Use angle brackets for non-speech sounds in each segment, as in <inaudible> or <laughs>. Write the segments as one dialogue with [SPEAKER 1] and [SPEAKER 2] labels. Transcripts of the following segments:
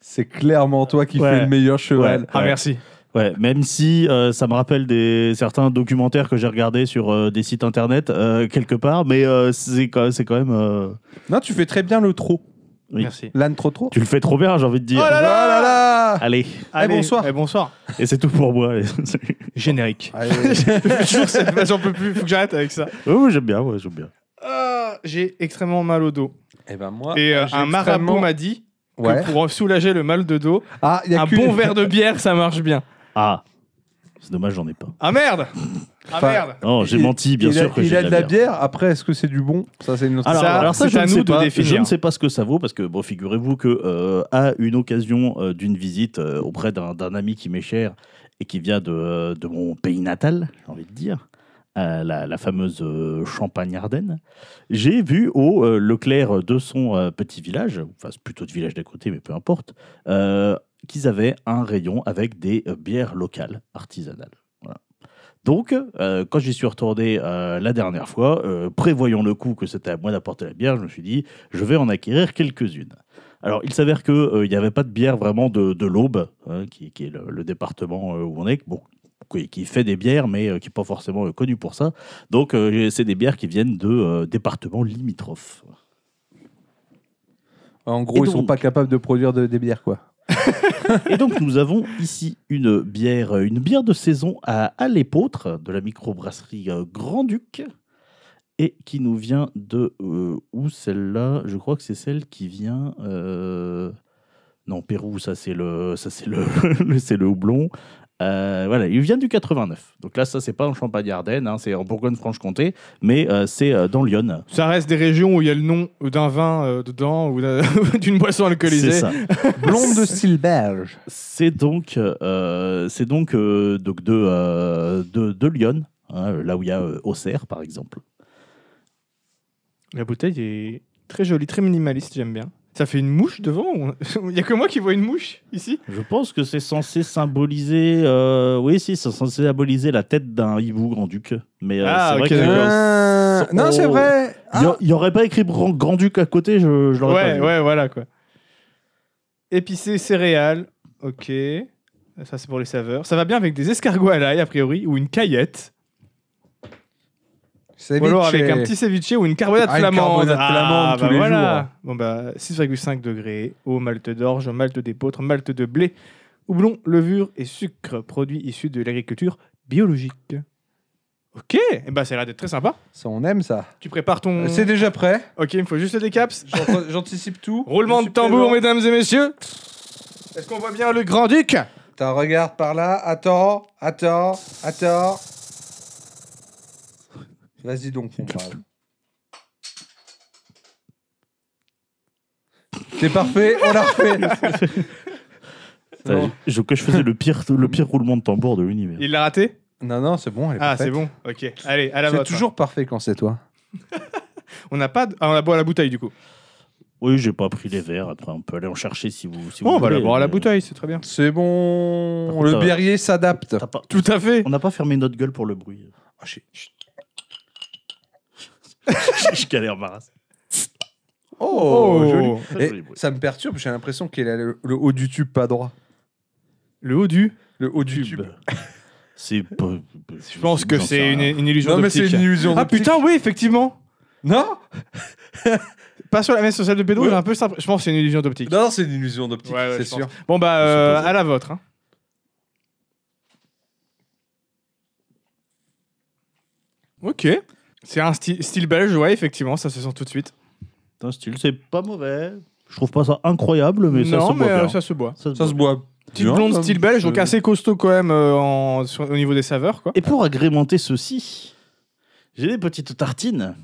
[SPEAKER 1] c'est clairement toi qui
[SPEAKER 2] Ouais.
[SPEAKER 1] fais le meilleur cheval.
[SPEAKER 2] Ah, merci.
[SPEAKER 3] Ouais, même si euh, ça me rappelle des, certains documentaires que j'ai regardés sur euh, des sites internet euh, quelque part, mais euh, c'est quand, c'est quand même. euh,
[SPEAKER 1] Non, tu fais très bien le trot.
[SPEAKER 3] Oui.
[SPEAKER 2] Merci.
[SPEAKER 1] L'âne trop trop.
[SPEAKER 3] tu le fais trop bien, j'ai envie de dire.
[SPEAKER 2] Oh là là
[SPEAKER 1] Ah là là
[SPEAKER 3] Allez,
[SPEAKER 2] Allez,
[SPEAKER 1] bonsoir.
[SPEAKER 2] eh, bonsoir.
[SPEAKER 3] et c'est tout pour moi. <laughs> Et-
[SPEAKER 2] Générique. <laughs>
[SPEAKER 1] Allez.
[SPEAKER 2] Toujours cette phrase, j'en peux plus. Faut que j'arrête avec ça.
[SPEAKER 3] Ouais, ouais, j'aime bien, ouais, j'aime bien.
[SPEAKER 2] Ah, j'ai extrêmement mal au dos.
[SPEAKER 1] Eh ben moi,
[SPEAKER 2] Et euh,
[SPEAKER 1] j'ai
[SPEAKER 2] un marabout
[SPEAKER 1] extrêmement-
[SPEAKER 2] m'a dit que
[SPEAKER 1] Ouais.
[SPEAKER 2] pour soulager le mal de dos,
[SPEAKER 1] Ah, il y a
[SPEAKER 2] un
[SPEAKER 1] qu'une-
[SPEAKER 2] bon verre de bière, ça marche bien.
[SPEAKER 3] Ah, c'est dommage, j'en ai pas.
[SPEAKER 2] Ah merde Ah
[SPEAKER 1] Enfin,
[SPEAKER 2] merde
[SPEAKER 3] Non, j'ai
[SPEAKER 1] Il-
[SPEAKER 3] menti, bien
[SPEAKER 1] il
[SPEAKER 3] sûr
[SPEAKER 1] a,
[SPEAKER 3] que
[SPEAKER 1] il
[SPEAKER 3] j'ai
[SPEAKER 1] a de la bière. Après, est-ce que c'est du bon Ça, c'est une autre
[SPEAKER 3] Alors,
[SPEAKER 2] Ça,
[SPEAKER 3] alors ça,
[SPEAKER 2] c'est
[SPEAKER 3] je
[SPEAKER 2] à
[SPEAKER 3] ne,
[SPEAKER 2] nous
[SPEAKER 3] sais
[SPEAKER 2] de
[SPEAKER 3] pas,
[SPEAKER 2] définir.
[SPEAKER 3] je ne sais pas ce que ça vaut parce que bon, figurez-vous que euh, à une occasion euh, d'une visite euh, auprès d'un d'un ami qui m'est cher et qui vient de, euh, de mon pays natal, j'ai envie de dire, euh, la, la fameuse euh, Champagne Ardenne, j'ai vu au euh, Leclerc de son euh, petit village, enfin c'est plutôt de village d'à côté, mais peu importe, euh, qu'ils avaient un rayon avec des euh, bières locales artisanales. Voilà. Donc, euh, quand j'y suis retourné euh, la dernière fois, euh, prévoyant le coup que c'était à moi d'apporter la bière, je me suis dit, je vais en acquérir quelques-unes. Alors, il s'avère qu'il n'y avait pas de bière vraiment de, de l'Aube, hein, qui, qui est le, le département euh, où on est. Bon, qui, qui fait des bières, mais euh, qui n'est pas forcément euh, connu pour ça. Donc, euh, c'est des bières qui viennent de euh, départements limitrophes.
[SPEAKER 1] En gros,
[SPEAKER 3] Et
[SPEAKER 1] ils sont
[SPEAKER 3] donc-
[SPEAKER 1] pas capables de produire de- des bières, quoi.
[SPEAKER 3] Et donc, nous avons ici une bière, une bière de saison à, à l'épôtre de la microbrasserie euh, Grand-Duc. Et qui nous vient de. euh, où celle-là Je crois que c'est celle qui vient. euh, non, Pérou, ça c'est le, ça c'est le, <laughs> le- c'est le houblon. Euh, voilà, il vient du 89. Donc là, ça c'est pas en Champagne-Ardenne, hein, c'est en Bourgogne-Franche-Comté, mais euh, c'est euh, dans l'Yonne.
[SPEAKER 2] Ça reste des régions où il y a le nom d'un vin euh, dedans ou d'un- <laughs> d'une boisson alcoolisée.
[SPEAKER 3] C'est ça.
[SPEAKER 1] Blonde de style belge.
[SPEAKER 3] C'est donc, euh, c'est donc, euh, donc de, euh, de, de Lyon, hein, là où il y a euh, Auxerre, par exemple.
[SPEAKER 2] La bouteille est très jolie, très minimaliste, j'aime bien. Ça fait une mouche devant ou- <laughs> Il y a que moi qui vois une mouche ici
[SPEAKER 3] Je pense que c'est censé symboliser. euh, oui, si, c'est censé symboliser la tête d'un hibou grand-duc. Mais euh,
[SPEAKER 2] Ah,
[SPEAKER 3] c'est
[SPEAKER 2] ok,
[SPEAKER 3] vrai que.
[SPEAKER 2] d'accord.
[SPEAKER 1] Euh, Non, c'est
[SPEAKER 3] Oh.
[SPEAKER 1] vrai. Ah,
[SPEAKER 3] Il y a- Il n'y aurait pas écrit grand- grand-duc à côté, je, je l'aurais pas
[SPEAKER 2] Ouais,
[SPEAKER 3] vu.
[SPEAKER 2] ouais, voilà quoi. Épicé, céréales, ok. Ça c'est pour les saveurs. Ça va bien avec des escargots à l'ail, a priori, ou une caillette.
[SPEAKER 1] C'est
[SPEAKER 2] Ou alors avec un petit ceviche ou une carbonate
[SPEAKER 1] Ah, une
[SPEAKER 2] flamande.
[SPEAKER 1] carbonate flamande tous les jours.
[SPEAKER 2] Bon bah 6,5 degrés, eau, malte d'orge, malte d'épeautre, malte de blé, houblon, levure et sucre, produits issus de l'agriculture biologique. Ok, et bah ça a l'air d'être très sympa.
[SPEAKER 1] Ça, on aime ça.
[SPEAKER 2] Tu prépares ton.
[SPEAKER 1] C'est déjà prêt.
[SPEAKER 2] Ok, il me faut juste le décaps.
[SPEAKER 1] J'ant- J'anticipe tout.
[SPEAKER 2] Roulement
[SPEAKER 1] Je
[SPEAKER 2] de
[SPEAKER 1] suis
[SPEAKER 2] tambour,
[SPEAKER 1] présent.
[SPEAKER 2] mesdames et messieurs. Est-ce qu'on voit bien le grand duc
[SPEAKER 1] T'as regarde par là. Attends, attends, attends. Vas-y donc, on parle. C'est parfait, on l'a refait.
[SPEAKER 3] <laughs> Putain,
[SPEAKER 1] Non.
[SPEAKER 3] je- que je faisais le pire, le
[SPEAKER 2] <laughs>
[SPEAKER 3] pire roulement de tambour de l'univers.
[SPEAKER 2] Il l'a raté
[SPEAKER 1] Non, non, c'est bon. elle est
[SPEAKER 2] Ah,
[SPEAKER 1] parfaite.
[SPEAKER 2] c'est bon. Ok, allez, à la hein.
[SPEAKER 1] C'est
[SPEAKER 2] vôtre.
[SPEAKER 1] toujours parfait quand c'est toi.
[SPEAKER 2] On n'a pas. de- Ah, on la boit à la bouteille du coup.
[SPEAKER 3] Oui, j'ai pas pris les verres. Après, on peut aller en chercher si vous. Si
[SPEAKER 2] Bon,
[SPEAKER 3] vous
[SPEAKER 2] on va la
[SPEAKER 3] voulez, euh,
[SPEAKER 2] boire à la
[SPEAKER 3] mais-
[SPEAKER 2] bouteille, c'est très bien.
[SPEAKER 1] C'est bon.
[SPEAKER 3] Par contre,
[SPEAKER 1] le
[SPEAKER 3] euh,
[SPEAKER 1] berrier s'adapte.
[SPEAKER 3] T'as pas-
[SPEAKER 2] Tout à fait.
[SPEAKER 3] On n'a pas fermé notre gueule pour le bruit.
[SPEAKER 2] Ah,
[SPEAKER 1] Oh, j'ai- chut.
[SPEAKER 3] <laughs> je galère, Maras.
[SPEAKER 1] Oh,
[SPEAKER 2] Oh.
[SPEAKER 1] joli.
[SPEAKER 3] Très
[SPEAKER 1] Et
[SPEAKER 3] joli bruit.
[SPEAKER 1] ça me perturbe, j'ai l'impression qu'il a le, le haut du tube pas droit.
[SPEAKER 2] Le haut du.
[SPEAKER 1] Le haut du tube.
[SPEAKER 3] Tube. C'est pas-
[SPEAKER 2] Je pense que
[SPEAKER 3] j'en sais
[SPEAKER 2] c'est une,
[SPEAKER 3] rien.
[SPEAKER 2] une illusion
[SPEAKER 1] Non, mais c'est
[SPEAKER 2] d'optique.
[SPEAKER 1] une illusion.
[SPEAKER 2] Ah
[SPEAKER 1] d'optique.
[SPEAKER 2] putain, oui, effectivement.
[SPEAKER 1] Non
[SPEAKER 2] <laughs> Pas sur la messe sociale de pédo,
[SPEAKER 1] Ouais.
[SPEAKER 2] j'ai un peu ça. Je pense que c'est une illusion d'optique.
[SPEAKER 1] Non, c'est une illusion d'optique,
[SPEAKER 2] Ouais, ouais,
[SPEAKER 1] c'est
[SPEAKER 2] je pense.
[SPEAKER 1] sûr.
[SPEAKER 2] Bon bah euh,
[SPEAKER 3] Je suppose.
[SPEAKER 2] à la vôtre. hein. Ok. C'est un sty- style belge, ouais, effectivement, ça se sent tout de suite.
[SPEAKER 3] Putain, style, c'est pas mauvais. Je trouve pas ça incroyable, mais ça
[SPEAKER 2] non,
[SPEAKER 3] se
[SPEAKER 2] mais
[SPEAKER 3] boit
[SPEAKER 2] euh,
[SPEAKER 3] bien.
[SPEAKER 2] ça se boit.
[SPEAKER 3] Ça se
[SPEAKER 1] Ça
[SPEAKER 3] boit
[SPEAKER 1] se boit.
[SPEAKER 2] Petite
[SPEAKER 1] bien,
[SPEAKER 2] blonde
[SPEAKER 1] ça.
[SPEAKER 2] style belge, donc
[SPEAKER 1] Je-
[SPEAKER 2] assez costaud quand même euh, en- sur- au niveau des saveurs, quoi.
[SPEAKER 3] bien. Et pour agrémenter ceci, j'ai des petites tartines.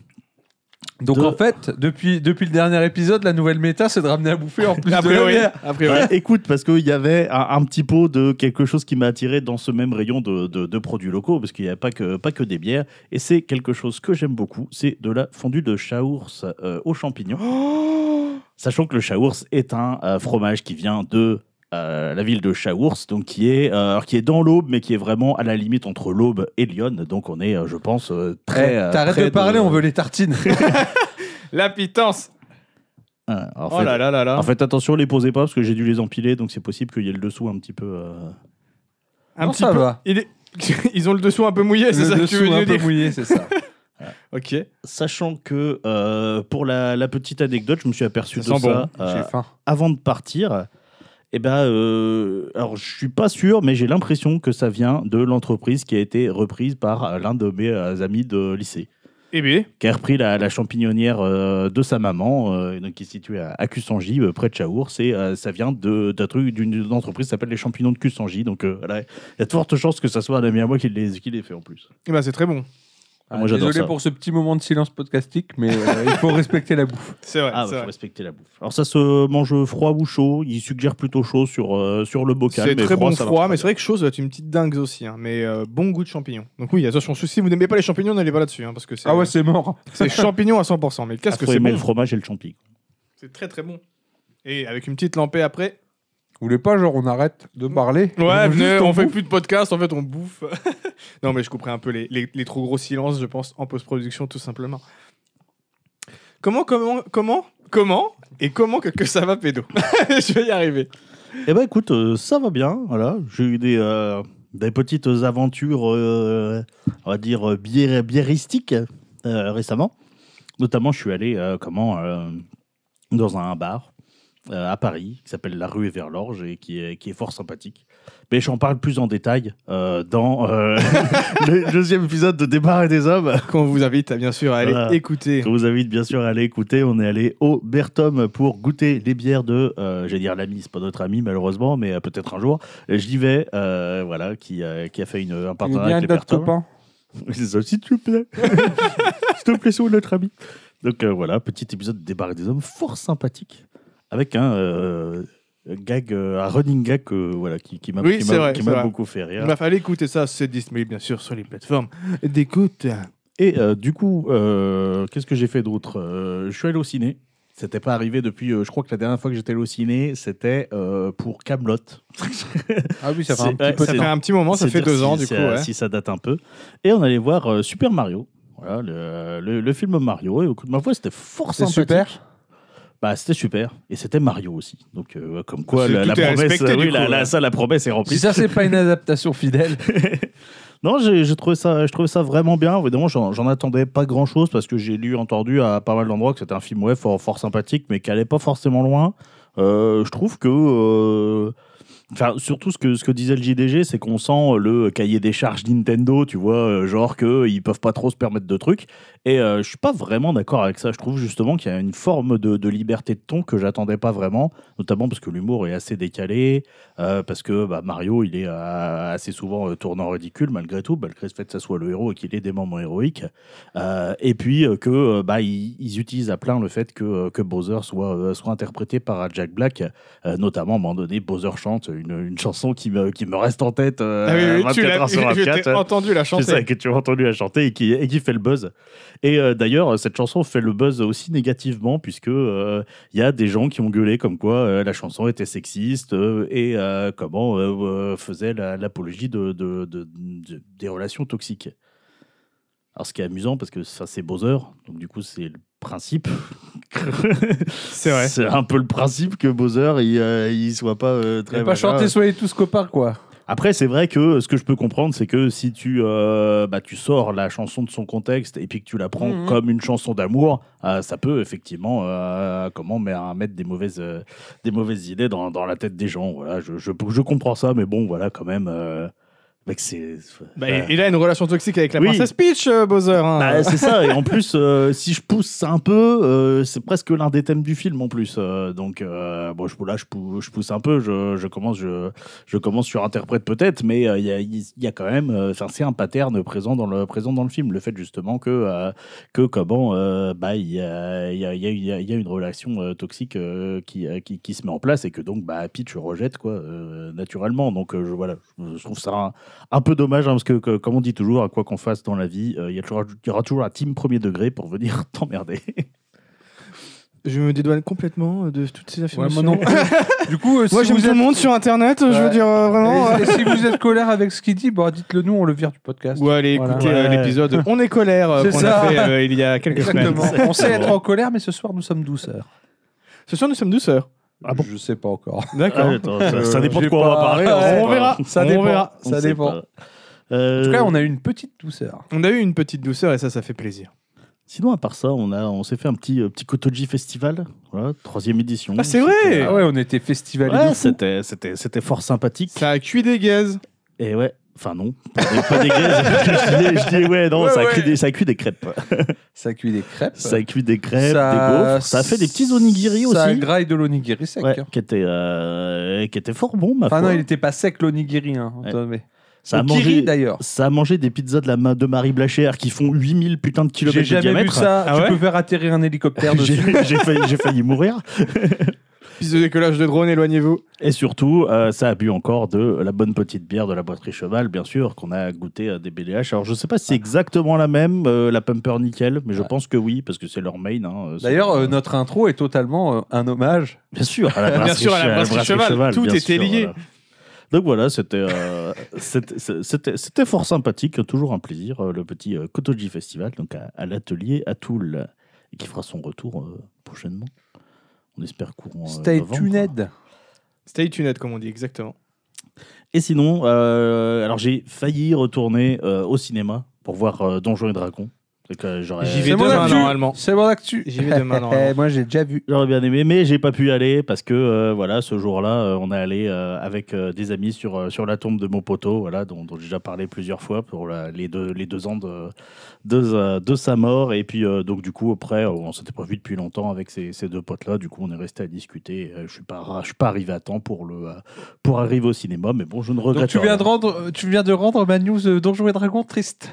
[SPEAKER 1] Donc
[SPEAKER 3] De-
[SPEAKER 1] en fait, depuis, depuis le dernier épisode, la nouvelle méta, c'est de ramener à bouffer en plus
[SPEAKER 2] Ah, A
[SPEAKER 1] de la
[SPEAKER 2] priori,
[SPEAKER 1] bière.
[SPEAKER 2] a priori.
[SPEAKER 3] Ouais, <laughs> écoute, parce qu'il y avait un, un petit pot de quelque chose qui m'a attiré dans ce même rayon de, de- de produits locaux, parce qu'il n'y a pas que, pas que des bières. Et c'est quelque chose que j'aime beaucoup, c'est de la fondue de chaours euh, aux champignons.
[SPEAKER 2] Oh
[SPEAKER 3] Sachant que le chaours est un euh, fromage qui vient de euh, la ville de Chaours, donc qui est, euh, alors qui est dans l'Aube, mais qui est vraiment à la limite entre l'Aube et Lyon. Donc on est, euh, je pense, euh,
[SPEAKER 1] Eh,
[SPEAKER 3] très. euh,
[SPEAKER 1] T'arrêtes
[SPEAKER 3] près
[SPEAKER 1] de parler, on veut les tartines.
[SPEAKER 2] La pitance
[SPEAKER 3] Ah, en,
[SPEAKER 2] oh
[SPEAKER 3] fait,
[SPEAKER 2] là là là là.
[SPEAKER 3] en fait, attention, les posez pas parce que j'ai dû les empiler, donc c'est possible qu'il y ait le dessous un petit peu. euh,
[SPEAKER 2] un
[SPEAKER 1] Non,
[SPEAKER 2] petit
[SPEAKER 1] ça
[SPEAKER 2] peu.
[SPEAKER 1] va.
[SPEAKER 2] Il est- Ils ont le dessous un peu mouillé, <laughs> c'est
[SPEAKER 1] Le
[SPEAKER 2] ça que tu
[SPEAKER 1] dessous
[SPEAKER 2] veux
[SPEAKER 1] un
[SPEAKER 2] nous
[SPEAKER 1] peu
[SPEAKER 2] dire
[SPEAKER 1] mouillé, c'est ça.
[SPEAKER 2] Ok.
[SPEAKER 3] Sachant que euh, pour la, la petite anecdote, je me suis aperçu
[SPEAKER 2] Ça
[SPEAKER 3] de
[SPEAKER 2] sent
[SPEAKER 3] ça
[SPEAKER 2] bon.
[SPEAKER 3] euh,
[SPEAKER 1] J'ai faim.
[SPEAKER 3] avant de partir. Eh ben, euh, alors je suis pas sûr, mais j'ai l'impression que ça vient de l'entreprise qui a été reprise par euh, l'un de mes euh, amis de lycée.
[SPEAKER 2] Eh bien,
[SPEAKER 3] qui a repris la, la champignonnière euh, de sa maman, euh, donc qui est située à, à Kusanji, euh, près de Chaour. C'est, euh, ça vient de, d'un truc, d'une d'une entreprise qui s'appelle les champignons de Kusanji. Donc euh, voilà, il y a de fortes chances que ça soit un ami à moi qui les, qui les fait en plus.
[SPEAKER 2] eh ben, c'est très bon.
[SPEAKER 1] Ah,
[SPEAKER 3] Moi, j'adore
[SPEAKER 1] désolé
[SPEAKER 3] ça.
[SPEAKER 1] pour ce petit moment de silence podcastique, mais euh, il faut respecter la bouffe.
[SPEAKER 2] C'est vrai.
[SPEAKER 3] ah,
[SPEAKER 2] c'est
[SPEAKER 3] bah, faut
[SPEAKER 2] vrai.
[SPEAKER 3] respecter la bouffe. Alors ça se mange froid ou chaud. Il suggère plutôt chaud sur, euh, sur le bocal.
[SPEAKER 2] C'est
[SPEAKER 3] mais
[SPEAKER 2] très bon
[SPEAKER 3] ça marche
[SPEAKER 2] froid, mais
[SPEAKER 3] très
[SPEAKER 2] c'est vrai que chose doit être une petite dingue aussi. hein, mais euh, bon goût de champignons. Donc oui, attention, si vous n'aimez pas les champignons, n'allez pas là-dessus. hein, parce que c'est euh,
[SPEAKER 1] Ah ouais, c'est mort.
[SPEAKER 2] c'est champignons à 100%. Mais
[SPEAKER 3] bien.
[SPEAKER 2] qu'est-ce que
[SPEAKER 3] Faut
[SPEAKER 2] c'est
[SPEAKER 3] aimer
[SPEAKER 2] bon
[SPEAKER 3] le fromage et le champi.
[SPEAKER 2] C'est très très bon. Et avec une petite lampée après.
[SPEAKER 1] Vous voulez pas, genre, on arrête de parler
[SPEAKER 2] Ouais,
[SPEAKER 1] Juste,
[SPEAKER 2] venez, on, fait
[SPEAKER 1] bouffe
[SPEAKER 2] plus de podcast, en fait on bouffe. <laughs> non mais je couperai un peu les, les- les trop gros silences, je pense, en post-production tout simplement. Comment, comment, comment, comment et comment que, que ça va pédo <laughs> Je vais y arriver.
[SPEAKER 3] Eh ben écoute, euh, ça va bien. Voilà, j'ai eu des, euh, des petites aventures, euh, on va dire euh, bière, biéristiques euh, récemment. Notamment, je suis allé euh, comment euh, dans un bar euh, à Paris qui s'appelle la rue et vers l'orge et qui est, qui est fort sympathique. Mais j'en parle plus en détail euh, dans euh, <laughs> le deuxième épisode de Débarras des hommes
[SPEAKER 2] Qu'on vous invite à bien sûr à aller
[SPEAKER 3] Voilà.
[SPEAKER 2] écouter.
[SPEAKER 3] je vous invite bien sûr à aller écouter. On est allé au Bertom pour goûter les bières de, euh, j'allais dire l'ami, c'est pas notre ami malheureusement, mais euh, peut-être un jour. Euh, J'y vais, euh, voilà, qui, euh, qui a fait une, un
[SPEAKER 1] Il y a
[SPEAKER 3] partenariat
[SPEAKER 1] bien
[SPEAKER 3] avec les hein.
[SPEAKER 1] d'autres
[SPEAKER 3] Bertom.
[SPEAKER 1] copains.
[SPEAKER 3] C'est ça, <laughs> s'il te
[SPEAKER 2] <laughs>
[SPEAKER 3] plaît. s'il te plaît, c'est notre ami. Donc euh, voilà, petit épisode de Débarré des hommes, fort sympathique, avec un euh, gag, euh, un running gag euh, voilà, qui, qui m'a
[SPEAKER 2] Oui,
[SPEAKER 3] qui
[SPEAKER 2] c'est
[SPEAKER 3] m'a-
[SPEAKER 2] vrai,
[SPEAKER 3] qui
[SPEAKER 2] c'est
[SPEAKER 3] m'a
[SPEAKER 2] vrai.
[SPEAKER 3] beaucoup fait rire.
[SPEAKER 2] Il m'a fallu écouter ça, c'est disponible bien sûr sur les plateformes d'écoute.
[SPEAKER 3] Et euh, du coup, euh, qu'est-ce que j'ai fait d'autre Euh, Je suis allé au ciné. C'était pas arrivé depuis. euh, je crois que la dernière fois que j'étais allé au ciné, c'était euh, pour Camelot.
[SPEAKER 1] Ah oui, ça fait
[SPEAKER 3] C'est-
[SPEAKER 1] un petit
[SPEAKER 3] ouais,
[SPEAKER 1] peu de
[SPEAKER 2] Ça fait
[SPEAKER 1] temps.
[SPEAKER 2] un petit moment, ça fait deux ans du coup. hein. ouais.
[SPEAKER 3] Si ça date un peu. Et on allait voir euh, Super Mario. Voilà, le, le- le film Mario. Et au coup de ma foi, c'était fort
[SPEAKER 1] C'est
[SPEAKER 3] sympathique.
[SPEAKER 1] super.
[SPEAKER 3] Bah, c'était super. Et c'était Mario aussi. Donc, euh, comme quoi,
[SPEAKER 2] C'est-
[SPEAKER 3] la, la
[SPEAKER 2] tout est
[SPEAKER 3] promesse, euh,
[SPEAKER 2] respecté,
[SPEAKER 3] oui,
[SPEAKER 2] du
[SPEAKER 3] la,
[SPEAKER 2] coup,
[SPEAKER 3] la-
[SPEAKER 2] ouais.
[SPEAKER 3] ça, la promesse est remplie.
[SPEAKER 1] Si ça, c'est pas une adaptation fidèle.
[SPEAKER 3] Non, j'ai j'ai trouvé ça, je trouvais ça vraiment bien. Évidemment, j'en j'en attendais pas grand chose parce que j'ai lu, entendu à pas mal d'endroits que c'était un film ouais, fort, fort sympathique, mais qui allait pas forcément loin. Euh, je trouve que, euh, enfin, surtout ce que ce que disait le JDG, c'est qu'on sent le cahier des charges Nintendo, tu vois, euh, genre que ils peuvent pas trop se permettre de trucs. Et euh, je suis pas vraiment d'accord avec ça. Je trouve justement qu'il y a une forme de, de liberté de ton que j'attendais pas vraiment, notamment parce que l'humour est assez décalé. Euh, parce que bah, Mario, il est euh, assez souvent euh, tournant ridicule, malgré tout, malgré le fait que ça soit le héros et qu'il ait des moments héroïques. Euh, et puis euh, que euh, bah, ils, ils utilisent à plein le fait que, euh, que Bowser soit, euh, soit interprété par euh, Jack Black, Euh, notamment à un moment donné, Bowser chante une, une chanson qui me, qui me reste en tête euh,
[SPEAKER 2] Ah oui, oui, tu
[SPEAKER 3] 24
[SPEAKER 2] l'as
[SPEAKER 3] heures sur
[SPEAKER 2] <laughs> je t'ai
[SPEAKER 3] 24.
[SPEAKER 2] entendu la
[SPEAKER 3] C'est ça,
[SPEAKER 2] chanter.
[SPEAKER 3] que tu as entendu la chanter et qui, et qui fait le buzz. Et euh, d'ailleurs, cette chanson fait le buzz aussi négativement, puisque euh, il y a des gens qui ont gueulé comme quoi euh, la chanson était sexiste euh, et euh, comment euh, euh, faisait la- l'apologie de, de- de- de- des relations toxiques. Alors, ce qui est amusant, parce que ça, c'est Bowser, donc du coup, c'est le principe.
[SPEAKER 2] C'est
[SPEAKER 3] <laughs>
[SPEAKER 2] vrai.
[SPEAKER 3] C'est un peu le principe que Bowser, il, euh, il soit pas euh,
[SPEAKER 1] Il
[SPEAKER 3] très.
[SPEAKER 1] a pas
[SPEAKER 3] machin.
[SPEAKER 1] chanté Soyez tous copains, quoi.
[SPEAKER 3] Après, c'est vrai que ce que je peux comprendre, c'est que si tu, euh, bah, tu sors la chanson de son contexte et puis que tu la prends
[SPEAKER 1] Mhm.
[SPEAKER 3] comme une chanson d'amour, euh, ça peut effectivement euh, comment mettre, mettre des mauvaises, euh, des mauvaises idées dans, dans la tête des gens. Voilà, je, je, je comprends ça, mais bon, voilà, quand même. euh, mec, c'est.
[SPEAKER 2] Bah,
[SPEAKER 3] voilà.
[SPEAKER 2] Il il a une relation toxique avec la
[SPEAKER 3] Oui.
[SPEAKER 2] princesse Peach, euh, Bowser. hein.
[SPEAKER 3] Bah, c'est ça, et en plus, euh, si je pousse ça un peu, euh, c'est presque l'un des thèmes du film en plus. Euh, donc, euh, bon, je, là, je, pou- je pousse un peu, je, je commence, je, je commence sur interprète peut-être, mais euh, il y, a, il y a quand même, euh, enfin, c'est un pattern présent dans, le, présent dans le film. Le fait justement que, euh, que comment, euh, bah, il y a, il y, a, il y a- il y a- il y a une relation euh, toxique euh, qui, euh, qui, qui se met en place et que donc, bah, Peach rejette, quoi, euh, naturellement. Donc, euh, je, voilà, je, je trouve ça un- un peu dommage, hein, parce que, que- comme on dit toujours, à quoi qu'on fasse dans la vie, euh, il y, a toujours- il y aura toujours la team premier degré pour venir <laughs> t'emmerder.
[SPEAKER 2] Je me dédouane complètement de toutes ces affirmations.
[SPEAKER 1] du coup, euh,
[SPEAKER 2] <laughs> Moi,
[SPEAKER 1] si
[SPEAKER 2] j'aime
[SPEAKER 1] vous
[SPEAKER 2] tout
[SPEAKER 1] êtes...
[SPEAKER 2] le monde sur Internet, je veux
[SPEAKER 1] Ouais.
[SPEAKER 2] dire euh, vraiment.
[SPEAKER 1] Et si vous êtes colère avec ce qu'il dit, bon, dites-le nous, on le vire du podcast.
[SPEAKER 2] Ou allez
[SPEAKER 1] Voilà.
[SPEAKER 2] écouter euh,
[SPEAKER 3] Ouais.
[SPEAKER 2] l'épisode On est colère euh,
[SPEAKER 1] C'est
[SPEAKER 2] qu'on a
[SPEAKER 1] ça.
[SPEAKER 2] fait euh, il y a quelques semaines.
[SPEAKER 1] Exactement. On sait
[SPEAKER 3] Exactement.
[SPEAKER 1] être en colère, mais ce soir, nous sommes douceurs.
[SPEAKER 2] Ce soir, nous sommes deux sœurs.
[SPEAKER 1] Ah bon Je sais pas encore.
[SPEAKER 3] Ah, attends, ça, ça
[SPEAKER 1] Euh,
[SPEAKER 3] dépend de
[SPEAKER 1] j'ai
[SPEAKER 3] quoi on va
[SPEAKER 1] pas-
[SPEAKER 3] parler.
[SPEAKER 1] ouais,
[SPEAKER 3] on sait
[SPEAKER 1] ouais,
[SPEAKER 2] on
[SPEAKER 3] pas.
[SPEAKER 2] verra.
[SPEAKER 1] Ça
[SPEAKER 2] on
[SPEAKER 1] dépend.
[SPEAKER 2] verra.
[SPEAKER 1] Ça
[SPEAKER 3] On sait
[SPEAKER 1] dépend.
[SPEAKER 3] pas.
[SPEAKER 1] En tout cas,
[SPEAKER 3] Euh,
[SPEAKER 1] on a eu une petite douceur.
[SPEAKER 2] On a eu une petite douceur et ça, ça fait plaisir.
[SPEAKER 3] Sinon, à part ça, on, a, on s'est fait un petit, euh, petit Kotoji Festival, voilà, troisième édition.
[SPEAKER 2] Ah, c'est vrai
[SPEAKER 3] C'était- euh,
[SPEAKER 1] Ah ouais, on était festival.
[SPEAKER 3] Eh. Ouais, c'était, c'était, c'était fort sympathique.
[SPEAKER 2] Ça a cuit des gaz.
[SPEAKER 3] Et ouais, enfin non, pas des, pas des gaises. <laughs> je, dis, je dis ouais, non,
[SPEAKER 1] Ouais,
[SPEAKER 3] ça, a
[SPEAKER 1] ouais.
[SPEAKER 3] cuit des, ça a cuit des crêpes.
[SPEAKER 1] Ça cuit des crêpes.
[SPEAKER 3] Ça a cuit des crêpes, des gaufres. Ça a fait des petits onigiri
[SPEAKER 1] Ça
[SPEAKER 3] aussi.
[SPEAKER 1] graille de l'onigiri sec.
[SPEAKER 3] Ouais,
[SPEAKER 1] hein.
[SPEAKER 3] qui était, euh, qui était fort bon, ma
[SPEAKER 1] Enfin, non,
[SPEAKER 3] foi.
[SPEAKER 1] il était pas sec l'onigiri. Hein,
[SPEAKER 3] Ouais.
[SPEAKER 1] Antoine, mais-
[SPEAKER 3] ça, a
[SPEAKER 1] Au Kiri,
[SPEAKER 3] mangé,
[SPEAKER 1] d'ailleurs.
[SPEAKER 3] ça a mangé des pizzas de, la, ma- de Marie Blachère qui font 8000 putains de
[SPEAKER 1] J'ai
[SPEAKER 3] kilomètres de
[SPEAKER 1] jamais vu
[SPEAKER 3] diamètre. <laughs> hein.
[SPEAKER 1] ça.
[SPEAKER 2] Ah
[SPEAKER 1] tu
[SPEAKER 2] ouais
[SPEAKER 1] peux faire atterrir un hélicoptère dessus.
[SPEAKER 3] J'ai, j'ai failli, j'ai failli mourir.
[SPEAKER 2] Piste de décollage de drone, éloignez-vous.
[SPEAKER 3] Et surtout, euh, ça a bu encore de la bonne petite bière de la boiterie Cheval, bien sûr, qu'on a goûté à des BDH. Alors, je sais pas si c'est exactement la même, euh, la Pumper Nickel, mais je
[SPEAKER 1] Ah. Ouais.
[SPEAKER 3] pense que oui, parce que c'est leur main. hein, euh, c'est-
[SPEAKER 1] D'ailleurs, euh, notre intro est totalement euh, un hommage.
[SPEAKER 3] Bien sûr, à la
[SPEAKER 2] Bien
[SPEAKER 3] brasserie
[SPEAKER 2] sûr, à la
[SPEAKER 3] Che-
[SPEAKER 2] brasserie Cheval, tout
[SPEAKER 3] bien
[SPEAKER 2] était lié.
[SPEAKER 3] voilà. Donc voilà, c'était euh, c'était- c'était c'était fort sympathique, toujours un plaisir, euh, le petit euh, Kotoji Festival, donc à, à l'atelier à Toul, et qui fera son retour euh, prochainement. On espère courant. euh,
[SPEAKER 1] Stay
[SPEAKER 3] novembre.
[SPEAKER 1] tuned.
[SPEAKER 2] Stay tuned, comme on dit, exactement.
[SPEAKER 3] Et sinon, euh, alors j'ai failli retourner euh, au cinéma pour voir euh, Donjons et Dragons. Donc, euh, j'aurais-
[SPEAKER 2] J'y
[SPEAKER 1] C'est
[SPEAKER 2] vais
[SPEAKER 1] mon
[SPEAKER 2] demain,
[SPEAKER 1] actu.
[SPEAKER 2] normalement.
[SPEAKER 1] C'est mon actu.
[SPEAKER 2] J'y vais
[SPEAKER 1] <laughs>
[SPEAKER 2] demain, normalement.
[SPEAKER 1] Moi, j'ai déjà vu.
[SPEAKER 3] J'aurais bien aimé, mais j'ai pas pu y aller parce que euh, voilà, ce jour-là, euh, on est allé euh, avec euh, des amis sur, euh, sur la tombe de mon poteau, voilà, dont, dont j'ai déjà parlé plusieurs fois pour la- les, deux, les deux ans de, de, sa- de sa mort. Et puis, euh, donc, du coup, après, euh, on s'était pas vu depuis longtemps avec ces, ces deux potes-là. Du coup, on est resté à discuter. Euh, je suis pas, ra- je suis pas arrivé à temps pour, le, euh, pour arriver au cinéma, mais bon, je ne regrette
[SPEAKER 1] Donc, tu
[SPEAKER 3] rien.
[SPEAKER 1] viens, de rendre, tu viens de rendre ma news euh, Donjons et Dragons triste.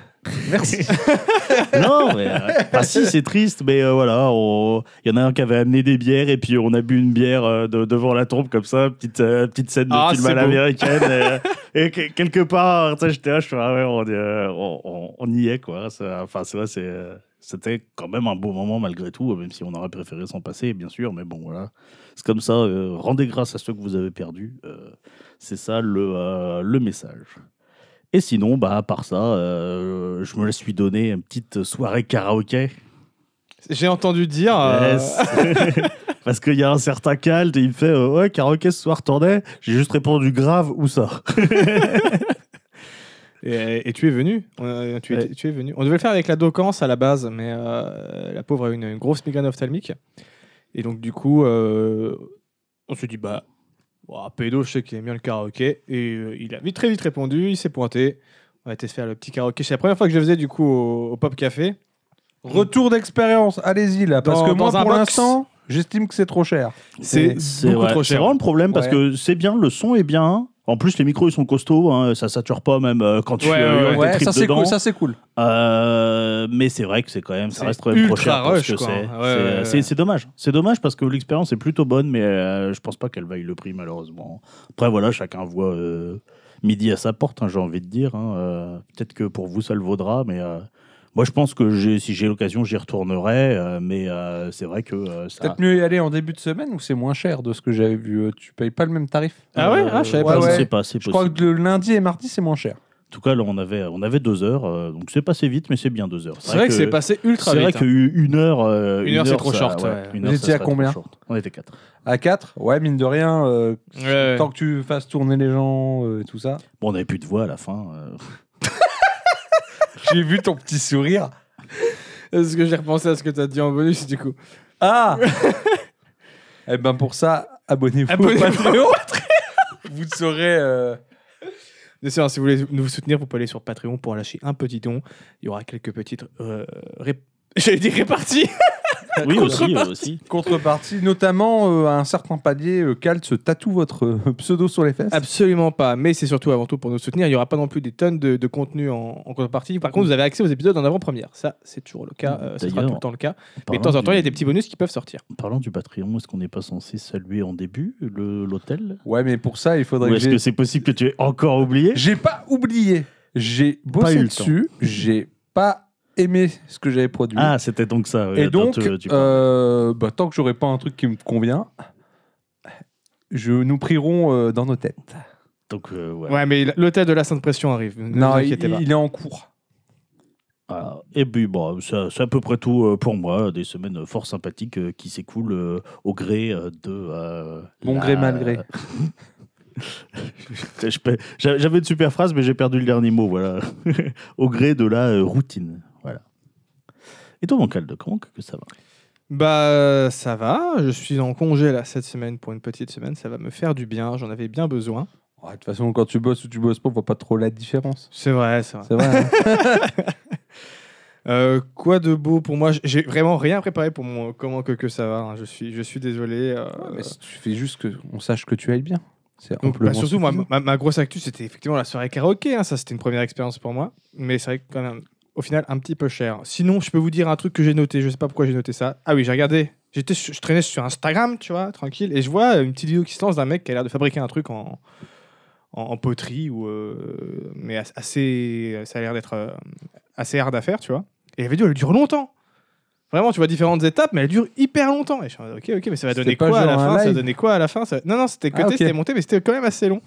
[SPEAKER 1] Merci.
[SPEAKER 2] <laughs>
[SPEAKER 3] <laughs> Non, mais, euh, bah si, c'est triste, mais euh, voilà, on- il y en a un qui avait amené des bières et puis on a bu une bière euh, de- devant la tombe comme ça, petite, euh, petite scène de
[SPEAKER 2] Ah,
[SPEAKER 3] film
[SPEAKER 2] c'est
[SPEAKER 3] à
[SPEAKER 2] beau. <laughs>
[SPEAKER 3] l'américaine. euh, et, que- quelque part, tu sais, j'étais là, je fais, ah ouais, on, est, euh, on- on- on y est, quoi. Ça- Enfin, c'est vrai, c'est, euh, C'était quand même un beau moment malgré tout, même si on aurait préféré s'en passer, bien sûr. Mais bon, voilà, c'est comme ça. euh, rendez grâce à ceux que vous avez perdus. euh, c'est ça le, euh, le message. Et sinon, bah, à part ça, euh, je me suis donné une petite soirée karaoké.
[SPEAKER 2] J'ai entendu dire. euh,
[SPEAKER 3] Yes. <laughs> Parce qu'il y a un certain Calt et il me fait euh, Ouais, karaoké ce soir, t'en es J'ai juste répondu grave, où ça
[SPEAKER 2] Et, et tu es venu. On a- tu, es,
[SPEAKER 3] Ouais.
[SPEAKER 2] tu es venu. On devait le faire avec la Docance à la base, mais euh, la pauvre a eu une, une grosse migraine ophtalmique. Et donc, du coup, euh, on se dit, bah, ouah, Pédo, je sais qu'il aime bien le karaoké. Et euh, il a vite, très vite répondu, il s'est pointé. On a été se faire le petit karaoké. C'est la première fois que je le faisais, du coup, au, au Pop Café.
[SPEAKER 1] Retour d'expérience. Allez-y, là. Parce
[SPEAKER 2] Dans-
[SPEAKER 1] que moi,
[SPEAKER 2] dans un
[SPEAKER 1] pour
[SPEAKER 2] box.
[SPEAKER 1] l'instant, j'estime que c'est trop cher.
[SPEAKER 2] C'est
[SPEAKER 3] C'est
[SPEAKER 2] beaucoup
[SPEAKER 3] ouais,
[SPEAKER 2] trop
[SPEAKER 3] c'est
[SPEAKER 2] cher.
[SPEAKER 3] vraiment le problème parce
[SPEAKER 1] Ouais.
[SPEAKER 3] que c'est bien, le son est bien. hein. En plus, les micros, ils sont costauds, hein, ça sature pas même euh, quand tu
[SPEAKER 2] Ouais,
[SPEAKER 3] euh,
[SPEAKER 2] ouais,
[SPEAKER 3] hurles tes
[SPEAKER 1] Ouais,
[SPEAKER 3] tripes
[SPEAKER 1] ça, c'est
[SPEAKER 3] dedans. Ah.
[SPEAKER 1] cool. Ça, c'est cool.
[SPEAKER 3] Euh, mais c'est vrai que c'est quand même, ça
[SPEAKER 2] C'est
[SPEAKER 3] reste quand même trop
[SPEAKER 2] ultra
[SPEAKER 3] cher pour ce
[SPEAKER 2] rush,
[SPEAKER 3] que
[SPEAKER 2] quoi.
[SPEAKER 3] c'est.
[SPEAKER 2] Ouais,
[SPEAKER 3] C'est-
[SPEAKER 2] ouais, ouais.
[SPEAKER 3] c'est- c'est dommage. C'est dommage parce que l'expérience est plutôt bonne, mais euh, je pense pas qu'elle vaille le prix malheureusement. Après voilà, chacun voit euh, midi à sa porte, hein, j'ai envie de dire. hein. Euh, Peut-être que pour vous ça le vaudra, mais euh, moi je pense que j'ai- si j'ai l'occasion, j'y retournerai. euh, mais euh, c'est vrai que euh, ça.
[SPEAKER 1] Peut-être mieux y aller en début de semaine où c'est moins cher de ce que j'avais vu. Euh, Tu payes pas le même tarif.
[SPEAKER 2] Ah ouais Ah, je savais
[SPEAKER 1] pas
[SPEAKER 3] Je
[SPEAKER 1] ça.
[SPEAKER 3] sais pas, c'est
[SPEAKER 1] Je crois
[SPEAKER 3] possible.
[SPEAKER 1] que le lundi et mardi, c'est moins cher.
[SPEAKER 3] En tout cas, là, on avait, on avait deux heures, euh, donc c'est passé vite, mais c'est bien deux heures.
[SPEAKER 2] C'est vrai que, c'est passé ultra
[SPEAKER 3] C'est vrai
[SPEAKER 2] vite. hein.
[SPEAKER 3] qu'une heure, euh,
[SPEAKER 2] Une heure, c'est trop
[SPEAKER 3] ça-
[SPEAKER 2] short, ouais.
[SPEAKER 3] une
[SPEAKER 1] Vous
[SPEAKER 3] heure, ça
[SPEAKER 1] étiez
[SPEAKER 3] serait
[SPEAKER 1] à
[SPEAKER 3] trop
[SPEAKER 1] combien
[SPEAKER 3] short. On était quatre.
[SPEAKER 1] À 4, ouais, mine de rien, euh,
[SPEAKER 2] Ouais, ouais.
[SPEAKER 1] tant que tu fasses tourner les gens euh, et tout ça.
[SPEAKER 3] Bon, on n'avait plus de voix à la fin. euh.
[SPEAKER 2] <laughs>
[SPEAKER 1] J'ai vu ton petit sourire.
[SPEAKER 2] Est-ce que j'ai repensé à ce que tu as dit en bonus, du coup
[SPEAKER 1] Ah <laughs> Eh ben pour ça, abonnez-vous
[SPEAKER 2] Abonnez-vous.
[SPEAKER 1] au Patreon. <laughs> Vous saurez. euh,
[SPEAKER 2] Bien sûr, hein, si vous voulez nous soutenir, vous pouvez aller sur Patreon pour lâcher un petit don. Il y aura quelques petites. euh, ré- <laughs> J'allais dire réparties
[SPEAKER 3] Oui, aussi,
[SPEAKER 2] Contrepartie.
[SPEAKER 3] euh, aussi.
[SPEAKER 1] contrepartie, notamment euh, à un certain palier, euh, Cal se tatoue votre euh, pseudo sur les fesses.
[SPEAKER 2] Absolument pas, mais c'est surtout avant tout pour nous soutenir. Il n'y aura pas non plus des tonnes de, de contenu en, en contrepartie. Par contre, vous avez accès aux épisodes en avant-première. Ça, c'est toujours le cas. euh, ça sera
[SPEAKER 3] D'ailleurs,
[SPEAKER 2] tout le temps le cas.
[SPEAKER 3] En
[SPEAKER 2] Mais de temps en
[SPEAKER 3] parlant
[SPEAKER 2] temps, il y a
[SPEAKER 3] du-
[SPEAKER 2] des petits bonus qui peuvent sortir.
[SPEAKER 3] En parlant du Patreon, est-ce qu'on n'est pas censé saluer en début le- l'hôtel
[SPEAKER 1] Ouais, mais pour ça, il
[SPEAKER 3] Ou
[SPEAKER 1] faudrait que
[SPEAKER 3] est-ce
[SPEAKER 1] Ah bah, j'ai-
[SPEAKER 3] que c'est possible que tu aies encore oublié
[SPEAKER 1] J'ai pas oublié. J'ai
[SPEAKER 3] Pas eu
[SPEAKER 1] bossé
[SPEAKER 3] le
[SPEAKER 1] dessus. J'ai pas aimé ce que j'avais produit.
[SPEAKER 3] Ah, c'était donc ça. oui,
[SPEAKER 1] Et
[SPEAKER 3] dont
[SPEAKER 1] donc,
[SPEAKER 3] tu- tu parles.
[SPEAKER 1] euh, bah, tant que j'aurai pas un truc qui me convient, je nous prierons euh, dans nos têtes.
[SPEAKER 3] Donc, euh, ouais.
[SPEAKER 2] Ouais, mais l'hôtel de la Sainte Pression arrive. Ne
[SPEAKER 1] non,
[SPEAKER 2] vous
[SPEAKER 1] il,
[SPEAKER 2] inquiétez pas.
[SPEAKER 1] il est en cours.
[SPEAKER 3] Voilà. Ah, Et puis, bon, ça- c'est à peu près tout euh, pour moi. Des semaines fort sympathiques euh, qui s'écoulent euh, au gré euh, de. euh,
[SPEAKER 1] Mon gré, malgré.
[SPEAKER 3] Je peux- j'a- J'avais une super phrase, mais j'ai perdu le dernier mot. Voilà. <laughs> au gré de la euh, routine. Voilà. Et toi, mon calde, comment que que ça va
[SPEAKER 2] Bah euh, ça va, je suis en congé là cette semaine pour une petite semaine, ça va me faire du bien, j'en avais bien besoin.
[SPEAKER 1] Ouais, De toute façon, quand tu bosses ou tu bosses pas, on voit pas trop la différence.
[SPEAKER 2] C'est vrai, c'est vrai.
[SPEAKER 1] C'est vrai. hein
[SPEAKER 2] Euh, quoi de beau pour moi J- J'ai vraiment rien préparé pour mon comment que que ça va. hein. Je suis je suis désolé. euh,
[SPEAKER 1] Mais si tu fais juste qu'on sache que tu ailles bien. C'est
[SPEAKER 2] Donc, bah,
[SPEAKER 1] amplement
[SPEAKER 2] surtout, moi,
[SPEAKER 1] suffisant.
[SPEAKER 2] ma, ma grosse actu, c'était effectivement la soirée karaoké. hein. Ça, c'était une première expérience pour moi. Mais c'est vrai que, quand même, au final, un petit peu cher. Sinon, je peux vous dire un truc que j'ai noté. Je sais pas pourquoi j'ai noté ça. Ah oui, j'ai regardé. J'étais, sur- je traînais sur Instagram, tu vois, tranquille. Et je vois une petite vidéo qui se lance d'un mec qui a l'air de fabriquer un truc en, en, en poterie. Ou, euh, mais as- assez. Ça a l'air d'être euh, assez hard à faire, tu vois. Et la vidéo, elle dure longtemps. Vraiment, tu vois différentes étapes, mais elle dure hyper longtemps. Et je suis en mode, ok, ok, mais ça va
[SPEAKER 1] C'était
[SPEAKER 2] donner
[SPEAKER 1] pas
[SPEAKER 2] quoi à
[SPEAKER 1] genre
[SPEAKER 2] la
[SPEAKER 1] un
[SPEAKER 2] fin Ça va
[SPEAKER 1] live
[SPEAKER 2] donner quoi à la fin Ça- Non, non, c'était
[SPEAKER 1] Ah,
[SPEAKER 2] coté,
[SPEAKER 1] ok.
[SPEAKER 2] c'était monté, mais c'était quand même assez long.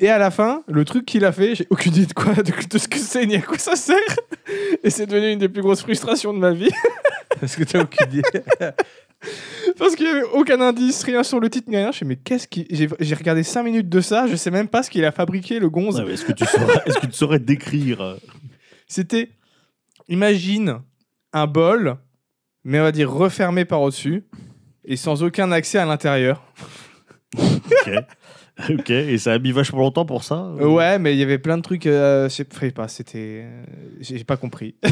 [SPEAKER 2] Et à la fin, le truc qu'il a fait, j'ai aucune idée de quoi, de, de ce que c'est ni à quoi ça sert. Et c'est devenu une des plus grosses frustrations de ma vie. <laughs>
[SPEAKER 1] Parce que t'as aucune idée.
[SPEAKER 2] Parce qu'il n'y avait aucun indice, rien sur le titre, ni rien. Je sais, mais qu'est-ce qui. J'ai j'ai regardé 5 minutes de ça, je sais même pas ce qu'il a fabriqué, le gonze.
[SPEAKER 3] Ouais, mais Est-ce que, <laughs> tu saurais- est-ce que tu saurais décrire euh,
[SPEAKER 2] C'était. Imagine un bol, mais on va dire refermé par au-dessus, et sans aucun accès à l'intérieur.
[SPEAKER 3] Ok. ok, et ça a mis vachement longtemps pour ça
[SPEAKER 2] Euh, Ouais, mais il y avait plein de trucs. Euh, je sais je sais pas, c'était. euh, J'ai pas compris. <laughs>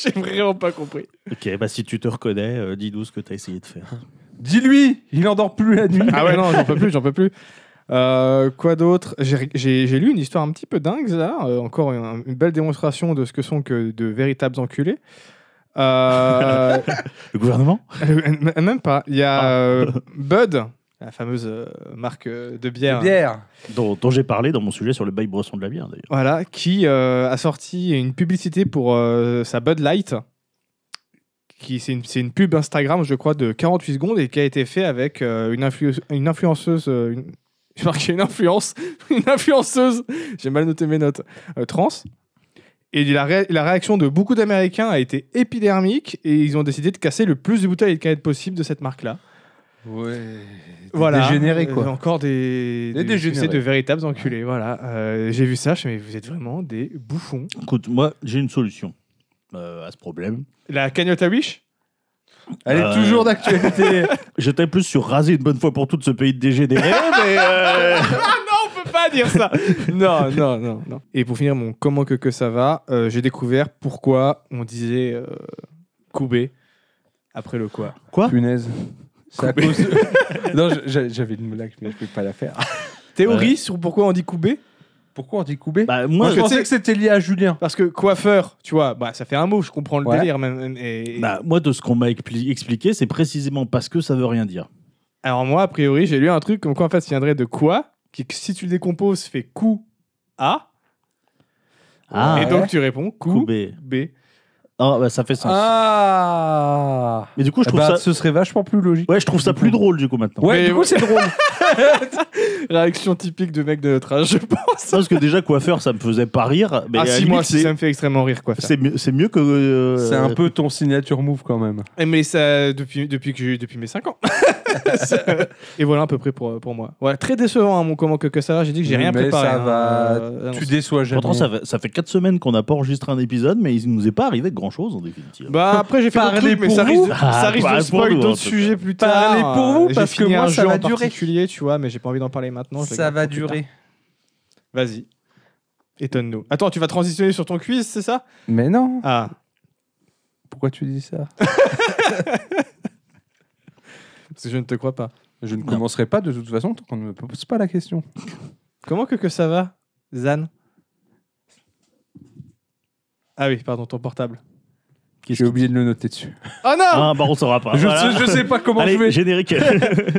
[SPEAKER 2] J'ai vraiment pas compris.
[SPEAKER 3] Ok, bah si tu te reconnais, euh, dis-nous ce que tu as essayé de faire.
[SPEAKER 1] <laughs> Dis-lui, il n'endort plus la nuit.
[SPEAKER 2] Ah ouais, non, j'en peux plus, j'en peux plus. Euh, quoi d'autre J'ai j'ai- j'ai lu une histoire un petit peu dingue, là. euh, encore un- une belle démonstration de ce que sont que de véritables enculés. <laughs> Euh,
[SPEAKER 3] Le gouvernement
[SPEAKER 2] euh, m- même pas. Il y a
[SPEAKER 3] Ah.
[SPEAKER 2] euh, Bud, la fameuse euh, marque euh, de bière.
[SPEAKER 1] Bière.
[SPEAKER 3] dont, dont j'ai parlé dans mon sujet sur le bail boisson de la bière d'ailleurs.
[SPEAKER 2] Voilà, qui euh, a sorti une publicité pour euh, sa Bud Light. qui C'est une, c'est une pub Instagram, je crois, de 48 secondes et qui a été fait avec euh, une, influ- une influenceuse. euh, une... <laughs> J'ai marqué une influence. <laughs> Une influenceuse. J'ai mal noté mes notes. euh, trans. Et la, ré- la réaction de beaucoup d'Américains a été épidermique et ils ont décidé de casser le plus de bouteilles et de canettes possible de cette marque-là.
[SPEAKER 1] Ouais.
[SPEAKER 2] Voilà.
[SPEAKER 1] Dégénéré,
[SPEAKER 2] Euh,
[SPEAKER 1] quoi.
[SPEAKER 2] encore des,
[SPEAKER 1] Des dégénérés.
[SPEAKER 2] c'est de véritables enculés. Voilà. Euh, J'ai vu ça, je me suis dit, mais vous êtes vraiment des bouffons.
[SPEAKER 3] Écoute, moi j'ai une solution euh, à ce problème. <laughs>
[SPEAKER 2] La cagnotte à Wish
[SPEAKER 1] Elle est
[SPEAKER 3] Euh,
[SPEAKER 1] toujours
[SPEAKER 3] <laughs>
[SPEAKER 1] d'actualité.
[SPEAKER 3] J'étais plus sur raser une bonne fois pour toutes ce pays de
[SPEAKER 2] Eh
[SPEAKER 3] dégénéré, mais
[SPEAKER 2] <laughs>
[SPEAKER 3] euh,
[SPEAKER 2] Ah On peut pas dire ça <laughs> Non, non, non, non. Et pour finir, mon comment que, que ça va, euh, j'ai découvert pourquoi on disait euh, Koubé après le quoi.
[SPEAKER 1] Punaise. C'est à
[SPEAKER 2] Coupé.
[SPEAKER 1] cause de- non, je- j'a- j'avais une blague, mais je peux pas la faire. Ah,
[SPEAKER 2] Théorie sur pourquoi on dit Koubé
[SPEAKER 1] Pourquoi on dit coubé
[SPEAKER 3] bah,
[SPEAKER 1] Moi,
[SPEAKER 3] moi,
[SPEAKER 1] je
[SPEAKER 2] que
[SPEAKER 1] pensais
[SPEAKER 2] t'sais-
[SPEAKER 1] que c'était lié à Julien.
[SPEAKER 2] Parce que coiffeur, tu vois, bah, ça fait un mot, je comprends le
[SPEAKER 1] Ouais.
[SPEAKER 2] délire même. et- et-
[SPEAKER 3] bah, moi, de ce qu'on m'a expli- expliqué, c'est précisément parce que ça veut rien dire.
[SPEAKER 2] Alors moi, a priori, j'ai lu un truc comme quoi en fait, ça viendrait de quoi qui, si tu le décomposes, fait coup A.
[SPEAKER 3] Ah,
[SPEAKER 2] et donc tu réponds coup
[SPEAKER 3] coubé.
[SPEAKER 2] B.
[SPEAKER 3] Ah, bah, ça fait sens.
[SPEAKER 1] Ah
[SPEAKER 3] Mais du coup, je
[SPEAKER 1] Eh
[SPEAKER 3] trouve
[SPEAKER 1] ben,
[SPEAKER 3] ça,
[SPEAKER 1] Ce serait vachement plus logique.
[SPEAKER 3] ouais, je trouve ça plus drôle du coup maintenant.
[SPEAKER 1] Ouais,
[SPEAKER 2] Mais
[SPEAKER 1] du coup,
[SPEAKER 2] ouais.
[SPEAKER 1] c'est drôle.
[SPEAKER 2] Réaction typique de mec de notre âge, je pense.
[SPEAKER 3] Parce que déjà coiffeur, ça me faisait pas rire, mais
[SPEAKER 2] ah
[SPEAKER 3] à la
[SPEAKER 2] si,
[SPEAKER 3] limite,
[SPEAKER 2] moi, si,
[SPEAKER 3] c'est-
[SPEAKER 2] ça me fait extrêmement rire quoi.
[SPEAKER 3] c'est mieux, c'est mieux que. euh,
[SPEAKER 1] C'est un peu ton signature move quand même.
[SPEAKER 2] Eh, Mais ça, depuis, depuis, que j'ai- depuis mes 5
[SPEAKER 1] <laughs>
[SPEAKER 2] ans. Ça- et voilà à peu près pour, pour moi. Voilà, très décevant hein, mon comment que, que ça va. J'ai dit que j'ai
[SPEAKER 1] Oui,
[SPEAKER 2] rien
[SPEAKER 1] mais
[SPEAKER 2] préparé.
[SPEAKER 1] ça
[SPEAKER 2] hein.
[SPEAKER 1] va.
[SPEAKER 2] Euh,
[SPEAKER 1] tu
[SPEAKER 2] annonce.
[SPEAKER 1] déçois jamais.
[SPEAKER 3] Pourtant, ça, fait- ça fait 4 semaines qu'on n'a pas enregistré un épisode, mais il nous est pas arrivé de grand chose en définitive.
[SPEAKER 2] Bah après j'ai fait
[SPEAKER 1] Parlez
[SPEAKER 2] un truc, mais
[SPEAKER 1] pour
[SPEAKER 2] ça
[SPEAKER 1] vous.
[SPEAKER 2] risque de,
[SPEAKER 3] Ah,
[SPEAKER 2] ça risque de
[SPEAKER 3] parlez pour
[SPEAKER 2] spoil
[SPEAKER 3] nous, en
[SPEAKER 2] d'autres
[SPEAKER 3] tout cas.
[SPEAKER 2] sujets plus tard.
[SPEAKER 1] Parlez pour vous,
[SPEAKER 2] J'ai
[SPEAKER 1] parce que
[SPEAKER 2] fini
[SPEAKER 1] moi,
[SPEAKER 2] un
[SPEAKER 1] ça
[SPEAKER 2] jeu
[SPEAKER 1] va
[SPEAKER 2] en
[SPEAKER 1] durer.
[SPEAKER 2] particulier, tu vois, mais j'ai pas envie d'en parler maintenant. je le garde pour plus tard. Vas-y. Étonne-nous. Attends, tu vas transitionner sur ton quiz, c'est ça
[SPEAKER 1] Mais non.
[SPEAKER 2] Ah.
[SPEAKER 1] Pourquoi tu dis ça
[SPEAKER 2] Parce que je ne te crois pas.
[SPEAKER 1] Je ne
[SPEAKER 3] Non.
[SPEAKER 1] commencerai pas de toute façon tant qu'on ne me pose pas la question.
[SPEAKER 2] Comment que, que ça va, Zan Ah oui, pardon, ton portable.
[SPEAKER 1] J'ai oublié de le noter dessus.
[SPEAKER 2] Oh non
[SPEAKER 3] Ah, bah, on saura pas.
[SPEAKER 1] je,
[SPEAKER 3] Voilà.
[SPEAKER 1] sais, je sais pas comment
[SPEAKER 3] <laughs> Allez,
[SPEAKER 1] je vais.
[SPEAKER 3] générique.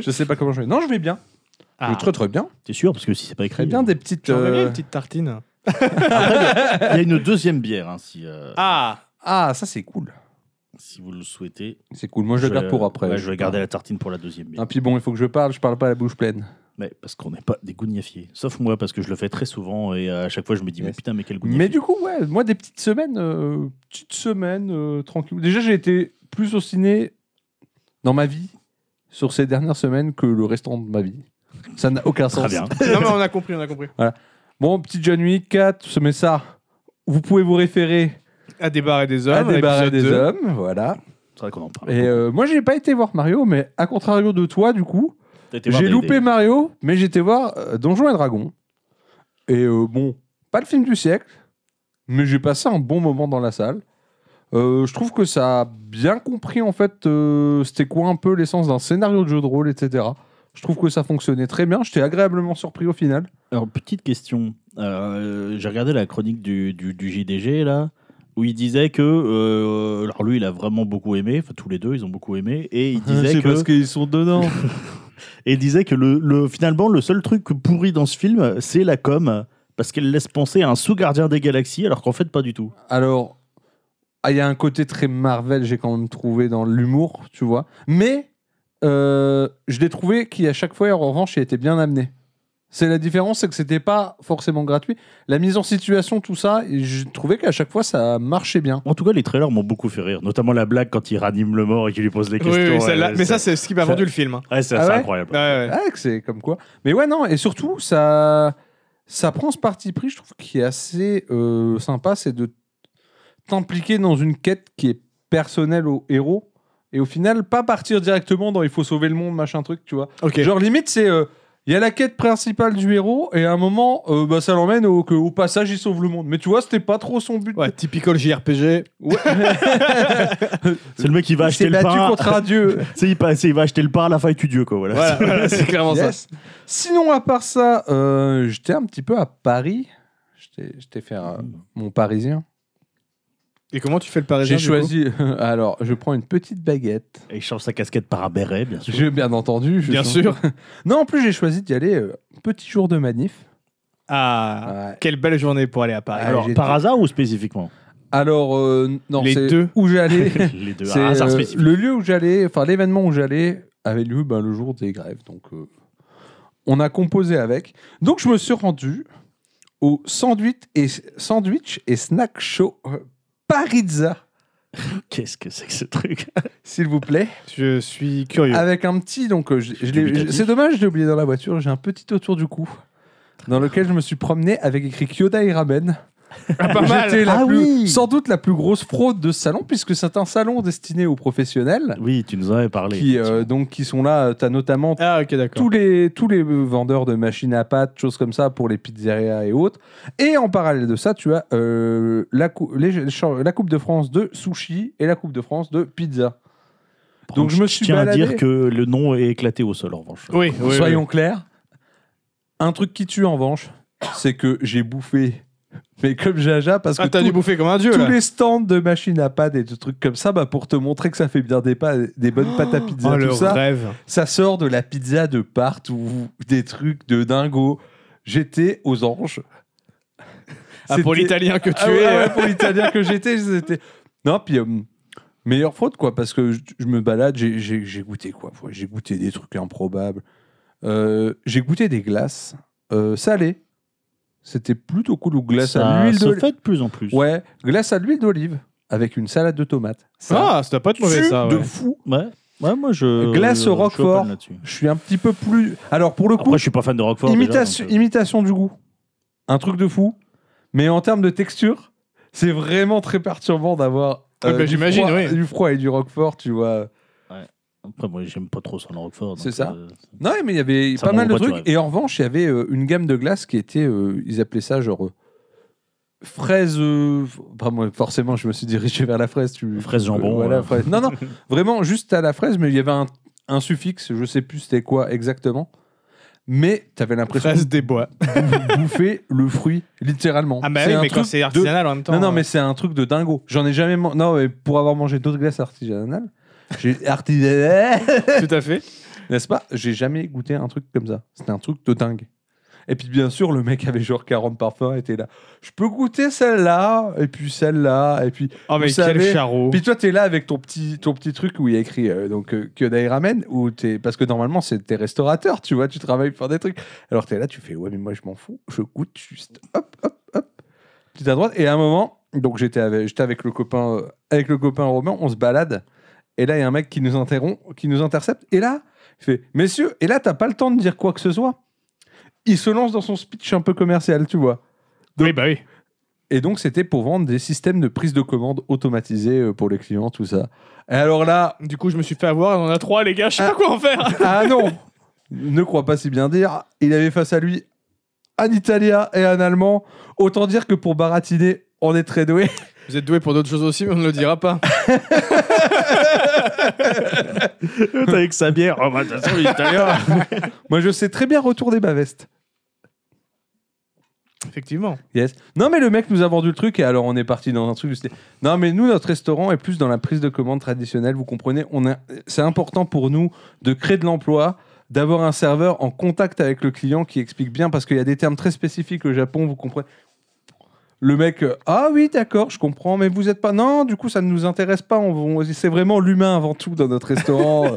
[SPEAKER 1] <laughs> Je sais pas comment je vais. Non, je vais bien. Je
[SPEAKER 2] Ah.
[SPEAKER 1] vais très très bien.
[SPEAKER 3] T'es sûr Parce que si c'est pas écrit.
[SPEAKER 1] Très bien
[SPEAKER 3] euh,
[SPEAKER 1] des petites.
[SPEAKER 2] J'aimerais bien
[SPEAKER 1] euh,
[SPEAKER 2] une petite tartine.
[SPEAKER 3] Il y a une deuxième bière, hein, si, euh,
[SPEAKER 2] Ah
[SPEAKER 1] Ah, ça c'est cool.
[SPEAKER 3] si vous le souhaitez.
[SPEAKER 1] C'est cool. Moi je, la garde pour après.
[SPEAKER 3] Ouais, je vais garder la tartine pour la deuxième bière.
[SPEAKER 1] Ah, puis bon, il faut que je parle. Je parle pas à la bouche pleine.
[SPEAKER 3] Mais parce qu'on n'est pas des gougnafiers. Sauf moi, parce que je le fais très souvent et euh, à chaque fois je me dis, mais
[SPEAKER 1] Yes.
[SPEAKER 3] putain, mais quel gougnafier.
[SPEAKER 1] Mais du coup, ouais, moi, des petites semaines, euh, petites semaines euh, tranquilles. Déjà, j'ai été plus au ciné dans ma vie sur ces dernières semaines que le restant de ma vie. Ça n'a aucun sens.
[SPEAKER 3] Très bien.
[SPEAKER 2] Non, mais on a compris, on a compris.
[SPEAKER 1] Bon, petite John Wick 4, se met ça. Vous pouvez vous référer
[SPEAKER 2] À débarrer des hommes.
[SPEAKER 1] à des barres et
[SPEAKER 2] l'épisode
[SPEAKER 1] des
[SPEAKER 2] deux.
[SPEAKER 1] hommes, voilà.
[SPEAKER 3] C'est vrai qu'on en parle.
[SPEAKER 1] Et euh, moi, j'ai pas été voir Mario, mais à contrario de toi, du coup,
[SPEAKER 3] T'as été voir
[SPEAKER 1] j'ai
[SPEAKER 3] des-
[SPEAKER 1] loupé
[SPEAKER 3] des-
[SPEAKER 1] Mario, mais j'étais voir euh, Donjons et Dragons. Et euh, bon, pas le film du siècle, mais j'ai passé un bon moment dans la salle. Euh, je trouve que ça a bien compris en fait euh, c'était quoi un peu l'essence d'un scénario de jeu de rôle, etc. Je trouve que ça fonctionnait très bien. J'étais agréablement surpris au final.
[SPEAKER 3] Alors, petite question. Euh, J'ai regardé la chronique du, du- du JDG, là, où il disait que. euh, alors, lui, il a vraiment beaucoup aimé. Enfin, tous les deux, ils ont beaucoup aimé. Et
[SPEAKER 1] <laughs>
[SPEAKER 3] il disait que.
[SPEAKER 1] qu'ils sont dedans.
[SPEAKER 3] Et il disait que le, le- finalement, le seul truc pourri dans ce film, c'est la com. Parce qu'elle laisse penser à un sous-gardien des galaxies, alors qu'en fait, pas du tout.
[SPEAKER 1] Alors, ah, il y a un côté très Marvel, j'ai quand même trouvé dans l'humour, tu vois. Mais euh, je l'ai trouvé qui, à chaque fois, en revanche, il était bien amené. C'est la différence, c'est que c'était pas forcément gratuit. La mise en situation, tout ça, et j'ai trouvé qu'à chaque fois, ça marchait bien.
[SPEAKER 3] En tout cas, les trailers m'ont beaucoup fait rire. Notamment la blague quand il ranime le mort et qu'il lui pose les
[SPEAKER 2] Oui,
[SPEAKER 3] questions.
[SPEAKER 2] oui,
[SPEAKER 3] ouais,
[SPEAKER 2] celle-là. Mais euh, ça, c'est ce qui m'a
[SPEAKER 3] ça-
[SPEAKER 2] vendu le film. hein.
[SPEAKER 3] ouais, c'est
[SPEAKER 1] Ah
[SPEAKER 3] assez
[SPEAKER 1] ouais
[SPEAKER 3] incroyable.
[SPEAKER 2] Ouais, ouais.
[SPEAKER 1] Ah, que c'est comme quoi. Mais ouais, non, et surtout, ça, ça prend ce parti pris, je trouve, qui est assez euh, sympa, c'est de t'impliquer dans une quête qui est personnelle au héros, et au final, pas partir directement dans il faut sauver le monde, machin truc, tu vois.
[SPEAKER 2] Ah, Ok.
[SPEAKER 1] Genre, limite, c'est. euh, il y a la quête principale du héros, et à un moment, euh, bah, ça l'emmène au, que, au passage, il sauve le monde. Mais tu vois, c'était pas trop son but.
[SPEAKER 2] Ouais, typical JRPG.
[SPEAKER 3] <laughs> C'est le mec qui va
[SPEAKER 1] il s'est
[SPEAKER 3] acheter le
[SPEAKER 1] battu
[SPEAKER 3] pain.
[SPEAKER 1] contre un dieu.
[SPEAKER 3] Tu sais, il, passe- il va acheter le pain à la faille tu Dieu, quoi. Voilà.
[SPEAKER 2] Voilà, <laughs> voilà, c'est clairement ça.
[SPEAKER 1] Yes. Sinon, à part ça, euh, j'étais un petit peu à Paris. J'étais j'étais faire euh, mon parisien.
[SPEAKER 2] Et comment tu fais le Mmh. parisien
[SPEAKER 1] J'ai
[SPEAKER 2] du coup
[SPEAKER 1] choisi. <laughs> alors, je prends une petite baguette.
[SPEAKER 3] Et il change sa casquette par un béret, bien sûr.
[SPEAKER 1] Je, bien entendu. je
[SPEAKER 2] Bien
[SPEAKER 1] change-
[SPEAKER 2] sûr.
[SPEAKER 1] Non, en plus, j'ai choisi d'y aller euh, petit jour de manif.
[SPEAKER 2] Ah,
[SPEAKER 1] Ouais.
[SPEAKER 2] quelle belle journée pour aller à Paris.
[SPEAKER 1] Alors,
[SPEAKER 3] Alors,
[SPEAKER 1] j'ai
[SPEAKER 3] par
[SPEAKER 1] été-
[SPEAKER 3] hasard ou spécifiquement
[SPEAKER 1] Alors, euh, non,
[SPEAKER 2] Les
[SPEAKER 1] c'est
[SPEAKER 2] deux. Ah,
[SPEAKER 1] où
[SPEAKER 2] <laughs>
[SPEAKER 1] j'allais.
[SPEAKER 3] <laughs> Les deux.
[SPEAKER 1] c'est
[SPEAKER 3] Un hasard
[SPEAKER 1] euh,
[SPEAKER 3] spécifique.
[SPEAKER 1] le lieu où j'allais, enfin l'événement où j'allais avait lieu ben, le jour des grèves. Donc, euh, on a composé avec. Donc, je me suis rendu au sandwich et sandwich et snack show euh, Parizza,
[SPEAKER 3] Qu'est-ce que c'est que ce truc
[SPEAKER 1] s'il vous plaît.
[SPEAKER 2] Je suis curieux.
[SPEAKER 1] Avec un petit, donc euh, je- je l'ai-
[SPEAKER 3] Dubitatif.
[SPEAKER 1] c'est dommage, je l'ai oublié dans la voiture. J'ai un petit autour du cou dans lequel je me suis promené avec écrit Kyoda et Ramen.
[SPEAKER 2] pas mal.
[SPEAKER 1] J'étais la
[SPEAKER 3] Ah
[SPEAKER 1] plus-
[SPEAKER 3] oui.
[SPEAKER 1] sans doute la plus grosse fraude de ce salon puisque c'est un salon destiné aux professionnels
[SPEAKER 3] Oui, tu nous en avais parlé.
[SPEAKER 1] qui euh, donc qui sont là. T'as notamment
[SPEAKER 2] Ah, ok, d'accord.
[SPEAKER 1] tous les tous les vendeurs de machines à pâtes, choses comme ça pour les pizzerias et autres. Et en parallèle de ça, tu as euh, la, cou- les- la coupe de France de sushi et la coupe de France de pizza.
[SPEAKER 3] Par
[SPEAKER 1] donc
[SPEAKER 3] contre,
[SPEAKER 1] je me suis
[SPEAKER 3] tiens
[SPEAKER 1] baladé.
[SPEAKER 3] à dire que le nom est éclaté au sol, en revanche.
[SPEAKER 2] Oui, oui, oui.
[SPEAKER 1] Soyons clairs. Un truc qui tue en revanche, c'est que j'ai bouffé, mais comme Jaja, parce que
[SPEAKER 2] Ah, t'as
[SPEAKER 1] tout-
[SPEAKER 2] dû bouffer comme un dieu
[SPEAKER 1] tous
[SPEAKER 2] là.
[SPEAKER 1] les stands de machines à pâtes et de trucs comme ça, bah, pour te montrer que ça fait bien des, pas, des bonnes pâtes à pizza,
[SPEAKER 2] Oh,
[SPEAKER 1] tout
[SPEAKER 2] le
[SPEAKER 1] ça,
[SPEAKER 2] rêve.
[SPEAKER 1] ça sort de la pizza de partout, des trucs de dingo. J'étais aux anges.
[SPEAKER 2] Ah, pour
[SPEAKER 1] C'était-
[SPEAKER 2] l'italien que tu
[SPEAKER 1] ah ouais, ouais,
[SPEAKER 2] es. euh,
[SPEAKER 1] pour l'italien que j'étais, c'était. Non, puis euh, meilleure faute, quoi, parce que je, je me balade, j'ai- j'ai j'ai goûté, quoi. Ouais, J'ai goûté des trucs improbables. Euh, j'ai goûté des glaces euh, salées. C'était plutôt cool, ou glace
[SPEAKER 3] Ça
[SPEAKER 1] à l'huile
[SPEAKER 3] se
[SPEAKER 1] d'olive.
[SPEAKER 3] fait de plus en plus.
[SPEAKER 1] Ouais, glace à l'huile d'olive avec une salade de tomates. Ça,
[SPEAKER 2] Ah, ça doit pas être mauvais
[SPEAKER 1] tue
[SPEAKER 2] ça.
[SPEAKER 1] de
[SPEAKER 2] ouais.
[SPEAKER 1] fou.
[SPEAKER 3] Ouais. Ouais, moi je.
[SPEAKER 1] Glace au
[SPEAKER 3] je suis open
[SPEAKER 1] Roquefort.
[SPEAKER 3] là-dessus.
[SPEAKER 1] Je suis un petit peu plus. Alors, pour le
[SPEAKER 2] Ah
[SPEAKER 1] coup,
[SPEAKER 3] Après, je suis pas fan de Roquefort. déjà,
[SPEAKER 1] imitation,
[SPEAKER 3] donc, euh,
[SPEAKER 1] imitation du goût. Un truc de fou. Mais en termes de texture, c'est vraiment très perturbant d'avoir euh,
[SPEAKER 2] Ah bah
[SPEAKER 1] du,
[SPEAKER 2] j'imagine,
[SPEAKER 1] froid,
[SPEAKER 2] oui.
[SPEAKER 1] du froid et du roquefort, tu vois.
[SPEAKER 3] euh, Après, moi, j'aime pas trop ça, le Roquefort. donc,
[SPEAKER 1] C'est ça.
[SPEAKER 3] euh,
[SPEAKER 1] Non, mais il y avait
[SPEAKER 3] Ça
[SPEAKER 1] pas mal de
[SPEAKER 3] m'envoie du
[SPEAKER 1] trucs. Et en revanche, il y avait euh, une gamme de glaces qui était, euh, ils appelaient ça genre euh, fraise. euh, f- enfin, moi, forcément, je me suis dirigé vers la fraise. Tu,
[SPEAKER 3] Fraise jambon,
[SPEAKER 1] voilà,
[SPEAKER 3] ouais.
[SPEAKER 1] fraise-
[SPEAKER 3] <laughs>
[SPEAKER 1] Non, non, vraiment juste à la fraise, mais il y avait un, un suffixe, je sais plus c'était quoi exactement. Mais t'avais l'impression
[SPEAKER 2] Fraise des bois.
[SPEAKER 1] de bouffer le fruit, littéralement.
[SPEAKER 2] Ah, bah
[SPEAKER 1] C'est
[SPEAKER 2] oui,
[SPEAKER 1] un
[SPEAKER 2] mais quand
[SPEAKER 1] truc
[SPEAKER 2] c'est
[SPEAKER 1] de-
[SPEAKER 2] artisanal en même temps.
[SPEAKER 1] non, non,
[SPEAKER 2] euh,
[SPEAKER 1] mais c'est un truc de dingo. J'en ai jamais. man- Non, mais pour avoir mangé d'autres glaces artisanales,
[SPEAKER 2] <laughs>
[SPEAKER 1] j'ai artisanales,
[SPEAKER 2] Tout à fait.
[SPEAKER 1] n'est-ce pas J'ai jamais goûté un truc comme ça. C'était un truc de dingue. Et puis bien sûr, le mec avait genre 40 parfums, était là. Je peux goûter celle-là, et puis celle-là, et puis.
[SPEAKER 2] Oh, mais
[SPEAKER 1] Vous
[SPEAKER 2] quel
[SPEAKER 1] savez-
[SPEAKER 2] charreau.
[SPEAKER 1] Puis toi, t'es là avec ton petit, ton petit truc où il y a écrit euh, donc euh, Kyodai Ramen, ou t'es parce que normalement c'est t'es restaurateur, tu vois, tu travailles pour des trucs. Alors t'es là, tu fais ouais mais moi je m'en fous, je goûte juste hop hop hop, petite à droite. Et à un moment, donc j'étais avec, j'étais avec le copain, euh, avec le copain Romain, on se balade. Et là, il y a un mec qui nous interrompt, qui nous intercepte. Et là, il fait messieurs, et là t'as pas le temps de dire quoi que ce soit. Il se lance dans son speech un peu commercial, tu vois.
[SPEAKER 2] Oui, bah oui.
[SPEAKER 1] Et donc, c'était pour vendre des systèmes de prise de commande automatisés euh, pour les clients, tout ça. Et alors là, <coughs>
[SPEAKER 2] Du coup, je me suis fait avoir, on en a trois, les gars, je sais
[SPEAKER 1] Ah.
[SPEAKER 2] pas quoi en faire.
[SPEAKER 1] ah non Ne crois pas si bien dire, il avait face à lui un italien et un allemand. Autant dire que pour baratiner, on est très doué.
[SPEAKER 2] Vous êtes doué pour d'autres choses aussi, mais on ne le dira pas.
[SPEAKER 1] <laughs>
[SPEAKER 3] Avec sa bière. Oh, bah, de toute façon, l'italien.
[SPEAKER 1] Moi, je sais très bien retourner ma veste.
[SPEAKER 2] Effectivement.
[SPEAKER 1] Yes. Non, mais le mec nous a vendu le truc et alors on est parti dans un truc. où c'était, Non, mais nous, notre restaurant est plus dans la prise de commande traditionnelle. Vous comprenez, on a... c'est important pour nous de créer de l'emploi, d'avoir un serveur en contact avec le client qui explique bien parce qu'il y a des termes très spécifiques au Japon. Vous comprenez. Le mec, euh, ah oui, d'accord, je comprends, mais vous êtes pas. Non, du coup, ça ne nous intéresse pas. On... on- C'est vraiment l'humain avant tout dans notre restaurant.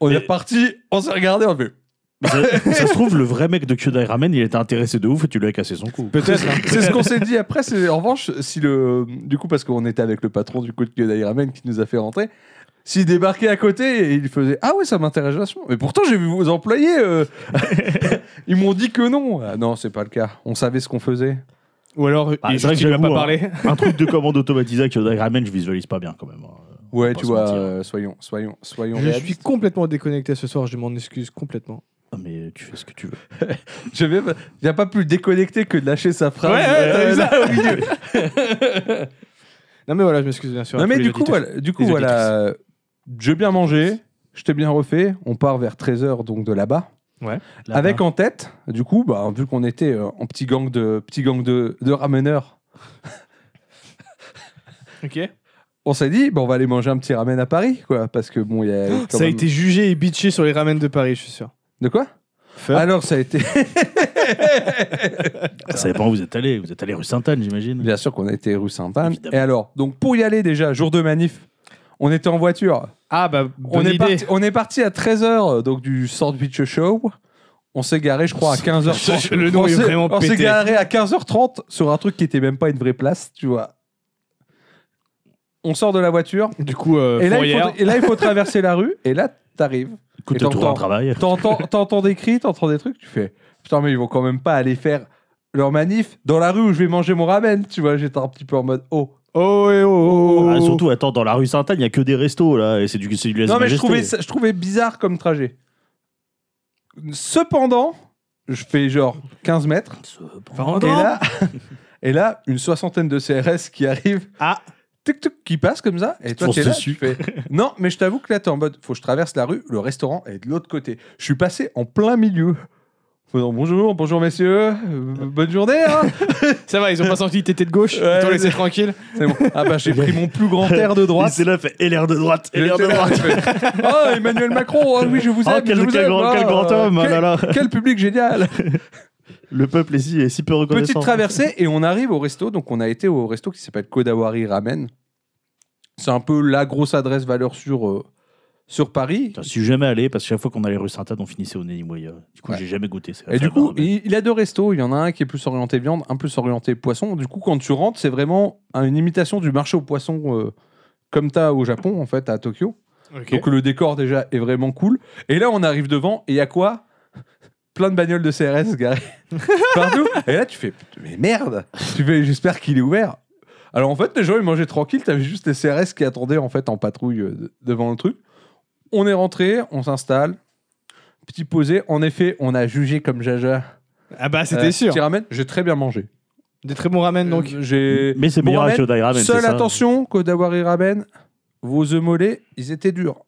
[SPEAKER 1] on est
[SPEAKER 3] Et-
[SPEAKER 1] parti, on s'est regardé, on a fait.
[SPEAKER 3] ça, ça se trouve, le vrai mec de Kyodai Ramen, il était intéressé de ouf et tu lui as cassé son cou.
[SPEAKER 1] Peut-être.
[SPEAKER 2] Bah, hein.
[SPEAKER 1] C'est ce qu'on s'est dit après. C'est en revanche, si le du coup parce qu'on était avec le patron du coup de Kyodai Ramen qui nous a fait rentrer. S'il débarquait à côté et il faisait Ah ouais, ça m'intéresse vachement. Mais pourtant, j'ai vu vos employés. euh. <laughs> Ils m'ont dit que non. Ah non, c'est pas le cas. On savait ce qu'on faisait.
[SPEAKER 2] Ou alors,
[SPEAKER 3] Bah,
[SPEAKER 2] il
[SPEAKER 3] c'est vrai que
[SPEAKER 2] ne va
[SPEAKER 3] j'avoue,
[SPEAKER 2] pas
[SPEAKER 3] hein.
[SPEAKER 2] parler.
[SPEAKER 3] Un truc de commande automatisée à Kyodai Ramen, je visualise pas bien quand même. hein.
[SPEAKER 1] Ouais,
[SPEAKER 3] Pas
[SPEAKER 1] tu
[SPEAKER 3] se
[SPEAKER 1] vois,
[SPEAKER 3] mentir.
[SPEAKER 1] euh, soyons, soyons, soyons.
[SPEAKER 2] Je
[SPEAKER 1] réalistes.
[SPEAKER 2] suis complètement déconnecté ce soir, je m'en excuse complètement.
[SPEAKER 3] Ah, Mais tu fais ce que tu veux.
[SPEAKER 1] Je vais, il n'y a pas plus déconnecté que de lâcher sa phrase. Euh, là, au milieu. <laughs>
[SPEAKER 2] Non, mais voilà, je m'excuse bien sûr. à
[SPEAKER 1] Non, mais
[SPEAKER 2] tous les
[SPEAKER 1] du coup,
[SPEAKER 2] auditeurs.
[SPEAKER 1] voilà, du coup,
[SPEAKER 2] Les
[SPEAKER 1] voilà euh, j'ai bien mangé, je t'ai bien refait. On part vers 13h, donc de là-bas.
[SPEAKER 3] Là-bas.
[SPEAKER 1] Avec en tête, du coup, bah, vu qu'on était euh, en petit gang de, petit gang de, de rameneurs,
[SPEAKER 2] Ok.
[SPEAKER 1] on s'est dit, bah, on va aller manger un petit ramen à Paris, quoi. Parce que bon, il y a. quand
[SPEAKER 2] <gasps> Ça a
[SPEAKER 1] même-
[SPEAKER 2] été jugé et bitché sur les ramen de Paris, je suis sûr.
[SPEAKER 1] De quoi
[SPEAKER 2] Feu.
[SPEAKER 1] Alors, ça a été. <laughs>
[SPEAKER 3] Ça dépend où vous êtes allé. Vous êtes allé rue Sainte-Anne, j'imagine.
[SPEAKER 1] Bien sûr qu'on a été rue Sainte-Anne.
[SPEAKER 3] Évidemment.
[SPEAKER 1] Et alors, donc pour y aller déjà, jour de manif, on était en voiture.
[SPEAKER 2] Ah, bah,
[SPEAKER 1] On
[SPEAKER 2] bonne
[SPEAKER 1] est,
[SPEAKER 2] idée.
[SPEAKER 1] parti, on est parti à 13h donc du Sandwich Show. On s'est garé, je crois, à 15h30.
[SPEAKER 2] Le nom
[SPEAKER 1] on
[SPEAKER 2] est
[SPEAKER 1] s'est-
[SPEAKER 2] vraiment
[SPEAKER 1] on s'est
[SPEAKER 2] pété.
[SPEAKER 1] garé à 15h30 sur un truc qui était même pas une vraie place, tu vois. On sort de la voiture.
[SPEAKER 2] Du coup, euh,
[SPEAKER 1] Et là, il
[SPEAKER 2] fourrière.
[SPEAKER 1] faut, et là, il faut traverser la rue. Et là, t'arrives.
[SPEAKER 3] Écoute,
[SPEAKER 1] Et
[SPEAKER 3] t'as trouvé un
[SPEAKER 1] t'entends-
[SPEAKER 3] travail.
[SPEAKER 1] T'entends, t'entends des cris, t'entends des trucs. Tu fais putain, mais ils vont quand même pas aller faire leur manif dans la rue où je vais manger mon ramen. Tu vois, j'étais un petit peu en mode oh.
[SPEAKER 2] Oh, et oh, oh, oh,
[SPEAKER 3] Ah,
[SPEAKER 2] oh.
[SPEAKER 3] surtout, attends, dans la rue Sainte-Anne, il n'y a que des restos là. Et c'est du, c'est du
[SPEAKER 1] non, mais je
[SPEAKER 3] lèse-majesté.
[SPEAKER 1] trouvais, ça- je trouvais bizarre comme trajet. Cependant, je fais genre 15 mètres.
[SPEAKER 2] Enfin,
[SPEAKER 1] Et
[SPEAKER 2] non.
[SPEAKER 1] là, <laughs> et là, une soixantaine de CRS qui arrivent.
[SPEAKER 2] Ah.
[SPEAKER 1] Tic tic, qui passent comme ça. Et toi,
[SPEAKER 3] fonces
[SPEAKER 1] t'es là,
[SPEAKER 3] dessus.
[SPEAKER 1] tu
[SPEAKER 3] <laughs>
[SPEAKER 1] fais. Non, mais je t'avoue que là, t'es en mode. Faut que je traverse la rue, le restaurant est de l'autre côté. Je suis passé en plein milieu. Faisant bonjour, bonjour messieurs, euh, bonne journée.
[SPEAKER 3] <laughs>
[SPEAKER 1] hein.
[SPEAKER 2] Ça va, ils ont pas senti que t'étais de gauche.
[SPEAKER 1] Ouais,
[SPEAKER 2] Ils t'ont laissé
[SPEAKER 1] mais-
[SPEAKER 2] tranquille.
[SPEAKER 1] C'est bon. Ah bah, j'ai pris mon plus grand air de
[SPEAKER 3] Il
[SPEAKER 1] droite.
[SPEAKER 3] s'est là, fait et l'air de droite, et
[SPEAKER 1] J'étais
[SPEAKER 3] l'air de
[SPEAKER 1] là,
[SPEAKER 3] droite.
[SPEAKER 1] je fais,
[SPEAKER 3] <laughs>
[SPEAKER 1] Oh, Emmanuel Macron, oh oui, je vous aime.
[SPEAKER 3] Oh, quel,
[SPEAKER 1] je vous
[SPEAKER 3] quel
[SPEAKER 1] aime,
[SPEAKER 3] grand,
[SPEAKER 1] oh,
[SPEAKER 3] quel grand homme,
[SPEAKER 1] quel-
[SPEAKER 3] ah là là.
[SPEAKER 1] Quel public génial
[SPEAKER 3] Le peuple est si, est si peu reconnaissant.
[SPEAKER 1] Petite traversée et on arrive au resto. Donc on a été au resto qui s'appelle Kodawari Ramen. C'est un peu la grosse adresse valeur sûre euh, sur Paris.
[SPEAKER 3] Putain, Je suis jamais allé parce que chaque fois qu'on allait rue Sainte-Anne, on finissait au Neniwaya. Du coup,
[SPEAKER 1] Ouais.
[SPEAKER 3] j'ai jamais goûté. c'est la
[SPEAKER 1] Et du
[SPEAKER 3] fable,
[SPEAKER 1] coup,
[SPEAKER 3] hein, mais-
[SPEAKER 1] il, il a deux restos. Il y en a un qui est plus orienté viande, un plus orienté poisson. Du coup, quand tu rentres, c'est vraiment hein, une imitation du marché aux poissons euh, comme t'as au Japon, en fait, à Tokyo. Donc le décor déjà est vraiment cool. Et là, on arrive devant et il y a quoi Plein de bagnoles de CRS garées
[SPEAKER 2] <laughs>
[SPEAKER 1] partout. Et là, tu fais putain, mais merde. Tu fais j'espère qu'il est ouvert. Alors en fait, les gens ils mangeaient tranquille. T'avais juste les CRS qui attendaient en fait en patrouille euh, de- devant le truc. On est rentré, on s'installe. Petit posé. En effet, on a jugé comme Jaja.
[SPEAKER 2] Ah, bah, c'était
[SPEAKER 1] Euh,
[SPEAKER 2] sûr.
[SPEAKER 1] Petit ramen, j'ai très bien mangé.
[SPEAKER 2] Des très bons ramen, donc.
[SPEAKER 1] Euh, j'ai
[SPEAKER 3] Mais c'est
[SPEAKER 1] bon
[SPEAKER 3] meilleur à
[SPEAKER 1] ramen,
[SPEAKER 3] Kyodai Ramen. c'est
[SPEAKER 1] Seule
[SPEAKER 3] ça.
[SPEAKER 1] attention, Kodawari Ramen, vos œufs mollets, ils étaient durs.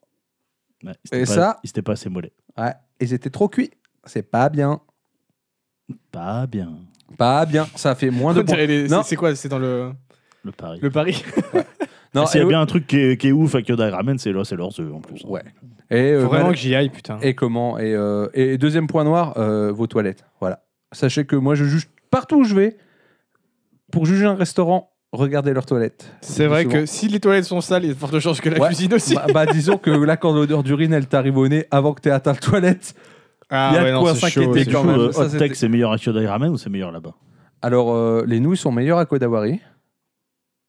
[SPEAKER 3] Ouais, il s'était
[SPEAKER 1] Et
[SPEAKER 3] pas-
[SPEAKER 1] ça-
[SPEAKER 3] Il s'était pas assez mollet.
[SPEAKER 1] Ouais, ils étaient trop cuits. C'est pas bien.
[SPEAKER 3] Pas bien,
[SPEAKER 1] Pas bien. Ça fait moins de
[SPEAKER 2] <laughs> On
[SPEAKER 1] points.
[SPEAKER 2] dirait les-
[SPEAKER 1] Non. Euh,
[SPEAKER 2] c'est- C'est quoi C'est dans le,
[SPEAKER 3] le pari.
[SPEAKER 2] le Paris
[SPEAKER 1] Non,
[SPEAKER 3] S'il y
[SPEAKER 1] et
[SPEAKER 3] a
[SPEAKER 1] au-
[SPEAKER 3] bien un truc qui est, qui est ouf à Kyodai Ramen, c'est là, c'est leurs œufs en plus. hein.
[SPEAKER 1] Ouais. Et, euh,
[SPEAKER 2] Faut vraiment
[SPEAKER 1] mal-
[SPEAKER 2] que j'y aille, putain.
[SPEAKER 1] et comment et, euh, et deuxième point noir, euh, vos toilettes. Voilà. Sachez que moi, je juge partout où je vais. Pour juger un restaurant, regardez leurs toilettes.
[SPEAKER 2] <laughs> C'est vrai
[SPEAKER 1] souvent.
[SPEAKER 2] que si les toilettes sont sales, il y a de fortes chances que la
[SPEAKER 1] Ouais.
[SPEAKER 2] cuisine aussi.
[SPEAKER 1] Bah, bah, disons que là, quand l'odeur d'urine, elle t'arrive au nez avant que t'aies atteint la toilette.
[SPEAKER 2] Ah,
[SPEAKER 1] Il y a
[SPEAKER 2] ouais,
[SPEAKER 1] de
[SPEAKER 2] non,
[SPEAKER 1] quoi
[SPEAKER 2] c'est
[SPEAKER 1] s'inquiéter
[SPEAKER 2] chaud,
[SPEAKER 1] quand
[SPEAKER 2] c'est
[SPEAKER 3] Et du
[SPEAKER 2] chaud.
[SPEAKER 3] coup,
[SPEAKER 1] même,
[SPEAKER 3] euh,
[SPEAKER 1] ça,
[SPEAKER 3] Hot
[SPEAKER 1] c'était-
[SPEAKER 3] Tech, c'est meilleur à Kyodai Ramen ou c'est
[SPEAKER 1] <laughs>
[SPEAKER 3] meilleur là-bas
[SPEAKER 1] Alors, euh, les nouilles sont meilleures à Kodawari.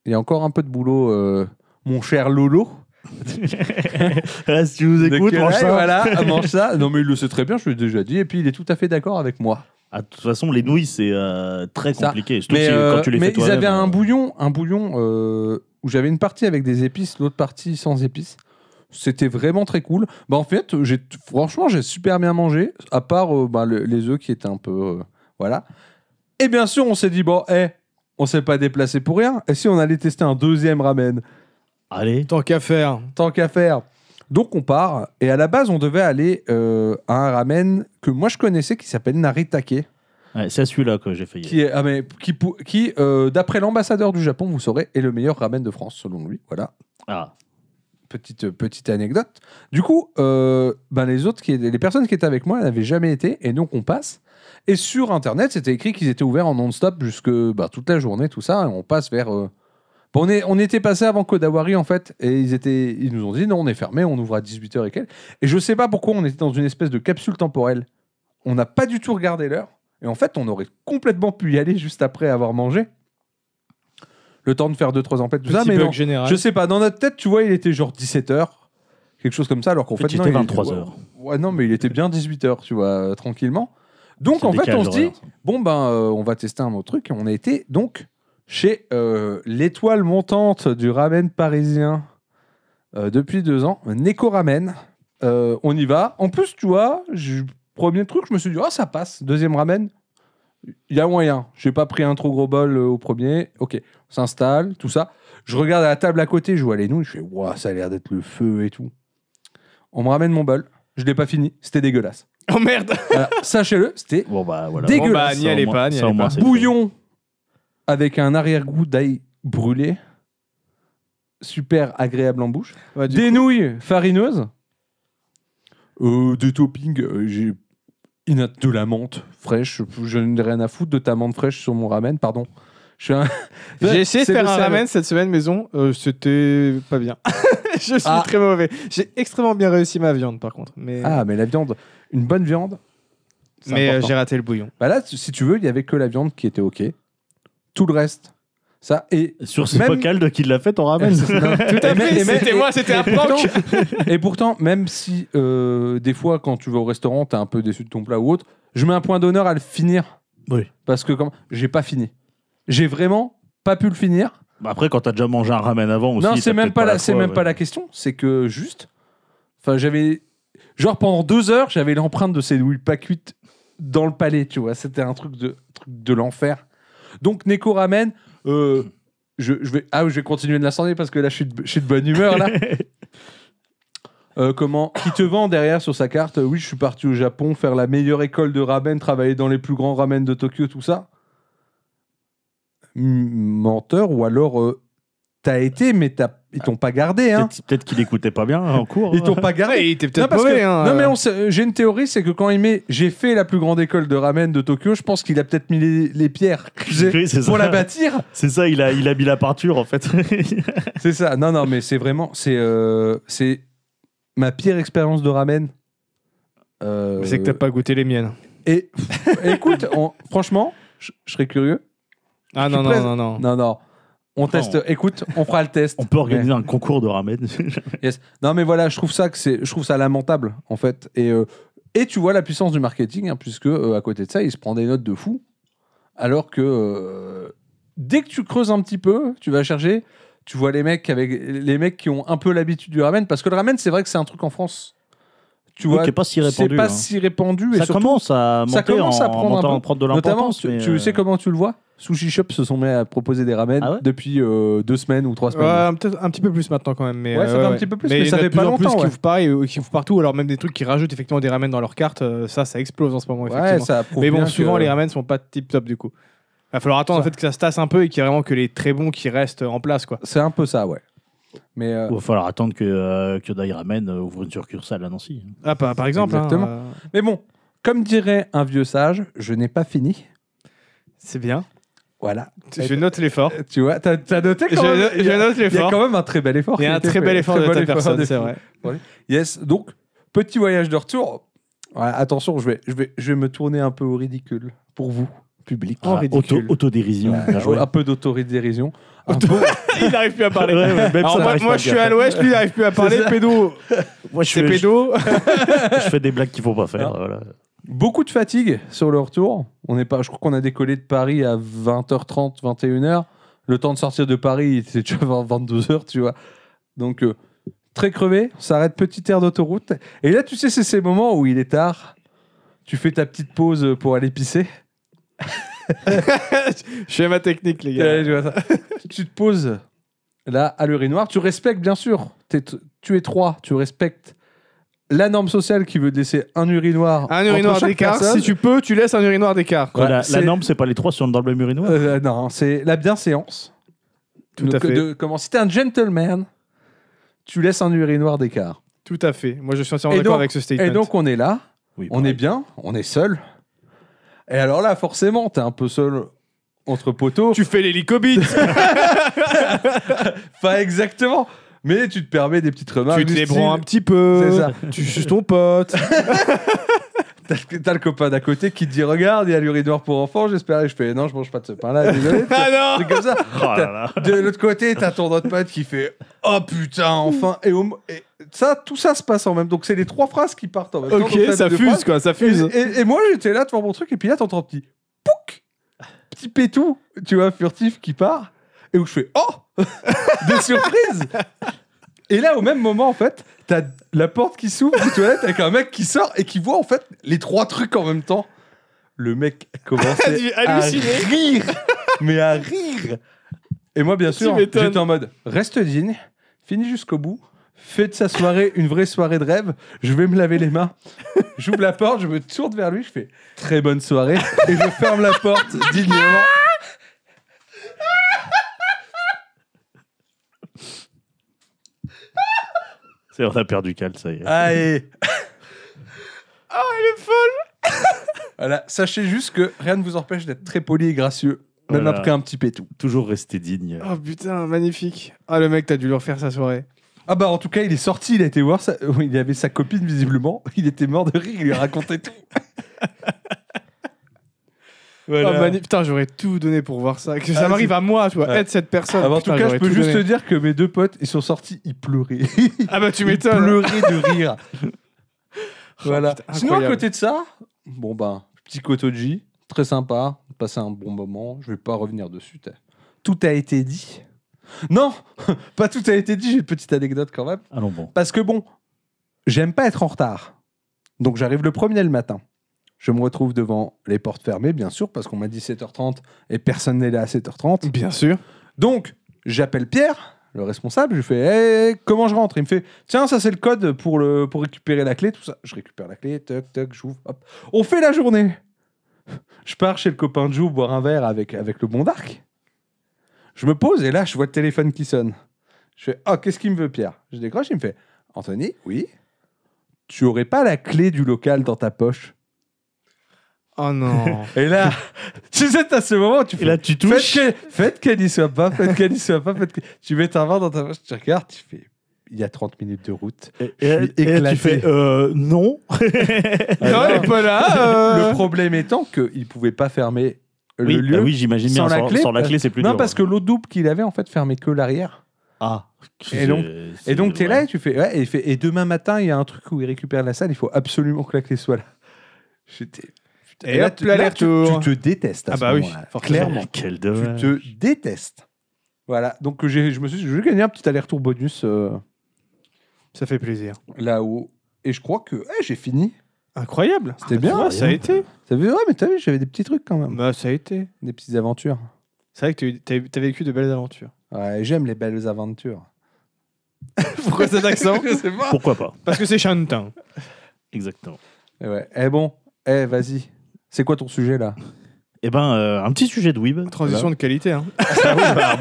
[SPEAKER 1] Il y a encore un peu de boulot, euh, mon cher Lolo.
[SPEAKER 3] Ah, Si tu nous
[SPEAKER 1] De
[SPEAKER 3] écoutes,
[SPEAKER 1] quel
[SPEAKER 3] mange
[SPEAKER 1] âge,
[SPEAKER 3] ça. <laughs>
[SPEAKER 1] Voilà, mange ça. Non, mais il le sait très bien, je l'ai déjà dit. Et puis, il est tout à fait d'accord avec moi.
[SPEAKER 3] Ah, de toute façon, les nouilles, c'est euh, très
[SPEAKER 1] Ça.
[SPEAKER 3] compliqué. Surtout
[SPEAKER 1] Mais,
[SPEAKER 3] si-
[SPEAKER 1] euh,
[SPEAKER 3] quand tu les
[SPEAKER 1] mais
[SPEAKER 3] fais
[SPEAKER 1] ils
[SPEAKER 3] toi-même,
[SPEAKER 1] avaient un
[SPEAKER 3] euh,
[SPEAKER 1] bouillon, un bouillon euh, où j'avais une partie avec des épices, l'autre partie sans épices. C'était vraiment très cool. Bah, en fait, j'ai franchement, j'ai super bien mangé, à part euh, bah, le- les œufs qui étaient un peu. euh, voilà. Et bien sûr, on s'est dit, bon, eh, on s'est pas déplacé pour rien. Et si on allait tester un deuxième ramen
[SPEAKER 3] Allez.
[SPEAKER 2] Tant qu'à faire.
[SPEAKER 1] Tant qu'à faire. Donc on part, et à la base on devait aller euh, à un ramen que moi je connaissais qui s'appelle Naritake,
[SPEAKER 3] Ouais, c'est à celui-là que j'ai failli.
[SPEAKER 1] qui, est, ah, mais, qui, pou- qui euh, d'après l'ambassadeur du Japon, vous saurez, est le meilleur ramen de France selon lui. Voilà,
[SPEAKER 3] Ah,
[SPEAKER 1] petite, euh, petite anecdote. Du coup, euh, ben les, autres qui, les personnes qui étaient avec moi elles n'avaient jamais été, et donc on passe. Et sur Internet, c'était écrit qu'ils étaient ouverts en non-stop jusque bah, toute la journée, tout ça, et on passe vers... euh, Bon, on, est- on était passé avant Kodawari en fait, et ils, étaient, ils nous ont dit non, on est fermé, on ouvre à 18h et quelques. Et je sais pas pourquoi on était dans une espèce de capsule temporelle. On n'a pas du tout regardé l'heure, et en fait, on aurait complètement pu y aller juste après avoir mangé. Le temps de faire 2-3 empêtes, tout
[SPEAKER 2] Petit
[SPEAKER 1] ça, mais
[SPEAKER 2] bug
[SPEAKER 1] non.
[SPEAKER 2] général.
[SPEAKER 1] Je sais pas, dans notre tête, tu vois, il était genre 17h, quelque chose comme ça, alors qu'en
[SPEAKER 3] en fait,
[SPEAKER 1] fait, non,
[SPEAKER 3] j'étais
[SPEAKER 1] il était-
[SPEAKER 3] 23h.
[SPEAKER 1] Ouais, non, mais il était bien 18h, tu vois, euh, tranquillement. Donc, en fait, on se dit, bon, ben, euh, on va tester un autre truc. Et on a été, donc, chez euh, l'étoile montante du ramen parisien euh, depuis deux ans, Neko Ramen. Euh, on y va. En plus, tu vois, j'ai- premier truc, je me suis dit, oh, ça passe. Deuxième ramen, il y a moyen. J'ai pas pris un trop gros bol euh, au premier. Ok, on s'installe, tout ça. Je regarde à la table à côté, je vois les nouilles, je fais, waouh, ça a l'air d'être le feu et tout. On me ramène mon bol. Je l'ai pas fini, c'était dégueulasse.
[SPEAKER 2] Oh merde
[SPEAKER 1] Voilà, <laughs> Sachez-le, c'était
[SPEAKER 3] Bon, bah voilà.
[SPEAKER 1] Dégueulasse.
[SPEAKER 2] Bon bah, n'y
[SPEAKER 3] Ça, au
[SPEAKER 2] allez
[SPEAKER 3] moins-
[SPEAKER 2] pas, n'y
[SPEAKER 3] ça, au
[SPEAKER 2] allez
[SPEAKER 3] moins,
[SPEAKER 2] pas.
[SPEAKER 3] c'est-
[SPEAKER 1] bouillon avec un arrière-goût d'ail brûlé, super agréable en bouche.
[SPEAKER 2] Ouais, du-
[SPEAKER 1] Des nouilles farineuses, Euh, des toppings, euh, j'ai ina- de la menthe fraîche. Je n'ai rien à foutre de ta menthe fraîche sur mon ramen, pardon. Je suis un- <laughs>
[SPEAKER 2] J'ai essayé de
[SPEAKER 1] C'est
[SPEAKER 2] faire
[SPEAKER 1] le
[SPEAKER 2] un
[SPEAKER 1] seul.
[SPEAKER 2] ramen cette semaine maison, euh, c'était pas bien. <laughs> je suis
[SPEAKER 1] Ah.
[SPEAKER 2] très mauvais. J'ai extrêmement bien réussi ma viande par contre, mais,
[SPEAKER 1] Ah, mais la viande, une bonne viande. c'est
[SPEAKER 2] mais euh,
[SPEAKER 1] important.
[SPEAKER 2] j'ai raté le bouillon.
[SPEAKER 1] Bah là, si tu veux, il y avait que la viande qui était ok. Tout le reste, ça et
[SPEAKER 3] <laughs> Sur ce
[SPEAKER 1] Même-
[SPEAKER 3] Pocalde qui l'a fait, on
[SPEAKER 1] <laughs>
[SPEAKER 3] ramène.
[SPEAKER 1] Tout
[SPEAKER 2] Tout à fait, c'était moi, c'était un prank.
[SPEAKER 1] <laughs> Et pourtant, même si euh, des fois, quand tu vas au restaurant, t'es un peu déçu de ton plat ou autre, je mets un point d'honneur à le finir.
[SPEAKER 3] Oui.
[SPEAKER 1] Parce que comme j'ai pas fini, j'ai vraiment pas pu le finir.
[SPEAKER 3] Bah Après, quand t'as déjà mangé un ramen avant aussi.
[SPEAKER 1] non,
[SPEAKER 3] t'as
[SPEAKER 1] c'est même
[SPEAKER 3] peut-être
[SPEAKER 1] pas la,
[SPEAKER 3] la
[SPEAKER 1] c'est
[SPEAKER 3] foi,
[SPEAKER 1] même
[SPEAKER 3] ouais.
[SPEAKER 1] pas la question. C'est que juste, enfin, j'avais genre pendant deux heures, j'avais l'empreinte de ces nouilles pas cuites dans le palais. Tu vois, c'était un truc de truc de l'enfer. Donc Neko ramène. euh, je, je vais ah, je vais continuer de l'incendie parce que là, je suis de- je suis de bonne humeur
[SPEAKER 2] <laughs>
[SPEAKER 1] là. Euh, comment qui te vend derrière sur sa carte euh, oui je suis parti au Japon faire la meilleure école de ramen travailler dans les plus grands ramen de Tokyo tout ça M- menteur ou alors euh, t'as été mais t'as- ils t'ont pas gardé hein.
[SPEAKER 3] Peut-être
[SPEAKER 1] <laughs>
[SPEAKER 3] peut-être qu'il écoutait pas bien hein, en cours.
[SPEAKER 1] ils t'ont pas gardé
[SPEAKER 2] Ouais, Ah, il était
[SPEAKER 1] non,
[SPEAKER 2] peut-être
[SPEAKER 1] parce
[SPEAKER 2] mauvais.
[SPEAKER 1] que-
[SPEAKER 2] hein,
[SPEAKER 1] non, mais
[SPEAKER 2] euh.
[SPEAKER 1] on sait- j'ai une théorie, c'est que quand il met j'ai fait la plus grande école de ramen de Tokyo, je pense qu'il a peut-être mis les, les pierres
[SPEAKER 2] <laughs>
[SPEAKER 3] Oui, c'est
[SPEAKER 1] pour
[SPEAKER 3] ça.
[SPEAKER 1] la bâtir.
[SPEAKER 3] C'est ça, il a, il a mis la peinture en fait.
[SPEAKER 1] C'est ça. Non, non, mais c'est vraiment, c'est, euh, c'est ma pire expérience de ramen. Euh,
[SPEAKER 2] C'est que t'as pas goûté les miennes.
[SPEAKER 1] Et écoute, on- franchement, je je serais curieux.
[SPEAKER 2] Ah
[SPEAKER 1] tu
[SPEAKER 2] non, non,
[SPEAKER 1] plaises-
[SPEAKER 2] non, non.
[SPEAKER 1] Non, non. On teste. Écoute, on fera le test.
[SPEAKER 3] <laughs> On peut organiser un concours de ramen.
[SPEAKER 1] Yes. Non, mais voilà, je trouve ça que c'est, je trouve ça lamentable en fait. Et euh, et tu vois la puissance du marketing, hein, puisque euh, à côté de ça, il se prend des notes de fou, alors que euh, dès que tu creuses un petit peu, tu vas chercher, tu vois les mecs avec les mecs qui ont un peu l'habitude du ramen, parce que le ramen, c'est vrai que c'est un truc en France. Tu
[SPEAKER 3] <laughs>
[SPEAKER 1] vois,
[SPEAKER 3] qui est pas si
[SPEAKER 1] c'est
[SPEAKER 3] répandu.
[SPEAKER 1] pas
[SPEAKER 3] hein.
[SPEAKER 1] si répandu. et
[SPEAKER 3] ça
[SPEAKER 1] surtout-
[SPEAKER 3] commence à monter
[SPEAKER 1] ça commence
[SPEAKER 3] en,
[SPEAKER 1] à prendre un
[SPEAKER 3] montant-
[SPEAKER 1] peu.
[SPEAKER 3] en prendre de
[SPEAKER 1] Notamment,
[SPEAKER 3] l'importance.
[SPEAKER 1] tu,
[SPEAKER 3] mais,
[SPEAKER 1] tu
[SPEAKER 3] euh,
[SPEAKER 1] sais comment tu le vois Sushi Shop se sont mis à proposer des ramen
[SPEAKER 3] Ah ouais
[SPEAKER 1] depuis euh, deux semaines ou trois
[SPEAKER 2] Ouais,
[SPEAKER 1] semaines.
[SPEAKER 2] peut-être un petit peu plus maintenant quand même. Mais
[SPEAKER 1] Ouais,
[SPEAKER 2] euh,
[SPEAKER 1] ça fait un petit peu plus, mais
[SPEAKER 2] il y
[SPEAKER 1] ça
[SPEAKER 2] en a
[SPEAKER 1] fait
[SPEAKER 2] de plus
[SPEAKER 1] pas
[SPEAKER 2] en plus
[SPEAKER 1] longtemps,
[SPEAKER 2] Qui
[SPEAKER 1] ouais.
[SPEAKER 2] ouvrent pareil, euh, qui ouvrent partout, alors même des trucs qui rajoutent effectivement des ramen dans leur carte, euh, ça, ça explose en ce moment.
[SPEAKER 1] Ouais,
[SPEAKER 2] effectivement.
[SPEAKER 1] ça prouve
[SPEAKER 2] Mais
[SPEAKER 1] bien
[SPEAKER 2] bon,
[SPEAKER 1] que-
[SPEAKER 2] souvent les ramen sont pas tip top du coup. Va falloir attendre en
[SPEAKER 1] Ça.
[SPEAKER 2] fait que ça se tasse un peu et qu'il y a vraiment que les très bons qui restent en place quoi.
[SPEAKER 1] C'est un peu ça, ouais. Mais euh,
[SPEAKER 3] Il va falloir attendre que, euh, que Dai Ramen euh, ouvre une succursale à Nancy.
[SPEAKER 2] Ah, par, par exemple. hein,
[SPEAKER 1] Exactement.
[SPEAKER 2] euh,
[SPEAKER 1] mais bon, comme dirait un vieux sage, je n'ai pas fini.
[SPEAKER 2] c'est bien.
[SPEAKER 1] Voilà.
[SPEAKER 2] Je note l'effort.
[SPEAKER 1] Tu vois, t'as as noté
[SPEAKER 2] <laughs> Je,
[SPEAKER 1] quand même.
[SPEAKER 2] je
[SPEAKER 1] il y a-
[SPEAKER 2] note
[SPEAKER 1] il y a
[SPEAKER 2] l'effort.
[SPEAKER 1] quand même un très bel effort.
[SPEAKER 2] Il y
[SPEAKER 1] qui
[SPEAKER 2] a un
[SPEAKER 1] été
[SPEAKER 2] très
[SPEAKER 1] fait.
[SPEAKER 2] bel effort de
[SPEAKER 1] bel
[SPEAKER 2] ta
[SPEAKER 1] effort
[SPEAKER 2] personne,
[SPEAKER 1] des
[SPEAKER 2] c'est
[SPEAKER 1] filles.
[SPEAKER 2] vrai. <laughs>
[SPEAKER 1] Yes, donc petit voyage de retour. Voilà, attention, je vais, je, vais, je vais me tourner un peu au ridicule pour vous, public.
[SPEAKER 2] Oh,
[SPEAKER 3] Ah, auto,
[SPEAKER 2] ridicule.
[SPEAKER 3] autodérision. bien joué.
[SPEAKER 1] un peu d'autoridérision. Un
[SPEAKER 2] Auto-
[SPEAKER 1] peu-
[SPEAKER 2] il n'arrive plus à parler.
[SPEAKER 3] Ah, Ouais, ouais, même
[SPEAKER 2] Alors,
[SPEAKER 3] ça
[SPEAKER 2] moi,
[SPEAKER 3] n'arrive
[SPEAKER 2] moi,
[SPEAKER 3] pas
[SPEAKER 2] je
[SPEAKER 3] bien.
[SPEAKER 2] suis à l'ouest, lui, il n'arrive plus à parler.
[SPEAKER 1] C'est ça. <laughs>
[SPEAKER 2] Pédo,
[SPEAKER 3] Moi, je,
[SPEAKER 2] c'est
[SPEAKER 3] fais, je,
[SPEAKER 2] pédo. <laughs>
[SPEAKER 3] je fais des blagues qu'il faut pas faire.
[SPEAKER 1] Ah.
[SPEAKER 3] voilà.
[SPEAKER 1] Beaucoup de fatigue sur le retour. On est pas, je crois qu'on a décollé de Paris à 20h30, 21h. Le temps de sortir de Paris, c'est déjà 22h, tu vois. Donc, euh, très crevé. On s'arrête, petite aire d'autoroute. Et là, tu sais, c'est ces moments où il est tard. Tu fais ta petite pause pour aller pisser.
[SPEAKER 2] je fais ma technique, les
[SPEAKER 1] Ouais,
[SPEAKER 2] gars.
[SPEAKER 1] je vois ça. <laughs> tu te poses là à l'urinoir. Tu respectes, bien sûr. T'es t- tu es trois. Tu respectes la norme sociale qui veut te laisser un urinoir.
[SPEAKER 2] Un
[SPEAKER 1] entre
[SPEAKER 2] urinoir
[SPEAKER 1] chaque
[SPEAKER 2] d'écart,
[SPEAKER 1] personne.
[SPEAKER 2] si tu peux, tu laisses un urinoir d'écart.
[SPEAKER 1] Voilà,
[SPEAKER 3] la, la
[SPEAKER 1] c'est-
[SPEAKER 3] norme, c'est pas les trois sur dans le même urinoir.
[SPEAKER 1] Euh, non, c'est la bienséance.
[SPEAKER 2] Tout à
[SPEAKER 1] Donc,
[SPEAKER 2] fait.
[SPEAKER 1] de- comment si t'es un gentleman, tu laisses un urinoir d'écart.
[SPEAKER 2] Tout à fait. Moi, je suis
[SPEAKER 1] Et
[SPEAKER 2] entièrement
[SPEAKER 1] donc-
[SPEAKER 2] d'accord avec ce statement.
[SPEAKER 1] Et donc on est là,
[SPEAKER 3] Oui,
[SPEAKER 1] on
[SPEAKER 3] pareil.
[SPEAKER 1] est bien, on est seul. Et alors là, forcément, t'es un peu seul entre poteaux.
[SPEAKER 2] tu fais l'hélicobite,
[SPEAKER 1] Pas exactement, mais tu te permets des petites remarques.
[SPEAKER 2] tu te
[SPEAKER 1] du style-
[SPEAKER 2] débranles un petit peu,
[SPEAKER 1] C'est ça.
[SPEAKER 2] tu suces
[SPEAKER 1] <laughs>
[SPEAKER 2] ton pote.
[SPEAKER 1] T'as le- T'as le copain d'à côté qui te dit Regarde, il y a l'urinoir pour enfants, j'espère. Je fais Non, je mange pas de ce pain-là, désolé.
[SPEAKER 2] <laughs> ah non
[SPEAKER 1] C'est comme ça.
[SPEAKER 3] Oh là là. <laughs>
[SPEAKER 1] De l'autre côté, t'as ton autre pote qui fait Oh putain, enfin. Et, au- et ça, tout ça se passe en même. Donc, c'est les trois phrases qui partent en même temps.
[SPEAKER 2] Ok,
[SPEAKER 1] Donc, t'as
[SPEAKER 2] ça
[SPEAKER 1] deux
[SPEAKER 2] fuse
[SPEAKER 1] phrases.
[SPEAKER 2] quoi, ça
[SPEAKER 1] Et,
[SPEAKER 2] fuse.
[SPEAKER 1] et- et moi, j'étais là devant mon truc, et puis là, t'entends un petit pouc, petit pétou, tu vois, furtif qui part, et où je fais Oh <laughs> De surprise Et là, au même moment, en fait, t'as la porte qui s'ouvre des toilettes avec un mec qui sort et qui voit, en fait, les trois trucs en même temps. Le mec
[SPEAKER 2] <laughs> T'as
[SPEAKER 1] commençait
[SPEAKER 2] dû
[SPEAKER 1] à
[SPEAKER 2] halluciner.
[SPEAKER 1] rire, mais à rire. Et moi, bien sûr,
[SPEAKER 2] m'étonnes.
[SPEAKER 1] j'étais en mode reste digne, finis jusqu'au bout, fais de sa soirée une vraie soirée de rêve. Je vais me laver les mains. J'ouvre la porte, je me tourne vers lui, je fais très bonne soirée et je ferme la porte dignement.
[SPEAKER 3] C'est- On a perdu Cal, ça y est.
[SPEAKER 1] Allez,
[SPEAKER 2] Ah, elle est folle
[SPEAKER 1] voilà. Sachez juste que rien ne vous empêche d'être très poli et gracieux, même
[SPEAKER 3] Voilà.
[SPEAKER 1] après un petit pétou.
[SPEAKER 3] Toujours rester digne.
[SPEAKER 2] Oh putain, magnifique. Ah, le mec, t'as dû lui refaire sa soirée.
[SPEAKER 1] Ah bah en tout cas, il est sorti, il a été voir, sa- il avait sa copine visiblement, il était mort de rire, il lui racontait tout.
[SPEAKER 2] Oh, Ah, magnifique. Putain, j'aurais tout donné pour voir ça. Que ça
[SPEAKER 1] Ah,
[SPEAKER 2] m'arrive à moi, tu vois.
[SPEAKER 1] Ouais.
[SPEAKER 2] Aide cette personne.
[SPEAKER 1] Ah bah, en
[SPEAKER 2] Putain,
[SPEAKER 1] tout cas, je
[SPEAKER 2] j'aurais
[SPEAKER 1] peux
[SPEAKER 2] tout
[SPEAKER 1] juste
[SPEAKER 2] donné.
[SPEAKER 1] te dire que mes deux potes, ils sont sortis, ils pleuraient. <laughs>
[SPEAKER 2] Ah bah, tu
[SPEAKER 1] ils
[SPEAKER 2] m'étonnes. Oh,
[SPEAKER 1] pleuraient de <laughs> rire. voilà.
[SPEAKER 2] putain,
[SPEAKER 1] Sinon, à
[SPEAKER 2] incroyable.
[SPEAKER 1] côté de ça, bon ben, petit Kotoji, très sympa, passer un bon moment, je vais pas revenir dessus. t'as- Tout a été dit. Non, <laughs> pas tout a été dit, j'ai une petite anecdote quand même.
[SPEAKER 3] Allons bon.
[SPEAKER 1] Parce que bon, j'aime pas être en retard. Donc j'arrive le premier le matin. Je me retrouve devant les portes fermées, bien sûr, parce qu'on m'a dit 7h30 et personne n'est là à 7h30.
[SPEAKER 2] Bien sûr.
[SPEAKER 1] Donc, j'appelle Pierre, le responsable, je lui fais Hey, comment je rentre Il me fait Tiens, ça c'est le code pour, le, pour récupérer la clé, tout ça. Je récupère la clé, toc, toc, j'ouvre, hop. On fait la journée Je pars chez le copain de Jou boire un verre avec, avec le bon d'arc. Je me pose et là, je vois le téléphone qui sonne. Je fais Oh, qu'est-ce qu'il me veut, Pierre Je décroche, il me fait Anthony, oui Tu aurais pas la clé du local dans ta poche <laughs>
[SPEAKER 2] Oh non.
[SPEAKER 1] Et là, tu sais, à ce moment, tu fais
[SPEAKER 3] Et là, tu
[SPEAKER 1] Faites
[SPEAKER 3] touches.
[SPEAKER 1] qu'elle, faites qu'elle y soit pas, faites qu'elle y soit pas, faites que... Tu mets ta main dans ta poche, tu regardes, tu fais... Il y a 30 minutes de route.
[SPEAKER 3] Et,
[SPEAKER 1] Je suis
[SPEAKER 3] et- et là,
[SPEAKER 1] éclaté.
[SPEAKER 3] tu fais euh, non.
[SPEAKER 2] non, elle est pas là.
[SPEAKER 1] Ah, <laughs> Le
[SPEAKER 2] euh.
[SPEAKER 1] problème étant qu'ils ne pouvaient pas fermer le
[SPEAKER 3] oui,
[SPEAKER 1] lieu.
[SPEAKER 3] bah oui, j'imagine
[SPEAKER 1] sans
[SPEAKER 3] bien.
[SPEAKER 1] la
[SPEAKER 3] sans,
[SPEAKER 1] clé,
[SPEAKER 3] sans la
[SPEAKER 1] parce-
[SPEAKER 3] clé, c'est plus
[SPEAKER 1] non,
[SPEAKER 3] dur.
[SPEAKER 1] parce que l'eau double qu'il avait, en fait, fermait que l'arrière.
[SPEAKER 3] Ah.
[SPEAKER 1] Et donc-
[SPEAKER 3] C'est-
[SPEAKER 1] Et donc, tu es
[SPEAKER 3] ouais.
[SPEAKER 1] là et tu fais... ouais, et, il fait- et demain matin, il y a un truc où il récupère la salle, il faut absolument que la clé soit là. <laughs> J'étais... putain.
[SPEAKER 2] Et hop,
[SPEAKER 1] tu- là, tu,
[SPEAKER 2] l'aller-retour.
[SPEAKER 1] tu te détestes à
[SPEAKER 2] Ah
[SPEAKER 1] ce
[SPEAKER 2] bah oui,
[SPEAKER 1] moment-là.
[SPEAKER 2] forcément.
[SPEAKER 1] Clairement.
[SPEAKER 3] Quel
[SPEAKER 1] Tu
[SPEAKER 3] dommage.
[SPEAKER 1] te détestes. Voilà. Donc, j'ai- je me suis dit, je vais gagner un petit aller-retour bonus... euh,
[SPEAKER 2] Ça fait plaisir.
[SPEAKER 1] là-haut. Et je crois que eh, j'ai fini.
[SPEAKER 2] Incroyable.
[SPEAKER 1] C'était bien.
[SPEAKER 2] Ouais, ça a été.
[SPEAKER 1] Ça veut ouais, mais t'as vu, j'avais des petits trucs quand même.
[SPEAKER 2] Bah, ça a été.
[SPEAKER 1] Des petites aventures.
[SPEAKER 2] C'est vrai que tu- t'as t'as vécu de belles
[SPEAKER 1] <laughs>
[SPEAKER 2] aventures.
[SPEAKER 1] Ouais, j'aime les belles aventures.
[SPEAKER 2] Pourquoi cet accent
[SPEAKER 1] Je sais pas.
[SPEAKER 3] Pourquoi pas
[SPEAKER 2] <laughs> Parce que c'est chantant.
[SPEAKER 3] Exactement.
[SPEAKER 1] Et ouais. Eh bon, eh, vas-y. C'est quoi ton sujet là
[SPEAKER 3] Eh ben, euh, un petit sujet de Weeb.
[SPEAKER 2] Transition de qualité. Hein.
[SPEAKER 3] <laughs>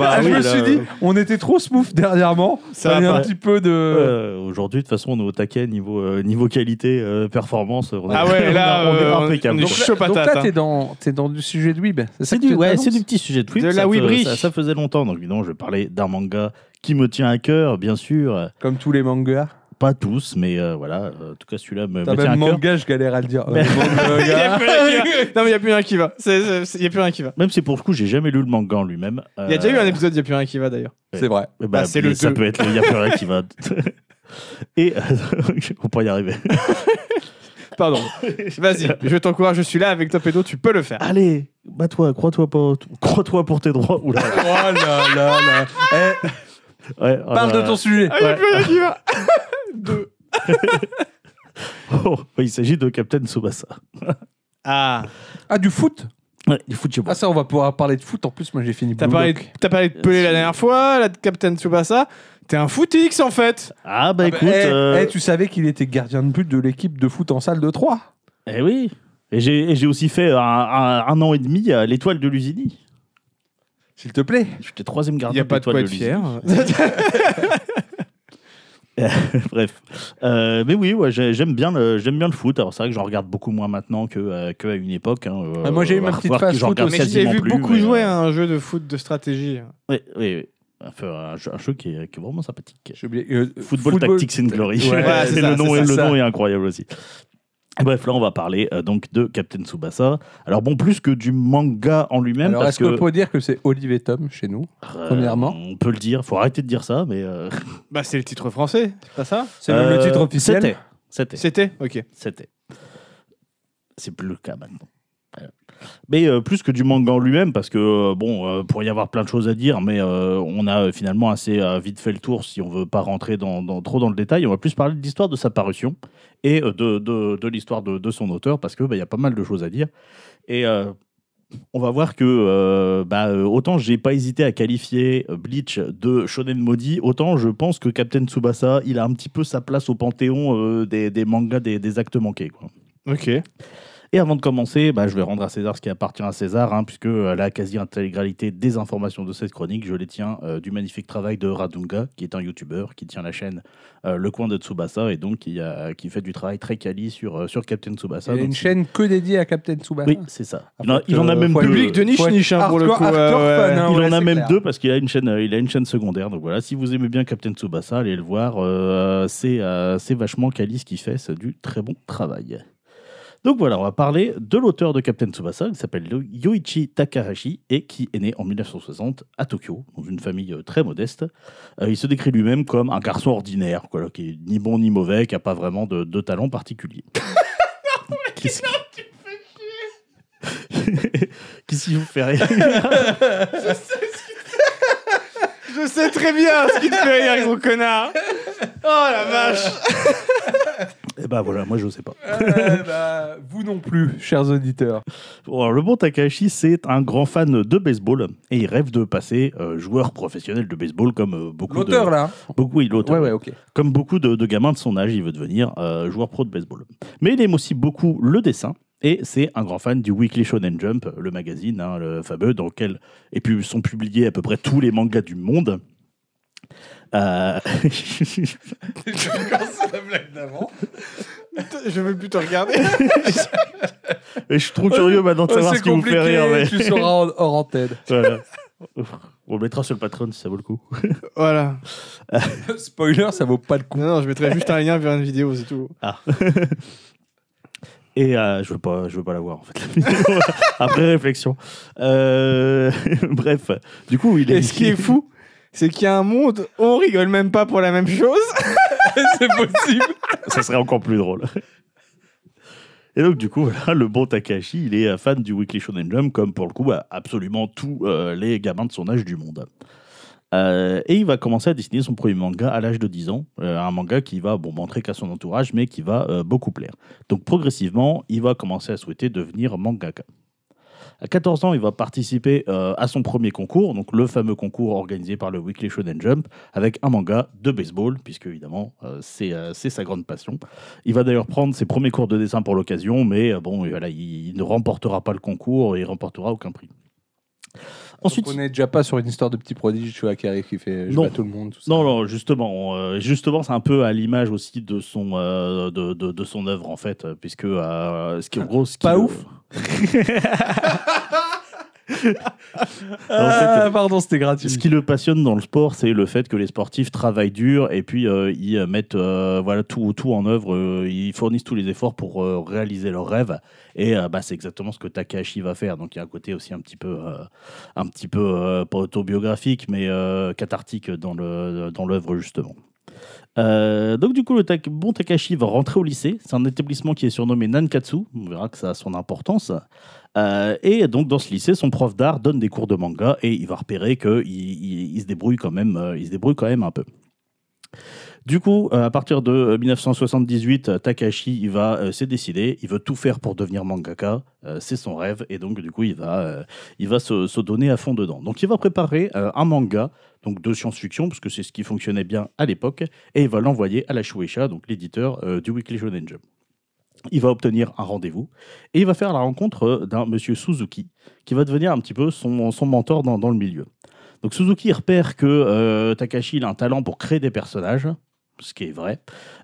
[SPEAKER 1] Ah, je
[SPEAKER 3] oui,
[SPEAKER 1] me
[SPEAKER 3] là,
[SPEAKER 1] suis dit, on était trop smooth dernièrement.
[SPEAKER 2] Ça
[SPEAKER 1] Ça a
[SPEAKER 2] va
[SPEAKER 1] un
[SPEAKER 3] pas.
[SPEAKER 1] petit peu de.
[SPEAKER 3] Euh, Aujourd'hui, de toute façon, on est au taquet niveau, euh, niveau qualité, euh, performance. <laughs> on est-
[SPEAKER 2] Ah ouais, là,
[SPEAKER 3] on est, on est
[SPEAKER 2] euh, on-
[SPEAKER 3] impeccable.
[SPEAKER 2] on est
[SPEAKER 3] Donc,
[SPEAKER 2] chaud
[SPEAKER 1] Donc
[SPEAKER 2] patate.
[SPEAKER 1] là,
[SPEAKER 2] hein.
[SPEAKER 1] t'es dans, t'es dans du sujet de Weeb. ça
[SPEAKER 3] C'est
[SPEAKER 1] que
[SPEAKER 3] du,
[SPEAKER 1] tu
[SPEAKER 3] ouais,
[SPEAKER 1] t'annonces
[SPEAKER 3] c'est du petit sujet de Weeb.
[SPEAKER 2] De la
[SPEAKER 3] ça,
[SPEAKER 2] Weebrie.
[SPEAKER 3] fait- ça, ça faisait longtemps. Donc, évidemment, je parlais d'un manga qui me tient à cœur, bien sûr.
[SPEAKER 1] Comme tous les mangas.
[SPEAKER 3] Pas tous, mais euh, voilà. euh, En tout cas, celui-là me, me
[SPEAKER 1] T'as
[SPEAKER 3] tient à
[SPEAKER 1] même
[SPEAKER 3] cœur.
[SPEAKER 1] manga, je galère à le dire. Euh,
[SPEAKER 2] <laughs> Il y a
[SPEAKER 1] manga.
[SPEAKER 2] plus rien qui va. Non, mais il n'y a plus rien qui va. C'est- c'est- c'est- Il n'y a plus rien qui va.
[SPEAKER 3] Même si pour le coup, j'ai jamais lu le manga en lui-même.
[SPEAKER 2] Il y a déjà
[SPEAKER 1] Euh.
[SPEAKER 2] eu un épisode, il n'y a plus rien qui va d'ailleurs.
[SPEAKER 1] C'est vrai.
[SPEAKER 3] Eh ben,
[SPEAKER 2] Ah, c'est le
[SPEAKER 3] ça
[SPEAKER 2] deux.
[SPEAKER 3] peut être le y a plus rien qui <laughs> va. Et euh, <laughs> on pourrait y arriver.
[SPEAKER 2] <laughs> Pardon. Vas-y, je t'encourage, je suis là avec toi, Pédo, tu peux le faire.
[SPEAKER 3] Allez, bats-toi, crois-toi pour, crois-toi pour tes droits. Oula.
[SPEAKER 1] Oh là là là. Eh,
[SPEAKER 3] Ouais, oh
[SPEAKER 1] parle
[SPEAKER 3] là
[SPEAKER 1] de ton sujet.
[SPEAKER 2] Ah, il n'y a
[SPEAKER 3] Ouais.
[SPEAKER 2] plus rien qui va.
[SPEAKER 3] là. <laughs> Oh, il s'agit de Captain Tsubasa.
[SPEAKER 2] Ah,
[SPEAKER 1] Ah, du foot
[SPEAKER 3] Ouais, il fout de chez moi.
[SPEAKER 1] Ah, ça, on va pouvoir parler de foot. En plus, moi, j'ai fini
[SPEAKER 2] T'as
[SPEAKER 1] Blue
[SPEAKER 2] parlé,
[SPEAKER 1] Lock.
[SPEAKER 2] t'as parlé de Pelé la dernière fois, là de Captain Tsubasa. T'es un footix en fait.
[SPEAKER 3] Ah bah
[SPEAKER 1] Ah bah,
[SPEAKER 3] écoute,
[SPEAKER 1] eh,
[SPEAKER 3] euh,
[SPEAKER 1] eh, tu savais qu'il était gardien de but de l'équipe de foot en salle de 3
[SPEAKER 3] eh oui. Et j'ai et j'ai aussi fait un, un- un an et demi à l'étoile de Lusigny.
[SPEAKER 1] S'il te plaît.
[SPEAKER 3] J'étais troisième
[SPEAKER 2] Il
[SPEAKER 3] gardien
[SPEAKER 2] n'y a pas de quoi être
[SPEAKER 3] l'Étoile
[SPEAKER 2] fier.
[SPEAKER 3] Lusigny. <laughs> Bref. Euh, mais oui, ouais, j'ai- j'aime bien, le- j'aime bien le foot. Alors c'est vrai que j'en regarde beaucoup moins maintenant que euh, que à une époque. hein. Euh,
[SPEAKER 1] Ah, moi, j'ai eu ma
[SPEAKER 3] à
[SPEAKER 1] petite
[SPEAKER 3] revoir que
[SPEAKER 1] phase
[SPEAKER 3] j'en
[SPEAKER 1] foot
[SPEAKER 3] regarde
[SPEAKER 1] aussi.
[SPEAKER 2] mais j'ai
[SPEAKER 3] quasiment
[SPEAKER 2] vu
[SPEAKER 3] plus,
[SPEAKER 2] beaucoup
[SPEAKER 3] mais,
[SPEAKER 2] jouer
[SPEAKER 3] euh,
[SPEAKER 2] à un jeu de foot de stratégie.
[SPEAKER 3] Oui, oui, oui. Enfin, un, jeu, un jeu qui, est, qui est vraiment sympathique.
[SPEAKER 1] J'ai oublié, euh,
[SPEAKER 3] Football, Tactics and Glory.
[SPEAKER 1] Ouais,
[SPEAKER 3] <laughs>
[SPEAKER 2] Voilà,
[SPEAKER 3] Et
[SPEAKER 2] c'est ça,
[SPEAKER 3] le nom,
[SPEAKER 1] c'est
[SPEAKER 3] est,
[SPEAKER 1] ça,
[SPEAKER 3] le
[SPEAKER 1] ça.
[SPEAKER 3] nom est incroyable aussi. Bref, là, on va parler euh, donc de Captain Tsubasa. Alors bon, plus que du manga en lui-même,
[SPEAKER 1] Alors,
[SPEAKER 3] parce
[SPEAKER 1] est-ce
[SPEAKER 3] que,
[SPEAKER 1] qu'on peut dire que c'est Olive et Tom chez nous
[SPEAKER 3] euh,
[SPEAKER 1] premièrement
[SPEAKER 3] on peut le dire. Faut arrêter de dire ça, mais euh,
[SPEAKER 2] Bah, c'est le titre français, c'est pas ça
[SPEAKER 1] C'est même le
[SPEAKER 3] euh,
[SPEAKER 1] titre officiel.
[SPEAKER 3] C'était, c'était,
[SPEAKER 2] C'était Ok.
[SPEAKER 3] c'était. C'est plus le cas maintenant. Voilà. Mais euh, plus que du manga en lui-même, parce que euh, bon, euh, pour y avoir plein de choses à dire, mais euh, on a euh, finalement assez euh, vite fait le tour si on veut pas rentrer dans, dans- trop dans le détail. On va plus parler de l'histoire de sa parution et euh, de, de- de l'histoire de, de son auteur, parce que bah, il y a pas mal de choses à dire. Et euh, on va voir que euh, bah, euh, autant j'ai pas hésité à qualifier euh, Bleach de shonen maudit, autant je pense que Captain Tsubasa, il a un petit peu sa place au panthéon euh, des, des mangas des, des actes manqués. Quoi.
[SPEAKER 2] Ok.
[SPEAKER 3] Et avant de commencer, bah, je vais rendre à César ce qui appartient à César, hein, puisque euh, la quasi-intégralité des informations de cette chronique, je les tiens euh, du magnifique travail de Radunga, qui est un youtubeur, qui tient la chaîne euh, Le Coin de Tsubasa, et donc qui, a- qui fait du travail très quali sur, euh, sur Captain Tsubasa.
[SPEAKER 1] Il y a
[SPEAKER 3] Donc,
[SPEAKER 1] une
[SPEAKER 3] si-
[SPEAKER 1] chaîne hein. que dédiée à Captain Tsubasa.
[SPEAKER 3] Oui, c'est ça. Il en, il en a
[SPEAKER 1] Euh,
[SPEAKER 3] même
[SPEAKER 1] faut
[SPEAKER 3] deux.
[SPEAKER 1] être-
[SPEAKER 2] Public de niche,
[SPEAKER 1] faut être
[SPEAKER 2] niche, hein, pour le
[SPEAKER 1] hardcore-
[SPEAKER 2] coup, ouais,
[SPEAKER 1] hardcore
[SPEAKER 2] ouais.
[SPEAKER 1] fan, hein,
[SPEAKER 3] il
[SPEAKER 1] ouais,
[SPEAKER 3] en a
[SPEAKER 1] c'est
[SPEAKER 3] même
[SPEAKER 1] clair. <laughs>
[SPEAKER 3] deux parce qu'il a une chaîne, euh, il a une chaîne secondaire. Donc voilà, si vous aimez bien Captain Tsubasa, allez le voir. euh, c'est euh, c'est vachement quali ce qu'il fait, c'est du très bon travail. Donc voilà, on va parler de l'auteur de Captain Tsubasa, qui s'appelle Yo- Yoichi Takahashi et qui est né en 1960 à Tokyo, dans une famille euh, très modeste. Euh, il se décrit lui-même comme un garçon ordinaire, quoi, là, qui est ni bon ni mauvais, qui n'a pas vraiment de, de talent particulier.
[SPEAKER 1] <laughs>
[SPEAKER 3] Qu'est-ce qui- <laughs> Qu'est-ce qui vous fait rire
[SPEAKER 2] Je sais très bien ce qui te fait rire, gros connard. Oh la vache.
[SPEAKER 3] Eh ben voilà, moi je sais pas.
[SPEAKER 1] Euh, bah, vous non plus, chers auditeurs.
[SPEAKER 3] Bon, alors, le bon Takahashi, c'est un grand fan de baseball et il rêve de passer euh, joueur professionnel de baseball comme euh, beaucoup
[SPEAKER 1] L'auteur,
[SPEAKER 3] de...
[SPEAKER 1] là.
[SPEAKER 3] Beaucoup, oui, l'auteur.
[SPEAKER 1] Ouais, ouais,
[SPEAKER 3] <laughs>
[SPEAKER 1] ok.
[SPEAKER 3] Comme beaucoup de, de gamins de son âge, il veut devenir euh, joueur pro de baseball. Mais il aime aussi beaucoup le dessin et c'est un grand fan du Weekly Shonen Jump, le magazine hein, le fameux dans lequel et puis sont publiés à peu près tous les mangas du monde.
[SPEAKER 1] la
[SPEAKER 3] Euh, <laughs>
[SPEAKER 1] blague d'avant.
[SPEAKER 2] Je veux plus te regarder.
[SPEAKER 3] je suis trop curieux maintenant de savoir
[SPEAKER 1] C'est
[SPEAKER 3] ce qui vous
[SPEAKER 1] compliqué,
[SPEAKER 3] fait rire. mais-
[SPEAKER 1] tu sauras en- hors
[SPEAKER 3] <laughs>
[SPEAKER 1] antenne. <laughs>
[SPEAKER 3] Voilà. On le mettra sur le Patreon si ça vaut le coup.
[SPEAKER 2] Voilà.
[SPEAKER 1] Spoiler, ça vaut pas le
[SPEAKER 3] <laughs>
[SPEAKER 1] coup. <laughs>
[SPEAKER 2] Non, non, je mettrai juste un lien vers une vidéo, c'est tout.
[SPEAKER 3] Et euh, je veux pas, je veux pas la voir en fait. la vidéo, <laughs> Après réflexion. Euh, <laughs> bref, du coup, il est.
[SPEAKER 2] Et ce qui est fou, c'est qu'il y a un monde où on rigole même pas pour la même chose.
[SPEAKER 1] c'est possible.
[SPEAKER 3] ça serait encore plus drôle. Et donc, du coup, voilà, le bon Takahashi, il est euh, fan du Weekly Shonen Jump, comme pour le coup, bah, absolument tous euh, les gamins de son âge du monde. Euh, et il va commencer à dessiner son premier manga à l'âge de 10 ans, euh, un manga qui va bon, montrer qu'à son entourage, mais qui va euh, beaucoup plaire. Donc progressivement, il va commencer à souhaiter devenir mangaka. À 14 ans, il va participer euh, à son premier concours, donc le fameux concours organisé par le Weekly Shonen Jump, avec un manga de baseball, puisque évidemment, euh, c'est euh, c'est sa grande passion. Il va d'ailleurs prendre ses premiers cours de dessin pour l'occasion, mais euh, bon, voilà, il, il ne remportera pas le concours et il remportera aucun prix. Ensuite,
[SPEAKER 1] Donc, on n'est déjà pas sur une histoire de petit prodige, tu vois, qui arrive, qui fait je
[SPEAKER 3] Non.
[SPEAKER 1] bats tout le monde. Tout ça.
[SPEAKER 3] Non, non, justement, euh, justement, c'est un peu à l'image aussi de son euh, de, de- de son œuvre en fait, euh, puisque euh, ce qui en gros, ce qui-
[SPEAKER 1] Pas ouf.
[SPEAKER 3] <laughs> Ah,
[SPEAKER 1] pardon, c'était gratuit.
[SPEAKER 3] Ce qui le passionne dans le sport, c'est le fait que les sportifs travaillent dur et puis euh, ils euh, mettent euh, voilà tout tout en œuvre, euh, ils fournissent tous les efforts pour euh, réaliser leurs rêves. Et euh, bah, c'est exactement ce que Takahashi va faire. Donc il y a un côté aussi un petit peu euh, un petit peu euh, pas autobiographique, mais euh, cathartique dans le dans l'œuvre justement. Euh, donc du coup, le Tak- bon Takashi va rentrer au lycée. C'est un établissement qui est surnommé Nankatsu. On verra que ça a son importance. Euh, et donc dans ce lycée, son prof d'art donne des cours de manga et il va repérer qu'il il, il se débrouille quand même, euh, il se débrouille quand même un peu. Du coup, euh, à partir de euh, 1978, euh, Takashi, il va euh, s'est décidé, il veut tout faire pour devenir mangaka, euh, c'est son rêve, et donc du coup, il va, euh, il va se, se donner à fond dedans. Donc, il va préparer euh, un manga, donc de science-fiction, parce que c'est ce qui fonctionnait bien à l'époque, et il va l'envoyer à la Shueisha, donc l'éditeur euh, du Weekly Shonen Jump. Il va obtenir un rendez-vous et il va faire la rencontre euh, d'un monsieur Suzuki qui va devenir un petit peu son, son mentor dans, dans le milieu. Donc Suzuki repère que euh, Takashi il a un talent pour créer des personnages, ce qui est vrai,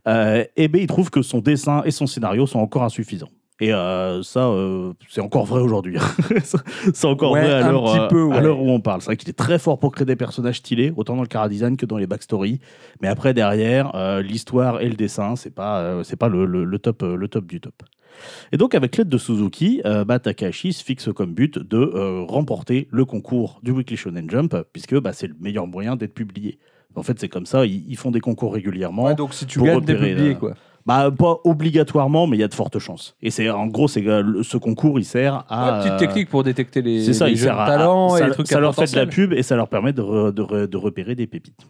[SPEAKER 3] euh, et bien il trouve que son dessin et son scénario sont encore insuffisants. Et euh, ça, euh, c'est encore vrai aujourd'hui. <laughs> c'est encore
[SPEAKER 1] Ouais,
[SPEAKER 3] vrai à
[SPEAKER 1] un
[SPEAKER 3] l'heure
[SPEAKER 1] petit
[SPEAKER 3] euh,
[SPEAKER 1] peu,
[SPEAKER 3] à
[SPEAKER 1] ouais.
[SPEAKER 3] l'heure où on parle. C'est vrai qu'il est très fort pour créer des personnages stylés, autant dans le chara-design que dans les backstories. Mais après, derrière, euh, l'histoire et le dessin, c'est pas, euh, c'est pas le, le- le top, euh, le top du top. Et donc, avec l'aide de Suzuki, euh, bah, Takahashi se fixe comme but de euh, remporter le concours du Weekly Shonen Jump, puisque bah, c'est le meilleur moyen d'être publié. En fait, c'est comme ça, ils, ils font des concours régulièrement.
[SPEAKER 1] Ouais, donc si tu
[SPEAKER 3] Pour
[SPEAKER 1] gagnes, t'es
[SPEAKER 3] repérer,
[SPEAKER 1] publié,
[SPEAKER 3] là.
[SPEAKER 1] quoi.
[SPEAKER 3] Bah, pas obligatoirement, mais il y a de fortes chances. Et c'est en gros, c'est euh, le- ce concours, il sert à.
[SPEAKER 1] Ouais, petite
[SPEAKER 3] euh,
[SPEAKER 1] technique pour détecter les,
[SPEAKER 3] c'est ça,
[SPEAKER 1] les
[SPEAKER 3] il
[SPEAKER 1] jeunes
[SPEAKER 3] sert à-
[SPEAKER 1] talents
[SPEAKER 3] à,
[SPEAKER 1] et
[SPEAKER 3] ça,
[SPEAKER 1] les trucs
[SPEAKER 3] ça
[SPEAKER 1] à
[SPEAKER 3] leur fait de la
[SPEAKER 1] potentiel.
[SPEAKER 3] pub et ça leur permet de, re- de re- de repérer des pépites.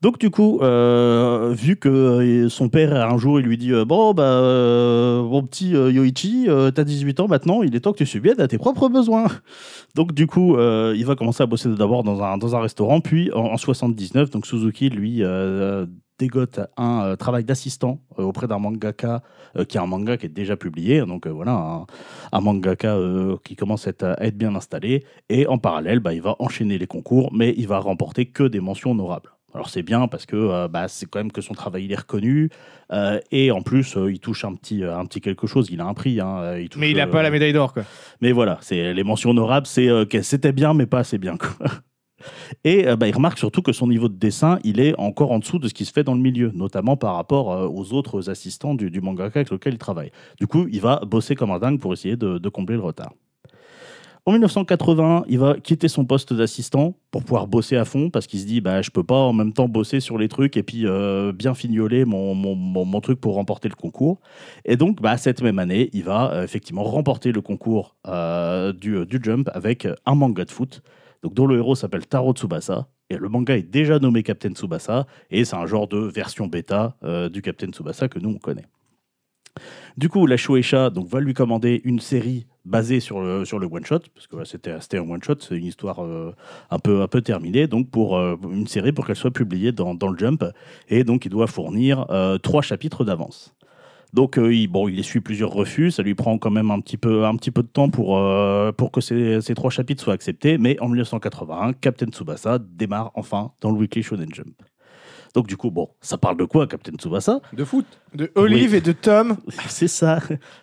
[SPEAKER 3] Donc du coup, euh, vu que euh, son père un jour il lui dit euh, bon bah euh, mon petit euh, Yoichi, euh, t'as 18 ans maintenant, il est temps que tu subviennes à tes propres besoins. Donc du coup, euh, il va commencer à bosser d'abord dans un, dans un restaurant, puis en, en 79, donc Suzuki lui euh, dégote un euh, travail d'assistant euh, auprès d'un mangaka euh, qui est un manga qui est déjà publié, donc euh, voilà un, un mangaka euh, qui commence à être, à être bien installé. Et en parallèle, bah, il va enchaîner les concours, mais il va remporter que des mentions honorables. Alors c'est bien parce que euh, bah, c'est quand même que son travail il est reconnu euh, et en plus euh, il touche un petit euh, un petit quelque chose il a un prix hein, euh, touche,
[SPEAKER 2] Mais il n'a
[SPEAKER 3] euh,
[SPEAKER 2] pas la médaille d'or, quoi.
[SPEAKER 3] mais voilà, c'est les mentions honorables, c'est euh, que c'était bien, mais pas assez bien. quoi. Et euh, bah, il remarque surtout que son niveau de dessin, il est encore en dessous de ce qui se fait dans le milieu, notamment par rapport euh, aux autres assistants du, du mangaka avec lequel il travaille. Du coup, il va bosser comme un dingue pour essayer de, de combler le retard. En 1980, il va quitter son poste d'assistant pour pouvoir bosser à fond parce qu'il se dit bah je peux pas en même temps bosser sur les trucs et puis euh, bien fignoler mon- mon- mon, mon truc pour remporter le concours. Et donc, bah, cette même année, il va euh, effectivement remporter le concours euh, du, euh, du Jump avec euh, un manga de foot, donc, dont le héros s'appelle Taro Tsubasa. Et le manga est déjà nommé Captain Tsubasa, et c'est un genre de version bêta euh, du Captain Tsubasa que nous, on connaît. Du coup, la Shueisha donc, va lui commander une série basée sur le, sur le one-shot, parce que ouais, c'était c'était un one-shot, c'est une histoire euh, un, peu, un peu terminée, donc pour euh, une série pour qu'elle soit publiée dans, dans le Jump, et donc il doit fournir euh, trois chapitres d'avance. Donc euh, il, bon, il essuie plusieurs refus, ça lui prend quand même un petit peu, un petit peu de temps pour, euh, pour que ces, ces trois chapitres soient acceptés, mais en 1981, Captain Tsubasa démarre enfin dans le Weekly Shonen Jump. Donc du coup, bon, ça parle de quoi Captain Tsubasa <laughs>
[SPEAKER 1] De foot.
[SPEAKER 2] De Olive et de Tom.
[SPEAKER 3] c'est ça.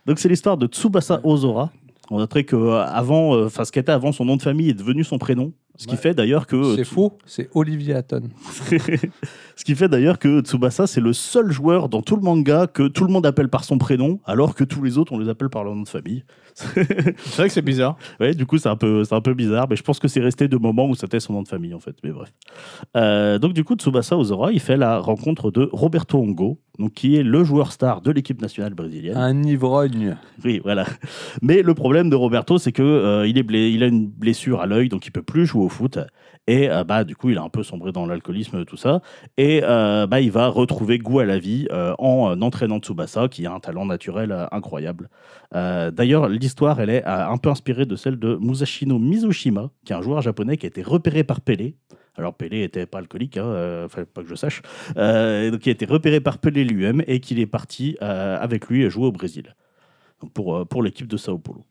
[SPEAKER 3] Donc c'est l'histoire de Tsubasa Ozora. On noterait que euh, avant, euh, enfin ce qu'était avant son nom de famille est devenu son prénom, ce qui
[SPEAKER 1] Ouais.
[SPEAKER 3] fait d'ailleurs que euh,
[SPEAKER 1] C'est
[SPEAKER 3] Tsu-
[SPEAKER 1] faux, c'est Olivier Hatton.
[SPEAKER 3] <laughs> ce qui fait d'ailleurs que Tsubasa, c'est le seul joueur dans tout le manga que tout le monde appelle par son prénom, alors que tous les autres, on les appelle par leur nom de famille. <laughs>
[SPEAKER 2] C'est vrai que c'est bizarre.
[SPEAKER 3] Ouais, du coup, c'est un, peu, c'est un peu bizarre, mais je pense que c'est resté de moments où c'était son nom de famille, en fait. Mais bref. Euh, donc, du coup, Tsubasa Ozora, il fait la rencontre de Roberto Hongo, donc, qui est le joueur star de l'équipe nationale brésilienne.
[SPEAKER 1] Un ivrogne.
[SPEAKER 3] Oui, voilà. Mais le problème de Roberto, c'est que euh, il, est blé- il a une blessure à l'œil, donc il peut plus jouer au foot. Et euh, bah, du coup, il a un peu sombré dans l'alcoolisme, tout ça. Et euh, bah, il va retrouver goût à la vie euh, en euh, entraînant Tsubasa, qui a un talent naturel euh, incroyable. Euh, D'ailleurs, l'histoire, elle est euh, un peu inspirée de celle de Musashino Mizushima, qui est un joueur japonais qui a été repéré par Pelé. Alors, Pelé n'était pas alcoolique, hein, euh, fallait pas que je sache. Euh, et donc, il a été repéré par Pelé lui-même et qu'il est parti euh, avec lui jouer au Brésil Donc, pour, euh, pour l'équipe de Sao Paulo.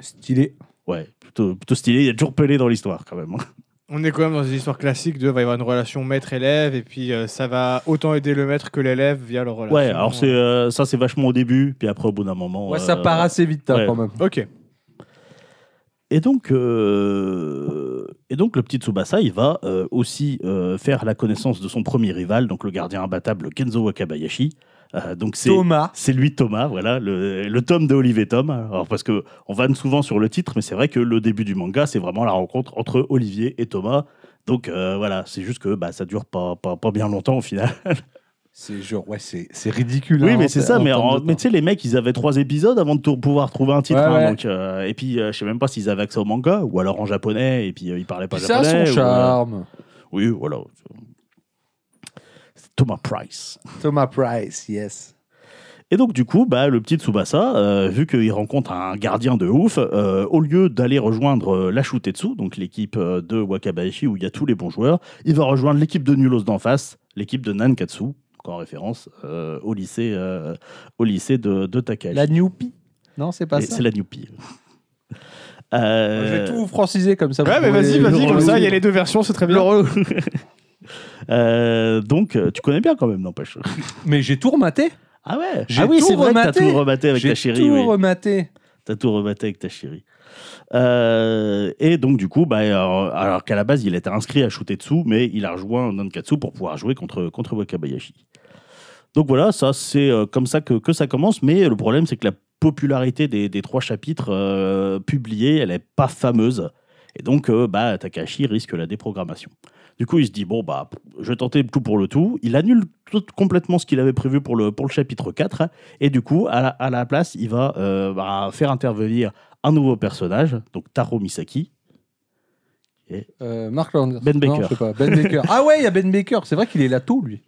[SPEAKER 1] Stylé.
[SPEAKER 3] Ouais, plutôt, plutôt stylé. Il y a toujours Pelé dans l'histoire, quand même. hein.
[SPEAKER 2] On est quand même dans une histoire classique de va y avoir une relation maître-élève et puis euh, ça va autant aider le maître que l'élève via leur relation.
[SPEAKER 3] Ouais, alors c'est, euh, ça, c'est vachement au début, puis après, au bout d'un moment.
[SPEAKER 1] Ouais, ça
[SPEAKER 3] euh,
[SPEAKER 1] part assez vite, hein,
[SPEAKER 3] ouais.
[SPEAKER 1] quand même.
[SPEAKER 2] Ok.
[SPEAKER 3] Et donc, euh, et donc, le petit Tsubasa, il va euh, aussi euh, faire la connaissance de son premier rival, donc le gardien imbattable Kenzo Wakabayashi. Euh, donc c'est
[SPEAKER 1] Thomas.
[SPEAKER 3] c'est lui Thomas, voilà, le, le tome de Olivier Tom. Alors parce que on vanne souvent sur le titre, mais c'est vrai que le début du manga, c'est vraiment la rencontre entre Olivier et Thomas. Donc euh, voilà, c'est juste que bah, ça dure pas, pas, pas bien longtemps au final.
[SPEAKER 1] C'est genre, ouais, c'est c'est ridicule.
[SPEAKER 3] Oui,
[SPEAKER 1] hein,
[SPEAKER 3] mais c'est
[SPEAKER 1] en-
[SPEAKER 3] ça.
[SPEAKER 1] en
[SPEAKER 3] Mais,
[SPEAKER 1] termes
[SPEAKER 3] en-
[SPEAKER 1] de
[SPEAKER 3] mais
[SPEAKER 1] temps.
[SPEAKER 3] tu sais, les mecs, ils avaient trois épisodes avant de tou- pouvoir trouver un titre.
[SPEAKER 1] Ouais,
[SPEAKER 3] hein,
[SPEAKER 1] ouais.
[SPEAKER 3] donc, euh, et puis, euh, je sais même pas s'ils avaient accès au manga ou alors en japonais. Et puis, euh, ils parlaient pas
[SPEAKER 1] Puis ça a
[SPEAKER 3] japonais.
[SPEAKER 1] son
[SPEAKER 3] ou, euh,
[SPEAKER 1] charme.
[SPEAKER 3] oui, voilà. C'est Thomas Price.
[SPEAKER 1] Thomas Price, yes.
[SPEAKER 3] Et donc, du coup, bah, le petit Tsubasa, euh, vu qu'il rencontre un gardien de ouf, euh, au lieu d'aller rejoindre euh, la Shutetsu, donc l'équipe euh, de Wakabayashi où il y a tous les bons joueurs, il va rejoindre l'équipe de Nulos d'en face, l'équipe de Nankatsu, donc en référence euh, au lycée, euh, au lycée de, de Takahashi.
[SPEAKER 1] La Newpie. Non, c'est pas
[SPEAKER 3] Et
[SPEAKER 1] ça.
[SPEAKER 3] C'est la Newpie. Euh,
[SPEAKER 1] Je vais tout franciser comme ça.
[SPEAKER 3] Ah,
[SPEAKER 1] vous
[SPEAKER 2] Ouais, mais
[SPEAKER 1] pouvez-
[SPEAKER 2] vas-y, vas-y,
[SPEAKER 1] vous
[SPEAKER 2] comme ça, il y a
[SPEAKER 1] pouvez-
[SPEAKER 2] les deux versions, c'est très bien.
[SPEAKER 3] euh, donc, euh, tu connais bien quand même, n'empêche.
[SPEAKER 1] Mais j'ai tout rematé.
[SPEAKER 3] Ah ouais
[SPEAKER 1] J'ai
[SPEAKER 3] Ah oui,
[SPEAKER 1] tout
[SPEAKER 3] c'est vrai que t'as
[SPEAKER 1] rematé.
[SPEAKER 3] tout rematé avec ta
[SPEAKER 1] J'ai
[SPEAKER 3] chérie.
[SPEAKER 1] tout
[SPEAKER 3] oui.
[SPEAKER 1] rematé.
[SPEAKER 3] T'as tout rematé avec ta chérie. Euh, et donc, du coup, bah, alors, alors qu'à la base, il était inscrit à Shutetsu, mais il a rejoint Nankatsu pour pouvoir jouer contre, contre Wakabayashi. Donc voilà, ça, c'est euh, comme ça que, que ça commence, mais le problème, c'est que la popularité des, des trois chapitres euh, publiés, elle n'est pas fameuse. Et donc, euh, bah, Takahashi risque la déprogrammation. Du coup, il se dit, bon, bah, je vais tenter le tout pour le tout. Il annule tout- complètement ce qu'il avait prévu pour le, pour le chapitre 4. Et du coup, à la, à la place, il va euh, bah, faire intervenir un nouveau personnage, donc Taro Misaki.
[SPEAKER 1] Euh, Mark Landers.
[SPEAKER 3] Ben
[SPEAKER 1] Non,
[SPEAKER 3] Baker.
[SPEAKER 1] je sais pas. Ben Baker. Ah ouais, il y a Ben Baker. C'est vrai qu'il est là tout, lui.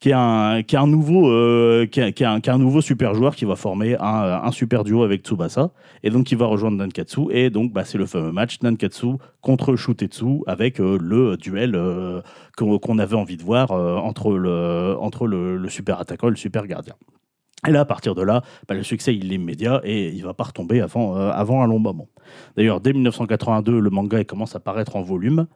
[SPEAKER 3] Qui est, un, qui, est un nouveau, euh, qui, est, qui est un, qui est un nouveau super joueur qui va former un, euh, un super duo avec Tsubasa. Et donc, il va rejoindre Nankatsu. Et donc, bah, c'est le fameux match Nankatsu contre Shutetsu avec euh, le duel euh, qu'on qu'on avait envie de voir euh, entre, le, entre le, le super attaquant et le super gardien. Et là, à partir de là, bah, le succès il est immédiat et il va pas retomber avant, euh, avant un long moment. D'ailleurs, dès 1982, le manga il commence à paraître en volume,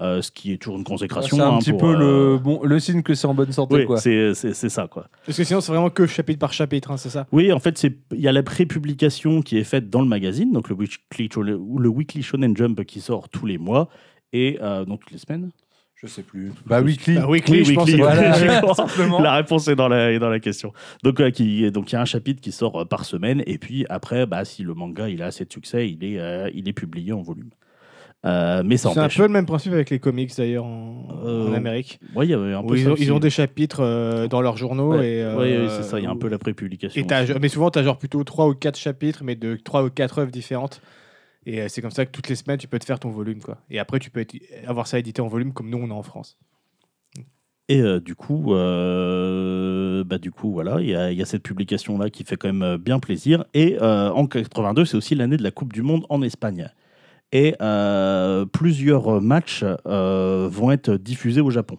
[SPEAKER 3] euh, ce qui est toujours une consécration.
[SPEAKER 1] C'est un
[SPEAKER 3] hein,
[SPEAKER 1] petit
[SPEAKER 3] pour,
[SPEAKER 1] peu
[SPEAKER 3] euh,
[SPEAKER 1] le, bon, le signe que c'est en bonne santé,
[SPEAKER 3] Oui,
[SPEAKER 1] quoi.
[SPEAKER 3] c'est c'est- c'est ça, quoi.
[SPEAKER 2] Parce que sinon, c'est vraiment que chapitre par chapitre, hein, c'est ça
[SPEAKER 3] Oui, en fait, c'est- il y a la prépublication qui est faite dans le magazine, donc le Weekly, Shonen- ou le Weekly Shonen Jump qui sort tous les mois, et euh, donc toutes les semaines.
[SPEAKER 1] Je sais plus. Bah, Weekly.
[SPEAKER 2] Bah, Weekly,
[SPEAKER 3] Oui,
[SPEAKER 2] je pense.
[SPEAKER 3] Weekly,
[SPEAKER 2] ouais.
[SPEAKER 3] <laughs>
[SPEAKER 1] Voilà, <laughs>
[SPEAKER 3] je crois.
[SPEAKER 1] simplement.
[SPEAKER 3] La réponse est dans la, est dans la question. Donc euh, qui- donc, il y a un chapitre qui sort euh, par semaine, et puis après, bah, si le manga il a assez de succès, il est, euh, il est publié en volume. Euh, mais ça
[SPEAKER 2] C'est un
[SPEAKER 3] empêche.
[SPEAKER 2] peu le même principe avec les comics d'ailleurs en,
[SPEAKER 3] Euh,
[SPEAKER 2] en Amérique.
[SPEAKER 3] Ouais, il y avait un peu
[SPEAKER 2] où ils,
[SPEAKER 3] ça
[SPEAKER 2] ont,
[SPEAKER 3] aussi.
[SPEAKER 2] ils ont des chapitres euh, dans leurs journaux.
[SPEAKER 3] Ouais,
[SPEAKER 2] et, euh,
[SPEAKER 3] ouais, ouais, c'est ça, il y a un peu la
[SPEAKER 2] Et
[SPEAKER 3] prépublication.
[SPEAKER 2] t'as-
[SPEAKER 3] aussi.
[SPEAKER 2] mais souvent, tu as genre plutôt 3 ou 4 chapitres, mais de 3 ou 4 œuvres différentes. Et euh, c'est comme ça que toutes les semaines, tu peux te faire ton volume. quoi. Et après, tu peux être- avoir ça édité en volume comme nous, on a en France.
[SPEAKER 3] Et euh, du coup, euh, bah, du coup, voilà, il y, a- il y a cette publication là qui fait quand même euh, bien plaisir. Et euh, en 82, c'est aussi l'année de la Coupe du Monde en Espagne. Et euh, plusieurs matchs euh, vont être diffusés au Japon.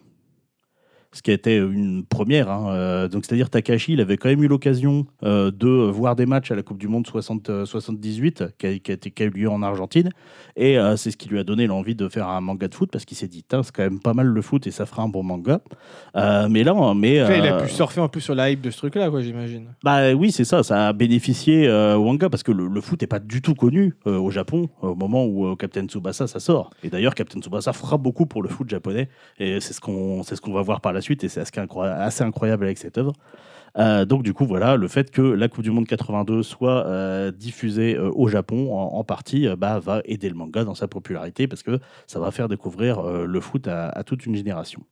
[SPEAKER 3] Ce qui a été une première. hein. Euh, Donc, c'est-à-dire Takashi, il avait quand même eu l'occasion euh, de voir des matchs à la Coupe du Monde 60, euh, 78, qui a, qui a été- qui a eu lieu en Argentine. Et euh, c'est ce qui lui a donné l'envie de faire un manga de foot parce qu'il s'est dit, Tain, c'est quand même pas mal le foot et ça fera un bon manga. Euh, mais là, on- mais.
[SPEAKER 2] Après, il a
[SPEAKER 3] euh,
[SPEAKER 2] pu surfer un peu sur la hype de ce truc-là, quoi, j'imagine.
[SPEAKER 3] bah oui, c'est ça, ça a bénéficié euh, au manga parce que le, le foot n'est pas du tout connu euh, au Japon euh, au moment où euh, Captain Tsubasa ça sort. Et d'ailleurs, Captain Tsubasa fera beaucoup pour le foot japonais et c'est ce qu'on c'est ce qu'on va voir par la la suite et c'est assez incroya- assez incroyable avec cette œuvre. Euh, donc du coup voilà, le fait que la Coupe du Monde 82 soit euh, diffusée euh, au Japon en, en partie euh, bah, va aider le manga dans sa popularité parce que ça va faire découvrir euh, le foot à, à toute une génération.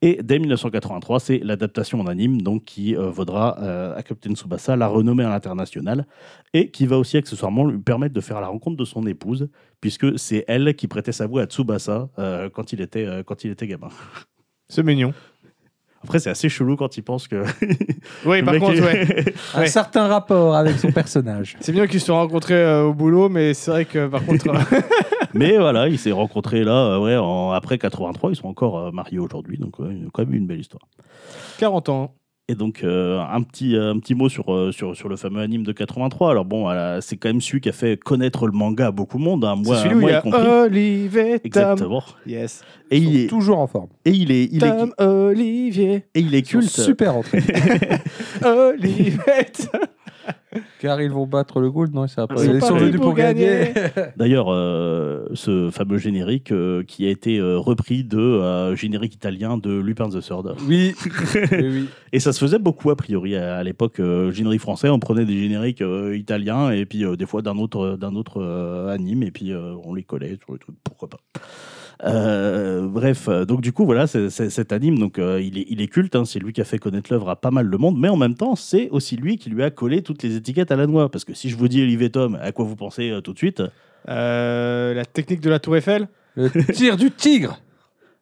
[SPEAKER 3] Et dès 1983, c'est l'adaptation en anime donc qui euh, vaudra euh, à Captain Tsubasa la renommée à l'international et qui va aussi accessoirement lui permettre de faire la rencontre de son épouse puisque c'est elle qui prêtait sa voix à Tsubasa euh, quand il était euh, quand il était gamin.
[SPEAKER 2] C'est mignon.
[SPEAKER 3] Après c'est assez chelou quand il pense que
[SPEAKER 2] Oui,
[SPEAKER 3] le
[SPEAKER 2] par
[SPEAKER 3] mec
[SPEAKER 2] contre,
[SPEAKER 3] est-
[SPEAKER 2] ouais.
[SPEAKER 1] Un
[SPEAKER 2] Ouais.
[SPEAKER 1] certain rapport avec son personnage.
[SPEAKER 2] <laughs> C'est bien qu'ils se soient rencontrés euh, au boulot, mais c'est vrai que par contre, euh,
[SPEAKER 3] <laughs> Mais voilà, il s'est rencontré là, euh, ouais, en- après 83, ils sont encore euh, mariés aujourd'hui, donc ouais, quand même une belle histoire.
[SPEAKER 2] 40 ans.
[SPEAKER 3] Et donc, euh, un, petit, euh, un petit mot sur, euh, sur, sur le fameux anime de 83. Alors bon, euh, c'est quand même celui qui a fait connaître le manga à beaucoup de monde, hein, moi,
[SPEAKER 2] c'est celui où
[SPEAKER 3] moi
[SPEAKER 2] il y
[SPEAKER 3] y
[SPEAKER 2] a
[SPEAKER 3] compris.
[SPEAKER 2] Olivier Tom.
[SPEAKER 3] Exactement.
[SPEAKER 2] Yes.
[SPEAKER 3] Et
[SPEAKER 1] Ils
[SPEAKER 3] il
[SPEAKER 1] sont
[SPEAKER 3] est,
[SPEAKER 1] toujours en forme.
[SPEAKER 3] et il est, il est,
[SPEAKER 2] Tom, Olivier,
[SPEAKER 3] et il est
[SPEAKER 1] Ils sont
[SPEAKER 3] culte.
[SPEAKER 1] super entraînés.
[SPEAKER 2] Olivier. Tom.
[SPEAKER 1] <laughs> Car ils vont battre le Gold, non Ça va pas.
[SPEAKER 3] Ah, Ils sont
[SPEAKER 1] Ils
[SPEAKER 3] pas
[SPEAKER 1] sont
[SPEAKER 3] venus
[SPEAKER 1] venus pour
[SPEAKER 2] pour
[SPEAKER 1] gagner.
[SPEAKER 3] D'ailleurs, euh, ce fameux générique euh, qui a été euh, repris de euh, générique italien de Lupin the Third. <laughs>
[SPEAKER 1] oui. oui, oui.
[SPEAKER 3] Et ça se faisait beaucoup a priori à, à l'époque. euh, générique français, on prenait des génériques euh, italiens et puis euh, des fois d'un autre, d'un autre euh, anime et puis euh, on les collait sur le truc, pourquoi pas. Euh, bref, euh, donc du coup voilà, c'est- c'est- cet anime, donc euh, il, est, il est culte, hein, c'est lui qui a fait connaître l'œuvre à pas mal de monde, mais en même temps c'est aussi lui qui lui a collé toutes les étiquettes à la noix, parce que si je vous dis Olivier Tom, à quoi vous pensez euh, tout de suite
[SPEAKER 2] Euh, la technique de la Tour Eiffel
[SPEAKER 1] Le tir du tigre.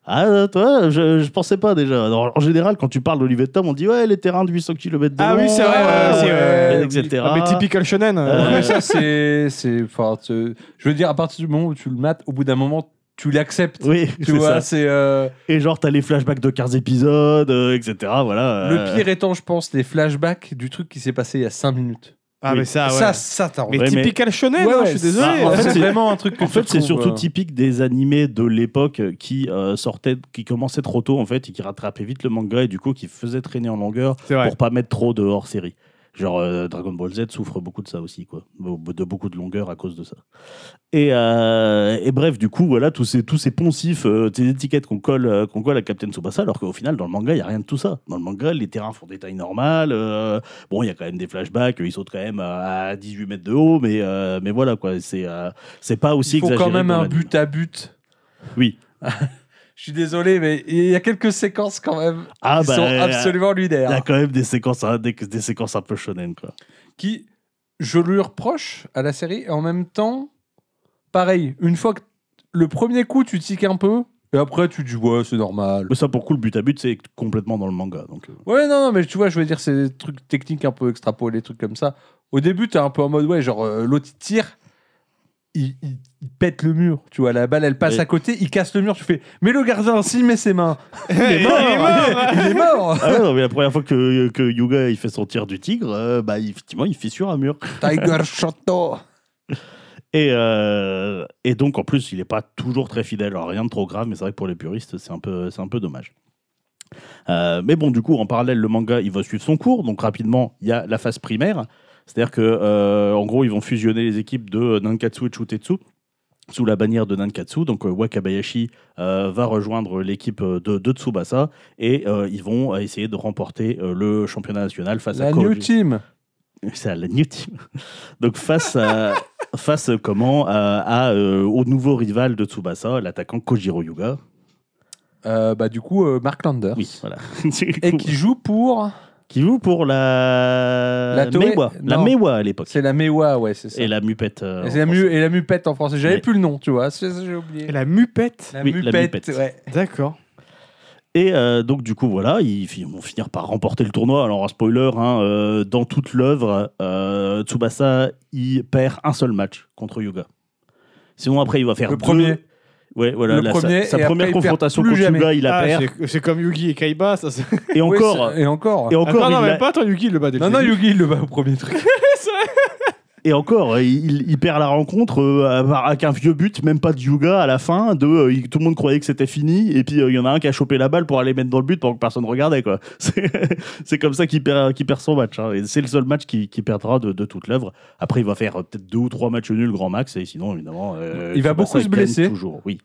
[SPEAKER 3] Ah toi, je, je pensais pas déjà. En, en général, quand tu parles d'Olivier Tom, on dit ouais les terrains de 800 km de long,
[SPEAKER 1] ouais,
[SPEAKER 2] Ah c'est,
[SPEAKER 1] ouais,
[SPEAKER 2] euh,
[SPEAKER 3] etc.
[SPEAKER 2] ah, mais typical shonen.
[SPEAKER 3] Euh,
[SPEAKER 1] Ouais, ça, c'est. c'est- enfin, c'est- Je veux dire, à partir du moment où tu le mates, au bout d'un moment, tu l'acceptes.
[SPEAKER 3] Oui,
[SPEAKER 1] <laughs> Tu
[SPEAKER 3] c'est
[SPEAKER 1] vois,
[SPEAKER 3] ça.
[SPEAKER 1] c'est. euh,
[SPEAKER 3] Et genre, t'as les flashbacks de 15 épisodes, euh, etc. Voilà.
[SPEAKER 1] Le
[SPEAKER 3] euh,
[SPEAKER 1] pire étant, je pense, les flashbacks du truc qui s'est passé il y a 5 minutes.
[SPEAKER 2] ah, mais ça, ouais.
[SPEAKER 1] Ça, ça t'en
[SPEAKER 2] mais
[SPEAKER 3] Ouais, mais-
[SPEAKER 2] typical shonen,
[SPEAKER 1] Ouais,
[SPEAKER 2] hein,
[SPEAKER 1] ouais,
[SPEAKER 2] je suis désolé.
[SPEAKER 1] c'est-
[SPEAKER 3] Ah,
[SPEAKER 1] en fait,
[SPEAKER 3] c'est-
[SPEAKER 1] c'est vraiment un truc que
[SPEAKER 3] En
[SPEAKER 1] tu
[SPEAKER 3] fait, c'est
[SPEAKER 1] retrouves,
[SPEAKER 3] surtout
[SPEAKER 1] euh,
[SPEAKER 3] typique des animés de l'époque qui euh, sortaient, qui commençaient trop tôt, en fait, et qui rattrapaient vite le manga, et du coup, qui faisaient traîner en longueur
[SPEAKER 2] C'est vrai.
[SPEAKER 3] pour pas mettre trop de hors-série. Genre, euh, Dragon Ball Z souffre beaucoup de ça aussi, quoi. Be- De beaucoup de longueur à cause de ça. Et, euh, et bref, du coup, voilà, tous ces, tous ces poncifs, euh, ces étiquettes qu'on colle, euh, qu'on colle à Captain Tsubasa, alors qu'au final, dans le manga, il n'y a rien de tout ça. Dans le manga, les terrains font des tailles normales. euh, bon, il y a quand même des flashbacks, ils sautent quand même à 18 mètres de haut, mais, euh, mais voilà, quoi. C'est euh, c'est pas aussi
[SPEAKER 1] Il faut
[SPEAKER 3] exagéré.
[SPEAKER 1] quand même
[SPEAKER 3] dans
[SPEAKER 1] un
[SPEAKER 3] l'anime.
[SPEAKER 1] but à but.
[SPEAKER 3] Oui.
[SPEAKER 1] <laughs> Je suis désolé, mais il y a quelques séquences quand même
[SPEAKER 3] Ah,
[SPEAKER 1] qui
[SPEAKER 3] bah,
[SPEAKER 1] sont
[SPEAKER 3] euh,
[SPEAKER 1] absolument
[SPEAKER 3] Il y a
[SPEAKER 1] lunaires.
[SPEAKER 3] quand même des séquences, hein, des, des séquences un peu shonen, quoi.
[SPEAKER 1] Qui, je lui reproche à la série, et en même temps, pareil, une fois que le premier coup, tu tiques un peu, et après, tu te dis, ouais, c'est normal.
[SPEAKER 3] Mais ça, pour le coup, le but à but, c'est complètement dans le manga. Donc, euh,
[SPEAKER 1] Ouais, non, non, mais tu vois, je veux dire, c'est des trucs techniques un peu extrapolés, des trucs comme ça. Au début, t'es un peu en mode, ouais, genre, euh, l'autre il tire, il, il- il pète le mur, tu vois, la balle elle passe
[SPEAKER 3] Ouais.
[SPEAKER 1] à côté, il casse le mur, tu fais, mais le gardien, s'il met ses mains, il est mort,
[SPEAKER 2] Il est mort.
[SPEAKER 1] <laughs> il est mort.
[SPEAKER 3] Ah ouais, non, mais la première fois que, que Yuga il fait son tir du tigre, euh, bah effectivement il fissure un mur.
[SPEAKER 1] Tiger Shoto.
[SPEAKER 3] Ah, Et, euh, et donc en plus il n'est pas toujours très fidèle, alors rien de trop grave, mais c'est vrai que pour les puristes c'est un peu, c'est un peu dommage. Euh, mais bon, du coup, en parallèle, le manga, il va suivre son cours. Donc rapidement, il y a la phase primaire. C'est-à-dire que, euh, en gros, ils vont fusionner les équipes de euh, Nankatsu et Chutetsu sous la bannière de Nankatsu. Donc euh, Wakabayashi euh, va rejoindre l'équipe euh, de, de Tsubasa et euh, ils vont euh, essayer de remporter euh, le championnat national face à
[SPEAKER 1] La
[SPEAKER 3] Koji.
[SPEAKER 1] New Team.
[SPEAKER 3] <laughs> C'est à la New Team. Donc
[SPEAKER 1] <laughs>
[SPEAKER 3] face à face euh, comment à- à, euh, au nouveau rival de Tsubasa, l'attaquant Kojiro Yuga.
[SPEAKER 1] Euh, bah, du coup, euh, Mark Landers.
[SPEAKER 3] Oui, voilà.
[SPEAKER 1] <laughs> Et qui joue pour.
[SPEAKER 3] qui joue pour la
[SPEAKER 1] La Toei-
[SPEAKER 3] Meiwa, la
[SPEAKER 1] non.
[SPEAKER 3] Meiwa à l'époque.
[SPEAKER 1] C'est la Mewa, ouais, c'est ça.
[SPEAKER 3] Et la Mupette. euh,
[SPEAKER 1] Et
[SPEAKER 3] en
[SPEAKER 1] c'est la,
[SPEAKER 3] français.
[SPEAKER 1] mu- et la Mupette en français. J'avais
[SPEAKER 3] Mais-
[SPEAKER 1] plus le nom, tu vois, c'est- j'ai oublié.
[SPEAKER 2] Et la mupette.
[SPEAKER 1] La,
[SPEAKER 3] Oui, la
[SPEAKER 1] mupette,
[SPEAKER 3] Mupette.
[SPEAKER 1] ouais.
[SPEAKER 2] D'accord.
[SPEAKER 3] Et euh, donc, du coup, voilà, ils, fi- vont finir par remporter le tournoi. Alors, un spoiler, hein, euh, dans toute l'œuvre, euh, Tsubasa, il perd un seul match contre Yuga. Sinon, après, il va faire
[SPEAKER 1] Le
[SPEAKER 3] deux-
[SPEAKER 1] premier.
[SPEAKER 3] Ouais, voilà,
[SPEAKER 1] Le
[SPEAKER 3] là, sa-
[SPEAKER 1] premier,
[SPEAKER 3] sa,
[SPEAKER 1] et
[SPEAKER 3] première
[SPEAKER 1] après, il perd
[SPEAKER 3] confrontation
[SPEAKER 1] plus
[SPEAKER 3] contre
[SPEAKER 1] jamais.
[SPEAKER 3] Yuga, il la
[SPEAKER 2] Ah,
[SPEAKER 3] perd.
[SPEAKER 2] c'est- c'est comme Yugi et Kaiba. Ça, c'est-
[SPEAKER 3] Et
[SPEAKER 1] Ouais,
[SPEAKER 3] encore,
[SPEAKER 1] c'est- et encore.
[SPEAKER 3] et encore,
[SPEAKER 2] Attends, non,
[SPEAKER 3] il
[SPEAKER 2] mais
[SPEAKER 3] la-
[SPEAKER 2] pas toi, Yugi, le bat des
[SPEAKER 1] Non, non, Yugi, il le bat au premier truc.
[SPEAKER 3] et encore, euh, il, il perd la rencontre euh, avec un vieux but, même pas de Yuga à la fin. De, euh, il- tout le monde croyait que c'était fini, et puis euh, il y en a un qui a chopé la balle pour aller mettre dans le but pendant que personne regardait. Quoi. <laughs> C'est, c'est comme ça qu'il perd, qu'il perd son match. hein. Et c'est le seul match qu'il qu'il perdra de, de toute l'œuvre. Après, il va faire euh, peut-être deux ou trois matchs nuls, grand max, et sinon, évidemment. euh,
[SPEAKER 1] Il va
[SPEAKER 3] Tsubasa
[SPEAKER 1] beaucoup se
[SPEAKER 3] gagne
[SPEAKER 1] blesser.
[SPEAKER 3] Toujours, oui.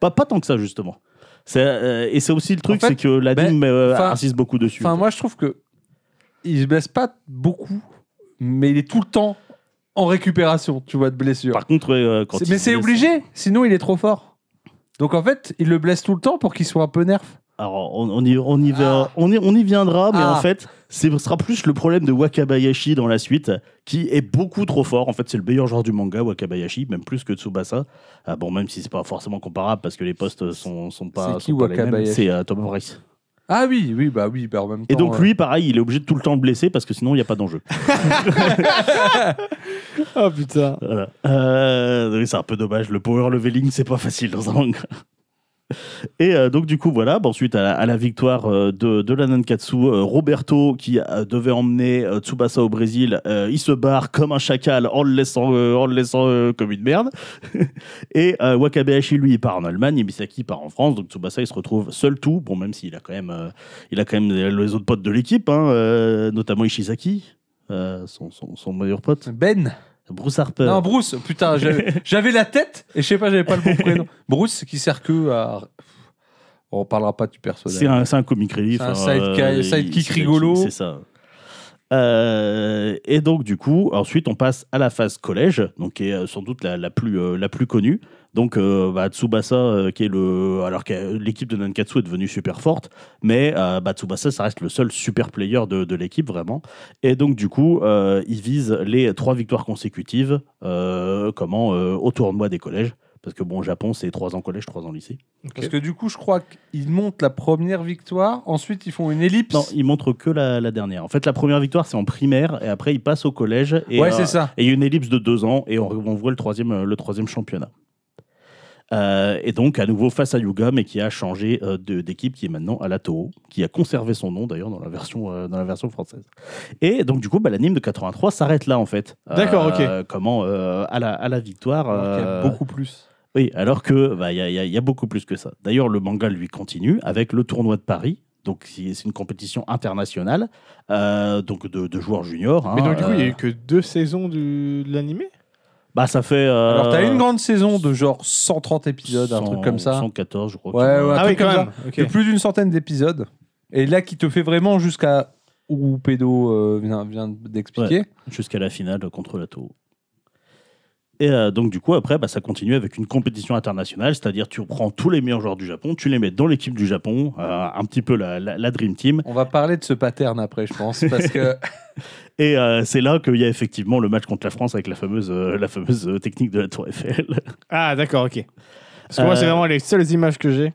[SPEAKER 3] Pas, pas tant que ça, justement. C'est, euh, et c'est aussi le truc,
[SPEAKER 1] fait,
[SPEAKER 3] c'est que la
[SPEAKER 1] ben,
[SPEAKER 3] DIM euh,
[SPEAKER 1] enfin,
[SPEAKER 3] insiste beaucoup dessus.
[SPEAKER 1] Enfin, moi, je trouve que il se blesse pas beaucoup, mais il est tout le temps en récupération, tu vois, de blessure.
[SPEAKER 3] Par contre, euh, quand
[SPEAKER 1] C'est-
[SPEAKER 3] il
[SPEAKER 1] Mais
[SPEAKER 3] se
[SPEAKER 1] c'est
[SPEAKER 3] blesse-
[SPEAKER 1] obligé, sinon il est trop fort. Donc en fait, il le blesse tout le temps pour qu'il soit un peu nerf.
[SPEAKER 3] Alors, on, on y, on, y va-
[SPEAKER 1] Ah.
[SPEAKER 3] on, y, on y viendra, mais
[SPEAKER 1] Ah.
[SPEAKER 3] en fait, c'est- ce sera plus le problème de Wakabayashi dans la suite, qui est beaucoup trop fort. En fait, c'est le meilleur joueur du manga, Wakabayashi, même plus que Tsubasa. Ah, bon, même si c'est pas forcément comparable, parce que les postes sont, sont pas.
[SPEAKER 1] C'est qui,
[SPEAKER 3] sont pas les mêmes.
[SPEAKER 1] Wakabayashi
[SPEAKER 3] C'est euh, Thomas Price.
[SPEAKER 1] Ah oui, oui, bah oui, bah en même temps.
[SPEAKER 3] Et donc,
[SPEAKER 1] euh,
[SPEAKER 3] lui, pareil, il est obligé de tout le temps le blesser, parce que sinon, il n'y a pas d'enjeu.
[SPEAKER 2] Oh putain.
[SPEAKER 3] Voilà. Euh, oui, c'est un peu dommage. Le power leveling, c'est pas facile dans un manga. Et euh, donc, du coup, voilà. Bah, ensuite, à la, à la victoire euh, de, de la Nankatsu, euh, Roberto, qui euh, devait emmener euh, Tsubasa au Brésil, euh, il se barre comme un chacal en le laissant, euh, en le laissant euh, comme une merde. <laughs> Et euh, Wakabayashi, lui, il part en Allemagne, et Misaki part en France. Donc, Tsubasa, il se retrouve seul tout. Bon, même s'il a quand même, euh, il a quand même les autres potes de l'équipe, hein, euh, notamment Ishizaki, euh, son, son- son meilleur pote.
[SPEAKER 1] Ben.
[SPEAKER 3] Bruce Harper.
[SPEAKER 1] Non, Bruce, putain,
[SPEAKER 3] <laughs>
[SPEAKER 1] j'avais j'avais la tête et je sais pas, j'avais pas le bon prénom. <laughs> Bruce qui sert que à. On parlera pas du
[SPEAKER 3] C'est
[SPEAKER 1] personnage.
[SPEAKER 3] un, c'est un comic relief.
[SPEAKER 1] C'est un
[SPEAKER 3] hein,
[SPEAKER 1] sidekick-
[SPEAKER 3] il-
[SPEAKER 1] sidekick
[SPEAKER 3] c'est-
[SPEAKER 1] rigolo.
[SPEAKER 3] C'est ça. Euh, et donc, du coup, ensuite, on passe à la phase collège, donc qui est euh, sans doute la, la plus, euh, la plus connue. Donc, euh, bah, Tsubasa, euh, qui est le. Alors que euh, l'équipe de Nankatsu est devenue super forte, mais euh, bah, Tsubasa, ça reste le seul super player de, de l'équipe, vraiment. Et donc, du coup, euh, il vise les trois victoires consécutives euh, comment, euh, au tournoi des collèges. Parce que, bon, au Japon, c'est trois ans collège, trois ans lycée.
[SPEAKER 1] Parce que du coup, je crois qu'ils montent la première victoire, ensuite ils font une ellipse.
[SPEAKER 3] Non, il montre que la, la dernière. En fait, la première victoire, c'est en primaire, et après, il passe au collège. Et,
[SPEAKER 1] ouais,
[SPEAKER 3] euh,
[SPEAKER 1] c'est ça.
[SPEAKER 3] et il y a une ellipse de deux ans, et on, on voit le troisième, euh, le troisième championnat. Euh, et donc, à nouveau, face à Yuga, mais qui a changé euh, de- d'équipe, qui est maintenant à la Toho, qui a conservé son nom, d'ailleurs, dans, la version, euh, dans la version française. Et donc, du coup, bah, l'anime de 83 s'arrête là, en fait.
[SPEAKER 2] D'accord,
[SPEAKER 3] Euh, Comment euh, à, la, à la victoire.
[SPEAKER 1] Alors qu'il y a
[SPEAKER 3] euh,
[SPEAKER 1] beaucoup plus.
[SPEAKER 3] oui, alors que bah, il y, a- il y a- il y a beaucoup plus que ça. D'ailleurs, le manga lui continue avec le tournoi de Paris. Donc c'est c'est une compétition internationale, euh, donc de, de joueurs juniors. hein,
[SPEAKER 2] Mais donc, du coup, il n'y a
[SPEAKER 3] euh,
[SPEAKER 2] eu que deux saisons du- de l'animé
[SPEAKER 3] bah ça fait. euh,
[SPEAKER 1] Alors, t'as une grande saison de genre 130 épisodes, un truc
[SPEAKER 3] 100,
[SPEAKER 1] comme ça.
[SPEAKER 3] 114, je crois.
[SPEAKER 1] Ouais,
[SPEAKER 3] qu'il y en a.
[SPEAKER 1] ouais.
[SPEAKER 2] Ah oui,
[SPEAKER 1] truc
[SPEAKER 2] quand
[SPEAKER 1] comme
[SPEAKER 2] même. Ok.
[SPEAKER 1] de plus d'une centaine d'épisodes. Et là, qui te fait vraiment jusqu'à où Pédo euh, vient, vient d'expliquer.
[SPEAKER 3] jusqu'à la finale contre la Toho. Et euh, donc, du coup, après, bah, ça continue avec une compétition internationale, c'est-à-dire tu prends tous les meilleurs joueurs du Japon, tu les mets dans l'équipe du Japon, euh, un petit peu la- la- la Dream Team,
[SPEAKER 1] On va parler de ce pattern après, je pense, parce que
[SPEAKER 3] Et euh, c'est là qu'il y a effectivement le match contre la France avec la fameuse, euh, la fameuse euh, technique de la Tour Eiffel. <laughs>
[SPEAKER 2] Ah, d'accord, ok. Parce que moi,
[SPEAKER 3] Euh,
[SPEAKER 2] c'est vraiment les seules images que j'ai.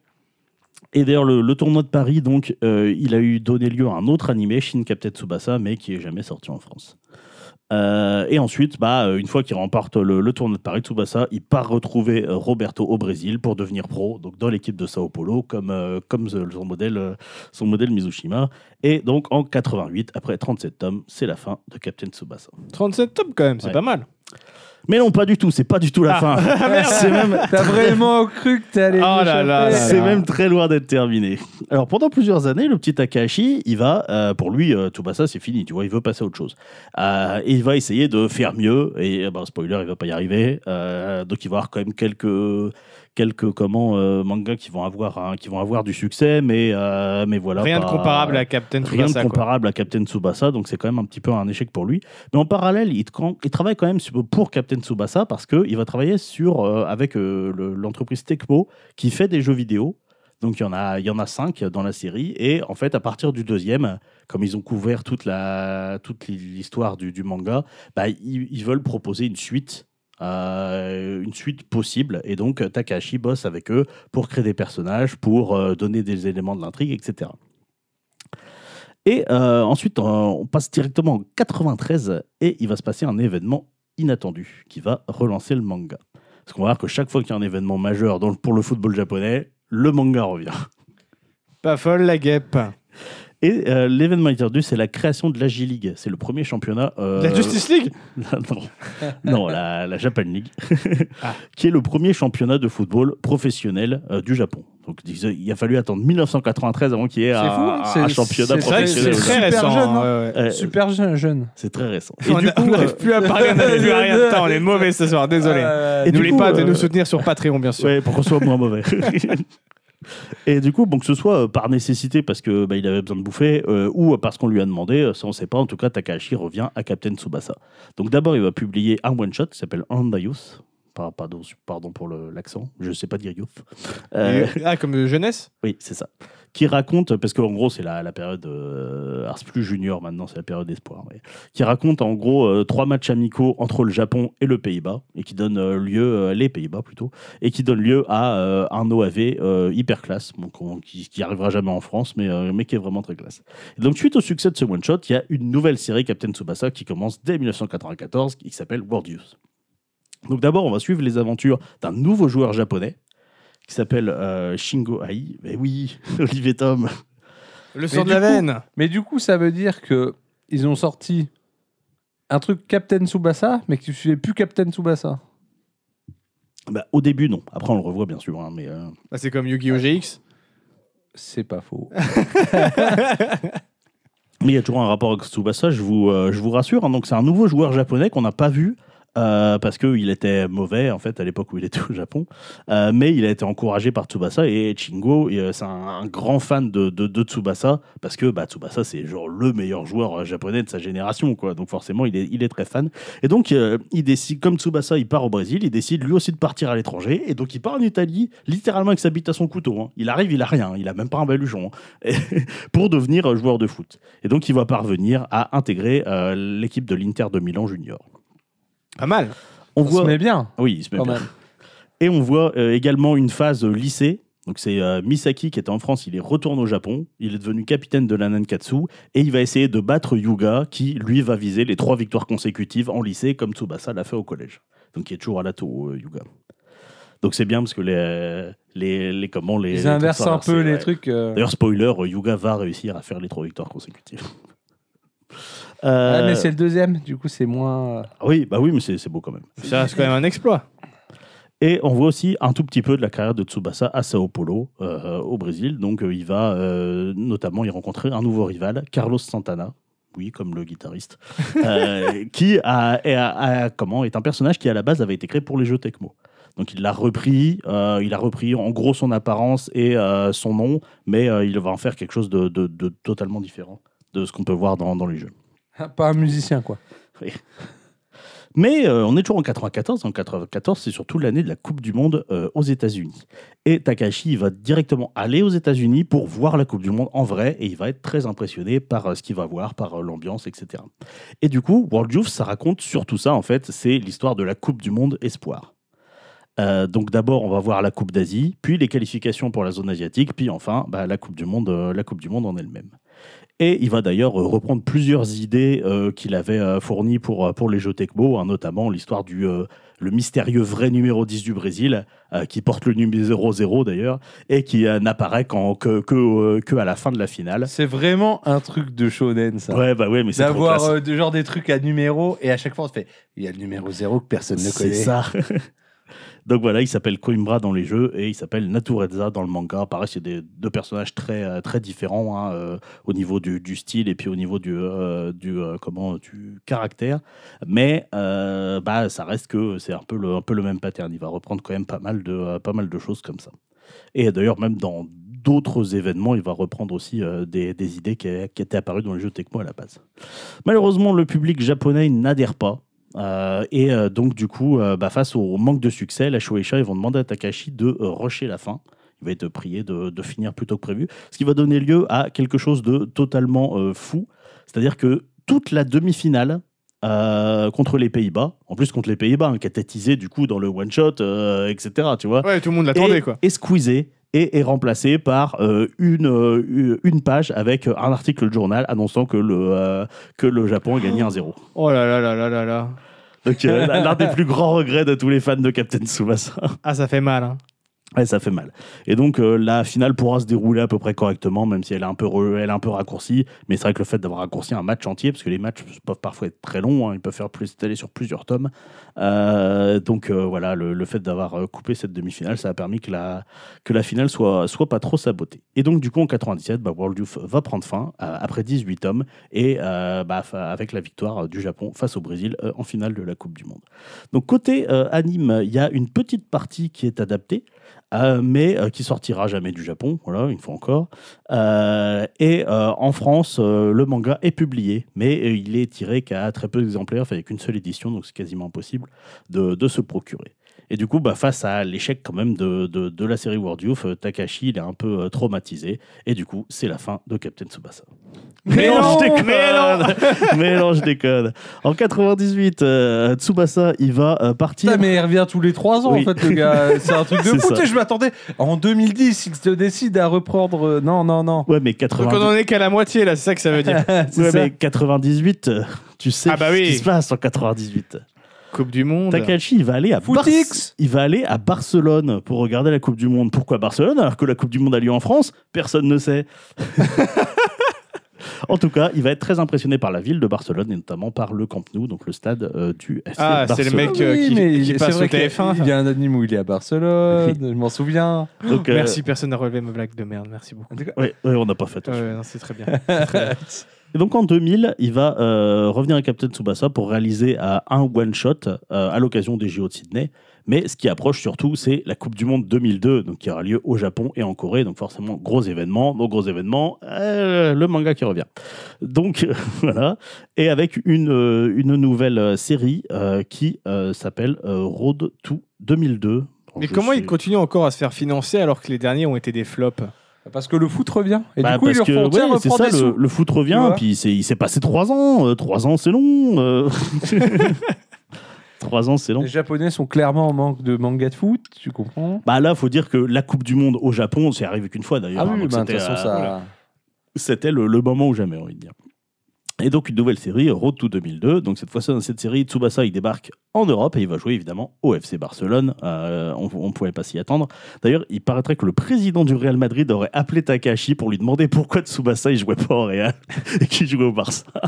[SPEAKER 3] Et d'ailleurs, le, le tournoi de Paris, donc, euh, il a eu donné lieu à un autre animé, Shin Captain Tsubasa, mais qui est jamais sorti en France. Euh, et ensuite, bah, euh, une fois qu'il remporte le, le tournoi de Paris, Tsubasa, il part retrouver euh, Roberto au Brésil pour devenir pro, donc dans l'équipe de Sao Paulo, comme, euh, comme euh, son, modèle, euh, son modèle Mizushima. Et donc, en 88, après 37 tomes, c'est la fin de Captain Tsubasa.
[SPEAKER 2] 37 tomes quand même, c'est
[SPEAKER 3] Ouais.
[SPEAKER 2] pas mal.
[SPEAKER 3] Mais non, pas du tout, c'est pas du tout la
[SPEAKER 2] <laughs> Ah.
[SPEAKER 1] <laughs>
[SPEAKER 3] fin. c'est même,
[SPEAKER 1] t'as vraiment cru que t'allais.
[SPEAKER 2] Oh là
[SPEAKER 1] m'échapper.
[SPEAKER 2] là là.
[SPEAKER 3] C'est même très loin d'être terminé. Alors pendant plusieurs années, le petit Takahashi, il va, euh, pour lui, euh, Tsubasa, c'est fini, tu vois, il veut passer à autre chose. Euh, et il va essayer de faire mieux, et euh, ben, spoiler, il va pas y arriver. Euh, donc il va avoir quand même quelques, quelques comment, euh, mangas qui vont, avoir, un- qui vont avoir du succès, mais, euh, mais voilà.
[SPEAKER 2] Rien
[SPEAKER 3] pas-
[SPEAKER 2] de comparable à Captain
[SPEAKER 3] Rien
[SPEAKER 2] Tsubasa,
[SPEAKER 3] de
[SPEAKER 2] quoi.
[SPEAKER 3] comparable à Captain Tsubasa, donc c'est quand même un petit peu un échec pour lui. Mais en parallèle, il, tra- il travaille quand même sur- pour Captain Tsubasa parce qu'il va travailler sur, euh, avec euh, le- l'entreprise Tecmo qui fait des jeux vidéo. Donc il y, en a, il y en a cinq dans la série. Et en fait, à partir du deuxième, comme ils ont couvert toute la- toute l'histoire toute du, du manga, bah, ils, ils veulent proposer une suite. euh, une suite possible et donc Takahashi bosse avec eux pour créer des personnages, pour euh, donner des éléments de l'intrigue, etc. Et euh, ensuite, euh, on passe directement en 93 et il va se passer un événement inattendu qui va relancer le manga. Parce qu'on va voir que chaque fois qu'il y a un événement majeur dans le- pour le football japonais, le manga revient.
[SPEAKER 2] Pas folle la guêpe.
[SPEAKER 3] Et euh, l'événement inattendu, c'est la création de la J-League. C'est le premier championnat. euh,
[SPEAKER 2] La Justice League
[SPEAKER 3] <laughs> non, non la, la Japan
[SPEAKER 2] <laughs>
[SPEAKER 3] League,
[SPEAKER 2] Ah.
[SPEAKER 3] qui est le premier championnat de football professionnel euh, du Japon. Donc disons, il a fallu attendre 1993 avant qu'il y ait un,
[SPEAKER 1] C'est fou, hein,
[SPEAKER 3] un
[SPEAKER 1] c'est-
[SPEAKER 3] championnat
[SPEAKER 1] c'est-
[SPEAKER 2] C'est vrai que c'est
[SPEAKER 3] professionnel. au Japon.
[SPEAKER 2] très
[SPEAKER 1] Super
[SPEAKER 2] récent.
[SPEAKER 1] jeune,
[SPEAKER 2] hein, ouais, ouais.
[SPEAKER 3] Euh,
[SPEAKER 1] Super jeune. jeune.
[SPEAKER 3] C'est très récent. Et
[SPEAKER 2] On
[SPEAKER 3] du
[SPEAKER 2] a- on
[SPEAKER 3] coup, euh,
[SPEAKER 2] n'arrive plus à parler, on n'arrive plus à rien de temps. On est mauvais ce soir, désolé.
[SPEAKER 1] Euh,
[SPEAKER 3] Et du
[SPEAKER 2] N'oublie
[SPEAKER 3] coup,
[SPEAKER 2] pas de
[SPEAKER 3] euh,
[SPEAKER 2] nous soutenir sur Patreon, bien sûr. <laughs>
[SPEAKER 3] Ouais, pour qu'on soit moins mauvais. Et du coup, bon, que ce soit euh, par nécessité parce que bah, il avait besoin de bouffer euh, ou euh, parce qu'on lui a demandé, euh, ça on sait pas. En tout cas, Takahashi revient à Captain Tsubasa. Donc d'abord, il va publier un one shot qui s'appelle Andayus. Par- Pardon, pardon pour le- l'accent, je sais pas dire youth. Euh,
[SPEAKER 2] Ah, comme de jeunesse
[SPEAKER 3] oui, c'est ça. Qui raconte, parce qu'en gros, c'est la, la période. euh, alors, c'est plus junior maintenant, c'est la période d'espoir. mais- Qui raconte en gros euh, trois matchs amicaux entre le Japon et le Pays-Bas, et qui donne euh, lieu, euh, les Pays-Bas plutôt, et qui donne lieu à euh, un OAV euh, hyper classe, donc on- qui, qui arrivera jamais en France, mais, euh, mais qui est vraiment très classe. Et donc, suite au succès de ce one-shot, il y a une nouvelle série Captain Tsubasa qui commence dès 1994, qui s'appelle World Youth. Donc, d'abord, on va suivre les aventures d'un nouveau joueur japonais qui s'appelle euh, Shingo Ai. Mais oui, <laughs> Olivier Tom.
[SPEAKER 2] Le sort de
[SPEAKER 1] du
[SPEAKER 2] la
[SPEAKER 1] coup-
[SPEAKER 2] veine
[SPEAKER 1] Mais du coup, ça veut dire que ils ont sorti un truc Captain Tsubasa, mais que tu suivais plus Captain Tsubasa.
[SPEAKER 3] Bah, au début, non. Après, on le revoit, bien sûr. hein, mais, euh,
[SPEAKER 2] Bah, C'est comme Yu-Gi-Oh! GX.
[SPEAKER 1] C'est pas faux.
[SPEAKER 3] mais il y a toujours un rapport avec Tsubasa, je vous, euh, je vous rassure. hein. donc, c'est un nouveau joueur japonais qu'on n'a pas vu. euh, parce qu'il était mauvais en fait à l'époque où il était au Japon, Euh, mais il a été encouragé par Tsubasa et Chingo, et, euh, c'est un, un grand fan de, de, de Tsubasa parce que bah, Tsubasa c'est genre le meilleur joueur euh, japonais de sa génération quoi, donc forcément il est, il est très fan. Et donc euh, il décide, comme Tsubasa il part au Brésil, il décide lui aussi de partir à l'étranger, et donc il part en Italie littéralement avec sa bite à son couteau. hein. Il arrive, il a rien, il a même pas un baluchon. hein. <laughs> pour devenir euh, joueur de foot. Et donc, il va parvenir à intégrer euh, l'équipe de l'Inter de Milan junior.
[SPEAKER 2] Pas mal.
[SPEAKER 3] On
[SPEAKER 1] On se
[SPEAKER 3] voit,
[SPEAKER 1] met bien,
[SPEAKER 3] oui, il se met
[SPEAKER 1] quand
[SPEAKER 3] bien.
[SPEAKER 1] même.
[SPEAKER 3] Et on voit euh, également une phase euh, lycée. Donc c'est euh, Misaki qui était en France, il est retourné au Japon, il est devenu capitaine de la Nankatsu et il va essayer de battre Yuga qui lui va viser les trois victoires consécutives en lycée comme Tsubasa l'a fait au collège. Donc il est toujours à l'atto euh, Yuga. Donc c'est bien parce que les les, les comment les
[SPEAKER 1] Ils
[SPEAKER 3] les
[SPEAKER 1] inversent un peu
[SPEAKER 3] traversées,
[SPEAKER 1] les
[SPEAKER 3] ouais.
[SPEAKER 1] trucs. euh.
[SPEAKER 3] D'ailleurs spoiler, euh, Yuga va réussir à faire les trois victoires consécutives.
[SPEAKER 1] Ah,
[SPEAKER 3] Euh,
[SPEAKER 1] mais c'est le deuxième, du coup, c'est moins.
[SPEAKER 3] oui, bah oui, mais c'est c'est beau quand même.
[SPEAKER 2] Ça reste quand même un exploit.
[SPEAKER 3] Et on voit aussi un tout petit peu de la carrière de Tsubasa à Sao Paulo, euh, au Brésil. Donc euh, il va euh, notamment y rencontrer un nouveau rival, Carlos Santana. Oui, comme le guitariste, Euh, qui a, est- a- a- comment, est un personnage qui à la base avait été créé pour les jeux Tecmo. Donc il l'a repris, euh, il a repris en gros son apparence et euh, son nom, mais euh, il va en faire quelque chose de, de- de totalement différent de ce qu'on peut voir dans, dans les jeux.
[SPEAKER 1] euh, <laughs> Pas un musicien, quoi.
[SPEAKER 3] Mais euh, on est toujours en 94. En 94, c'est surtout l'année de la Coupe du Monde euh, aux États-Unis. Et Takashi il va directement aller aux États-Unis pour voir la Coupe du Monde en vrai et il va être très impressionné par euh, ce qu'il va voir, par euh, l'ambiance, etc. Et du coup, World Youth, ça raconte surtout ça en fait. C'est l'histoire de la Coupe du Monde espoir. Euh, donc d'abord, on va voir la Coupe d'Asie, puis les qualifications pour la zone asiatique, puis enfin bah, la Coupe du Monde, euh, la Coupe du Monde en elle-même. Et il va d'ailleurs euh, reprendre plusieurs idées euh, qu'il avait euh, fournies pour, euh, pour les Jeux Tecmo, hein, notamment l'histoire du euh, le mystérieux vrai numéro 10 du Brésil, euh, qui porte le numéro 0 d'ailleurs, et qui euh, n'apparaît qu'en- que, que, euh, que à la fin de la finale.
[SPEAKER 1] C'est vraiment un truc de shonen, ça.
[SPEAKER 3] Ouais, bah ouais, mais c'est trop
[SPEAKER 1] D'avoir
[SPEAKER 3] classe.
[SPEAKER 1] euh, de- genre des trucs à numéro et à chaque fois on se fait il y a le numéro 0 que personne ne
[SPEAKER 3] C'est
[SPEAKER 1] connaît.
[SPEAKER 3] ça.
[SPEAKER 1] <laughs>
[SPEAKER 3] Donc voilà, il s'appelle Coimbra dans les jeux et il s'appelle Natureza dans le manga. Pareil, c'est des deux personnages très euh, très différents hein, euh, au niveau du, du style et puis au niveau du euh, du euh, comment du caractère. Mais euh, bah ça reste que c'est un peu le un peu le même pattern. Il va reprendre quand même pas mal de euh, pas mal de choses comme ça. Et d'ailleurs même dans d'autres événements, il va reprendre aussi euh, des, des idées qui, qui étaient apparues dans les jeux Tecmo à la base. Malheureusement, le public japonais il n'adhère pas. Euh, et euh, donc, du coup, euh, bah, face au manque de succès, la Shueisha, ils vont demander à Takashi de euh, rusher la fin. Il va être prié de, de finir plus tôt que prévu, ce qui va donner lieu à quelque chose de totalement euh, fou. C'est-à-dire que toute la demi-finale euh, contre les Pays-Bas, en plus contre les Pays-Bas, hein, qui était teasé du coup dans le one-shot, euh, etc., tu vois,
[SPEAKER 2] Ouais, tout le monde l'attendait,
[SPEAKER 3] et,
[SPEAKER 2] quoi.
[SPEAKER 3] et squeezé et est remplacé par euh, une, euh, une page avec un article de journal annonçant que le, euh, que le Japon a gagné 1-0.
[SPEAKER 2] Oh là là là là là là.
[SPEAKER 3] Donc, euh, <laughs> l'un des plus grands regrets de tous les fans de Captain Tsubasa.
[SPEAKER 2] Ah, ça fait mal. Hein.
[SPEAKER 3] Ouais, ça fait mal. Et donc, euh, la finale pourra se dérouler à peu près correctement, même si elle est un peu, re- elle est un peu raccourcie. Mais c'est vrai que le fait d'avoir raccourci un match entier, parce que les matchs peuvent parfois être très longs, hein, ils peuvent faire plus, aller sur plusieurs tomes. Euh, donc, euh, voilà, le, le fait d'avoir euh, coupé cette demi-finale, ça a permis que la, que la finale soit, soit pas trop sabotée. Et donc, du coup, en 97, bah, World Youth va prendre fin euh, après 18 tomes et euh, bah, fa- avec la victoire euh, du Japon face au Brésil euh, en finale de la Coupe du Monde. Donc, côté euh, anime, il y a une petite partie qui est adaptée euh, mais euh, qui sortira jamais du Japon, voilà, une fois encore. Euh, et euh, en France, euh, le manga est publié, mais euh, il est tiré qu'à très peu d'exemplaires, enfin, avec une seule édition, donc c'est quasiment impossible de, de se le procurer. Et du coup, bah, face à l'échec quand même de, de- de la série World Youth, euh, Takashi il est un peu euh, traumatisé, et du coup, c'est la fin de Captain Tsubasa.
[SPEAKER 2] Mais non
[SPEAKER 3] je déconne <laughs>
[SPEAKER 2] Mais
[SPEAKER 3] Mais non, je déconne En 98, euh, Tsubasa, il va euh, partir...
[SPEAKER 1] Putain, mais il revient tous les 3 ans
[SPEAKER 3] Oui.
[SPEAKER 1] en fait, le
[SPEAKER 3] <laughs>
[SPEAKER 1] gars. C'est un truc de
[SPEAKER 3] C'est
[SPEAKER 1] fou.
[SPEAKER 3] ça.
[SPEAKER 1] Tu sais, Je m'attendais. En 2010, il se décide à reprendre. euh, Non, non, non.
[SPEAKER 3] Ouais, mais
[SPEAKER 2] Donc
[SPEAKER 3] 90...
[SPEAKER 2] on en est qu'à la moitié là, c'est ça que ça
[SPEAKER 3] <laughs>
[SPEAKER 2] veut dire.
[SPEAKER 1] C'est
[SPEAKER 3] Ouais,
[SPEAKER 1] ça.
[SPEAKER 3] mais 98, euh, tu sais
[SPEAKER 2] Ah bah
[SPEAKER 3] ce
[SPEAKER 2] oui.
[SPEAKER 3] qui se passe en 98.
[SPEAKER 2] Coupe du monde.
[SPEAKER 3] Takashi, il va aller à Bar-
[SPEAKER 1] Footix.
[SPEAKER 3] il va aller à Barcelone pour regarder la Coupe du Monde. Pourquoi Barcelone alors que la Coupe du Monde a lieu en France Personne ne
[SPEAKER 2] <laughs>
[SPEAKER 3] sait. en tout cas, il va être très impressionné par la ville de Barcelone et notamment par le Camp Nou, donc le stade euh, du FC
[SPEAKER 2] Ah, c'est le
[SPEAKER 3] Barcelone.
[SPEAKER 2] mec, euh, qui-
[SPEAKER 1] mais
[SPEAKER 2] qui
[SPEAKER 1] il- c'est
[SPEAKER 2] passe
[SPEAKER 1] vrai
[SPEAKER 2] au TF1,
[SPEAKER 1] qu'il- Il y a un anime où il est à Barcelone, je m'en souviens.
[SPEAKER 3] Donc, euh,
[SPEAKER 2] Merci, personne n'a relevé ma blague de merde, merci beaucoup.
[SPEAKER 3] ouais, ouais, on n'a pas fait. attention.
[SPEAKER 2] Ouais, ouais, non, c'est très bien.
[SPEAKER 3] Et donc en 2000, il va euh, revenir à Captain Tsubasa pour réaliser euh, un one-shot euh, à l'occasion des JO de Sydney. Mais ce qui approche surtout, c'est la Coupe du Monde 2002, donc qui aura lieu au Japon et en Corée. Donc forcément, gros événement. Nos gros événements, euh, le manga qui revient. Donc <laughs> voilà. Et avec une, euh, une nouvelle euh, série euh, qui euh, s'appelle euh, Road to 2002.
[SPEAKER 2] Mais comment il continue encore à se faire financer alors que les derniers ont été des flops
[SPEAKER 3] Euh,
[SPEAKER 1] Parce que le foot revient. Et
[SPEAKER 3] Bah,
[SPEAKER 1] du coup, il
[SPEAKER 3] parce
[SPEAKER 1] leur
[SPEAKER 3] que,
[SPEAKER 1] font
[SPEAKER 3] ouais,
[SPEAKER 1] tiens,
[SPEAKER 3] c'est
[SPEAKER 1] reprends
[SPEAKER 3] ça,
[SPEAKER 1] des
[SPEAKER 3] le,
[SPEAKER 1] sous.
[SPEAKER 3] le foot revient,
[SPEAKER 1] vois.
[SPEAKER 3] puis c'est- il s'est passé trois ans. euh, trois ans, c'est long. euh.
[SPEAKER 1] <laughs>
[SPEAKER 3] trois ans, c'est long.
[SPEAKER 1] Les Japonais sont clairement en manque de manga de foot, tu comprends
[SPEAKER 3] Bah là, faut dire que la Coupe du Monde au Japon, c'est arrivé qu'une fois d'ailleurs.
[SPEAKER 1] Ah
[SPEAKER 3] hein,
[SPEAKER 1] oui,
[SPEAKER 3] donc
[SPEAKER 1] bah, de
[SPEAKER 3] c'était,
[SPEAKER 1] toute façon,
[SPEAKER 3] euh,
[SPEAKER 1] ça.
[SPEAKER 3] c'était le, le moment ou jamais, on va dire. Et donc une nouvelle série, Road to 2002. Donc cette fois-ci, dans cette série, Tsubasa, il débarque en Europe et il va jouer évidemment au FC Barcelone. Euh, on ne pouvait pas s'y attendre. D'ailleurs, il paraîtrait que le président du Real Madrid aurait appelé Takashi pour lui demander pourquoi Tsubasa, il jouait pas au Real <laughs> et qu'il jouait au Barça. <laughs>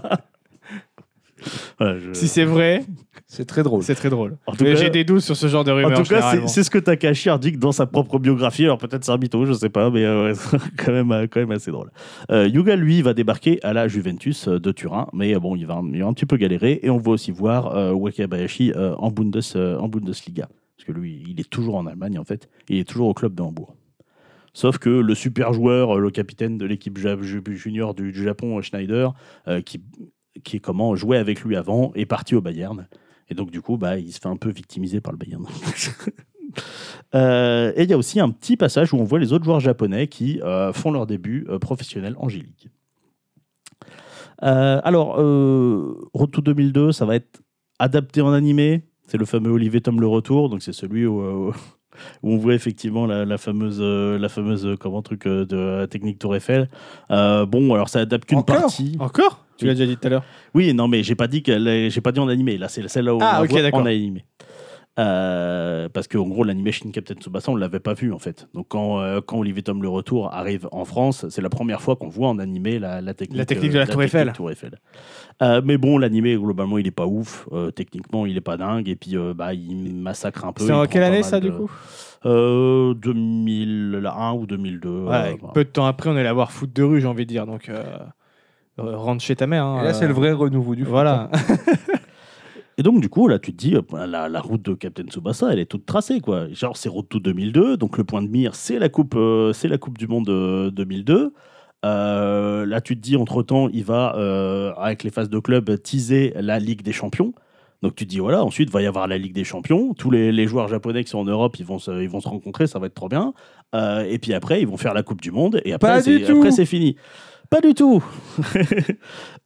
[SPEAKER 3] Voilà, je-
[SPEAKER 2] Si c'est vrai,
[SPEAKER 1] C'est très drôle.
[SPEAKER 2] c'est très drôle.
[SPEAKER 3] En tout
[SPEAKER 2] Mais
[SPEAKER 3] cas-
[SPEAKER 2] J'ai des doutes sur ce genre de rumeurs.
[SPEAKER 3] En tout cas, c'est-
[SPEAKER 2] généralement.
[SPEAKER 3] c'est ce que Takashi indique dans sa propre biographie. Alors peut-être c'est un mytho, je sais pas, mais euh, ouais, <laughs> c'est quand même, euh, quand même assez drôle. Euh, Yuga, lui, va débarquer à la Juventus euh, de Turin, mais euh, bon, il va, un- il va un petit peu galérer. Et on va aussi voir euh, Wakabayashi euh, en, Bundes, euh, en Bundesliga. Parce que lui, il est toujours en Allemagne, en fait. Il est toujours au club de Hambourg. Sauf que le super joueur, euh, le capitaine de l'équipe ja- ju- junior du, du Japon, euh, Schneider, euh, qui, qui comment jouait avec lui avant, est parti au Bayern. Et donc, du coup, bah, il se fait un peu victimiser par le Bayern. <laughs> Euh, et il y a aussi un petit passage où on voit les autres joueurs japonais qui euh, font leur début euh, professionnel en J-League. Euh, alors, euh, Road to 2002, ça va être adapté en animé. C'est le fameux Olivier Tom le retour, donc c'est celui où, euh, <laughs> où on voit effectivement la, la fameuse, euh, la fameuse euh, comment truc euh, de la technique Tour Eiffel. Euh, bon, alors ça adapte qu'une
[SPEAKER 1] Encore
[SPEAKER 3] partie.
[SPEAKER 2] Encore Tu l'as déjà dit tout à l'heure.
[SPEAKER 3] Oui, non, mais j'ai pas dit qu'elle est- j'ai pas dit en animé. Là, c'est celle-là où
[SPEAKER 2] Ah,
[SPEAKER 3] on la
[SPEAKER 2] ok,
[SPEAKER 3] voit
[SPEAKER 2] d'accord.
[SPEAKER 3] en animé. Euh, parce qu'en gros, l'animé Shin Captain Tsubasa, on l'avait pas vu en fait. Donc, quand, euh, quand Olivier Tom le retour arrive en France, c'est la première fois qu'on voit en animé la, technique,
[SPEAKER 2] La technique de la Tour
[SPEAKER 3] technique
[SPEAKER 2] Eiffel.
[SPEAKER 3] Tour Eiffel. Euh, mais bon, l'animé globalement, il est pas ouf. Euh, techniquement, il est pas dingue. Et puis, euh, bah, il massacre un peu.
[SPEAKER 2] C'est
[SPEAKER 3] Il
[SPEAKER 2] en
[SPEAKER 3] prend
[SPEAKER 2] quelle
[SPEAKER 3] pas
[SPEAKER 2] année
[SPEAKER 3] mal
[SPEAKER 2] ça
[SPEAKER 3] de-
[SPEAKER 2] du coup
[SPEAKER 3] Euh, 2001 ou 2002. euh,
[SPEAKER 2] Ouais,
[SPEAKER 3] voilà.
[SPEAKER 2] Peu de temps après, on allait avoir foot de rue, j'ai envie de dire. Donc, euh, euh, rentre chez ta mère. hein,
[SPEAKER 1] Et là, c'est le
[SPEAKER 2] euh,
[SPEAKER 1] vrai renouveau du foot.
[SPEAKER 2] Voilà. <laughs>
[SPEAKER 3] Et donc, du coup, là, tu te dis, euh, la, la route de Captain Tsubasa, elle est toute tracée, quoi. Genre, c'est Road to 2002, donc le point de mire, c'est la Coupe, euh, c'est la coupe du Monde euh, 2002. Euh, là, tu te dis, entre-temps, il va, euh, avec les phases de club, teaser la Ligue des Champions. Donc, tu te dis, voilà, ensuite, va y avoir la Ligue des Champions. Tous les, les joueurs japonais qui sont en Europe, ils vont se, ils vont se rencontrer, ça va être trop bien. Euh, et puis après, ils vont faire la Coupe du Monde, et après,
[SPEAKER 1] Pas
[SPEAKER 3] c'est-
[SPEAKER 1] du tout.
[SPEAKER 3] après, c'est fini. Pas du tout <laughs>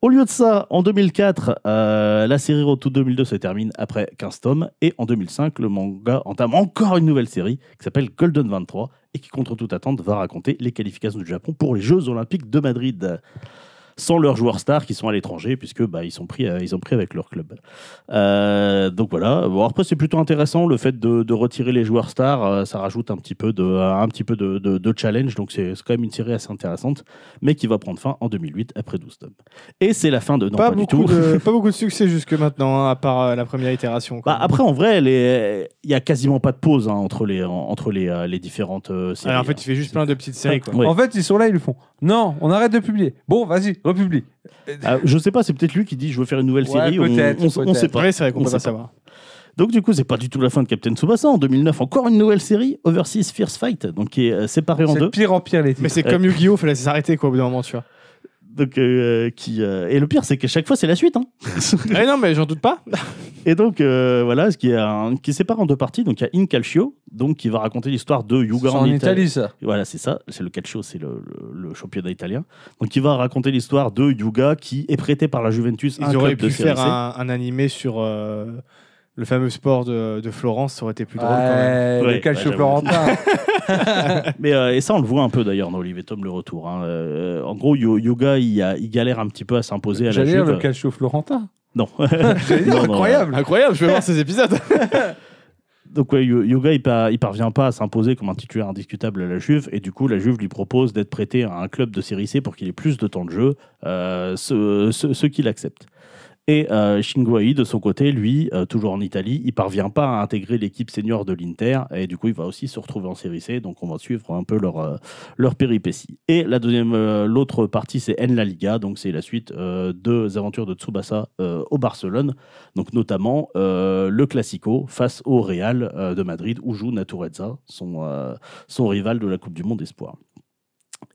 [SPEAKER 3] Au lieu de ça, en 2004, euh, la série Road to 2002 se termine après 15 tomes. Et en 2005, le manga entame encore une nouvelle série qui s'appelle Golden 23 et qui, contre toute attente, va raconter les qualifications du Japon pour les Jeux Olympiques de Madrid. Sans leurs joueurs stars qui sont à l'étranger, puisque bah, ils, sont pris, euh, ils ont pris avec leur club. Euh, donc voilà. Bon, après, c'est plutôt intéressant le fait de, de retirer les joueurs stars. euh, ça rajoute un petit peu de, un petit peu de, de- de challenge. Donc c'est c'est quand même une série assez intéressante, mais qui va prendre fin en 2008 après 12 tomes. Et c'est la fin de. Non, pas,
[SPEAKER 2] pas,
[SPEAKER 3] du tout. <laughs>
[SPEAKER 2] beaucoup de, pas beaucoup de succès jusque maintenant, hein, à part euh, la première itération. quoi.
[SPEAKER 3] Bah, après, en vrai, les- il y a quasiment pas de pause hein, entre les, en- entre les, euh, les différentes euh, séries.
[SPEAKER 2] Alors, en fait, il fait juste plein de petites séries. Quoi.
[SPEAKER 3] Ouais.
[SPEAKER 1] En fait, ils sont là, ils le font. Non, on arrête de publier. Bon, vas-y, republie.
[SPEAKER 3] Ah, je sais pas, c'est peut-être lui qui dit je veux faire une nouvelle
[SPEAKER 1] Ouais,
[SPEAKER 3] série. on-
[SPEAKER 1] peut-être,
[SPEAKER 3] on, on,
[SPEAKER 1] peut-être.
[SPEAKER 3] sait pas.
[SPEAKER 2] Ouais, c'est vrai qu'on
[SPEAKER 3] On
[SPEAKER 2] peut
[SPEAKER 3] sait
[SPEAKER 2] pas
[SPEAKER 3] pas.
[SPEAKER 2] savoir.
[SPEAKER 3] Donc du coup, c'est pas du tout la fin de Captain Tsubasa. En 2009, encore une nouvelle série, Overseas Fierce Fight, donc qui est euh, séparée en
[SPEAKER 1] C'est de
[SPEAKER 3] deux.
[SPEAKER 1] pire en pire, les
[SPEAKER 2] Mais
[SPEAKER 1] titres.
[SPEAKER 2] c'est comme Yu-Gi-Oh! fallait s'arrêter quoi au bout d'un moment, tu vois.
[SPEAKER 3] <laughs> Donc, euh, qui, euh, Et le pire, c'est qu'à chaque fois, c'est la suite. hein.
[SPEAKER 2] Eh non, mais j'en doute pas.
[SPEAKER 3] Et donc, euh, voilà, ce qui, est un- qui sépare en deux parties. Donc, il y a In Calcio, donc, qui va raconter l'histoire de Yuga
[SPEAKER 1] C'est en Italie, ça.
[SPEAKER 3] Voilà, c'est ça. C'est le calcio, c'est le, le- le championnat italien. Donc, il va raconter l'histoire de Yuga qui est prêté par la Juventus. à un
[SPEAKER 2] Ils auraient
[SPEAKER 3] club de
[SPEAKER 2] pu
[SPEAKER 3] Serie
[SPEAKER 2] faire
[SPEAKER 3] C.
[SPEAKER 2] un, un animé sur euh, le fameux sport de, de Florence, ça aurait été plus drôle quand même.
[SPEAKER 1] Ouais,
[SPEAKER 3] Ouais,
[SPEAKER 1] le calcio
[SPEAKER 3] ouais,
[SPEAKER 1] florentin.
[SPEAKER 3] Mais, euh, et ça, on le voit un peu d'ailleurs dans Olive et Tom, le retour. hein. Euh, en gros, Yu- Yuga, il, a- il galère un petit peu à s'imposer à la euh.
[SPEAKER 1] J'allais dire le
[SPEAKER 3] Juve.
[SPEAKER 1] calcio florentin.
[SPEAKER 3] Non. <laughs>
[SPEAKER 1] J'allais dire,
[SPEAKER 3] Non, non,
[SPEAKER 1] incroyable.
[SPEAKER 2] Incroyable, je vais voir
[SPEAKER 3] <laughs>
[SPEAKER 2] ces épisodes.
[SPEAKER 3] Donc ouais, Yu- Yuga, il, par- il parvient pas à s'imposer comme un titulaire indiscutable à la Juve, et du coup, la Juve lui propose d'être prêté à un club de série C pour qu'il ait plus de temps de jeu, euh, ce, ce- ce qu'il accepte. Et euh, Shingo Aoi, de son côté, lui, euh, toujours en Italie, il parvient pas à intégrer l'équipe senior de l'Inter, et du coup, il va aussi se retrouver en série C, donc on va suivre un peu leur, euh, leur péripétie. Et la deuxième, euh, l'autre partie, c'est En La Liga, donc c'est la suite euh, des aventures de Tsubasa euh, au Barcelone, donc notamment euh, le Classico face au Real euh, de Madrid où joue Natureza, son, euh, son rival de la Coupe du Monde Espoir.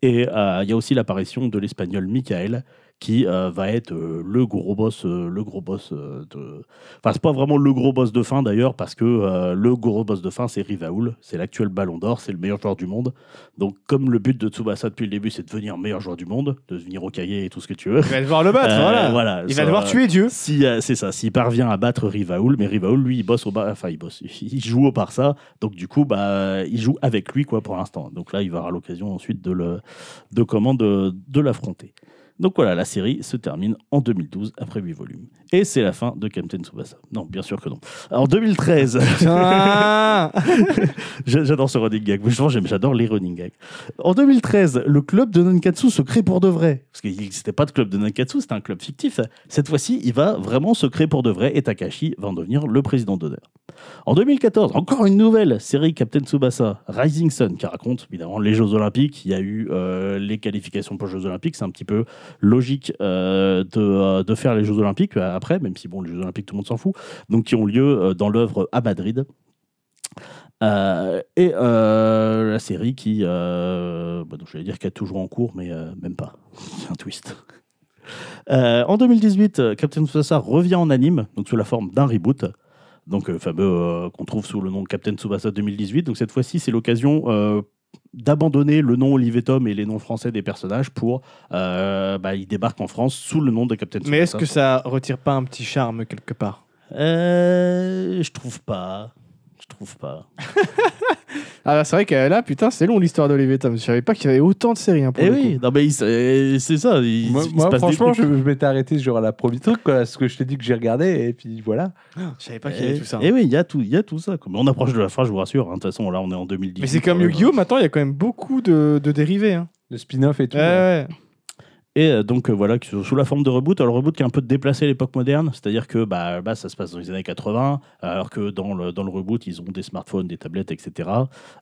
[SPEAKER 3] Et euh, il y a aussi l'apparition de l'Espagnol Michael qui euh, va être euh, le gros boss, euh, le gros boss euh, de. Enfin, c'est pas vraiment le gros boss de fin d'ailleurs parce que euh, le gros boss de fin c'est Rivaoul, c'est l'actuel Ballon d'Or, c'est le meilleur joueur du monde. Donc comme le but de Tsubasa depuis le début c'est de devenir meilleur joueur du monde, de devenir Okaye et tout ce que tu veux.
[SPEAKER 2] Il va devoir le battre,
[SPEAKER 3] euh,
[SPEAKER 2] voilà.
[SPEAKER 3] voilà,
[SPEAKER 2] Il
[SPEAKER 3] ça-
[SPEAKER 2] va devoir
[SPEAKER 3] <laughs>
[SPEAKER 2] tuer Dieu.
[SPEAKER 3] si, euh, c'est ça, s'il parvient à battre Rivaoul, mais Rivaoul, lui, il bosse au Bar- enfin, il bosse, <laughs> il joue au Barça, donc du coup, bah, il joue avec lui, quoi, pour l'instant. Donc là, il va avoir l'occasion ensuite de le, de comment de, de l'affronter. Donc voilà, la série se termine en 2012 après 8 volumes. Et c'est la fin de Captain Tsubasa. Non, bien sûr que non. En 2013,
[SPEAKER 2] Putain.
[SPEAKER 3] J'a- J'adore ce running gag. Franchement, j'aime- j'adore les running gags. En 2013, le club de Nankatsu se crée pour de vrai. Parce qu'il n'existait pas de club de Nankatsu, c'était un club fictif. Cette fois-ci, il va vraiment se créer pour de vrai et Takashi va en devenir le président d'honneur. En 2014, encore une nouvelle série Captain Tsubasa, Rising Sun, qui raconte évidemment les Jeux Olympiques. Il y a eu euh, les qualifications pour les Jeux Olympiques. C'est un petit peu logique euh, de, euh, de faire les Jeux Olympiques euh, après, même si bon, les Jeux Olympiques, tout le monde s'en fout. Donc qui ont lieu euh, dans l'œuvre à Madrid. Euh, et euh, la série qui, euh, bah, donc, j'allais dire qu'elle est toujours en cours, mais euh, même pas. <laughs> C'est un twist. Euh, en 2018, euh, Captain Tsubasa revient en anime, donc sous la forme d'un reboot, donc euh, fameux euh, qu'on trouve sous le nom de Captain Tsubasa 2018. Donc cette fois-ci, c'est l'occasion euh, d'abandonner le nom Olivier Tom et les noms français des personnages pour, euh, bah, ils débarquent en France sous le nom de Captain Tsubasa.
[SPEAKER 2] Mais est-ce que ça retire pas un petit charme quelque part
[SPEAKER 3] Euh, je trouve pas. Je trouve pas.
[SPEAKER 2] Ah bah, c'est vrai que euh, là, putain, c'est long l'histoire d'Olivier Tom. Je savais pas qu'il y avait autant de séries. hein, pour
[SPEAKER 3] Eh
[SPEAKER 2] le
[SPEAKER 3] oui,
[SPEAKER 2] coup.
[SPEAKER 3] non mais il- c'est c'est ça. il-
[SPEAKER 1] Moi,
[SPEAKER 3] hein. il se
[SPEAKER 1] moi,
[SPEAKER 3] passe des
[SPEAKER 1] franchement,
[SPEAKER 3] trucs.
[SPEAKER 1] je, je m'étais arrêté sur la premier truc, quoi, ce que je t'ai dit que j'ai regardé, et puis voilà.
[SPEAKER 2] Ah, Je savais pas qu'il y avait tout ça. hein.
[SPEAKER 3] Eh oui, il y a tout, il y a tout ça. quoi. Mais on approche de la fin, je vous rassure. hein. De toute façon, là, on est en 2010.
[SPEAKER 2] Mais c'est
[SPEAKER 3] Eh
[SPEAKER 2] comme Yu-Gi-Oh! Maintenant, il y a quand même beaucoup de, de dérivés. Hein.
[SPEAKER 1] Le spin-off et tout.
[SPEAKER 2] Ouais, ouais.
[SPEAKER 3] Et euh, donc euh, voilà, qui sont sous la forme de reboot, alors le reboot qui est un peu déplacé à l'époque moderne, c'est-à-dire que bah, bah, ça se passe dans les années 80, alors que dans le, dans le reboot, ils ont des smartphones, des tablettes, etc.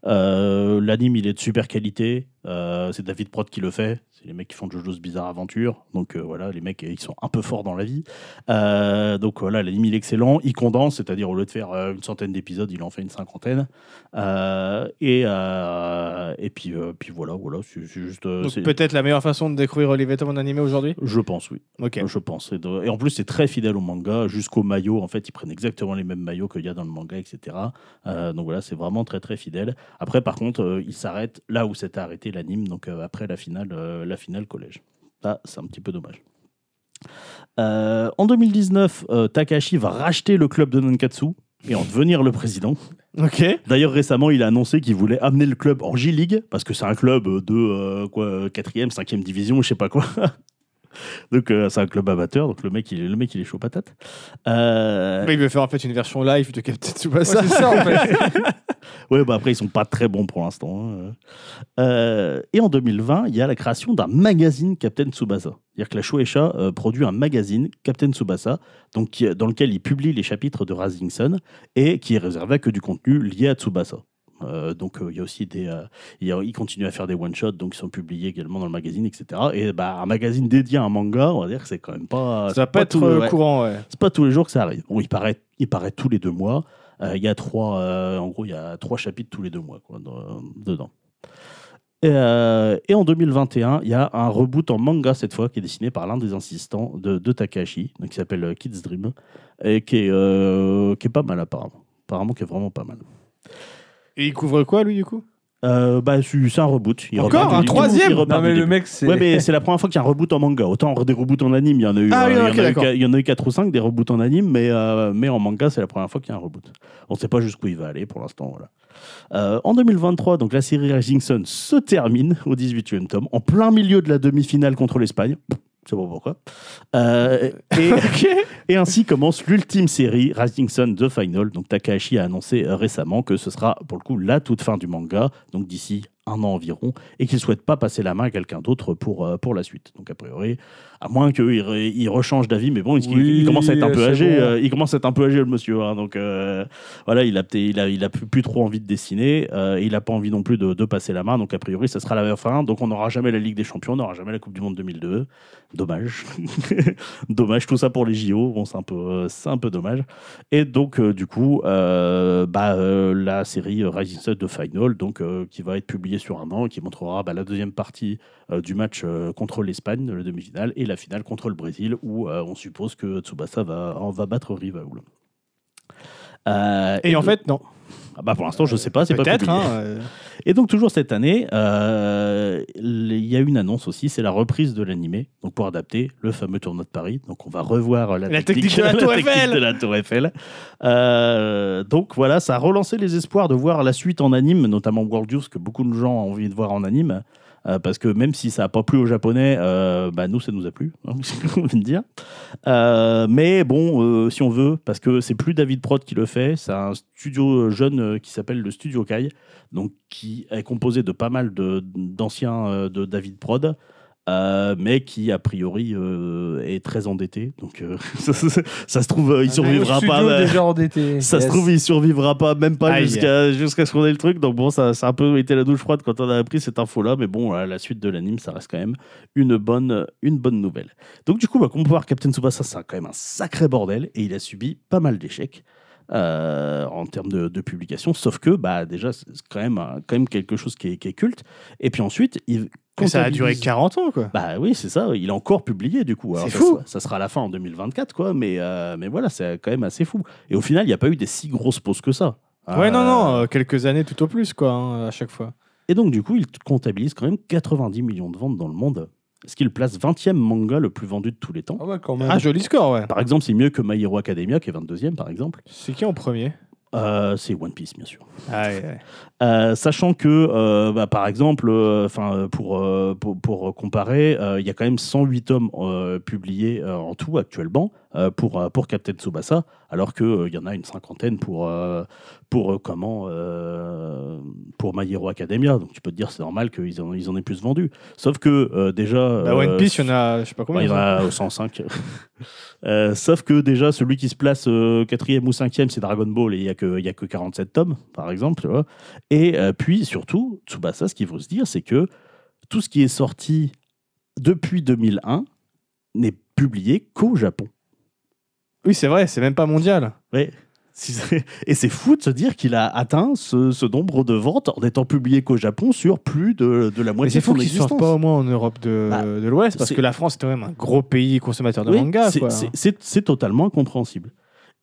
[SPEAKER 3] Euh, L'anime, il est de super qualité, Euh, c'est David Prod qui le fait, c'est les mecs qui font JoJo's Bizarre Aventure, donc euh, voilà, les mecs, ils sont un peu forts dans la vie. Euh, donc voilà, l'anime, il est excellent, il condense, c'est-à-dire au lieu de faire euh, une centaine d'épisodes, il en fait une cinquantaine. Euh, et, euh, et puis, euh, puis voilà, voilà c'est c'est juste... euh,
[SPEAKER 2] Donc
[SPEAKER 3] c'est-
[SPEAKER 2] peut-être la meilleure façon de découvrir Olivier Tom en animé aujourd'hui.
[SPEAKER 3] je pense, oui.
[SPEAKER 2] Ok.
[SPEAKER 3] Je pense. Et, de- et en plus, c'est très fidèle au manga, jusqu'au maillot. En fait, ils prennent exactement les mêmes maillots qu'il y a dans le manga, etc. Euh, donc voilà, c'est vraiment très très fidèle. Après, par contre, euh, ils s'arrêtent là où s'était arrêté l'anime, donc euh, après la finale, euh, la finale collège. Ça, c'est un petit peu dommage. Euh, en 2019, euh, Takashi va racheter le club de Nankatsu et en devenir le président.
[SPEAKER 2] Ok.
[SPEAKER 3] D'ailleurs, récemment, il a annoncé qu'il voulait amener le club en J-League, parce que c'est un club de euh, quoi, euh, 4e, 5e division, je sais pas quoi. <laughs> donc, euh, c'est un club amateur, donc le mec, il, est- le mec, il est chaud patate. Euh,
[SPEAKER 2] Il veut faire en fait une version live de Captain Tsubasa.
[SPEAKER 1] Ouais, c'est ça, en fait.
[SPEAKER 3] Ouais, bah après, ils sont pas très bons pour l'instant. hein. Euh, et en 2020, il y a la création d'un magazine Captain Tsubasa. C'est-à-dire que la Shueisha euh, produit un magazine Captain Tsubasa, donc, qui- dans lequel il publie les chapitres de Rising Sun et qui est réservé à que du contenu lié à Tsubasa. Euh, donc euh, il y a aussi des, euh, il y a- il continue à faire des one shots, donc ils sont publiés également dans le magazine, etc. Et bah un magazine dédié à un manga, on va dire que c'est quand même pas,
[SPEAKER 2] Ça va
[SPEAKER 3] c'est
[SPEAKER 2] pas être
[SPEAKER 3] tous-
[SPEAKER 2] euh,
[SPEAKER 3] ouais.
[SPEAKER 2] courant, ouais.
[SPEAKER 3] C'est pas tous les jours que ça arrive. Bon, il paraît, il paraît tous les deux mois. Euh, il y a trois, euh, en gros, il y a trois chapitres tous les deux mois quoi, dans- dedans. Et, euh, et en 2021, il y a un reboot en manga cette fois qui est dessiné par l'un des insistants de, de Takahashi, donc qui s'appelle euh, Kids Dream, et qui est, euh, qui est pas mal apparemment. Apparemment, qui est vraiment pas mal.
[SPEAKER 2] Et il couvre quoi, lui, du coup
[SPEAKER 3] Euh, bah, c'est c'est un reboot. Il
[SPEAKER 2] Encore
[SPEAKER 3] repart du-
[SPEAKER 2] un
[SPEAKER 3] il- il
[SPEAKER 2] troisième
[SPEAKER 3] repart
[SPEAKER 1] Non,
[SPEAKER 3] du
[SPEAKER 1] mais le
[SPEAKER 3] début.
[SPEAKER 1] mec, c'est.
[SPEAKER 3] Ouais, mais c'est la première fois qu'il y a un reboot en manga. Autant des reboots en anime, il y en a eu,
[SPEAKER 2] Ah oui,
[SPEAKER 3] euh, il y en
[SPEAKER 2] ok,
[SPEAKER 3] a eu
[SPEAKER 2] d'accord.
[SPEAKER 3] qua- il y en a eu 4 ou 5 des reboots en anime, mais, euh, mais en manga, c'est la première fois qu'il y a un reboot. On ne sait pas jusqu'où il va aller pour l'instant. Voilà. Euh, en 2023, donc la série Rising Sun se termine au 18e tome, en plein milieu de la demi-finale contre l'Espagne. Je sais pas pourquoi. Euh, et, et <laughs> ainsi commence l'ultime série, Rising Sun The Final. Donc Takahashi a annoncé euh, récemment que ce sera pour le coup la toute fin du manga, donc d'ici un an environ, et qu'il souhaite pas passer la main à quelqu'un d'autre pour, euh, pour la suite. Donc a priori, à moins qu'il re- il rechange d'avis, mais bon, il, il-
[SPEAKER 1] Oui,
[SPEAKER 3] il commence à être un peu
[SPEAKER 1] c'est
[SPEAKER 3] âgé,
[SPEAKER 1] bon.
[SPEAKER 3] euh, il commence à être un peu âgé le monsieur, hein, donc euh, voilà, il a, peut- il a, il a plus, plus trop envie de dessiner, euh, et il n'a pas envie non plus de, de passer la main, donc a priori, ça sera la fin, donc on n'aura jamais la Ligue des Champions, on n'aura jamais la Coupe du Monde 2002, dommage, <laughs> dommage, tout ça pour les JO, bon, c'est un, peu, euh, c'est un peu dommage, et donc euh, du coup, euh, bah, euh, la série euh, Rising Sun de Final, donc, euh, qui va être publiée sur un an, et qui montrera bah, la deuxième partie euh, du match euh, contre l'Espagne, le demi-finale, et la finale contre le Brésil, où euh, on suppose que Tsubasa va, en va battre Rivaoul. Euh,
[SPEAKER 2] Et en fait, non.
[SPEAKER 3] ah bah pour l'instant, je sais pas, c'est pas
[SPEAKER 2] Peut-être,
[SPEAKER 3] publié.
[SPEAKER 2] hein. euh,
[SPEAKER 3] Et donc toujours cette année, euh, il y a une annonce aussi, c'est la reprise de l'animé, donc pour adapter le fameux tournoi de Paris. Donc on va revoir euh, <laughs> la,
[SPEAKER 2] La technique de la Tour
[SPEAKER 3] technique
[SPEAKER 2] Eiffel.
[SPEAKER 3] de la Tour Eiffel. Euh, donc voilà, ça a relancé les espoirs de voir la suite en anime, notamment World Youth, que beaucoup de gens ont envie de voir en anime. euh, parce que même si ça n'a pas plu aux Japonais, euh, bah nous, ça nous a plu, hein, <laughs> c'est ce qu'on vient de dire. Euh, mais bon, euh, si on veut, parce que c'est plus David Prod qui le fait, c'est un studio jeune euh, qui s'appelle le Studio Kai, donc qui est composé de pas mal de- d'anciens euh, de, David Prod, euh, mais qui a priori euh, est très endetté. Donc euh, <laughs> ça, ça- ça- ça se trouve, euh, il
[SPEAKER 1] Un
[SPEAKER 3] survivra
[SPEAKER 1] studio
[SPEAKER 3] pas. bah,
[SPEAKER 1] déjà endetté.
[SPEAKER 3] ça se
[SPEAKER 1] Yes.
[SPEAKER 3] trouve, il survivra pas, même pas
[SPEAKER 2] Aïe.
[SPEAKER 3] jusqu'à jusqu'à ce qu'on ait le truc. Donc bon, ça, ça a un peu été la douche froide quand on a appris cette info-là. Mais bon, à la suite de l'anime, ça reste quand même une bonne, une bonne nouvelle. Donc du coup, bah, comme on peut voir, Captain Tsubasa, c'est quand même un sacré bordel et il a subi pas mal d'échecs. euh, en termes de, de publication, sauf que bah, déjà c'est quand même, un- quand même quelque chose qui est, qui est culte. Et puis ensuite, il
[SPEAKER 2] mais Ça a duré
[SPEAKER 3] duré
[SPEAKER 2] 40 ans, quoi.
[SPEAKER 3] bah oui, c'est ça. Il est encore publié du coup. Alors,
[SPEAKER 2] C'est
[SPEAKER 3] ça
[SPEAKER 2] fou.
[SPEAKER 3] sera- Ça sera à la fin en 2024, quoi. Mais, euh, mais voilà, c'est quand même assez fou. Et au final, il n'y a pas eu des si grosses pauses que ça.
[SPEAKER 2] Ouais,
[SPEAKER 3] Euh,
[SPEAKER 2] non, non, euh, quelques années tout au plus, quoi, hein, à chaque fois.
[SPEAKER 3] Et donc, du coup, il comptabilise quand même 90 millions de ventes dans le monde. Ce qui le place 20e manga le plus vendu de tous les temps.
[SPEAKER 1] Ah ouais, quand même.
[SPEAKER 2] Ah, joli score, ouais.
[SPEAKER 3] Par exemple, c'est mieux que My Hero Academia, qui est 22e, par exemple.
[SPEAKER 2] C'est qui en premier
[SPEAKER 3] Euh, c'est One Piece, bien sûr.
[SPEAKER 2] Ah, ouais, ouais.
[SPEAKER 3] Euh, sachant que, euh, bah, par exemple, euh, enfin, euh, pour, euh, pour, pour comparer, euh, il y a quand même 108 tomes euh, publiés euh, en tout actuellement euh, pour, euh, pour Captain Tsubasa, alors qu'il il y en a une cinquantaine pour, euh, pour, euh, comment, euh, pour My Hero Academia. Donc tu peux te dire, c'est normal qu'ils en, ils en aient plus vendu. Sauf que, euh, déjà.
[SPEAKER 2] Bah, One
[SPEAKER 3] euh,
[SPEAKER 2] Piece, il y en a, je sais pas
[SPEAKER 3] Ouais,
[SPEAKER 2] combien.
[SPEAKER 3] il y en a au 105. <laughs> Euh, sauf que déjà, celui qui se place euh, quatrième ou cinquième, c'est Dragon Ball et il n'y a, que- il y a que 47 tomes, par exemple. tu vois. Et euh, puis, surtout, Tsubasa, ce qu'il faut se dire, c'est que tout ce qui est sorti depuis 2001 n'est publié qu'au Japon.
[SPEAKER 2] Oui, c'est vrai, c'est même pas mondial.
[SPEAKER 3] Si c'est- Et c'est fou de se dire qu'il a atteint ce, ce nombre de ventes en étant publié qu'au Japon sur plus de, de la
[SPEAKER 2] Mais
[SPEAKER 3] moitié
[SPEAKER 2] c'est
[SPEAKER 3] de son
[SPEAKER 2] fou qu'ils
[SPEAKER 3] existence.
[SPEAKER 2] sortent pas au moins en Europe de,
[SPEAKER 3] Bah,
[SPEAKER 2] de l'Ouest, parce
[SPEAKER 3] c'est-
[SPEAKER 2] que la France est quand même un gros pays consommateur de
[SPEAKER 3] Oui,
[SPEAKER 2] manga,
[SPEAKER 3] c'est-
[SPEAKER 2] quoi.
[SPEAKER 3] c'est- C'est c'est totalement incompréhensible.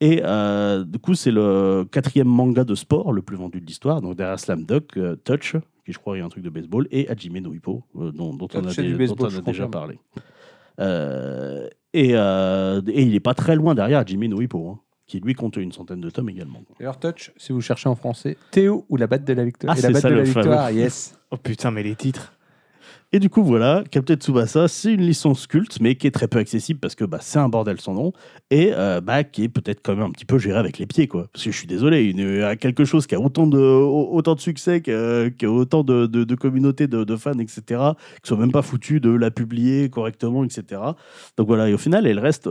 [SPEAKER 3] Et euh, du coup, c'est le quatrième manga de sport le plus vendu de l'histoire, donc derrière Slam Dunk, euh, Touch, qui je crois est un truc de baseball, et Hajime no Hippo, euh, dont, dont on a,
[SPEAKER 1] Touch, c'est
[SPEAKER 3] dé-
[SPEAKER 1] du
[SPEAKER 3] dont
[SPEAKER 1] baseball,
[SPEAKER 3] on a
[SPEAKER 1] je
[SPEAKER 3] déjà
[SPEAKER 1] confirme.
[SPEAKER 3] parlé. Euh, et, euh, et il n'est pas très loin derrière Hajime no Hippo, hein, qui lui compte une centaine de tomes également.
[SPEAKER 1] D'ailleurs, Touch, si vous cherchez en français, Théo ou la batte de la victoire.
[SPEAKER 3] Ah,
[SPEAKER 1] et la
[SPEAKER 3] c'est
[SPEAKER 1] batte
[SPEAKER 3] ça,
[SPEAKER 1] de la
[SPEAKER 3] le fameux.
[SPEAKER 1] victoire, yes.
[SPEAKER 2] Oh putain, mais les titres.
[SPEAKER 3] Et du coup, voilà, Captain Tsubasa, c'est une licence culte, mais qui est très peu accessible parce que bah, c'est un bordel sans nom et euh, bah, qui est peut-être quand même un petit peu géré avec les pieds, quoi. Parce que je suis désolé, une, euh, quelque chose qui a autant de, au- autant de succès, que, euh, qui a autant de, de- de communautés, de, de fans, etc., qui sont même pas foutus de la publier correctement, etc. Donc voilà, et au final, elle reste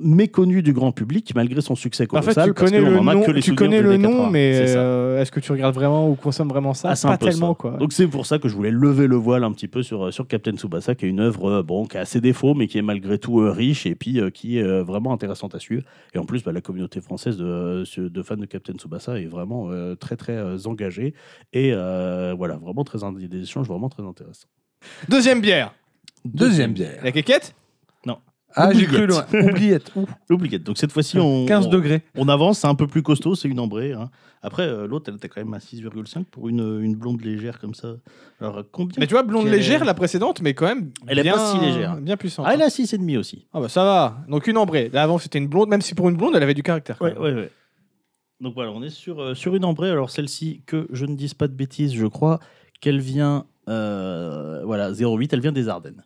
[SPEAKER 3] méconnu du grand public malgré son succès
[SPEAKER 2] Bah, En fait,
[SPEAKER 3] colossal.
[SPEAKER 2] tu
[SPEAKER 3] parce
[SPEAKER 2] connais
[SPEAKER 3] que
[SPEAKER 2] le
[SPEAKER 3] on en a
[SPEAKER 2] nom,
[SPEAKER 3] que les
[SPEAKER 2] tu
[SPEAKER 3] souvenirs
[SPEAKER 2] connais
[SPEAKER 3] des
[SPEAKER 2] le
[SPEAKER 3] années
[SPEAKER 2] nom,
[SPEAKER 3] 80.
[SPEAKER 2] mais
[SPEAKER 3] C'est ça.
[SPEAKER 2] euh, est-ce que tu regardes vraiment ou consommes vraiment ça
[SPEAKER 3] Ah, c'est un
[SPEAKER 2] Pas
[SPEAKER 3] peu ça.
[SPEAKER 2] tellement, quoi.
[SPEAKER 3] Donc c'est pour ça que je voulais lever le voile un petit peu sur, euh, sur Captain Tsubasa, qui est une œuvre euh, bon, qui a ses défauts, mais qui est malgré tout euh, riche et puis euh, qui est euh, vraiment intéressante à suivre. Et en plus, bah, la communauté française de, euh, de fans de Captain Tsubasa est vraiment euh, très très euh, engagée et euh, voilà, vraiment très in- des échanges vraiment très intéressants.
[SPEAKER 2] Deuxième bière
[SPEAKER 1] Deuxième bière.
[SPEAKER 2] La quéquette
[SPEAKER 1] Ah, j'ai cru loin.
[SPEAKER 3] Oubliette.
[SPEAKER 1] Oubliette.
[SPEAKER 3] <laughs>
[SPEAKER 1] Ouh,
[SPEAKER 3] L'oubliette. Donc cette
[SPEAKER 2] Euh,
[SPEAKER 3] fois-ci, on,
[SPEAKER 1] 15
[SPEAKER 3] on-
[SPEAKER 1] degrés.
[SPEAKER 3] on avance, c'est un peu plus costaud, c'est une ambrée. hein. Après, euh, l'autre, elle était quand même à 6,5 pour une, une blonde légère comme ça. Alors euh, combien
[SPEAKER 2] Mais tu vois, blonde
[SPEAKER 3] Quelle est-
[SPEAKER 2] légère, la précédente, mais quand même.
[SPEAKER 3] Elle est
[SPEAKER 2] bien-
[SPEAKER 3] pas si légère.
[SPEAKER 2] Bien puissante.
[SPEAKER 3] Ah, elle a 6,5 aussi.
[SPEAKER 2] Ah bah ça va. Donc une ambrée. Là avant c'était une blonde, même si pour une blonde elle avait du caractère. quand
[SPEAKER 3] Ouais,
[SPEAKER 2] même.
[SPEAKER 3] ouais, ouais. Donc voilà, on est sur, euh, sur une ambrée. Alors celle-ci, que je ne dise pas de bêtises, je crois qu'elle vient, euh, voilà, 08, elle vient des Ardennes.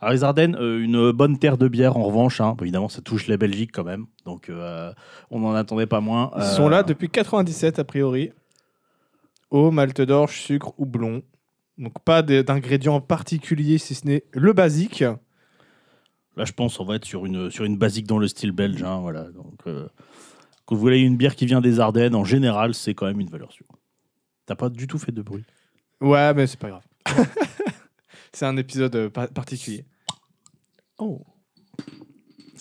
[SPEAKER 3] Alors les Ardennes, euh, une bonne terre de bière en revanche, hein. évidemment ça touche la Belgique quand même, donc euh, on n'en attendait pas moins.
[SPEAKER 2] Ils
[SPEAKER 3] Euh,
[SPEAKER 2] sont là depuis 97 a priori. Eau, malte d'orge, sucre, houblon. Donc pas d- d'ingrédients particuliers si ce n'est le basique.
[SPEAKER 3] Là je pense on va être sur une, sur une basique dans le style belge, hein, voilà. Donc euh, quand vous voulez une bière qui vient des Ardennes, en général c'est quand même une valeur sûre. T'as pas du tout fait de bruit.
[SPEAKER 2] Ouais mais c'est pas grave. <laughs> c'est un épisode euh, par- particulier. Oh.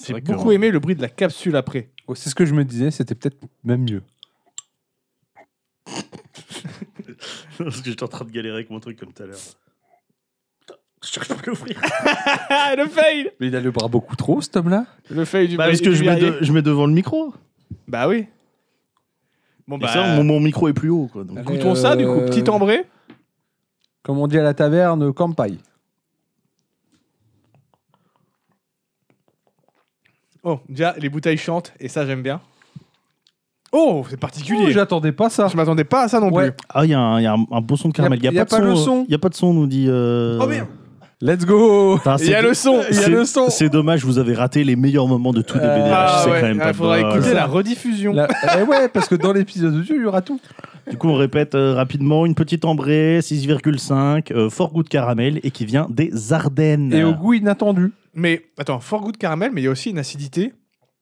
[SPEAKER 2] J'ai
[SPEAKER 3] vrai que-
[SPEAKER 2] beaucoup aimé le bruit de la capsule après.
[SPEAKER 1] Oh, c'est ce que je me disais, c'était peut-être même mieux.
[SPEAKER 3] <laughs> Parce que j'étais en train de galérer avec mon truc comme tout à l'heure. Je cherche pas à l'ouvrir.
[SPEAKER 2] Ah le fail
[SPEAKER 1] Mais il a le bras beaucoup trop, cet homme-là.
[SPEAKER 2] Le fail du
[SPEAKER 3] Bah,
[SPEAKER 2] bruit
[SPEAKER 3] parce que
[SPEAKER 2] du
[SPEAKER 3] je mets,
[SPEAKER 2] verrier.
[SPEAKER 3] de- je mets devant le micro.
[SPEAKER 2] Bah oui. Bon
[SPEAKER 3] Et
[SPEAKER 2] bah
[SPEAKER 3] ça, mon, mon micro est plus haut. Quoi, donc.
[SPEAKER 1] Allez.
[SPEAKER 2] goûtons ça du coup.
[SPEAKER 1] Euh,
[SPEAKER 2] Petit ambrée.
[SPEAKER 1] Comme on dit à la taverne, campagne.
[SPEAKER 2] Oh, déjà, les bouteilles chantent, et ça, j'aime bien. Oh, c'est
[SPEAKER 1] Oh,
[SPEAKER 2] particulier.
[SPEAKER 1] J'attendais pas ça.
[SPEAKER 2] je m'attendais pas à ça non
[SPEAKER 1] Ouais.
[SPEAKER 2] plus.
[SPEAKER 3] Ah, il y, a un- il y a un un bon son de caramel. Il
[SPEAKER 1] Y a-
[SPEAKER 3] n'y a, pas de
[SPEAKER 1] le
[SPEAKER 3] son. euh,
[SPEAKER 1] son.
[SPEAKER 3] Il n'y a pas de son, nous dit. euh,
[SPEAKER 2] Oh merde
[SPEAKER 1] Let's go
[SPEAKER 3] enfin,
[SPEAKER 2] Il y a
[SPEAKER 3] Ah, c'est-
[SPEAKER 2] le son Il y a
[SPEAKER 3] c'est-
[SPEAKER 2] le son
[SPEAKER 3] C'est dommage, vous avez raté les meilleurs moments de tous les
[SPEAKER 1] Euh,
[SPEAKER 3] BDH.
[SPEAKER 1] Ah,
[SPEAKER 3] c'est
[SPEAKER 2] ouais,
[SPEAKER 3] quand même
[SPEAKER 2] ah,
[SPEAKER 3] pas
[SPEAKER 2] faudra
[SPEAKER 3] bol.
[SPEAKER 2] écouter
[SPEAKER 1] ça.
[SPEAKER 2] la
[SPEAKER 1] <laughs>
[SPEAKER 2] rediffusion.
[SPEAKER 1] La- Eh ouais, parce que dans l'épisode dessus, il y aura tout.
[SPEAKER 3] Du coup, on répète euh, rapidement une petite ambrée, 6,5, euh, fort goût de caramel et qui vient des Ardennes.
[SPEAKER 1] Et au goût inattendu.
[SPEAKER 2] Mais attends, fort goût de caramel, mais il y a aussi une acidité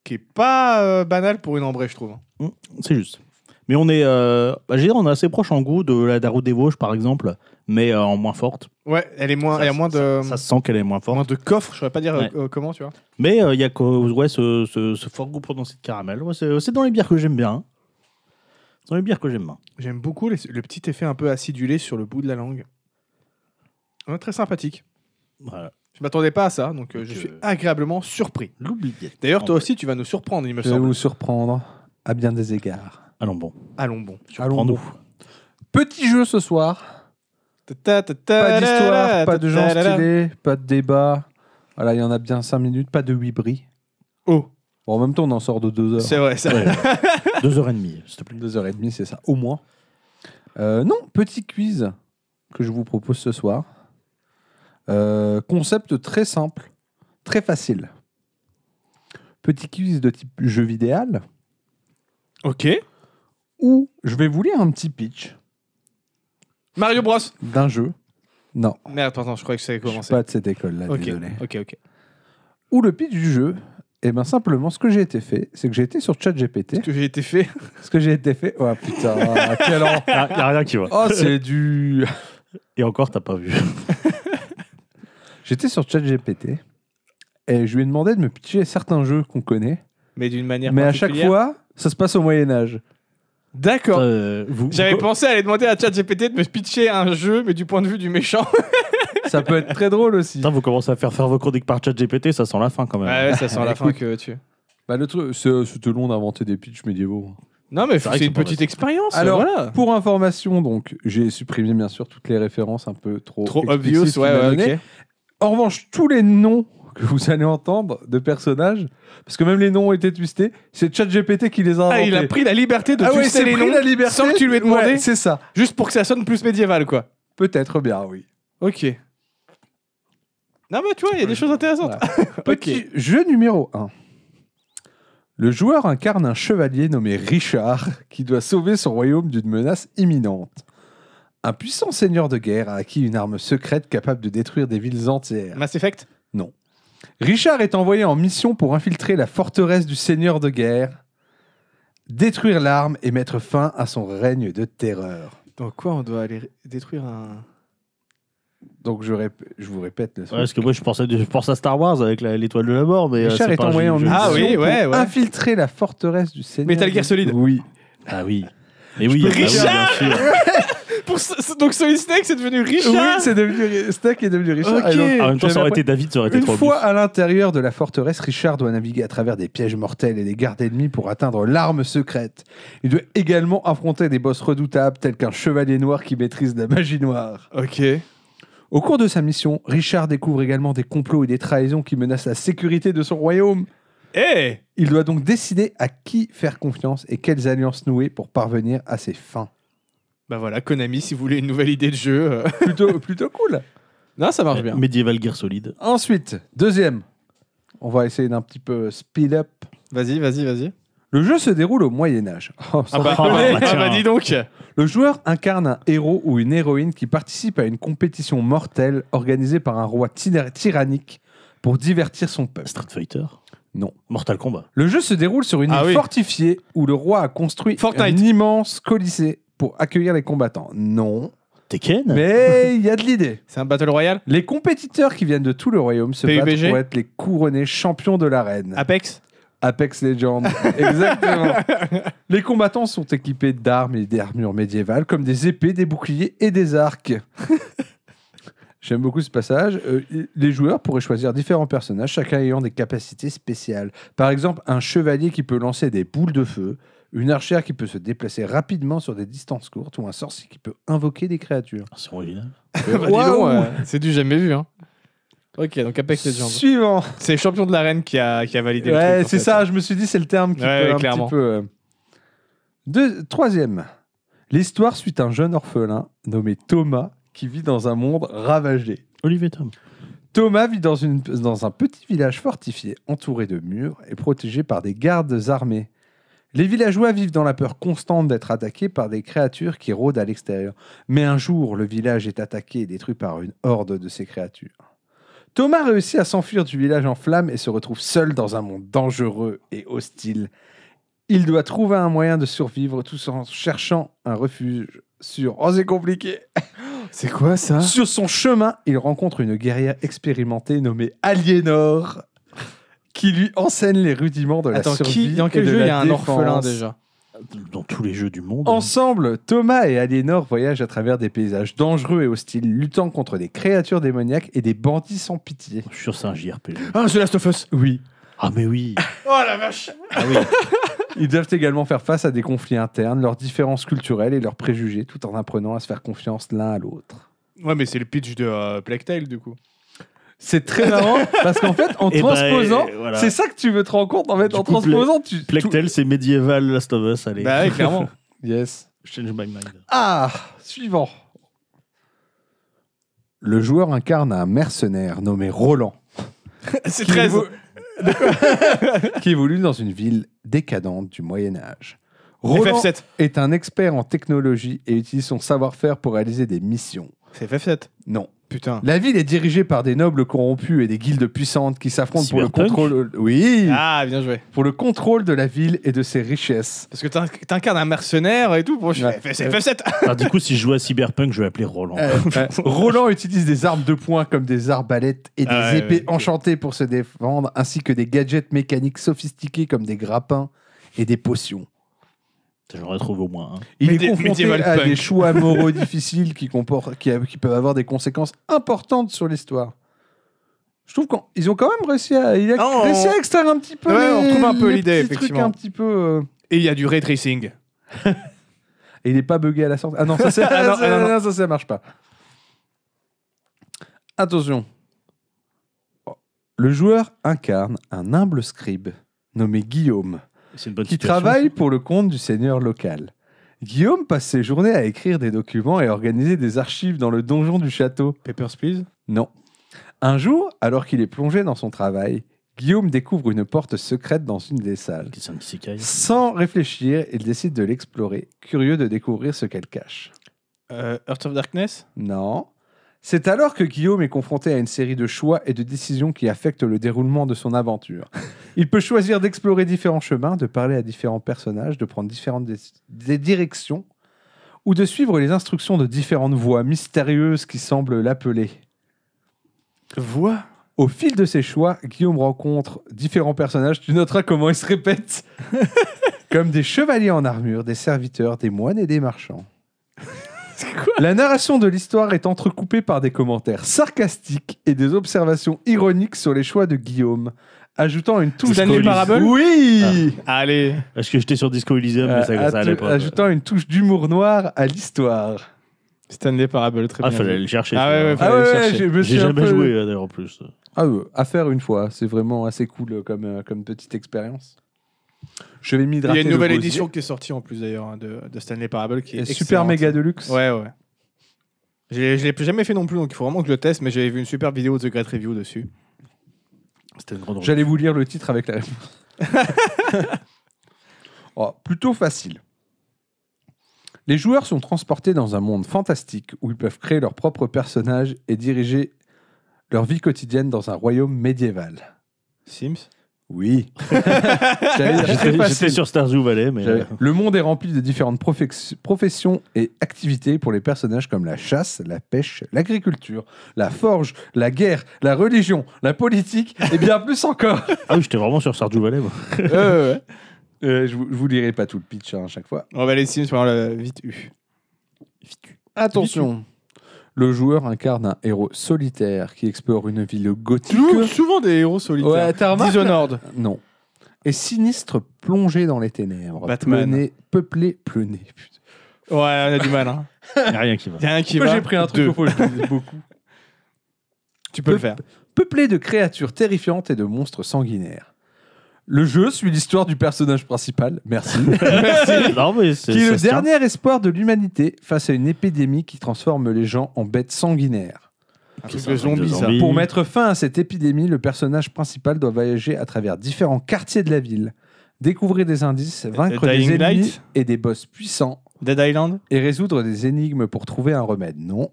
[SPEAKER 2] qui est pas euh, banale pour une ambrée, je trouve.
[SPEAKER 3] C'est juste. Mais on est, euh, bah, je veux dire, on est assez proche en goût de la Daru des Vosges, par exemple, mais euh, en moins forte.
[SPEAKER 2] Ouais, elle est moins,
[SPEAKER 3] Ça,
[SPEAKER 2] elle a moins de,
[SPEAKER 3] Ça se sent qu'elle est moins forte.
[SPEAKER 2] moins de coffre, je saurais pas dire euh,
[SPEAKER 3] Ouais.
[SPEAKER 2] euh, comment, tu vois.
[SPEAKER 3] Mais euh, il y a que- ouais, ce, ce- ce fort goût prononcé de caramel. Ouais, c'est c'est dans les bières que j'aime bien. hein. C'est Dans les bières que j'aime bien.
[SPEAKER 2] J'aime beaucoup les- le petit effet un peu acidulé sur le bout de la langue. Ouais, très sympathique.
[SPEAKER 3] Voilà.
[SPEAKER 2] Je m'attendais pas à ça, donc euh,
[SPEAKER 3] Donc,
[SPEAKER 2] je
[SPEAKER 3] euh,
[SPEAKER 2] suis agréablement surpris.
[SPEAKER 3] L'oubliette.
[SPEAKER 2] D'ailleurs, toi
[SPEAKER 3] En-
[SPEAKER 2] aussi, tu vas nous surprendre, il me
[SPEAKER 1] Je vais
[SPEAKER 2] semble.
[SPEAKER 1] vous surprendre à bien des égards.
[SPEAKER 3] Allons bon.
[SPEAKER 2] Allons bon.
[SPEAKER 1] Allons-nous. Petit jeu ce soir.
[SPEAKER 2] Pas
[SPEAKER 1] Pas d'histoire, pas de gens stylés, pas de débat. Voilà, il y en a bien 5 minutes, pas de 8 bris.
[SPEAKER 2] Oh,
[SPEAKER 1] Bon, en même temps, on en sort de 2 heures.
[SPEAKER 2] c'est vrai, ça.
[SPEAKER 3] Ouais. <laughs> Deux heures et demie, s'il te
[SPEAKER 2] <laughs>
[SPEAKER 3] plaît.
[SPEAKER 1] 2h30, c'est ça, au moins. Euh, non, petit quiz que je vous propose ce soir. Euh, concept très simple, très facile. Petit quiz de type jeu vidéo
[SPEAKER 2] Ok.
[SPEAKER 1] où je vais vous lire un petit pitch
[SPEAKER 2] Mario Bros.
[SPEAKER 1] d'un jeu. Non,
[SPEAKER 2] Oh, Merde, pardon, je croyais que ça allait
[SPEAKER 1] je suis
[SPEAKER 2] commencer.
[SPEAKER 1] pas de cette école-là,
[SPEAKER 2] Ok,
[SPEAKER 1] désolé.
[SPEAKER 2] ok, ok.
[SPEAKER 1] Où le pitch du jeu, et bien simplement, ce que j'ai été fait, c'est que j'ai été sur ChatGPT.
[SPEAKER 2] Est-ce que j'ai été fait
[SPEAKER 1] Ce que j'ai été fait. Oh <laughs> putain, quel an
[SPEAKER 2] Ah,
[SPEAKER 3] Il n'y a rien qui va.
[SPEAKER 1] Oh, c'est du.
[SPEAKER 3] Et encore, t'as pas vu.
[SPEAKER 1] J'étais sur ChatGPT et je lui ai demandé de me pitcher certains jeux qu'on connaît,
[SPEAKER 2] Mais d'une manière
[SPEAKER 1] mais à chaque
[SPEAKER 2] particulière.
[SPEAKER 1] fois, ça se passe au Moyen Âge.
[SPEAKER 2] D'accord.
[SPEAKER 3] Euh, vous-
[SPEAKER 2] J'avais pensé à aller demander à ChatGPT de me pitcher un jeu, mais du point de vue du méchant.
[SPEAKER 1] Ça peut être très drôle aussi.
[SPEAKER 3] Putain, vous commencez à faire faire vos chroniques par chat GPT, ça sent la fin quand même.
[SPEAKER 2] ouais, ça sent la fin
[SPEAKER 1] Écoute.
[SPEAKER 2] que tu.
[SPEAKER 1] Bah, le truc, c'est- c'était long d'inventer des pitchs médiévaux.
[SPEAKER 2] Non, mais
[SPEAKER 3] C'est vrai
[SPEAKER 2] c'est
[SPEAKER 3] que
[SPEAKER 2] une
[SPEAKER 3] c'est pas
[SPEAKER 2] petite
[SPEAKER 3] vrai.
[SPEAKER 2] expérience.
[SPEAKER 1] Alors,
[SPEAKER 2] voilà.
[SPEAKER 1] Pour information, donc, j'ai supprimé bien sûr toutes les références un peu trop,
[SPEAKER 2] Trop
[SPEAKER 1] explicites
[SPEAKER 2] obvious,
[SPEAKER 1] qu'il
[SPEAKER 2] ouais,
[SPEAKER 1] m'a
[SPEAKER 2] ouais,
[SPEAKER 1] données.
[SPEAKER 2] ok.
[SPEAKER 1] En revanche, tous les noms que vous allez entendre de personnages, parce que même les noms ont été twistés, c'est ChatGPT qui les a inventés.
[SPEAKER 2] Ah, il a pris la liberté de
[SPEAKER 1] Ah oui,
[SPEAKER 2] twister
[SPEAKER 1] c'est
[SPEAKER 2] les
[SPEAKER 1] pris
[SPEAKER 2] noms
[SPEAKER 1] la liberté.
[SPEAKER 2] sans que tu lui aies demandé,
[SPEAKER 1] Ouais, c'est ça.
[SPEAKER 2] juste pour que ça sonne plus médiéval, quoi.
[SPEAKER 1] Peut-être bien, oui.
[SPEAKER 2] Ok. Non, mais tu vois, il y a des choses intéressantes.
[SPEAKER 1] Petit jeu numéro 1. Le joueur incarne un chevalier nommé Richard qui doit sauver son royaume d'une menace imminente. Un puissant seigneur de guerre a acquis une arme secrète capable de détruire des villes entières.
[SPEAKER 2] Mass Effect
[SPEAKER 1] Richard est envoyé en mission pour infiltrer la forteresse du seigneur de guerre, détruire l'arme et mettre fin à son règne de terreur.
[SPEAKER 2] Dans quoi on doit aller détruire un.
[SPEAKER 1] Donc je, rép- je vous répète. n'est-ce pas
[SPEAKER 3] parce que moi, je pensais, je pense à Star Wars avec la- l'étoile de la mort, mais. euh,
[SPEAKER 1] Richard
[SPEAKER 3] c'est
[SPEAKER 1] est
[SPEAKER 3] pas un
[SPEAKER 1] envoyé
[SPEAKER 3] jeu-
[SPEAKER 1] en
[SPEAKER 3] jeu-
[SPEAKER 1] mission
[SPEAKER 2] Ah oui,
[SPEAKER 1] pour
[SPEAKER 2] ouais, ouais.
[SPEAKER 1] infiltrer la forteresse du seigneur.
[SPEAKER 2] Metal Gear
[SPEAKER 1] de-
[SPEAKER 2] Solid.
[SPEAKER 1] Oui.
[SPEAKER 3] Ah oui. Et oui, bah oui,
[SPEAKER 2] Richard
[SPEAKER 3] bien sûr.
[SPEAKER 2] Pour ce- Donc Solid Snake, c'est devenu hein
[SPEAKER 1] Oui,
[SPEAKER 2] Richard
[SPEAKER 1] c'est devenu Stack est devenu Richard.
[SPEAKER 2] Ok.
[SPEAKER 1] Et donc,
[SPEAKER 3] En même temps, ça aurait été David, ça aurait été
[SPEAKER 1] Une
[SPEAKER 3] trop
[SPEAKER 1] fois à l'intérieur de la forteresse, Richard doit naviguer à travers des pièges mortels et des gardes ennemis pour atteindre l'arme secrète. Il doit également affronter des boss redoutables tels qu'un chevalier noir qui maîtrise la magie noire.
[SPEAKER 2] Ok.
[SPEAKER 1] Au cours de sa mission, Richard découvre également des complots et des trahisons qui menacent la sécurité de son royaume.
[SPEAKER 2] Eh
[SPEAKER 1] Il doit donc décider à qui faire confiance et quelles alliances nouer pour parvenir à ses fins.
[SPEAKER 2] Bah voilà, Konami, si vous voulez une nouvelle idée de jeu. euh.
[SPEAKER 1] Plutôt, <laughs> plutôt cool.
[SPEAKER 2] Non, ça marche
[SPEAKER 3] bien.
[SPEAKER 2] bien.
[SPEAKER 3] Medieval Gear Solid.
[SPEAKER 1] Ensuite, deuxième. On va essayer d'un petit peu speed up.
[SPEAKER 2] Vas-y, vas-y, vas-y.
[SPEAKER 1] Le jeu se déroule au Moyen Âge. <laughs> Oh, ça
[SPEAKER 2] Ah bah,
[SPEAKER 3] Ah bah,
[SPEAKER 2] ouais,
[SPEAKER 3] tiens.
[SPEAKER 2] ah bah, dis donc
[SPEAKER 1] Le joueur incarne un héros ou une héroïne qui participe à une compétition mortelle organisée par un roi tyra- tyrannique pour divertir son peuple.
[SPEAKER 3] Street Fighter.
[SPEAKER 1] Non.
[SPEAKER 3] Mortal Kombat.
[SPEAKER 1] Le jeu se déroule sur une
[SPEAKER 2] Ah
[SPEAKER 1] île
[SPEAKER 2] oui.
[SPEAKER 1] fortifiée où le roi a construit
[SPEAKER 2] Fortnite.
[SPEAKER 1] un immense colisée pour accueillir les combattants. Non,
[SPEAKER 3] Tekken.
[SPEAKER 2] <laughs>
[SPEAKER 1] mais il y a de l'idée.
[SPEAKER 2] C'est un Battle Royale
[SPEAKER 1] Les compétiteurs qui viennent de tout le royaume se
[SPEAKER 2] PUBG?
[SPEAKER 1] battent pour être les couronnés champions de l'arène.
[SPEAKER 2] Apex
[SPEAKER 1] Apex Legends, exactement. Les combattants sont équipés d'armes et d'armures médiévales, comme des épées, des boucliers et des
[SPEAKER 2] <laughs>
[SPEAKER 1] arcs. J'aime beaucoup ce passage. Euh, i- les joueurs pourraient choisir différents personnages, chacun ayant des capacités spéciales. Par exemple, un chevalier qui peut lancer des boules de feu, une archère qui peut se déplacer rapidement sur des distances courtes, ou un sorcier qui peut invoquer des créatures.
[SPEAKER 3] Ah, C'est original.
[SPEAKER 2] <laughs> <laughs> Bah, dis donc,
[SPEAKER 1] Waouh
[SPEAKER 2] euh, C'est du jamais vu, hein. Ok, donc Apex Legends.
[SPEAKER 1] Suivant.
[SPEAKER 2] C'est le champion de l'arène qui a, qui a validé le
[SPEAKER 1] Ouais,
[SPEAKER 2] truc, en
[SPEAKER 1] c'est
[SPEAKER 2] fait. hein.
[SPEAKER 1] ça, je me suis dit, c'est le terme qui
[SPEAKER 2] Ouais,
[SPEAKER 1] peut
[SPEAKER 2] ouais,
[SPEAKER 1] un
[SPEAKER 2] clairement.
[SPEAKER 1] petit peu. euh. Deux- troisième, l'histoire suit un jeune orphelin nommé Thomas qui vit dans un monde ravagé.
[SPEAKER 3] Olivier Tom.
[SPEAKER 1] Thomas vit dans, une, dans un petit village fortifié, entouré de murs et protégé par des gardes armés. Les villageois vivent dans la peur constante d'être attaqués par des créatures qui rôdent à l'extérieur. Mais un jour, le village est attaqué et détruit par une horde de ces créatures. Thomas réussit à s'enfuir du village en flammes et se retrouve seul dans un monde dangereux et hostile. Il doit trouver un moyen de survivre tout en cherchant un refuge sur... Oh, c'est compliqué
[SPEAKER 2] C'est quoi ça
[SPEAKER 1] sur son chemin, il rencontre une guerrière expérimentée nommée Aliénor, qui lui enseigne les rudiments de la
[SPEAKER 2] Attends,
[SPEAKER 1] survie.
[SPEAKER 2] qui, dans quel
[SPEAKER 1] et de
[SPEAKER 2] jeu
[SPEAKER 1] la
[SPEAKER 2] il y a un
[SPEAKER 1] défense.
[SPEAKER 2] orphelin déjà
[SPEAKER 3] Dans tous les jeux du monde.
[SPEAKER 1] Ensemble, Thomas et Aliénor voyagent à travers des paysages dangereux et hostiles, luttant contre des créatures démoniaques et des bandits sans pitié.
[SPEAKER 3] Je suis sûr que c'est un JRPG.
[SPEAKER 2] Ah, The Last of Us
[SPEAKER 1] Oui.
[SPEAKER 3] Ah mais oui.
[SPEAKER 2] Oh la vache
[SPEAKER 3] Ah oui.
[SPEAKER 1] Ils doivent également faire face à des conflits internes, leurs différences culturelles et leurs préjugés, tout en apprenant à se faire confiance l'un à l'autre.
[SPEAKER 2] Ouais, mais c'est le pitch de euh, Plague Tale du coup.
[SPEAKER 1] C'est
[SPEAKER 2] <laughs>
[SPEAKER 1] très marrant parce qu'en fait, en
[SPEAKER 3] Eh ben,
[SPEAKER 1] transposant,
[SPEAKER 2] euh,
[SPEAKER 3] voilà.
[SPEAKER 1] c'est ça que tu veux te rendre compte. En fait,
[SPEAKER 3] Du
[SPEAKER 1] en
[SPEAKER 3] coup, Pla-
[SPEAKER 1] transposant, tu. tout-
[SPEAKER 3] Plectel, c'est Medieval Last of Us. Allez.
[SPEAKER 2] <laughs> Bah ouais, clairement.
[SPEAKER 1] Yes.
[SPEAKER 3] Change my mind.
[SPEAKER 1] Ah, suivant. Le joueur incarne un mercenaire nommé Roland,
[SPEAKER 2] c'est
[SPEAKER 1] qui,
[SPEAKER 2] 13.
[SPEAKER 1] évo- qui évolue dans une ville décadente du Moyen Âge. Roland
[SPEAKER 2] FF7.
[SPEAKER 1] est un expert en technologie et utilise son savoir-faire pour réaliser des missions.
[SPEAKER 2] C'est FF7.
[SPEAKER 1] Non.
[SPEAKER 2] Putain.
[SPEAKER 1] La ville est dirigée par des nobles corrompus et des guildes puissantes qui s'affrontent pour le
[SPEAKER 3] Cyberpunk
[SPEAKER 1] contrôle. Oui,
[SPEAKER 2] Ah, bien joué.
[SPEAKER 1] pour le contrôle de la ville et de ses richesses.
[SPEAKER 2] Parce que t'in- t'incarnes un mercenaire et tout. Bon, je
[SPEAKER 1] Ouais.
[SPEAKER 2] fais, c'est FF7.
[SPEAKER 3] Alors, du coup, si je joue à Cyberpunk, je vais appeler Roland.
[SPEAKER 1] Euh, ouais. Roland utilise des armes de poing comme des arbalètes et des
[SPEAKER 2] Ah ouais,
[SPEAKER 1] épées
[SPEAKER 2] ouais, ok.
[SPEAKER 1] enchantées pour se défendre, ainsi que des gadgets mécaniques sophistiqués comme des grappins et des potions.
[SPEAKER 3] J'en retrouve au moins. un.
[SPEAKER 1] Il
[SPEAKER 2] Médi-
[SPEAKER 1] est confronté
[SPEAKER 2] medieval
[SPEAKER 1] à
[SPEAKER 2] punk.
[SPEAKER 1] des
[SPEAKER 2] <laughs>
[SPEAKER 1] choix moraux difficiles qui, comportent- qui, a- qui peuvent avoir des conséquences importantes sur l'histoire. Je trouve qu'ils ont quand même réussi à, il a
[SPEAKER 2] Non,
[SPEAKER 1] réussi à
[SPEAKER 2] on-
[SPEAKER 1] extraire un petit peu
[SPEAKER 2] Ouais, on
[SPEAKER 1] les-
[SPEAKER 2] retrouve un peu
[SPEAKER 1] les
[SPEAKER 2] l'idée,
[SPEAKER 1] petits trucs
[SPEAKER 2] effectivement.
[SPEAKER 1] un petit peu, euh,
[SPEAKER 2] Et il y a du ray tracing.
[SPEAKER 1] Et il n'est pas bugué à la sortie. Ah non, ça, c'est-
[SPEAKER 2] Ah non, ah non,
[SPEAKER 1] ça, ça, ça marche pas. Attention. Le joueur incarne un humble scribe nommé Guillaume,
[SPEAKER 3] C'est une bonne
[SPEAKER 1] qui
[SPEAKER 3] situation.
[SPEAKER 1] travaille pour le compte du seigneur local. Guillaume passe ses journées à écrire des documents et organiser des archives dans le donjon du château.
[SPEAKER 2] Papers, please.
[SPEAKER 1] Non. Un jour, alors qu'il est plongé dans son travail, Guillaume découvre une porte secrète dans une des salles.
[SPEAKER 3] C'est un isekai.
[SPEAKER 1] Sans réfléchir, il décide de l'explorer, curieux de découvrir ce qu'elle cache.
[SPEAKER 2] Euh, Heart of Darkness.
[SPEAKER 1] Non. C'est alors que Guillaume est confronté à une série de choix et de décisions qui affectent le déroulement de son aventure. Il peut choisir d'explorer différents chemins, de parler à différents personnages, de prendre différentes dé- des directions ou de suivre les instructions de différentes voix mystérieuses qui semblent l'appeler.
[SPEAKER 2] Voix
[SPEAKER 1] Au fil de ses choix, Guillaume rencontre différents personnages. Tu noteras comment ils se
[SPEAKER 2] <laughs>
[SPEAKER 1] répètent. Comme des chevaliers en armure, des serviteurs, des moines et des marchands.
[SPEAKER 2] <laughs> C'est quoi
[SPEAKER 1] La narration de l'histoire est entrecoupée par des commentaires sarcastiques et des observations ironiques sur les choix de Guillaume, ajoutant une touche
[SPEAKER 2] C'est Stanley Parable Ah,
[SPEAKER 1] Oui
[SPEAKER 2] Allez
[SPEAKER 3] Est-ce que j'étais sur Disco Elysium mais ça,
[SPEAKER 1] Euh,
[SPEAKER 3] ça
[SPEAKER 1] attou-
[SPEAKER 3] allait pas.
[SPEAKER 1] Ajoutant une touche d'humour noir à l'histoire.
[SPEAKER 2] Stanley Parable, très
[SPEAKER 3] Ah,
[SPEAKER 2] bien.
[SPEAKER 3] fallait le chercher.
[SPEAKER 2] Ah
[SPEAKER 3] celui-là.
[SPEAKER 2] ouais, ouais, fallait le chercher.
[SPEAKER 1] je me suis
[SPEAKER 3] J'ai
[SPEAKER 1] un
[SPEAKER 3] jamais
[SPEAKER 1] peu-
[SPEAKER 3] joué euh, d'ailleurs en plus.
[SPEAKER 1] Ah, euh, à faire une fois, c'est vraiment assez cool comme, euh, comme petite expérience. Je vais
[SPEAKER 2] Il y
[SPEAKER 1] m'hydrater.
[SPEAKER 2] a une
[SPEAKER 1] le
[SPEAKER 2] nouvelle
[SPEAKER 1] gosier.
[SPEAKER 2] édition qui est sortie en plus d'ailleurs hein, de, de Stanley Parable qui est
[SPEAKER 1] Et super
[SPEAKER 2] excellente.
[SPEAKER 1] méga deluxe.
[SPEAKER 2] Ouais, ouais. Je l'ai- je l'ai plus jamais fait non plus, donc il faut vraiment que je le teste, mais j'avais vu une super vidéo de The Great Review dessus.
[SPEAKER 3] C'était une grande
[SPEAKER 1] J'allais vous lire le titre avec la réponse.
[SPEAKER 2] <laughs>
[SPEAKER 1] Oh, plutôt facile. Les joueurs sont transportés dans un monde fantastique où ils peuvent créer leurs propres personnages et diriger leur vie quotidienne dans un royaume médiéval.
[SPEAKER 2] Sims <laughs>
[SPEAKER 1] Oui. J'allais dire, très
[SPEAKER 3] J'étais
[SPEAKER 1] facile.
[SPEAKER 3] j'étais sur Stardew Valley, mais.
[SPEAKER 1] J'avais- Le monde est rempli de différentes profex- professions et activités pour les personnages comme la chasse, la pêche, l'agriculture, la forge, la guerre, la religion, la politique et
[SPEAKER 2] <laughs>
[SPEAKER 1] bien plus encore.
[SPEAKER 3] Ah oui, j'étais vraiment sur Stardew Valley. moi.
[SPEAKER 2] Ouais, ouais, ouais.
[SPEAKER 1] <laughs> Euh, je, vous, je vous lirai pas tout le pitch hein, à chaque fois.
[SPEAKER 2] On va les Sims, on l'a vite eu.
[SPEAKER 1] Attention. Le joueur incarne un héros solitaire qui explore une ville gothique.
[SPEAKER 2] Souvent, souvent des héros solitaires.
[SPEAKER 1] Ouais, t'as remarqué
[SPEAKER 2] Dishonored.
[SPEAKER 1] Non. Et sinistre plongé dans les ténèbres.
[SPEAKER 2] Batman.
[SPEAKER 1] Peuplé, peuplé, pleuné. putain.
[SPEAKER 2] Ouais, on a du mal. <laughs> Hein.
[SPEAKER 3] Y a rien qui va.
[SPEAKER 2] Y a un qui
[SPEAKER 1] Pourquoi
[SPEAKER 2] va.
[SPEAKER 1] j'ai pris un truc
[SPEAKER 2] deux.
[SPEAKER 1] au faux, je le dis
[SPEAKER 2] <laughs>
[SPEAKER 1] beaucoup.
[SPEAKER 2] Tu peux le faire.
[SPEAKER 1] peuplé de créatures terrifiantes et de monstres sanguinaires. Le jeu suit l'histoire du personnage principal, merci,
[SPEAKER 3] Non, mais <laughs> c'est.
[SPEAKER 1] qui est
[SPEAKER 3] ça
[SPEAKER 1] le
[SPEAKER 3] se tient.
[SPEAKER 1] dernier espoir de l'humanité face à une épidémie qui transforme les gens en bêtes sanguinaires.
[SPEAKER 2] Un
[SPEAKER 3] C'est un
[SPEAKER 2] truc de
[SPEAKER 3] truc de
[SPEAKER 2] zombie, ça.
[SPEAKER 3] zombie.
[SPEAKER 1] Pour mettre fin à cette épidémie, le personnage principal doit voyager à travers différents quartiers de la ville, découvrir des indices, vaincre des
[SPEAKER 2] Dying
[SPEAKER 1] ennemis
[SPEAKER 2] Light
[SPEAKER 1] et des boss puissants,
[SPEAKER 2] Dead Island
[SPEAKER 1] et résoudre des énigmes pour trouver un remède. Non.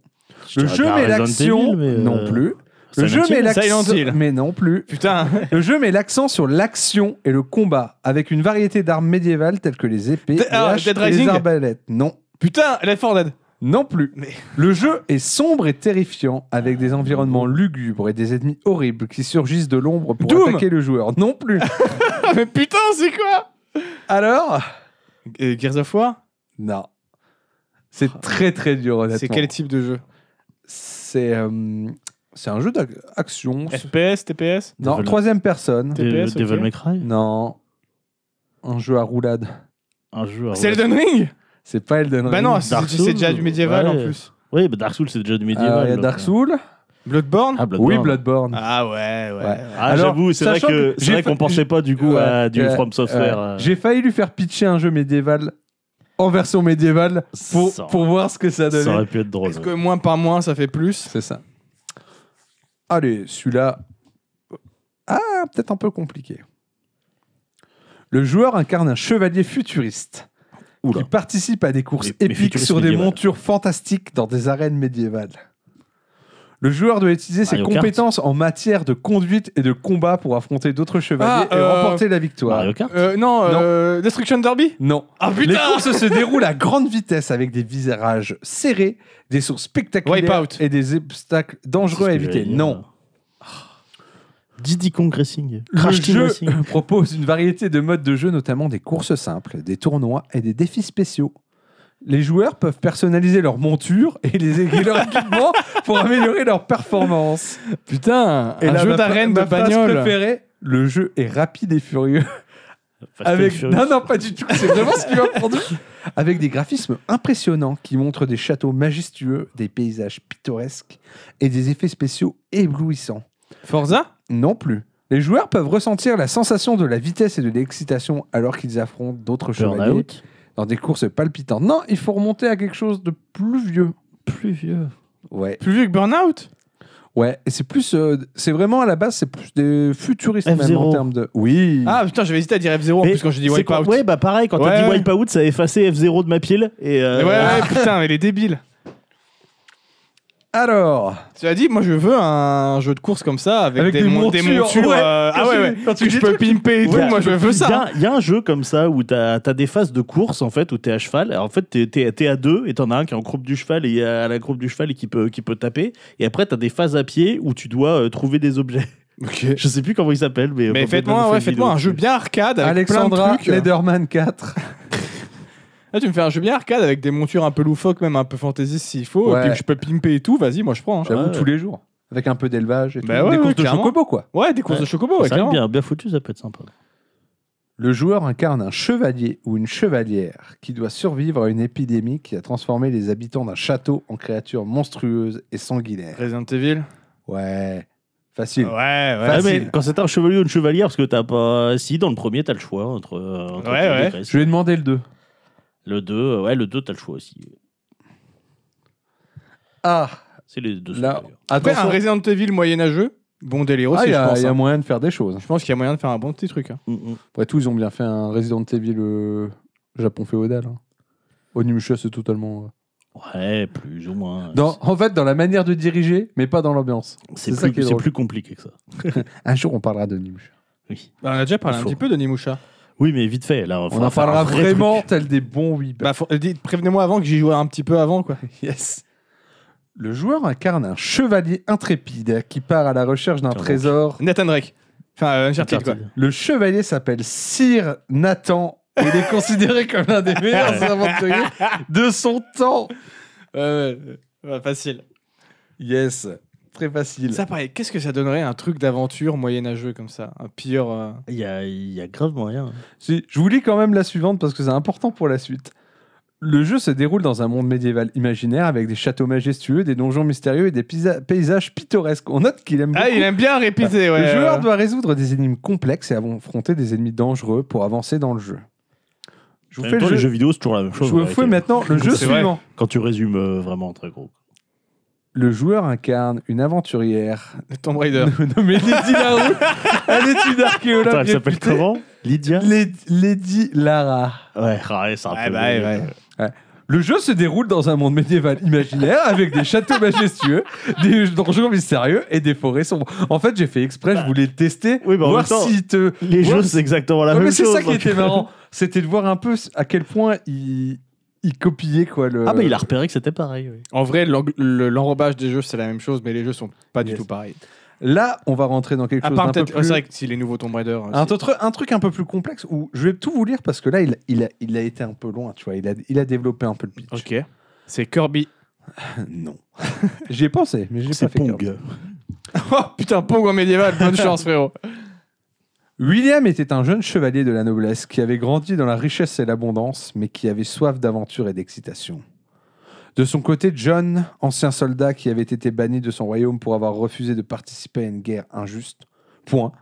[SPEAKER 3] Je
[SPEAKER 1] Le
[SPEAKER 3] dirais
[SPEAKER 1] jeu
[SPEAKER 3] bien
[SPEAKER 1] met
[SPEAKER 3] Resident
[SPEAKER 1] l'action,
[SPEAKER 3] Evil, mais, euh,
[SPEAKER 1] non plus. Le
[SPEAKER 3] Silent
[SPEAKER 1] jeu
[SPEAKER 3] Hill.
[SPEAKER 1] met
[SPEAKER 2] Silent
[SPEAKER 1] l'action,
[SPEAKER 2] Hill.
[SPEAKER 1] mais non plus.
[SPEAKER 2] Putain
[SPEAKER 1] Le jeu met l'accent sur l'action et le combat, avec une variété d'armes médiévales telles que les épées,
[SPEAKER 2] Dead-
[SPEAKER 1] les
[SPEAKER 2] ah,
[SPEAKER 1] haches
[SPEAKER 2] Dead
[SPEAKER 1] et les
[SPEAKER 2] Rising
[SPEAKER 1] arbalètes. Non,
[SPEAKER 2] Putain Left 4 Dead
[SPEAKER 1] non plus.
[SPEAKER 2] Mais-
[SPEAKER 1] Le jeu est sombre et terrifiant, avec des environnements lugubres et des ennemis horribles qui surgissent de l'ombre pour
[SPEAKER 2] Doom
[SPEAKER 1] attaquer le joueur. Non
[SPEAKER 2] <laughs>
[SPEAKER 1] plus.
[SPEAKER 2] Ah, mais putain, c'est quoi
[SPEAKER 1] Alors
[SPEAKER 2] Euh, Gears of War
[SPEAKER 1] Non. C'est très très dur, honnêtement.
[SPEAKER 2] C'est quel type de jeu
[SPEAKER 1] C'est euh, c'est un jeu d'action.
[SPEAKER 2] FPS, TPS
[SPEAKER 1] Non,
[SPEAKER 3] Devil-
[SPEAKER 1] troisième personne.
[SPEAKER 2] Dead- TPS, ok.
[SPEAKER 3] Devil May Cry
[SPEAKER 1] Non. Un jeu à roulade.
[SPEAKER 3] Un jeu. à
[SPEAKER 2] C'est
[SPEAKER 3] regarder.
[SPEAKER 2] Elden Ring
[SPEAKER 1] C'est pas Elden Ring.
[SPEAKER 2] Bah non, c'est
[SPEAKER 3] Dark
[SPEAKER 2] c'est déjà
[SPEAKER 3] Souls,
[SPEAKER 2] du médiéval
[SPEAKER 3] ouais.
[SPEAKER 2] en plus.
[SPEAKER 3] Oui, bah Dark Souls, c'est déjà du médiéval.
[SPEAKER 1] Alors, il y a
[SPEAKER 3] donc,
[SPEAKER 1] Dark
[SPEAKER 3] euh.
[SPEAKER 1] Souls.
[SPEAKER 2] Bloodborne
[SPEAKER 3] Ah, Bloodborne.
[SPEAKER 1] Oui, Bloodborne.
[SPEAKER 2] Ah ouais, ouais.
[SPEAKER 1] Ouais.
[SPEAKER 3] Ah,
[SPEAKER 1] Alors,
[SPEAKER 3] j'avoue, c'est vrai
[SPEAKER 1] sachant
[SPEAKER 3] que-
[SPEAKER 1] que
[SPEAKER 3] c'est
[SPEAKER 1] j'ai
[SPEAKER 3] vrai
[SPEAKER 1] fait-
[SPEAKER 3] qu'on pensait pas du coup
[SPEAKER 1] Ouais,
[SPEAKER 3] à du
[SPEAKER 1] euh,
[SPEAKER 3] From Software.
[SPEAKER 1] Ouais.
[SPEAKER 3] euh,
[SPEAKER 1] J'ai failli lui faire pitcher un jeu médiéval en version médiévale pour,
[SPEAKER 3] Ça-
[SPEAKER 1] pour voir ce que ça
[SPEAKER 3] Ça
[SPEAKER 1] donnait.
[SPEAKER 3] aurait pu être drôle.
[SPEAKER 2] Est-ce que moins par moins, ça fait plus
[SPEAKER 1] C'est ça. Allez, celui-là. Ah, peut-être un peu compliqué. Le joueur incarne un chevalier futuriste
[SPEAKER 3] Oula.
[SPEAKER 1] qui participe à des courses
[SPEAKER 3] Mais- mais
[SPEAKER 1] épiques
[SPEAKER 3] futuriste
[SPEAKER 1] sur des
[SPEAKER 3] médiéval.
[SPEAKER 1] montures fantastiques dans des arènes médiévales. Le joueur doit utiliser ses
[SPEAKER 3] Mario Kart.
[SPEAKER 1] compétences en matière de conduite et de combat pour affronter d'autres chevaliers
[SPEAKER 2] Ah,
[SPEAKER 1] et
[SPEAKER 2] euh,
[SPEAKER 1] remporter la victoire.
[SPEAKER 3] Mario Kart
[SPEAKER 2] Euh, non,
[SPEAKER 1] Non.
[SPEAKER 2] euh, Destruction Derby
[SPEAKER 1] Non.
[SPEAKER 2] Ah
[SPEAKER 1] Les courses se déroulent à grande vitesse avec des virages serrés, des sources spectaculaires
[SPEAKER 2] Wipeout.
[SPEAKER 1] et des obstacles
[SPEAKER 3] C'est ce
[SPEAKER 1] dangereux
[SPEAKER 3] que
[SPEAKER 1] à
[SPEAKER 3] j'allais
[SPEAKER 1] éviter.
[SPEAKER 3] dire.
[SPEAKER 1] Non.
[SPEAKER 3] Diddy Kong Racing.
[SPEAKER 1] Le
[SPEAKER 3] Crash Team
[SPEAKER 1] jeu <laughs>
[SPEAKER 3] Racing.
[SPEAKER 1] propose une variété de modes de jeu, notamment des courses simples, des tournois et des défis spéciaux. Les joueurs peuvent personnaliser leur monture et les et leur
[SPEAKER 3] <laughs>
[SPEAKER 1] équipement pour améliorer leur performance.
[SPEAKER 2] Putain
[SPEAKER 1] Et
[SPEAKER 2] Un
[SPEAKER 1] là,
[SPEAKER 2] jeu
[SPEAKER 1] ma-
[SPEAKER 2] d'arène de
[SPEAKER 1] ma phrase
[SPEAKER 2] bagnole
[SPEAKER 1] préférée, le jeu est rapide et furieux.
[SPEAKER 3] Fast and
[SPEAKER 1] Avec...
[SPEAKER 3] Furious.
[SPEAKER 1] Non, non, pas du tout. C'est vraiment ce qui m'a pendu. <laughs> Avec des graphismes impressionnants qui montrent des châteaux majestueux, des paysages pittoresques et des effets spéciaux éblouissants.
[SPEAKER 2] Forza
[SPEAKER 1] Non plus. Les joueurs peuvent ressentir la sensation de la vitesse et de l'excitation alors qu'ils affrontent d'autres chevaliers
[SPEAKER 3] Burnout.
[SPEAKER 1] dans des courses palpitantes. Non, il faut remonter à quelque chose de plus vieux.
[SPEAKER 3] Plus vieux.
[SPEAKER 1] Ouais.
[SPEAKER 2] Plus vieux que Burnout
[SPEAKER 1] Ouais, et c'est plus. euh, c'est vraiment à la base, c'est plus des futuristes même
[SPEAKER 3] F-Zero.
[SPEAKER 1] en termes de. Oui.
[SPEAKER 2] Ah putain, j'avais hésité à dire F0 en
[SPEAKER 3] Mais
[SPEAKER 2] plus quand j'ai dit
[SPEAKER 3] c'est quoi-
[SPEAKER 2] Wipeout.
[SPEAKER 3] Ouais, bah pareil, quand
[SPEAKER 2] Ouais,
[SPEAKER 3] t'as dit
[SPEAKER 2] ouais.
[SPEAKER 3] Wipeout, ça a effacé F0 de ma pile. Et euh,
[SPEAKER 2] Ouais, ouais, putain, mais les débiles
[SPEAKER 1] Alors,
[SPEAKER 2] Tu as dit, moi je veux un jeu de course comme ça avec,
[SPEAKER 1] Avec
[SPEAKER 2] des,
[SPEAKER 1] des
[SPEAKER 2] mon- des
[SPEAKER 1] montures,
[SPEAKER 2] montures,
[SPEAKER 1] ouais,
[SPEAKER 2] euh,
[SPEAKER 1] quand
[SPEAKER 2] ah ouais,
[SPEAKER 1] tu-
[SPEAKER 2] ouais,
[SPEAKER 1] quand tu
[SPEAKER 2] que
[SPEAKER 1] dis
[SPEAKER 2] je
[SPEAKER 1] des
[SPEAKER 2] peux pimper et
[SPEAKER 3] Il y
[SPEAKER 2] tout.
[SPEAKER 3] a-
[SPEAKER 2] Moi je veux ça. hein.
[SPEAKER 3] Il y, a un jeu comme ça où t'as as des phases de course en fait où t'es à cheval. Et en fait t'es t'es- t'es à deux et t'en as un qui est en croupe du cheval et il y a la croupe du cheval et qui peut qui peut taper. Et après t'as des phases à pied où tu dois euh, trouver des objets. <laughs> Je sais plus comment il s'appelle mais.
[SPEAKER 2] Mais
[SPEAKER 3] enfin, on
[SPEAKER 2] faites-moi ouais,
[SPEAKER 3] fait une
[SPEAKER 2] faites-moi un
[SPEAKER 3] vidéo
[SPEAKER 2] jeu bien arcade avec plein
[SPEAKER 1] Alexandra
[SPEAKER 2] de trucs.
[SPEAKER 1] Lederman 4.
[SPEAKER 2] Là, Ah, tu me fais un jeu bien arcade avec des montures un peu loufoques, même un peu fantaisistes s'il faut,
[SPEAKER 1] Ouais.
[SPEAKER 2] et puis que je peux pimper et tout. Vas-y, moi je prends. hein.
[SPEAKER 1] J'avoue,
[SPEAKER 3] Ouais.
[SPEAKER 1] tous les jours. Avec un peu d'élevage et
[SPEAKER 2] Bah
[SPEAKER 1] tout.
[SPEAKER 2] ouais,
[SPEAKER 1] Des
[SPEAKER 2] ouais,
[SPEAKER 1] courses de
[SPEAKER 2] clairement.
[SPEAKER 1] chocobo, quoi.
[SPEAKER 2] Ouais, des courses
[SPEAKER 3] Ouais.
[SPEAKER 2] de chocobo,
[SPEAKER 3] C'est
[SPEAKER 2] ouais,
[SPEAKER 3] vrai que
[SPEAKER 2] clairement.
[SPEAKER 3] bien, bien foutu, ça peut être sympa.
[SPEAKER 1] Le joueur incarne un chevalier ou une chevalière qui doit survivre à une épidémie qui a transformé les habitants d'un château en créatures monstrueuses et sanguinaires.
[SPEAKER 2] Resident Evil.
[SPEAKER 1] Ouais,
[SPEAKER 2] Ouais,
[SPEAKER 1] facile.
[SPEAKER 2] Ah ouais.
[SPEAKER 1] Facile.
[SPEAKER 3] Ouais, mais quand c'est un chevalier ou une chevalière, parce que t'as pas. euh, Si, dans le premier, t'as le choix entre. euh, entre les
[SPEAKER 2] Ouais,
[SPEAKER 3] deux
[SPEAKER 2] ouais.
[SPEAKER 3] graisses.
[SPEAKER 1] Je lui ai demandé le 2.
[SPEAKER 3] Le 2, ouais, le 2, t'as le choix aussi.
[SPEAKER 1] Ah,
[SPEAKER 3] C'est les deux.
[SPEAKER 1] Là,
[SPEAKER 3] supérieurs.
[SPEAKER 2] Après, un
[SPEAKER 1] attention.
[SPEAKER 2] Resident Evil moyenâgeux, bon délire aussi,
[SPEAKER 1] Ah, il y,
[SPEAKER 2] je
[SPEAKER 1] a-
[SPEAKER 2] pense.
[SPEAKER 1] il y a
[SPEAKER 2] hein.
[SPEAKER 1] moyen de faire des choses.
[SPEAKER 2] Je pense qu'il y a moyen de faire un bon petit truc. hein.
[SPEAKER 3] Mm, mm.
[SPEAKER 1] Après tout, ils ont bien fait un Resident Evil euh, Japon féodal. Hein. Onimusha, c'est totalement. euh,
[SPEAKER 3] Ouais, plus ou moins.
[SPEAKER 1] dans- en fait, dans la manière de diriger, mais pas dans l'ambiance.
[SPEAKER 3] C'est
[SPEAKER 1] c'est ça
[SPEAKER 3] plus,
[SPEAKER 1] qui est
[SPEAKER 3] c'est
[SPEAKER 1] drôle.
[SPEAKER 3] plus compliqué que ça.
[SPEAKER 1] Un jour, on parlera d'Onimusha.
[SPEAKER 3] Oui.
[SPEAKER 2] Bah, on a déjà parlé un
[SPEAKER 3] Faut-
[SPEAKER 2] petit peu de Nimusha.
[SPEAKER 3] oui, mais vite fait. Là,
[SPEAKER 1] On en parlera vraiment tel des bons weebers.
[SPEAKER 2] Bah, faut- euh, dites- prévenez-moi avant que j'y joue un petit peu avant, quoi.
[SPEAKER 1] Yes. Le joueur incarne un chevalier intrépide qui part à la recherche d'un
[SPEAKER 3] Putain,
[SPEAKER 1] trésor.
[SPEAKER 2] Nathan Drake. Enfin, euh, Uncharted, quoi.
[SPEAKER 3] Uncharted.
[SPEAKER 1] Le chevalier s'appelle Sir Nathan. et Il est considéré comme l'un des
[SPEAKER 2] <laughs>
[SPEAKER 1] meilleurs aventuriers de son temps.
[SPEAKER 2] Ouais, ouais, ouais, facile.
[SPEAKER 1] Yes, très facile.
[SPEAKER 2] Ça, pareil, qu'est-ce que ça donnerait un truc d'aventure moyenâgeux comme ça Un pire. euh,
[SPEAKER 3] Il y a, il y a grave moyen.
[SPEAKER 1] Si, je vous lis quand même la suivante parce que c'est important pour la suite. Le jeu se déroule dans un monde médiéval imaginaire avec des châteaux majestueux, des donjons mystérieux et des pisa- paysages pittoresques. On note qu'il aime beaucoup
[SPEAKER 2] Ah, il aime bien répéter, ouais.
[SPEAKER 1] Le joueur
[SPEAKER 2] ouais.
[SPEAKER 1] doit résoudre des énigmes complexes et affronter des ennemis dangereux pour avancer dans le jeu. Je vous
[SPEAKER 3] En
[SPEAKER 1] fais, le
[SPEAKER 3] même temps,
[SPEAKER 1] jeu-
[SPEAKER 3] les jeux vidéo, euh, c'est toujours la même
[SPEAKER 1] je
[SPEAKER 3] chose.
[SPEAKER 1] vous
[SPEAKER 3] en
[SPEAKER 1] fais
[SPEAKER 3] vérité.
[SPEAKER 1] maintenant
[SPEAKER 3] <laughs>
[SPEAKER 1] le jeu
[SPEAKER 2] C'est vrai.
[SPEAKER 1] suivant.
[SPEAKER 3] Quand tu résumes euh, vraiment, très
[SPEAKER 1] <laughs>
[SPEAKER 3] gros.
[SPEAKER 1] Le joueur incarne une
[SPEAKER 3] <laughs>
[SPEAKER 1] aventurière
[SPEAKER 2] Tomb Raider.
[SPEAKER 1] <laughs> nommée Lady Larue. Elle est une archéologue.
[SPEAKER 3] Attends, elle s'appelle
[SPEAKER 1] réputée.
[SPEAKER 3] comment hein Lydia
[SPEAKER 1] Lady- Lady Lara.
[SPEAKER 3] Ouais, ah ouais, c'est un
[SPEAKER 2] Ouais,
[SPEAKER 3] peu-
[SPEAKER 2] bah, ouais, ouais.
[SPEAKER 1] Le jeu se déroule dans un monde médiéval imaginaire avec des châteaux majestueux, <laughs> des donjons mystérieux et des forêts sombres. En fait, j'ai fait exprès, je voulais le tester,
[SPEAKER 3] Oui, bah, en
[SPEAKER 1] voir
[SPEAKER 3] même temps,
[SPEAKER 1] si te.
[SPEAKER 3] Les
[SPEAKER 1] Ouais,
[SPEAKER 3] jeux, c'est exactement la
[SPEAKER 1] Non, mais
[SPEAKER 3] même
[SPEAKER 1] c'est
[SPEAKER 3] chose.
[SPEAKER 1] ça qui
[SPEAKER 3] donc. <laughs>
[SPEAKER 1] était marrant, c'était de voir un peu à quel point il, il copiait quoi le.
[SPEAKER 3] Ah, bah, il a repéré que c'était pareil. oui.
[SPEAKER 2] En vrai, l'eng- le- l'enrobage des jeux, c'est la même chose, mais les jeux sont pas du
[SPEAKER 1] Yes.
[SPEAKER 2] tout pareils.
[SPEAKER 1] Là, on va rentrer dans quelque
[SPEAKER 2] À
[SPEAKER 1] chose
[SPEAKER 2] part
[SPEAKER 1] d'un peu
[SPEAKER 2] peut-être. ouais,
[SPEAKER 1] plus.
[SPEAKER 2] c'est vrai que si les nouveaux Tomb Raider. euh,
[SPEAKER 1] Un
[SPEAKER 2] c'est-
[SPEAKER 1] autre, un truc un peu plus complexe où je vais tout vous lire parce que là il, il, a, il a été un peu loin, tu vois, il a, il a développé un peu le pitch.
[SPEAKER 2] Ok. C'est Kirby.
[SPEAKER 1] <laughs>
[SPEAKER 2] <laughs>
[SPEAKER 1] Non. J'y ai pensé, mais j'ai pas
[SPEAKER 3] C'est
[SPEAKER 1] fait gaffe.
[SPEAKER 3] Pong.
[SPEAKER 2] <laughs> oh putain, Pong en médiéval, bonne chance, frérot.
[SPEAKER 1] William était un jeune chevalier de la noblesse qui avait grandi dans la richesse et l'abondance, mais qui avait soif d'aventure et d'excitation. De son côté, John, ancien soldat qui avait été banni de son royaume pour avoir refusé de participer à une guerre injuste. Point.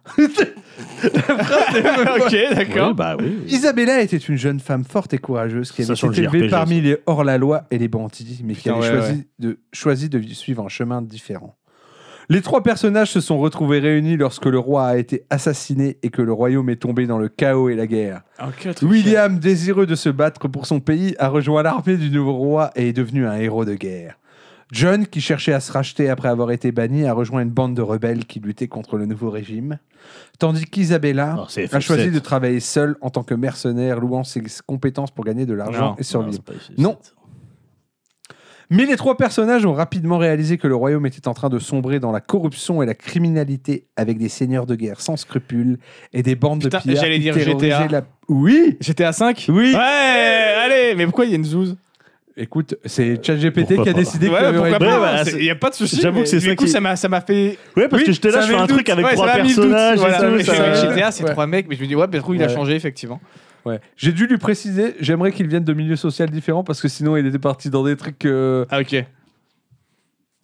[SPEAKER 2] ok, d'accord.
[SPEAKER 3] Oui, bah oui. oui.
[SPEAKER 1] Isabella était une jeune femme forte et courageuse qui
[SPEAKER 3] Ça
[SPEAKER 1] avait
[SPEAKER 3] sur
[SPEAKER 1] été
[SPEAKER 3] le
[SPEAKER 1] élevée
[SPEAKER 3] JRPG,
[SPEAKER 1] parmi les hors-la-loi et les bandits, mais qui
[SPEAKER 2] Putain,
[SPEAKER 1] avait
[SPEAKER 2] ouais,
[SPEAKER 1] choisi, De, choisi de suivre un chemin différent. Les trois personnages se sont retrouvés réunis lorsque le roi a été assassiné et que le royaume est tombé dans le chaos et la guerre.
[SPEAKER 2] Ok, truc
[SPEAKER 1] William, désireux de se battre pour son pays, a rejoint l'armée du nouveau roi et est devenu un héros de guerre. John, qui cherchait à se racheter après avoir été banni, a rejoint une bande de rebelles qui luttait contre le nouveau régime, tandis qu'Isabella
[SPEAKER 3] Non, c'est
[SPEAKER 1] a choisi
[SPEAKER 3] F7.
[SPEAKER 1] de travailler seule en tant que mercenaire, louant ses compétences pour gagner de l'argent
[SPEAKER 2] Non,
[SPEAKER 1] et
[SPEAKER 3] Non,
[SPEAKER 1] survivre.
[SPEAKER 3] Ah, c'est pas F7.
[SPEAKER 1] Non. Mais les trois personnages ont rapidement réalisé que le royaume était en train de sombrer dans la corruption et la criminalité, avec des seigneurs de guerre sans scrupules et des bandes
[SPEAKER 2] Putain,
[SPEAKER 1] de pillards
[SPEAKER 2] j'allais
[SPEAKER 1] qui
[SPEAKER 2] dire GTA.
[SPEAKER 1] terrorisaient la- Oui
[SPEAKER 2] J'étais à 5
[SPEAKER 1] Oui.
[SPEAKER 2] Ouais, allez, mais pourquoi il y a une zouze
[SPEAKER 1] Écoute, c'est ChatGPT
[SPEAKER 3] Pourquoi
[SPEAKER 1] qui a
[SPEAKER 3] pas
[SPEAKER 1] décidé qu'il y
[SPEAKER 2] Ouais,
[SPEAKER 1] avait
[SPEAKER 2] pourquoi
[SPEAKER 1] Red Bull.
[SPEAKER 3] Ouais,
[SPEAKER 2] pas
[SPEAKER 3] bah,
[SPEAKER 2] Il
[SPEAKER 3] c'est-
[SPEAKER 2] n'y a pas de souci.
[SPEAKER 3] j'avoue
[SPEAKER 2] mais
[SPEAKER 3] que c'est
[SPEAKER 2] du
[SPEAKER 3] ça
[SPEAKER 2] coup,
[SPEAKER 3] qui-
[SPEAKER 2] ça m'a ça m'a fait.
[SPEAKER 3] Ouais, parce
[SPEAKER 1] Oui,
[SPEAKER 3] que j'étais là,
[SPEAKER 1] ça
[SPEAKER 3] je fais
[SPEAKER 1] met
[SPEAKER 3] un
[SPEAKER 1] le
[SPEAKER 3] truc
[SPEAKER 1] doute.
[SPEAKER 3] avec
[SPEAKER 2] Ouais,
[SPEAKER 3] trois
[SPEAKER 2] ça m'a mis le doute.
[SPEAKER 3] personnages. et
[SPEAKER 2] Voilà,
[SPEAKER 3] tout,
[SPEAKER 2] mais c'est
[SPEAKER 3] ça-
[SPEAKER 2] vrai que
[SPEAKER 1] ouais.
[SPEAKER 2] GTA, c'est
[SPEAKER 1] Ouais.
[SPEAKER 2] trois mecs, mais je me dis, ouais, peut-être qu'il a
[SPEAKER 1] Ouais.
[SPEAKER 2] changé, effectivement.
[SPEAKER 1] Ouais. J'ai dû lui préciser, j'aimerais qu'il vienne de milieux sociaux différents parce que sinon il était parti dans des trucs. euh,
[SPEAKER 2] Ah, ok.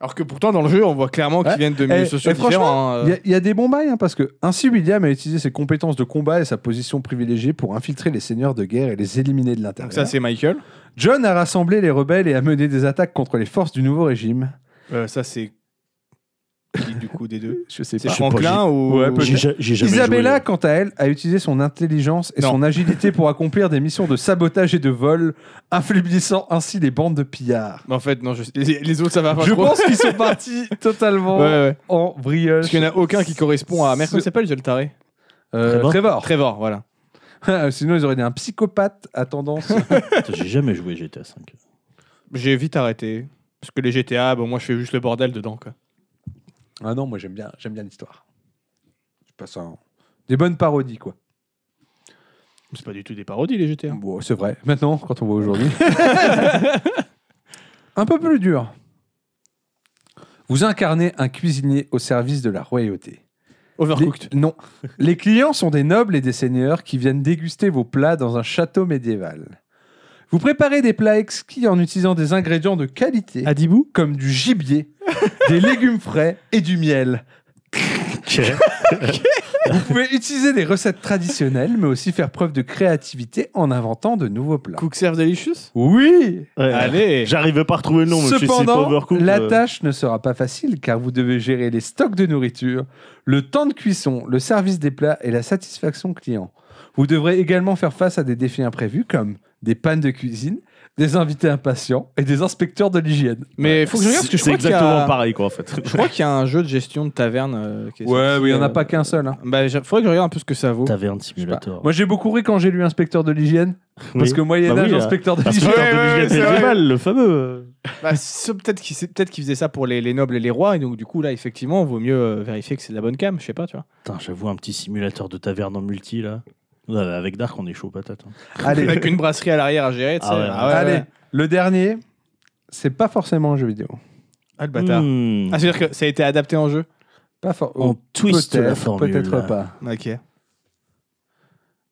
[SPEAKER 2] Alors que pourtant, dans le jeu, on voit clairement qu'ils
[SPEAKER 1] Ouais.
[SPEAKER 2] viennent de
[SPEAKER 1] Eh,
[SPEAKER 2] milieux sociaux
[SPEAKER 1] eh, franchement,
[SPEAKER 2] différents. hein, euh.
[SPEAKER 1] Il y a- il y, a des bons bails, hein, parce que ainsi William a utilisé ses compétences de combat et sa position privilégiée pour infiltrer les seigneurs de guerre et les éliminer de
[SPEAKER 2] Donc,
[SPEAKER 1] l'intérieur.
[SPEAKER 2] ça, c'est Michael.
[SPEAKER 1] John a rassemblé les rebelles et a mené des attaques contre les forces du nouveau régime.
[SPEAKER 2] Euh, ça, c'est. Qui, du coup coup des deux
[SPEAKER 1] Je sais
[SPEAKER 2] C'est
[SPEAKER 1] pas.
[SPEAKER 3] je sais pas,
[SPEAKER 2] Franklin ou.
[SPEAKER 1] Ouais, peut-être.
[SPEAKER 3] J'ai ja- j'ai jamais
[SPEAKER 1] Isabella,
[SPEAKER 2] <laughs>
[SPEAKER 3] joué.
[SPEAKER 1] quant à elle, a utilisé son intelligence et
[SPEAKER 2] Non.
[SPEAKER 1] son agilité pour accomplir des missions de sabotage et de vol, affaiblissant ainsi les bandes de pillards.
[SPEAKER 2] Mais en fait, non, je- les, les autres, ça va pas
[SPEAKER 1] Je
[SPEAKER 2] trop.
[SPEAKER 1] pense qu'ils sont
[SPEAKER 2] <laughs>
[SPEAKER 1] partis totalement
[SPEAKER 2] Ouais, ouais.
[SPEAKER 1] en brioche.
[SPEAKER 2] Parce qu'il n'y en a aucun qui correspond à. Merde, comment il
[SPEAKER 1] Ce-
[SPEAKER 2] s'appelle déjà le taré
[SPEAKER 1] Euh, Trevor.
[SPEAKER 2] Trevor, voilà.
[SPEAKER 1] <laughs> Sinon, ils auraient dit un psychopathe à tendance.
[SPEAKER 3] J'ai jamais joué GTA 5.
[SPEAKER 2] J'ai vite arrêté. Parce que les GTA, bon, bah, moi, je fais juste le bordel dedans. Quoi.
[SPEAKER 1] ah non, moi j'aime bien, j'aime bien l'histoire. Je passe un- des bonnes parodies quoi.
[SPEAKER 2] C'est pas du tout des parodies, les GTA.
[SPEAKER 1] Bon, c'est vrai. Maintenant, quand on voit <laughs> aujourd'hui. un peu plus dur. Vous incarnez un cuisinier au service de la royauté.
[SPEAKER 2] Overcooked.
[SPEAKER 1] Les- Non. Les clients sont des nobles et des seigneurs qui viennent déguster vos plats dans un château médiéval. Vous préparez des plats exquis en utilisant des ingrédients de qualité,
[SPEAKER 2] Adibou
[SPEAKER 1] comme du gibier, des légumes frais et du miel.
[SPEAKER 2] <laughs>
[SPEAKER 1] Vous pouvez utiliser des recettes traditionnelles, mais aussi faire preuve de créativité en inventant de nouveaux plats.
[SPEAKER 2] Cook Serve Delicious
[SPEAKER 1] Oui
[SPEAKER 3] Ouais.
[SPEAKER 2] Euh, Allez
[SPEAKER 3] J'arrive pas à retrouver le nom, mais je suis si
[SPEAKER 1] Cependant,
[SPEAKER 3] pauvre couple,
[SPEAKER 1] la
[SPEAKER 3] euh,
[SPEAKER 1] tâche ne sera pas facile car vous devez gérer les stocks de nourriture, le temps de cuisson, le service des plats et la satisfaction client. Vous devrez également faire face à des défis imprévus comme des pannes de cuisine, des invités impatients et des inspecteurs de l'hygiène.
[SPEAKER 2] Mais faut que je regarde parce que je
[SPEAKER 3] C'est
[SPEAKER 2] crois qu'il y
[SPEAKER 3] exactement
[SPEAKER 2] a...
[SPEAKER 3] pareil, quoi, en fait.
[SPEAKER 2] Je crois qu'il y a un jeu de gestion de taverne. euh, qui est sorti,
[SPEAKER 1] oui, il n'y en
[SPEAKER 2] euh,
[SPEAKER 1] a pas qu'un seul. hein.
[SPEAKER 2] Bah, j'a- faudrait que je regarde un peu ce que ça vaut.
[SPEAKER 3] Taverne
[SPEAKER 1] Je sais pas.
[SPEAKER 3] Simulator.
[SPEAKER 1] Moi, j'ai beaucoup ri quand j'ai lu inspecteur de l'hygiène parce
[SPEAKER 3] Oui.
[SPEAKER 1] que moyen
[SPEAKER 3] Bah
[SPEAKER 1] âge,
[SPEAKER 3] oui, là.
[SPEAKER 1] inspecteur de
[SPEAKER 3] Parce que
[SPEAKER 1] l'hygiène.
[SPEAKER 2] Ouais,
[SPEAKER 3] <laughs> l'heure de
[SPEAKER 2] ouais,
[SPEAKER 3] l'hygiène
[SPEAKER 2] c'est vrai.
[SPEAKER 3] médiévale, le fameux.
[SPEAKER 2] Bah, c'est- peut-être qu'ils peut qu'ils faisaient ça pour les, les nobles et les rois, et donc du coup, là, effectivement, vaut mieux euh, vérifier que c'est de la bonne cam, je sais pas, tu vois.
[SPEAKER 3] Putain, j'avoue, un petit simulateur de taverne en multi, là. Ouais, Avec Dark, on est chaud patate. hein.
[SPEAKER 1] Allez.
[SPEAKER 2] Avec une brasserie à l'arrière à gérer, tu sais.
[SPEAKER 3] Ah ouais, ouais.
[SPEAKER 1] Allez, le dernier, c'est pas forcément un jeu vidéo.
[SPEAKER 2] Ah, le bâtard.
[SPEAKER 3] Hmm.
[SPEAKER 2] Ah, c'est-à-dire que ça a été adapté en jeu
[SPEAKER 1] Pas for-
[SPEAKER 3] on
[SPEAKER 1] oh,
[SPEAKER 3] twist la
[SPEAKER 1] peut-être,
[SPEAKER 3] formule.
[SPEAKER 1] peut-être pas.
[SPEAKER 2] Ok.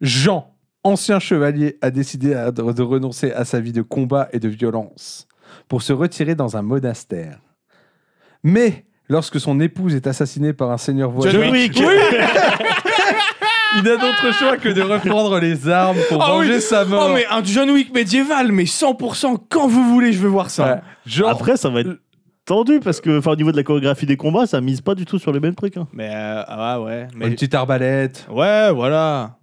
[SPEAKER 1] Jean, ancien chevalier, a décidé à- de de renoncer à sa vie de combat et de violence pour se retirer dans un monastère. Mais lorsque son épouse est assassinée par un seigneur voisin,
[SPEAKER 2] John Wick.
[SPEAKER 1] Oui il n'a d'autre choix que de reprendre les armes pour
[SPEAKER 2] Ah oui.
[SPEAKER 1] venger sa mort.
[SPEAKER 2] Oh, mais un John Wick médiéval, mais 100% quand vous voulez, je veux voir ça.
[SPEAKER 1] Ouais. Jean,
[SPEAKER 3] Après, ça va être tendu parce que, enfin, au niveau de la chorégraphie des combats, ça mise pas du tout sur les mêmes trucs. hein.
[SPEAKER 2] Mais euh, ah ouais, ouais, mais
[SPEAKER 1] une petite arbalète.
[SPEAKER 2] ouais, voilà.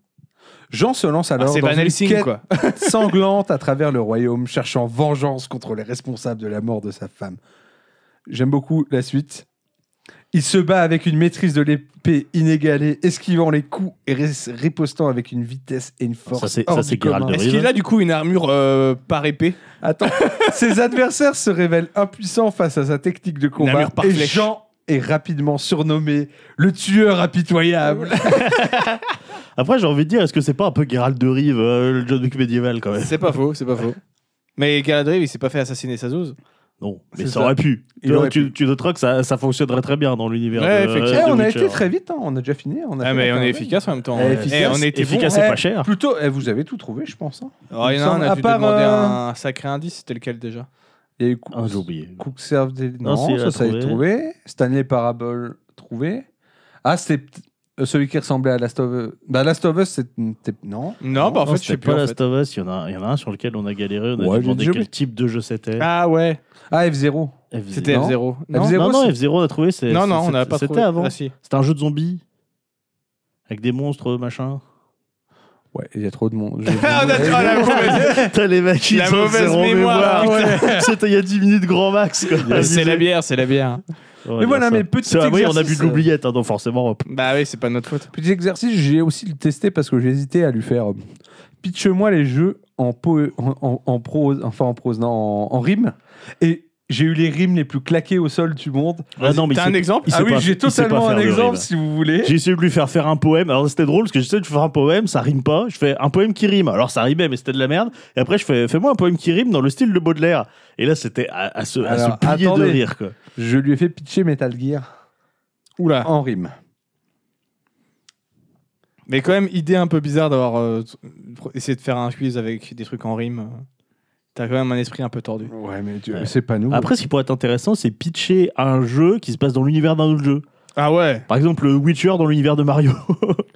[SPEAKER 1] Jean se lance
[SPEAKER 2] Ah,
[SPEAKER 1] alors
[SPEAKER 2] c'est
[SPEAKER 1] dans
[SPEAKER 2] Van
[SPEAKER 1] une
[SPEAKER 2] Helsing
[SPEAKER 1] quête
[SPEAKER 2] quoi.
[SPEAKER 1] sanglante à travers le royaume, cherchant vengeance contre les responsables de la mort de sa femme. J'aime beaucoup la suite. Il se bat avec une maîtrise de l'épée inégalée, esquivant les coups et ris- ripostant avec une vitesse et une force.
[SPEAKER 3] Ça, c'est-
[SPEAKER 1] hors
[SPEAKER 3] ça,
[SPEAKER 1] du
[SPEAKER 3] c'est Gérald
[SPEAKER 1] commun.
[SPEAKER 3] de Rive.
[SPEAKER 2] Est-ce qu'il a du coup une armure euh, par épée
[SPEAKER 1] <laughs> Attends, ses adversaires se révèlent impuissants face à sa technique de
[SPEAKER 2] Une
[SPEAKER 1] combat.
[SPEAKER 2] armure par
[SPEAKER 1] Et
[SPEAKER 2] flèche.
[SPEAKER 1] Jean est rapidement surnommé le tueur impitoyable.
[SPEAKER 3] Après, j'ai envie de dire, est-ce que c'est pas un peu Gérald de Rive, euh, le John Wick médiéval quand même
[SPEAKER 2] C'est pas faux, c'est pas faux. Mais Galadriel, il s'est pas fait assassiner sa zouze.
[SPEAKER 3] Non, mais
[SPEAKER 1] C'est
[SPEAKER 3] ça
[SPEAKER 1] ça.
[SPEAKER 3] aurait pu.
[SPEAKER 1] Il
[SPEAKER 3] Tu-
[SPEAKER 1] aurait
[SPEAKER 3] tu, tu noteras que ça, ça fonctionnerait très bien dans l'univers.
[SPEAKER 2] Ouais,
[SPEAKER 1] Eh,
[SPEAKER 3] de,
[SPEAKER 2] effectivement.
[SPEAKER 3] de
[SPEAKER 1] on a
[SPEAKER 3] Witcher.
[SPEAKER 1] été très vite, hein, on a déjà fini. On a
[SPEAKER 2] Ah
[SPEAKER 1] fait la
[SPEAKER 2] mais on est
[SPEAKER 1] caravane.
[SPEAKER 2] efficace en même temps.
[SPEAKER 1] Eh,
[SPEAKER 2] Eh,
[SPEAKER 1] efficace,
[SPEAKER 2] on était
[SPEAKER 3] Efficace
[SPEAKER 1] bon,
[SPEAKER 3] et
[SPEAKER 1] eh.
[SPEAKER 3] pas cher.
[SPEAKER 1] Plutôt, eh, vous avez tout trouvé, je pense. hein.
[SPEAKER 2] bon. Alors, il y en a
[SPEAKER 1] Il me
[SPEAKER 2] un, on
[SPEAKER 1] semble,
[SPEAKER 2] a dû
[SPEAKER 1] à
[SPEAKER 2] lui
[SPEAKER 1] part,
[SPEAKER 2] demander
[SPEAKER 1] euh,
[SPEAKER 2] un sacré indice, c'était lequel déjà
[SPEAKER 1] Il y a eu coup-
[SPEAKER 3] Ah, j'ai oublié.
[SPEAKER 1] Cook Serve des...
[SPEAKER 3] Non,
[SPEAKER 1] Non,
[SPEAKER 3] si, il
[SPEAKER 1] ça,
[SPEAKER 3] a
[SPEAKER 1] ça y est trouvé. Stanley Parable, trouvé. Ah, c'était peut- euh, celui qui ressemblait à Last of Us. Bah, Last of Us, c'est. t'es- Non.
[SPEAKER 2] Non, bah en fait, je sais
[SPEAKER 3] c'était
[SPEAKER 2] plus.
[SPEAKER 3] pas
[SPEAKER 2] en
[SPEAKER 3] Last
[SPEAKER 2] fait.
[SPEAKER 3] of Us, il y, en a, il y en a un sur lequel on a galéré, on a
[SPEAKER 1] Ouais,
[SPEAKER 3] dû
[SPEAKER 1] j'ai
[SPEAKER 3] demander
[SPEAKER 1] déjà
[SPEAKER 3] quel
[SPEAKER 1] oublié.
[SPEAKER 3] type de jeu c'était.
[SPEAKER 2] Ah ouais,
[SPEAKER 1] Ah, F-Zero.
[SPEAKER 3] F-Zero.
[SPEAKER 2] c'était
[SPEAKER 1] Non.
[SPEAKER 2] F0.
[SPEAKER 1] F0,
[SPEAKER 2] Non,
[SPEAKER 3] Non, non,
[SPEAKER 1] c'est-
[SPEAKER 3] F0, on a trouvé. c'est-
[SPEAKER 2] non,
[SPEAKER 3] c'est-
[SPEAKER 2] non, on n'a
[SPEAKER 3] c'était-
[SPEAKER 2] pas trouvé.
[SPEAKER 3] C'était avant.
[SPEAKER 2] Ah, si.
[SPEAKER 3] C'était un jeu de zombies avec des monstres, machin.
[SPEAKER 1] Ouais, il y a trop de
[SPEAKER 2] <laughs>
[SPEAKER 1] monde.
[SPEAKER 2] Ah, on a- oh, la mauvaise-
[SPEAKER 3] Putain, les mecs, ils
[SPEAKER 2] La
[SPEAKER 3] ont
[SPEAKER 2] mauvaise
[SPEAKER 3] zéro
[SPEAKER 2] mémoire, <laughs>
[SPEAKER 3] Ouais. C'était il y a 10 minutes grand max. quoi.
[SPEAKER 2] C'est la bière, c'est la bière.
[SPEAKER 3] Ouais,
[SPEAKER 1] Mais voilà,
[SPEAKER 3] ça.
[SPEAKER 1] mes petits
[SPEAKER 3] C'est vrai, oui, on a bu
[SPEAKER 1] exercices,
[SPEAKER 3] de l'oubliette, hein, donc forcément.
[SPEAKER 2] Bah oui, c'est pas de notre faute.
[SPEAKER 1] Petit exercice, j'ai aussi le testé parce que j'ai hésité à lui faire. euh, Pitche-moi les jeux en, po- en, en- en prose, enfin en prose, non, en, en rime. Et j'ai eu les rimes les plus claquées au sol du monde.
[SPEAKER 3] Ah non, mais
[SPEAKER 2] T'as
[SPEAKER 3] il
[SPEAKER 2] un
[SPEAKER 3] sait-
[SPEAKER 2] exemple
[SPEAKER 3] il sait
[SPEAKER 1] Ah oui,
[SPEAKER 3] pas-
[SPEAKER 1] j'ai
[SPEAKER 3] il sait pas
[SPEAKER 1] totalement
[SPEAKER 3] faire
[SPEAKER 1] un
[SPEAKER 3] de
[SPEAKER 1] exemple
[SPEAKER 3] rime.
[SPEAKER 1] si vous voulez.
[SPEAKER 3] J'ai essayé de lui faire faire un poème. Alors c'était drôle parce que j'essaie de faire un poème, ça rime pas. Je fais un poème qui rime. Alors ça rimait, mais c'était de la merde. Et après, je fais fais-moi un poème qui rime dans le style de Baudelaire. Et là, c'était à, à se, à se
[SPEAKER 1] Alors,
[SPEAKER 3] plier
[SPEAKER 1] attendez.
[SPEAKER 3] de rire. Quoi.
[SPEAKER 1] Je lui ai fait pitcher Metal Gear
[SPEAKER 2] Oula.
[SPEAKER 1] en rime.
[SPEAKER 2] Mais quand même, idée un peu bizarre d'avoir euh, pro- essayé de faire un quiz avec des trucs en rime. T'as quand même un esprit un peu tordu.
[SPEAKER 1] Ouais, mais
[SPEAKER 3] Ouais.
[SPEAKER 1] c'est pas nous.
[SPEAKER 3] Après, ce qui pourrait être intéressant, c'est pitcher un jeu qui se passe dans l'univers d'un autre jeu.
[SPEAKER 2] Ah ouais
[SPEAKER 3] Par exemple, le Witcher dans l'univers de Mario.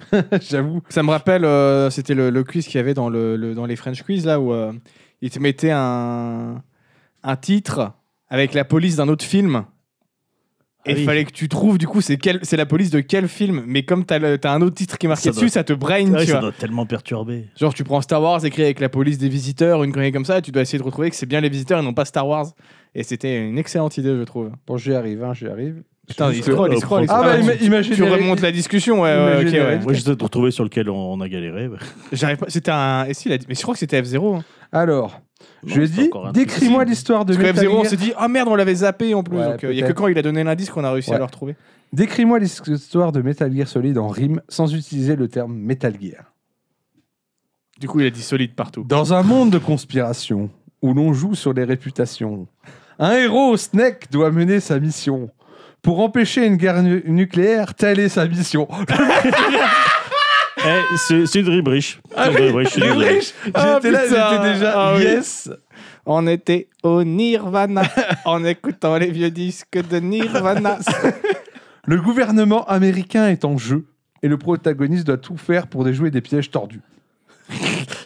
[SPEAKER 1] <laughs> j'avoue.
[SPEAKER 2] Ça me rappelle, euh, c'était le, le quiz qu'il y avait dans, le, le- dans les French Quiz, là, où euh, ils te mettaient un, un titre avec la police d'un autre film.
[SPEAKER 3] Ah
[SPEAKER 2] Et
[SPEAKER 3] oui.
[SPEAKER 2] fallait que tu trouves, du coup, c'est quel- c'est la police de quel film Mais comme t'as le- t'as un autre titre qui est marqué
[SPEAKER 3] Ça
[SPEAKER 2] dessus,
[SPEAKER 3] doit-
[SPEAKER 2] ça te brain,
[SPEAKER 3] Ah oui,
[SPEAKER 2] tu
[SPEAKER 3] ça
[SPEAKER 2] vois.
[SPEAKER 3] doit tellement perturber.
[SPEAKER 2] Genre, tu prends Star Wars écrit avec la police des visiteurs, une connerie comme ça, et tu dois essayer de retrouver que c'est bien les visiteurs et non pas Star Wars. Et c'était une excellente idée, je trouve.
[SPEAKER 1] Bon, j'y arrive, hein, j'y arrive.
[SPEAKER 2] Putain,
[SPEAKER 1] Parce
[SPEAKER 2] il
[SPEAKER 1] que-
[SPEAKER 2] scroll, il scroll, il
[SPEAKER 1] Ah,
[SPEAKER 2] scroll.
[SPEAKER 1] bah,
[SPEAKER 2] tu-
[SPEAKER 1] ima- imagine.
[SPEAKER 2] tu remontes la discussion, ouais, ouais, ok,
[SPEAKER 1] Imagine-
[SPEAKER 2] ouais.
[SPEAKER 3] Moi, j'essaie de retrouver sur lequel on, on a galéré. <laughs>
[SPEAKER 2] J'arrive pas. C'était un. Et si, il a dit- Mais je crois que c'était F0. hein.
[SPEAKER 1] Alors, je lui ai
[SPEAKER 3] c'est
[SPEAKER 1] dit,
[SPEAKER 3] encore un truc.
[SPEAKER 1] décris-moi l'histoire de
[SPEAKER 2] Parce que
[SPEAKER 1] Metal
[SPEAKER 2] F0, on
[SPEAKER 1] Gear.
[SPEAKER 2] s'est dit, ah merde, on l'avait zappé en plus.
[SPEAKER 1] Ouais,
[SPEAKER 2] Donc, euh, il y a que
[SPEAKER 1] peut-être.
[SPEAKER 2] quand il a donné l'indice qu'on a réussi à
[SPEAKER 1] Ouais.
[SPEAKER 2] le retrouver.
[SPEAKER 1] Décris-moi l'histoire de Metal Gear Solid en rime sans utiliser le terme Metal Gear.
[SPEAKER 2] Du coup, il a dit solide partout.
[SPEAKER 1] Dans un monde de conspiration où l'on joue sur les réputations, un héros, Snake, doit mener sa mission. Pour empêcher une guerre nu- nucléaire, telle est sa mission.
[SPEAKER 3] Eh, c'est c'est une ribriche. C'est une ribriche, je suis désolé.
[SPEAKER 2] Ah,
[SPEAKER 1] J'étais là,
[SPEAKER 2] putain.
[SPEAKER 1] j'étais déjà
[SPEAKER 2] Ah oui.
[SPEAKER 1] yes.
[SPEAKER 2] On était au Nirvana <laughs> en écoutant les vieux disques de <laughs> Nirvana.
[SPEAKER 1] Le gouvernement américain est en jeu et le protagoniste doit tout faire pour déjouer des pièges tordus.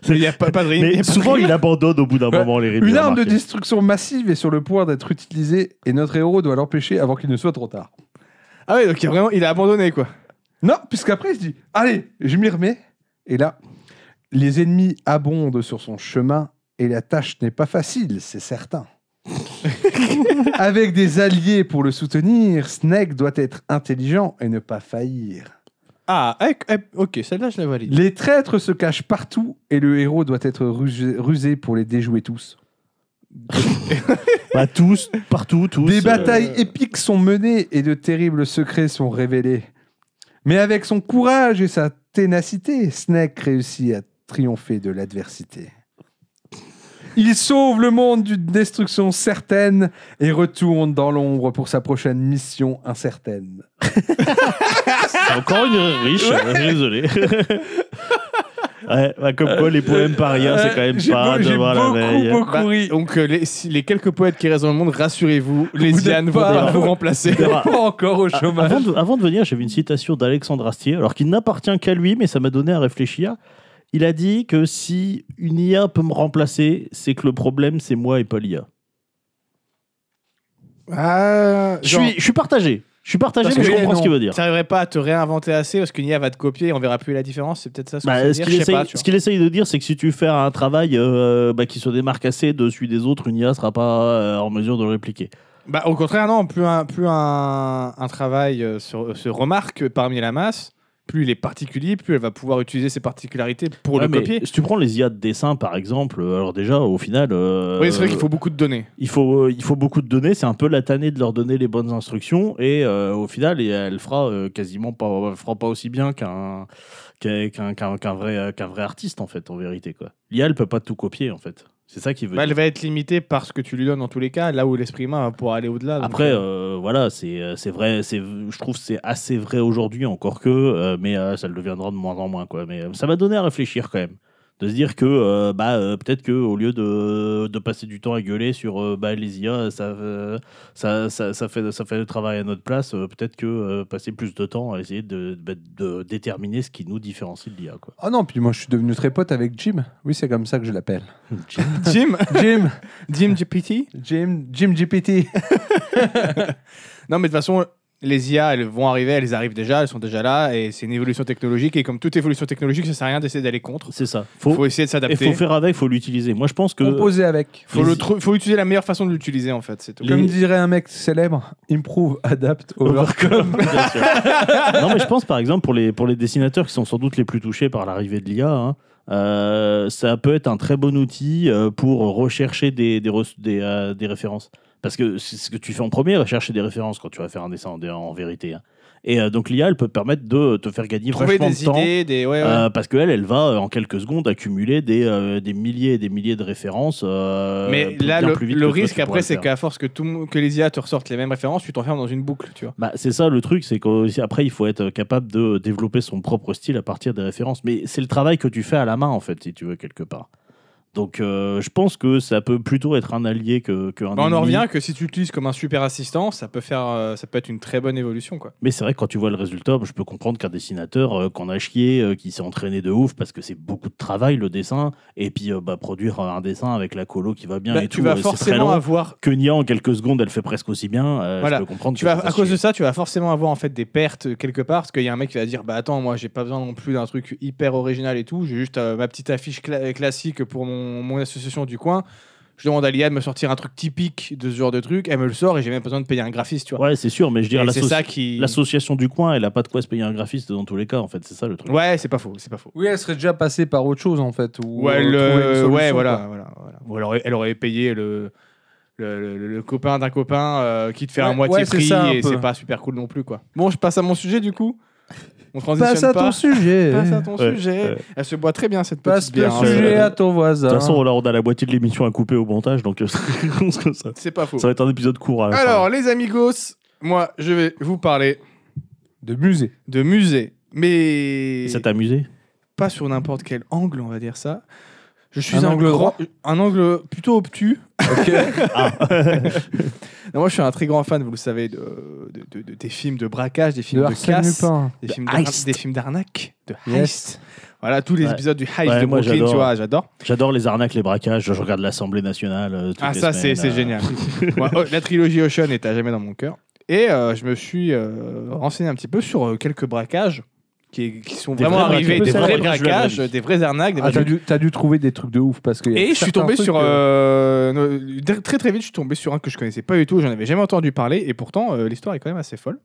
[SPEAKER 2] Il n'y a pas, pas de rime. il y
[SPEAKER 3] Mais
[SPEAKER 2] a pas de
[SPEAKER 3] souvent,
[SPEAKER 2] rime.
[SPEAKER 3] il abandonne au bout d'un
[SPEAKER 1] Ouais.
[SPEAKER 3] moment les ribriches.
[SPEAKER 1] Une arme de
[SPEAKER 3] remarquez.
[SPEAKER 1] destruction massive est sur le point d'être utilisée et notre héros doit l'empêcher avant qu'il ne soit trop tard.
[SPEAKER 2] Ah oui, donc il a vraiment, il a abandonné quoi.
[SPEAKER 1] Non, puisqu'après il se dit Allez, je m'y remets. Et là, les ennemis abondent sur son chemin et la tâche n'est pas facile, c'est certain. Avec des alliés pour le soutenir, Snake doit être intelligent et ne pas faillir.
[SPEAKER 2] Ah, ok, celle-là, je la valide.
[SPEAKER 1] Les traîtres se cachent partout et le héros doit être rusé, rusé pour les déjouer tous.
[SPEAKER 3] Pas Bah, tous, partout, tous.
[SPEAKER 1] Des
[SPEAKER 3] euh,
[SPEAKER 1] batailles épiques sont menées et de terribles secrets sont révélés. Mais avec son courage et sa ténacité, Snake réussit à triompher de l'adversité. Il sauve le monde d'une destruction certaine et retourne dans l'ombre pour sa prochaine mission incertaine.
[SPEAKER 3] C'est encore une riche, euh, désolé.
[SPEAKER 1] <laughs>
[SPEAKER 3] ouais, bah, comme quoi, les poèmes pas rien, c'est quand même
[SPEAKER 1] Euh, J'ai
[SPEAKER 3] pas
[SPEAKER 1] beau- j'ai
[SPEAKER 3] devant la
[SPEAKER 1] beaucoup,
[SPEAKER 3] veille.
[SPEAKER 1] beaucoup
[SPEAKER 2] Bah,
[SPEAKER 1] ri.
[SPEAKER 2] donc euh, les, si- les quelques poètes qui restent dans le monde, rassurez-vous, les
[SPEAKER 1] Vous
[SPEAKER 2] Zianes
[SPEAKER 1] n'êtes
[SPEAKER 2] vont
[SPEAKER 1] pas-
[SPEAKER 2] pas
[SPEAKER 3] <laughs>
[SPEAKER 2] vous remplacer.
[SPEAKER 1] Il est pas encore au
[SPEAKER 3] Ah,
[SPEAKER 1] chômage.
[SPEAKER 3] Avant de, avant de venir, j'avais une citation d'Alexandre Astier, alors qu'il n'appartient qu'à lui, mais ça m'a donné à réfléchir. Il a dit que si une IA peut me remplacer, c'est que le problème, c'est moi et pas l'IA.
[SPEAKER 2] Ah,
[SPEAKER 3] Je suis, je suis partagé. Je suis partagé,
[SPEAKER 2] Parce
[SPEAKER 3] mais
[SPEAKER 2] que
[SPEAKER 3] je
[SPEAKER 2] oui,
[SPEAKER 3] comprends
[SPEAKER 2] non.
[SPEAKER 3] ce qu'il veut dire.
[SPEAKER 2] T'arriverais pas à te réinventer assez parce qu'une IA va te copier et on verra plus la différence, c'est peut-être ça ce que
[SPEAKER 3] Bah,
[SPEAKER 2] ça veut
[SPEAKER 3] ce
[SPEAKER 2] dire,
[SPEAKER 3] qu'il
[SPEAKER 2] je sais
[SPEAKER 3] essaye,
[SPEAKER 2] pas, tu
[SPEAKER 3] ce qu'il essaye de dire, c'est que si tu veux faire un travail euh, bah, qui se démarque assez de celui des autres, une IA sera pas euh, en mesure de le répliquer.
[SPEAKER 2] vois. Bah, au contraire, non, plus un, plus un, un travail euh, se, se remarque parmi la masse, plus il est particulier, plus elle va pouvoir utiliser ses particularités pour
[SPEAKER 3] Ouais,
[SPEAKER 2] le
[SPEAKER 3] mais
[SPEAKER 2] copier.
[SPEAKER 3] si tu prends les IA de dessin, par exemple, euh, alors déjà, au final, euh,
[SPEAKER 2] Oui, c'est vrai qu'il faut beaucoup de données.
[SPEAKER 3] il faut, euh, il faut beaucoup de données. C'est un peu la tannée de leur donner les bonnes instructions. Et euh, au final, et elle fera euh, quasiment pas, elle fera pas aussi bien qu'un qu'un qu'un- qu'un- qu'un vrai, euh, qu'un vrai artiste, en fait, en vérité. quoi. L'IA, elle peut pas tout copier, en fait. C'est ça qui veut
[SPEAKER 2] Bah,
[SPEAKER 3] dire.
[SPEAKER 2] elle va être limitée par ce que tu lui donnes dans tous les cas, là où l'esprit humain va pouvoir aller au-delà. donc,
[SPEAKER 3] Après,
[SPEAKER 2] euh,
[SPEAKER 3] euh, voilà, c'est euh, c'est vrai, c'est je trouve que c'est assez vrai aujourd'hui, encore que, euh, mais euh, ça le deviendra de moins en moins, quoi. Mais euh, ça va donner à réfléchir quand même, de se dire que, euh, bah, euh, peut-être que au lieu de, de passer du temps à gueuler sur, euh, bah, les IA, ça, euh, ça, ça, ça fait ça fait le travail à notre place. euh, peut-être que euh, passer plus de temps à essayer de, de, de déterminer ce qui nous différencie de l'IA, quoi.
[SPEAKER 1] Ah non, puis moi je suis devenu très pote avec Jim. Oui, c'est comme ça que je
[SPEAKER 2] <laughs>
[SPEAKER 1] l'appelle.
[SPEAKER 2] <laughs> Jim,
[SPEAKER 1] Jim,
[SPEAKER 2] Jim GPT
[SPEAKER 1] Jim, Jim GPT.
[SPEAKER 2] Non, mais de toute façon, les IA, elles vont arriver, elles arrivent déjà, elles sont déjà là, et c'est une évolution technologique. Et comme toute évolution technologique, ça sert à rien d'essayer d'aller contre.
[SPEAKER 3] C'est ça. Faut,
[SPEAKER 2] Faut, essayer de
[SPEAKER 3] et
[SPEAKER 2] s'adapter.
[SPEAKER 3] faut faire avec, faut l'utiliser. Moi, je pense que
[SPEAKER 1] Composé avec.
[SPEAKER 2] Faut, le
[SPEAKER 3] les-
[SPEAKER 2] trou- faut utiliser la meilleure façon de l'utiliser, en fait. C'est tout.
[SPEAKER 1] Comme dirait un mec célèbre, improve, adapt, overcome.
[SPEAKER 2] <laughs>
[SPEAKER 3] Bien sûr. non, mais je pense par exemple pour les, pour les dessinateurs qui sont sans doute les plus touchés par l'arrivée de l'IA, hein, euh, ça peut être un très bon outil euh, pour rechercher des, des, re- des, euh, des références. Parce que c'est ce que tu fais en premier, rechercher des références quand tu vas faire un dessin en, en vérité. hein. Et euh, donc l'IA, elle peut te permettre de te faire gagner
[SPEAKER 2] Trouver
[SPEAKER 3] vachement
[SPEAKER 2] des
[SPEAKER 3] de temps.
[SPEAKER 2] idées, des. Ouais, ouais.
[SPEAKER 3] euh, parce qu'elle, elle va euh, en quelques secondes accumuler des, euh, des milliers et des milliers de références. euh,
[SPEAKER 2] mais
[SPEAKER 3] bien
[SPEAKER 2] là, le,
[SPEAKER 3] plus vite
[SPEAKER 2] le
[SPEAKER 3] que toi, tu
[SPEAKER 2] risque
[SPEAKER 3] pourrais
[SPEAKER 2] après,
[SPEAKER 3] le
[SPEAKER 2] c'est
[SPEAKER 3] faire.
[SPEAKER 2] qu'à force que, tout, le monde- que les IA te ressortent les mêmes références, tu t'enfermes dans une boucle, tu vois.
[SPEAKER 3] Bah, c'est ça le truc, c'est qu'après il faut être capable de développer son propre style à partir des références. Mais c'est le travail que tu fais à la main en fait, si tu veux quelque part. Donc euh, je pense que ça peut plutôt être un allié que, que un
[SPEAKER 2] Bah, on en
[SPEAKER 3] ennemi.
[SPEAKER 2] revient que si tu l'utilises comme un super assistant, ça peut, faire, euh, ça peut être une très bonne évolution. Quoi.
[SPEAKER 3] Mais c'est vrai que quand tu vois le résultat, je peux comprendre qu'un dessinateur euh, qu'on a chié, euh, qui s'est entraîné de ouf, parce que c'est beaucoup de travail le dessin, et puis euh, bah, produire un dessin avec la colo qui va bien
[SPEAKER 2] Bah,
[SPEAKER 3] et
[SPEAKER 2] tu
[SPEAKER 3] tout, euh,
[SPEAKER 2] vas
[SPEAKER 3] c'est très
[SPEAKER 2] forcément
[SPEAKER 3] long.
[SPEAKER 2] avoir
[SPEAKER 3] Que Nia en quelques secondes, elle fait presque aussi bien. euh,
[SPEAKER 2] Voilà.
[SPEAKER 3] Je peux comprendre.
[SPEAKER 2] Tu
[SPEAKER 3] que
[SPEAKER 2] vas,
[SPEAKER 3] ça
[SPEAKER 2] à
[SPEAKER 3] fasse
[SPEAKER 2] cause de
[SPEAKER 3] chier.
[SPEAKER 2] ça, tu vas forcément avoir en fait des pertes euh, quelque part, parce qu'il y a un mec qui va dire bah attends moi j'ai pas besoin non plus d'un truc hyper original et tout, j'ai juste euh, ma petite affiche cla- classique pour mon, mon association du coin. Je demande à l'IA de me sortir un truc typique de ce genre de truc, elle me le sort et j'ai même pas besoin de payer un graphiste, tu vois.
[SPEAKER 3] Ouais, c'est sûr, mais je
[SPEAKER 2] Et
[SPEAKER 3] dirais
[SPEAKER 2] c'est ça qui.
[SPEAKER 3] l'association du coin, elle a pas de quoi se payer un graphiste dans tous les cas, en fait. C'est ça le truc.
[SPEAKER 2] Ouais, c'est pas faux, c'est pas faux.
[SPEAKER 1] Oui, elle serait déjà passée par autre chose en fait. Ou,
[SPEAKER 2] Ou elle,
[SPEAKER 1] euh, trouver une
[SPEAKER 2] euh,
[SPEAKER 1] solution,
[SPEAKER 2] ouais,
[SPEAKER 1] quoi.
[SPEAKER 2] voilà, voilà, voilà. Ou alors elle aurait payé le. Le, le- le copain d'un copain euh, qui te fait
[SPEAKER 1] Ouais,
[SPEAKER 2] un moitié
[SPEAKER 1] ouais, c'est
[SPEAKER 2] prix
[SPEAKER 1] ça, un
[SPEAKER 2] et
[SPEAKER 1] peu.
[SPEAKER 2] c'est pas super cool non plus quoi. Bon, je passe à mon sujet du coup. On transitionne
[SPEAKER 1] Passe à
[SPEAKER 2] pas.
[SPEAKER 1] ton sujet.
[SPEAKER 2] Passe à ton
[SPEAKER 3] Ouais,
[SPEAKER 2] sujet.
[SPEAKER 3] ouais.
[SPEAKER 2] Elle se boit très bien cette
[SPEAKER 1] Passe
[SPEAKER 2] petite
[SPEAKER 1] le
[SPEAKER 2] bière. hein.
[SPEAKER 1] sujet
[SPEAKER 3] euh,
[SPEAKER 1] à ton
[SPEAKER 3] De
[SPEAKER 1] voisin.
[SPEAKER 3] toute façon, là, on a la moitié de l'émission à couper au montage, donc euh, <laughs> ça, ça
[SPEAKER 2] C'est pas faux.
[SPEAKER 3] va être un épisode court. à la fin.
[SPEAKER 2] Alors les amigos, moi je vais vous parler
[SPEAKER 1] De musée.
[SPEAKER 2] de musée, mais
[SPEAKER 3] Et ça t'a amusé
[SPEAKER 2] pas sur n'importe quel angle, on va dire ça. Je suis
[SPEAKER 1] Un
[SPEAKER 2] un,
[SPEAKER 1] angle
[SPEAKER 2] grand-
[SPEAKER 1] droit
[SPEAKER 2] un angle plutôt obtus. <laughs> Ah.
[SPEAKER 1] Ok.
[SPEAKER 2] Non, moi je suis un très grand fan, vous le savez, de, de- de- de- des films de braquage, des films de,
[SPEAKER 1] Arsène
[SPEAKER 2] casse,
[SPEAKER 1] Lupin.
[SPEAKER 2] des
[SPEAKER 3] De
[SPEAKER 2] films d'ar-
[SPEAKER 3] heist.
[SPEAKER 2] des films d'arnaque, de heist.
[SPEAKER 1] Yes.
[SPEAKER 2] Voilà tous les
[SPEAKER 3] Ouais.
[SPEAKER 2] épisodes du heist
[SPEAKER 3] Ouais,
[SPEAKER 2] de
[SPEAKER 3] moi,
[SPEAKER 2] Brooklyn, tu
[SPEAKER 3] j'adore.
[SPEAKER 2] vois, j'adore.
[SPEAKER 3] J'adore les arnaques, les braquages. Je regarde l'Assemblée nationale. euh, toutes
[SPEAKER 2] Ah
[SPEAKER 3] les
[SPEAKER 2] ça c'est
[SPEAKER 3] semaines,
[SPEAKER 2] c'est
[SPEAKER 3] euh,
[SPEAKER 2] génial.
[SPEAKER 3] <laughs>
[SPEAKER 2] Moi, oh, la trilogie Ocean est à jamais dans mon cœur. Et euh, je me suis euh, renseigné un petit peu sur euh, quelques braquages qui, qui sont
[SPEAKER 3] Des
[SPEAKER 2] vraiment
[SPEAKER 3] vrais
[SPEAKER 2] arrivés,
[SPEAKER 3] braquages.
[SPEAKER 2] des
[SPEAKER 3] Ça,
[SPEAKER 2] vrais
[SPEAKER 3] je l'ai
[SPEAKER 2] braquages,
[SPEAKER 3] jamais vu.
[SPEAKER 2] des vraies arnaques. Des
[SPEAKER 1] Ah,
[SPEAKER 2] vrais
[SPEAKER 1] t'as
[SPEAKER 2] trucs.
[SPEAKER 1] dû, t'as dû trouver des trucs de ouf parce que. y a
[SPEAKER 2] Et je suis
[SPEAKER 1] certains
[SPEAKER 2] tombé
[SPEAKER 1] trucs
[SPEAKER 2] sur
[SPEAKER 1] que-
[SPEAKER 2] euh, no- dr- très très vite, je suis tombé sur un que je connaissais pas du tout, j'en avais jamais entendu parler, et pourtant euh, l'histoire est quand même assez folle.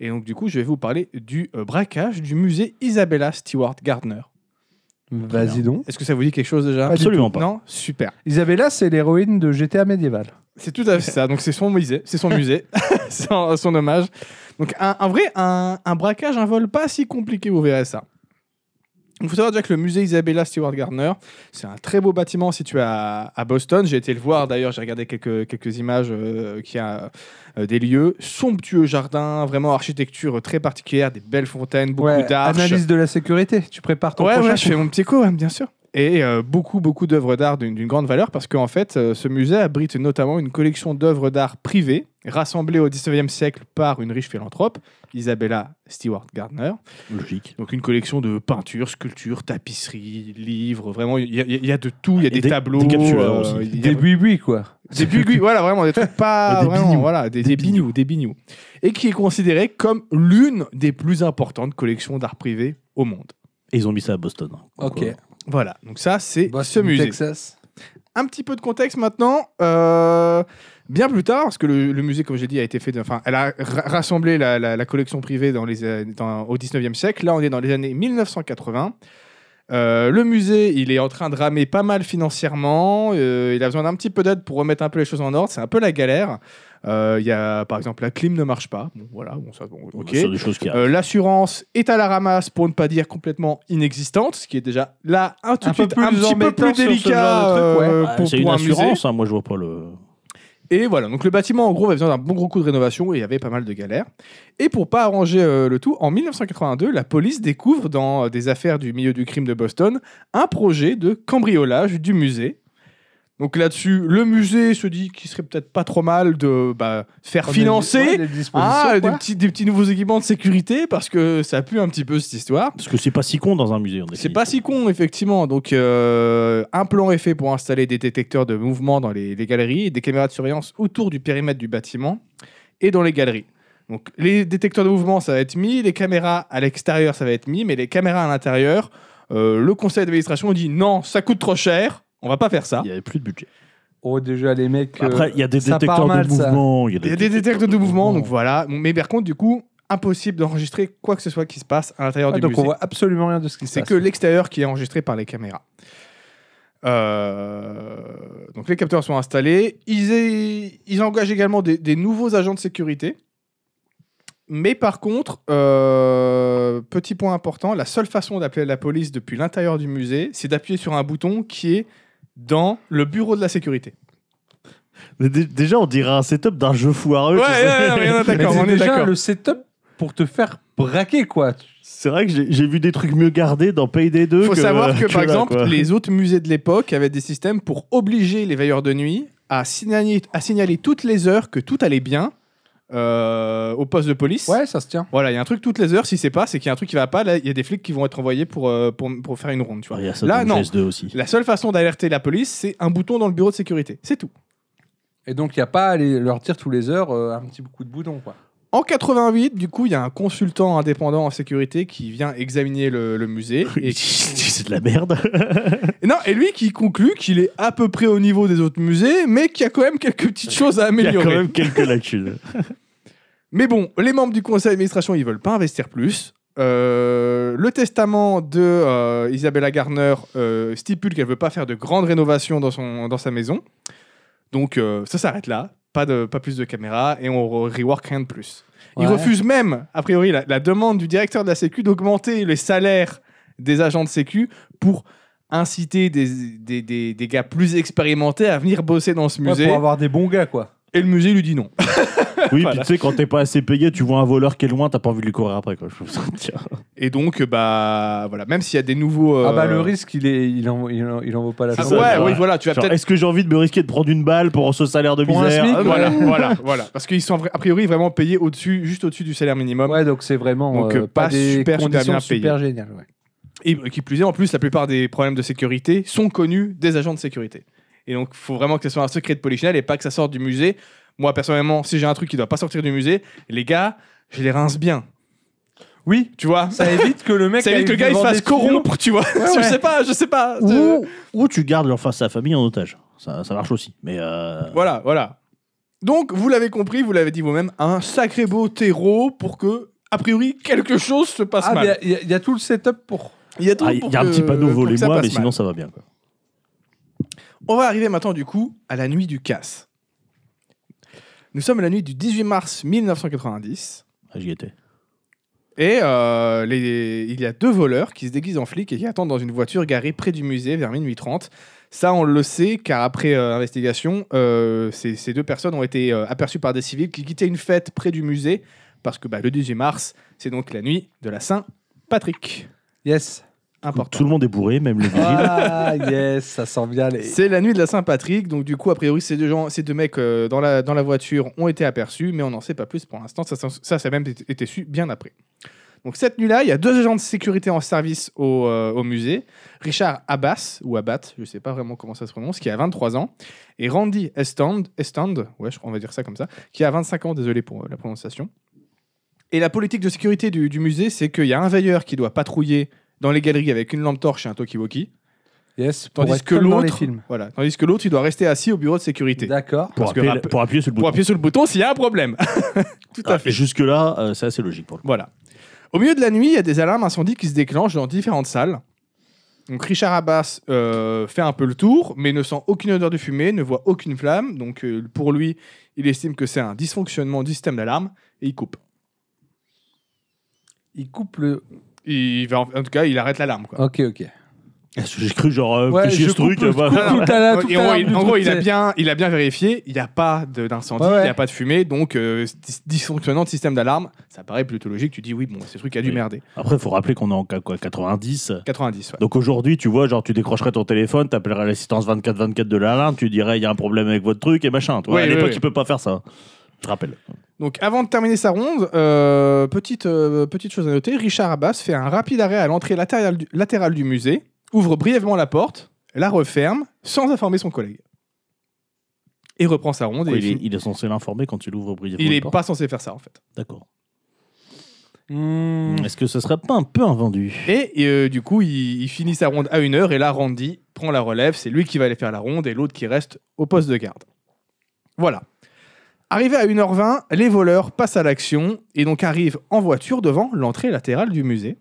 [SPEAKER 2] Et donc du coup, je vais vous parler du euh, braquage du musée Isabella Stewart Gardner.
[SPEAKER 1] Vas-y donc.
[SPEAKER 2] Est-ce que ça vous dit quelque chose déjà
[SPEAKER 3] Absolument pas.
[SPEAKER 2] Non, super.
[SPEAKER 1] Isabella, c'est l'héroïne de GTA médiéval.
[SPEAKER 2] C'est tout à fait ça. Donc c'est son musée, c'est son musée, <laughs> son, son hommage. Donc un, un vrai un, un braquage, un vol pas si compliqué, vous verrez ça. Il faut savoir déjà que le musée Isabella Stewart Gardner, c'est un très beau bâtiment situé à, à Boston. J'ai été le voir d'ailleurs, j'ai regardé quelques, quelques images euh, qui a euh, des lieux. Somptueux jardin, vraiment architecture euh, très particulière, des belles fontaines, beaucoup
[SPEAKER 1] Ouais,
[SPEAKER 2] d'arches.
[SPEAKER 1] Analyse de la sécurité. Tu prépares ton
[SPEAKER 2] Ouais,
[SPEAKER 1] prochain.
[SPEAKER 2] ouais, je fais mon petit coup, ouais, bien sûr. Et euh, beaucoup, beaucoup d'œuvres d'art d'une d'une grande valeur parce qu'en fait, euh, ce musée abrite notamment une collection d'œuvres d'art privées rassemblées au 19e siècle par une riche philanthrope, Isabella Stewart Gardner.
[SPEAKER 3] Logique.
[SPEAKER 2] Donc une collection de peintures, sculptures, tapisseries, livres, vraiment, il y, a- il y a de tout, il y a
[SPEAKER 3] Et
[SPEAKER 2] des,
[SPEAKER 3] des-
[SPEAKER 2] tableaux.
[SPEAKER 3] des capsuleurs
[SPEAKER 2] euh,
[SPEAKER 3] aussi.
[SPEAKER 2] il y
[SPEAKER 1] Des
[SPEAKER 2] a-
[SPEAKER 1] buis quoi.
[SPEAKER 2] des <laughs> bugui, voilà, vraiment, des trucs pas.
[SPEAKER 3] Des
[SPEAKER 2] vraiment,
[SPEAKER 3] bignous.
[SPEAKER 2] voilà, des, des bignous, des bignous. Et qui est considérée comme l'une des plus importantes collections d'art privé au monde.
[SPEAKER 3] Et ils ont mis ça à Boston. hein.
[SPEAKER 1] Ok.
[SPEAKER 3] Quoi.
[SPEAKER 2] Voilà, donc ça, Bah, c'est ce
[SPEAKER 1] Boston,
[SPEAKER 2] musée.
[SPEAKER 1] Texas.
[SPEAKER 2] un petit peu de contexte maintenant. euh, bien plus tard, parce que le, le musée, comme j'ai dit, a été fait. de- Enfin, elle a ra- rassemblé la, la- la collection privée dans les, années- dans- au 19e siècle. Là, on est dans les années 1980. Euh, le musée, il est en train de ramer pas mal financièrement. euh, il a besoin d'un petit peu d'aide pour remettre un peu les choses en ordre. C'est un peu la galère. Euh, Il y a, par exemple, la clim ne marche pas. Bon, voilà, bon, ça, bon, ok.
[SPEAKER 3] C'est des choses qui
[SPEAKER 2] Euh, L'assurance est à la ramasse, pour ne pas dire complètement inexistante, ce qui est déjà là un, tout
[SPEAKER 1] Un
[SPEAKER 2] de suite
[SPEAKER 1] peu plus
[SPEAKER 2] un petit peu
[SPEAKER 1] embêtant sur
[SPEAKER 2] plus
[SPEAKER 1] ce genre
[SPEAKER 2] délicat
[SPEAKER 1] de truc, ouais.
[SPEAKER 2] euh,
[SPEAKER 3] Ah,
[SPEAKER 2] pour,
[SPEAKER 3] c'est une
[SPEAKER 2] pour un musée.
[SPEAKER 3] assurance, hein, moi je vois pas le.
[SPEAKER 2] Et voilà, donc le bâtiment en gros avait besoin d'un bon gros coup de rénovation et il y avait pas mal de galères. Et pour pas arranger euh, le tout, en 1982, la police découvre dans euh, des affaires du milieu du crime de Boston un projet de cambriolage du musée. Donc là-dessus, le musée se dit qu'il serait peut-être pas trop mal de bah, faire financer
[SPEAKER 1] Ouais, les dispositions,
[SPEAKER 2] ah, des,
[SPEAKER 1] quoi.
[SPEAKER 2] petits, des petits nouveaux équipements de sécurité parce que ça pue un petit peu cette histoire.
[SPEAKER 3] Parce que c'est pas si con dans un musée. en
[SPEAKER 2] C'est
[SPEAKER 3] définitive.
[SPEAKER 2] pas si con, effectivement. Donc, euh, un plan est fait pour installer des détecteurs de mouvement dans les, les galeries et des caméras de surveillance autour du périmètre du bâtiment et dans les galeries. Donc, les détecteurs de mouvement, ça va être mis, les caméras à l'extérieur, ça va être mis, mais les caméras à l'intérieur, euh, le conseil d'administration dit non, ça coûte trop cher, on va pas faire ça.
[SPEAKER 3] Il y avait plus de budget.
[SPEAKER 1] Oh, déjà, les mecs. euh,
[SPEAKER 3] Après, il y a des
[SPEAKER 1] ça part
[SPEAKER 3] détecteurs
[SPEAKER 1] mal,
[SPEAKER 3] de
[SPEAKER 1] ça.
[SPEAKER 3] mouvement.
[SPEAKER 2] Il y a des détecteurs de mouvement, donc voilà. Mais par contre, du coup, impossible d'enregistrer quoi que ce soit qui se passe à l'intérieur
[SPEAKER 1] ah,
[SPEAKER 2] du
[SPEAKER 1] donc
[SPEAKER 2] musée.
[SPEAKER 1] on voit absolument rien de ce qui se
[SPEAKER 2] C'est
[SPEAKER 1] passe.
[SPEAKER 2] que l'extérieur qui est enregistré par les caméras. Euh, Donc les capteurs sont installés. Ils, é- ils engagent également des, des nouveaux agents de sécurité. Mais par contre, euh, petit point important, la seule façon d'appeler la police depuis l'intérieur du musée, c'est d'appuyer sur un bouton qui est dans le bureau de la sécurité.
[SPEAKER 3] Déjà, on dirait un setup d'un jeu foireux.
[SPEAKER 2] Ouais, ouais, ouais, non, mais on est
[SPEAKER 1] Mais
[SPEAKER 3] <laughs>
[SPEAKER 2] d'accord,
[SPEAKER 1] c'est
[SPEAKER 2] on est
[SPEAKER 1] déjà
[SPEAKER 2] d'accord.
[SPEAKER 1] le setup pour te faire braquer, quoi.
[SPEAKER 3] C'est vrai que j'ai j'ai vu des trucs mieux gardés dans Payday 2.
[SPEAKER 2] Il
[SPEAKER 3] <laughs>
[SPEAKER 2] faut
[SPEAKER 3] que-
[SPEAKER 2] savoir que, par
[SPEAKER 3] là,
[SPEAKER 2] exemple,
[SPEAKER 3] quoi.
[SPEAKER 2] les autres musées de l'époque avaient des systèmes pour obliger les veilleurs de nuit à signaler, à signaler toutes les heures que tout allait bien euh, au poste de police.
[SPEAKER 1] Ouais, ça se tient.
[SPEAKER 2] Voilà, il y a un truc toutes les heures, si c'est pas, c'est qu'il y a un truc qui va pas, là, il y a des flics qui vont être envoyés pour, euh, pour, pour faire une ronde, tu vois.
[SPEAKER 3] Il y a ça
[SPEAKER 2] Là,
[SPEAKER 3] dans
[SPEAKER 2] non.
[SPEAKER 3] PS2 aussi.
[SPEAKER 2] La seule façon d'alerter la police, c'est un bouton dans le bureau de sécurité. C'est tout.
[SPEAKER 1] Et donc, il n'y a pas à les- leur dire tous les heures euh, un petit coup de bouton, quoi.
[SPEAKER 2] En 88, du coup, il y a un consultant indépendant en sécurité qui vient examiner le,
[SPEAKER 3] <laughs>
[SPEAKER 2] le musée. Et,
[SPEAKER 3] c'est de la merde. <laughs>
[SPEAKER 2] et non, et lui qui conclut qu'il est à peu près au niveau des autres musées, mais qu'il y a quand même quelques petites choses à
[SPEAKER 3] <laughs> Il y a
[SPEAKER 2] améliorer.
[SPEAKER 3] quand même quelques
[SPEAKER 2] <laughs>
[SPEAKER 3] lacunes.
[SPEAKER 2] Mais bon, les membres du conseil d'administration, ils veulent pas investir plus. Euh, le testament de euh, Isabella Garner euh, stipule qu'elle veut pas faire de grandes rénovations dans, son, dans sa maison. Donc euh, ça s'arrête là. Pas, de, pas plus de caméras et on re- rework rien de plus. Ils
[SPEAKER 1] Ouais.
[SPEAKER 2] refusent même, a priori, la, la demande du directeur de la Sécu d'augmenter les salaires des agents de Sécu pour inciter des, des, des- des gars plus expérimentés à venir bosser dans ce
[SPEAKER 1] Ouais,
[SPEAKER 2] musée.
[SPEAKER 1] pour avoir des bons gars, quoi.
[SPEAKER 2] Et le musée lui dit non.
[SPEAKER 3] Oui,
[SPEAKER 2] Voilà.
[SPEAKER 3] puis tu sais, quand t'es pas assez payé, tu vois un voleur qui est loin, t'as pas envie de lui courir après. Quoi. Je me sens, tiens.
[SPEAKER 2] Et donc, bah voilà, même s'il y a des nouveaux. euh,
[SPEAKER 1] Ah bah, le risque, il, est, il, en, il, en, il en vaut pas la
[SPEAKER 2] Ah,
[SPEAKER 1] peine.
[SPEAKER 3] ça,
[SPEAKER 2] ouais,
[SPEAKER 3] genre,
[SPEAKER 2] oui, voilà, tu vas
[SPEAKER 3] Genre,
[SPEAKER 2] peut-être.
[SPEAKER 3] Est-ce que j'ai envie de me risquer de prendre une balle pour ce salaire de
[SPEAKER 1] Pour un
[SPEAKER 3] misère Euh,
[SPEAKER 1] SMIC,
[SPEAKER 2] Ah,
[SPEAKER 1] que- <laughs>
[SPEAKER 2] Voilà, voilà, voilà. Parce qu'ils sont vra- a priori vraiment payés au-dessus, juste au-dessus du salaire minimum.
[SPEAKER 1] Ouais, donc c'est vraiment
[SPEAKER 2] Donc,
[SPEAKER 1] euh,
[SPEAKER 2] euh,
[SPEAKER 1] pas,
[SPEAKER 2] pas
[SPEAKER 1] des
[SPEAKER 2] super, super
[SPEAKER 1] conditions
[SPEAKER 2] bien
[SPEAKER 1] super,
[SPEAKER 2] payé.
[SPEAKER 1] géniales. ouais.
[SPEAKER 2] Et euh, qui plus est, en plus, la plupart des problèmes de sécurité sont connus des agents de sécurité. Et donc, il faut vraiment que ce soit un secret de polichinelle et pas que ça sorte du musée. Moi, personnellement, si j'ai un truc qui doit pas sortir du musée, les gars, je les rince bien.
[SPEAKER 1] Oui,
[SPEAKER 2] Tu vois
[SPEAKER 1] ça évite que le mec.
[SPEAKER 2] Ça évite que
[SPEAKER 1] aille
[SPEAKER 2] le gars il se
[SPEAKER 1] devant
[SPEAKER 2] fasse
[SPEAKER 1] des clients.
[SPEAKER 2] corrompre, tu vois.
[SPEAKER 1] Ouais,
[SPEAKER 2] <laughs> je
[SPEAKER 1] ouais.
[SPEAKER 2] sais pas, je sais pas.
[SPEAKER 3] ou, ou tu gardes leur face à la famille en otage. Ça, ça marche aussi. Mais euh,
[SPEAKER 2] Voilà, voilà. Donc, vous l'avez compris, vous l'avez dit vous-même, un sacré beau terreau pour que, a priori, quelque chose se passe
[SPEAKER 1] Ah,
[SPEAKER 2] mal.
[SPEAKER 1] mais il y, a- il y a tout le setup pour.
[SPEAKER 2] Il y a,
[SPEAKER 3] ah, il y a un petit panneau volez-moi, mais sinon ça va bien. Quoi.
[SPEAKER 2] On va arriver maintenant, du coup, à la nuit du casse. Nous sommes à la nuit du 18 mars 1990.
[SPEAKER 3] Ah, j'y étais.
[SPEAKER 2] Et euh, les- il y a deux voleurs qui se déguisent en flics et qui attendent dans une voiture garée près du musée vers minuit 30. Ça, on le sait, car après euh, investigation, euh, ces, ces deux personnes ont été euh, aperçues par des civils qui quittaient une fête près du musée, parce que bah, le 18 mars, c'est donc la nuit de la Saint-Patrick.
[SPEAKER 1] Yes.
[SPEAKER 2] Important.
[SPEAKER 3] Tout le monde est bourré, même le vigile.
[SPEAKER 1] Ah, yes, ça sent bien les.
[SPEAKER 2] C'est la nuit de la Saint-Patrick, donc du coup, a priori, ces deux, gens, ces deux mecs euh, dans, la, dans la voiture ont été aperçus, mais on n'en sait pas plus pour l'instant. Ça, ça, ça, ça a même été été su bien après. Donc cette nuit-là, il y a deux agents de sécurité en service au, euh, au musée, Richard Abbas, ou Abbat, je ne sais pas vraiment comment ça se prononce, qui a 23 ans, et Randy Estand, Estand ouais, je crois qu'on va dire ça comme ça, qui a 25 ans, désolé pour euh, la prononciation. Et la politique de sécurité du, du musée, c'est qu'il y a un veilleur qui doit patrouiller dans les galeries avec une lampe torche et un talkie-walkie,
[SPEAKER 1] Yes, pour
[SPEAKER 2] Tandis
[SPEAKER 1] être
[SPEAKER 2] que
[SPEAKER 1] comme dans les
[SPEAKER 2] l'autre,
[SPEAKER 1] films.
[SPEAKER 2] voilà, tandis que l'autre, il doit rester assis au bureau de sécurité.
[SPEAKER 1] D'accord.
[SPEAKER 3] pour,
[SPEAKER 2] parce que
[SPEAKER 3] appuyer,
[SPEAKER 2] rappe-
[SPEAKER 3] pour appuyer sur le
[SPEAKER 2] Pour
[SPEAKER 3] bouton.
[SPEAKER 2] appuyer sur le bouton s'il y a un problème. <laughs> Tout à
[SPEAKER 3] Ah,
[SPEAKER 2] fait.
[SPEAKER 3] Jusque-là, euh, c'est assez logique pour le coup.
[SPEAKER 2] Voilà. Au milieu de la nuit, il y a des alarmes incendies qui se déclenchent dans différentes salles. Donc Richard Abbas euh, fait un peu le tour, mais ne sent aucune odeur de fumée, ne voit aucune flamme. Donc euh, pour lui, il estime que c'est un dysfonctionnement du système d'alarme et il coupe.
[SPEAKER 1] Il coupe le.
[SPEAKER 2] Il va en, en tout cas, il arrête l'alarme. quoi.
[SPEAKER 1] Ok, ok.
[SPEAKER 3] Parce que Ah, J'ai cru, genre, euh,
[SPEAKER 1] Ouais,
[SPEAKER 3] fais chier
[SPEAKER 1] je
[SPEAKER 3] ce truc.
[SPEAKER 1] coupe le-
[SPEAKER 3] bah,
[SPEAKER 1] coupe
[SPEAKER 2] Non, non,
[SPEAKER 1] tout à la- tout
[SPEAKER 2] Et
[SPEAKER 1] à
[SPEAKER 2] en,
[SPEAKER 1] la-
[SPEAKER 2] gros, il-
[SPEAKER 1] tout
[SPEAKER 2] en gros,
[SPEAKER 1] à-
[SPEAKER 2] il a bien, il a bien vérifié, il n'y a pas de- d'incendie,
[SPEAKER 1] Ouais, ouais.
[SPEAKER 2] il n'y a pas de fumée, donc euh, dys- dysfonctionnement de système d'alarme, ça paraît plutôt logique. Tu dis oui, bon, ce truc a dû
[SPEAKER 3] Oui.
[SPEAKER 2] merder.
[SPEAKER 3] Après, faut rappeler qu'on est en qua- quoi, 90.
[SPEAKER 2] 90, ouais.
[SPEAKER 3] Donc aujourd'hui, tu vois, genre, tu décrocherais ton téléphone, t'appellerais l'assistance 24-24 de l'alarme, tu dirais, il y a un problème avec votre truc et machin. Toi,
[SPEAKER 2] Oui,
[SPEAKER 3] à
[SPEAKER 2] oui,
[SPEAKER 3] l'époque,
[SPEAKER 2] oui.
[SPEAKER 3] il peut pas faire ça. Je rappelle.
[SPEAKER 2] Donc avant de terminer sa ronde, euh, petite, euh, petite chose à noter, Richard Abbas fait un rapide arrêt à l'entrée latérale du, latérale du musée, ouvre brièvement la porte, la referme, sans informer son collègue. Et reprend sa ronde. et
[SPEAKER 3] il, est,
[SPEAKER 2] finit-
[SPEAKER 3] il est censé l'informer quand il ouvre brièvement
[SPEAKER 2] il
[SPEAKER 3] la
[SPEAKER 2] n'est
[SPEAKER 3] porte.
[SPEAKER 2] pas censé faire ça, en fait.
[SPEAKER 3] D'accord.
[SPEAKER 1] Hmm.
[SPEAKER 3] Est-ce que ce serait pas un peu invendu
[SPEAKER 2] Et euh, du coup, il, il finit sa ronde à une heure et là, Randy prend la relève. C'est lui qui va aller faire la ronde et l'autre qui reste au poste de garde. Voilà. Arrivé à 1h20, les voleurs passent à l'action et donc arrivent en voiture devant l'entrée latérale du musée.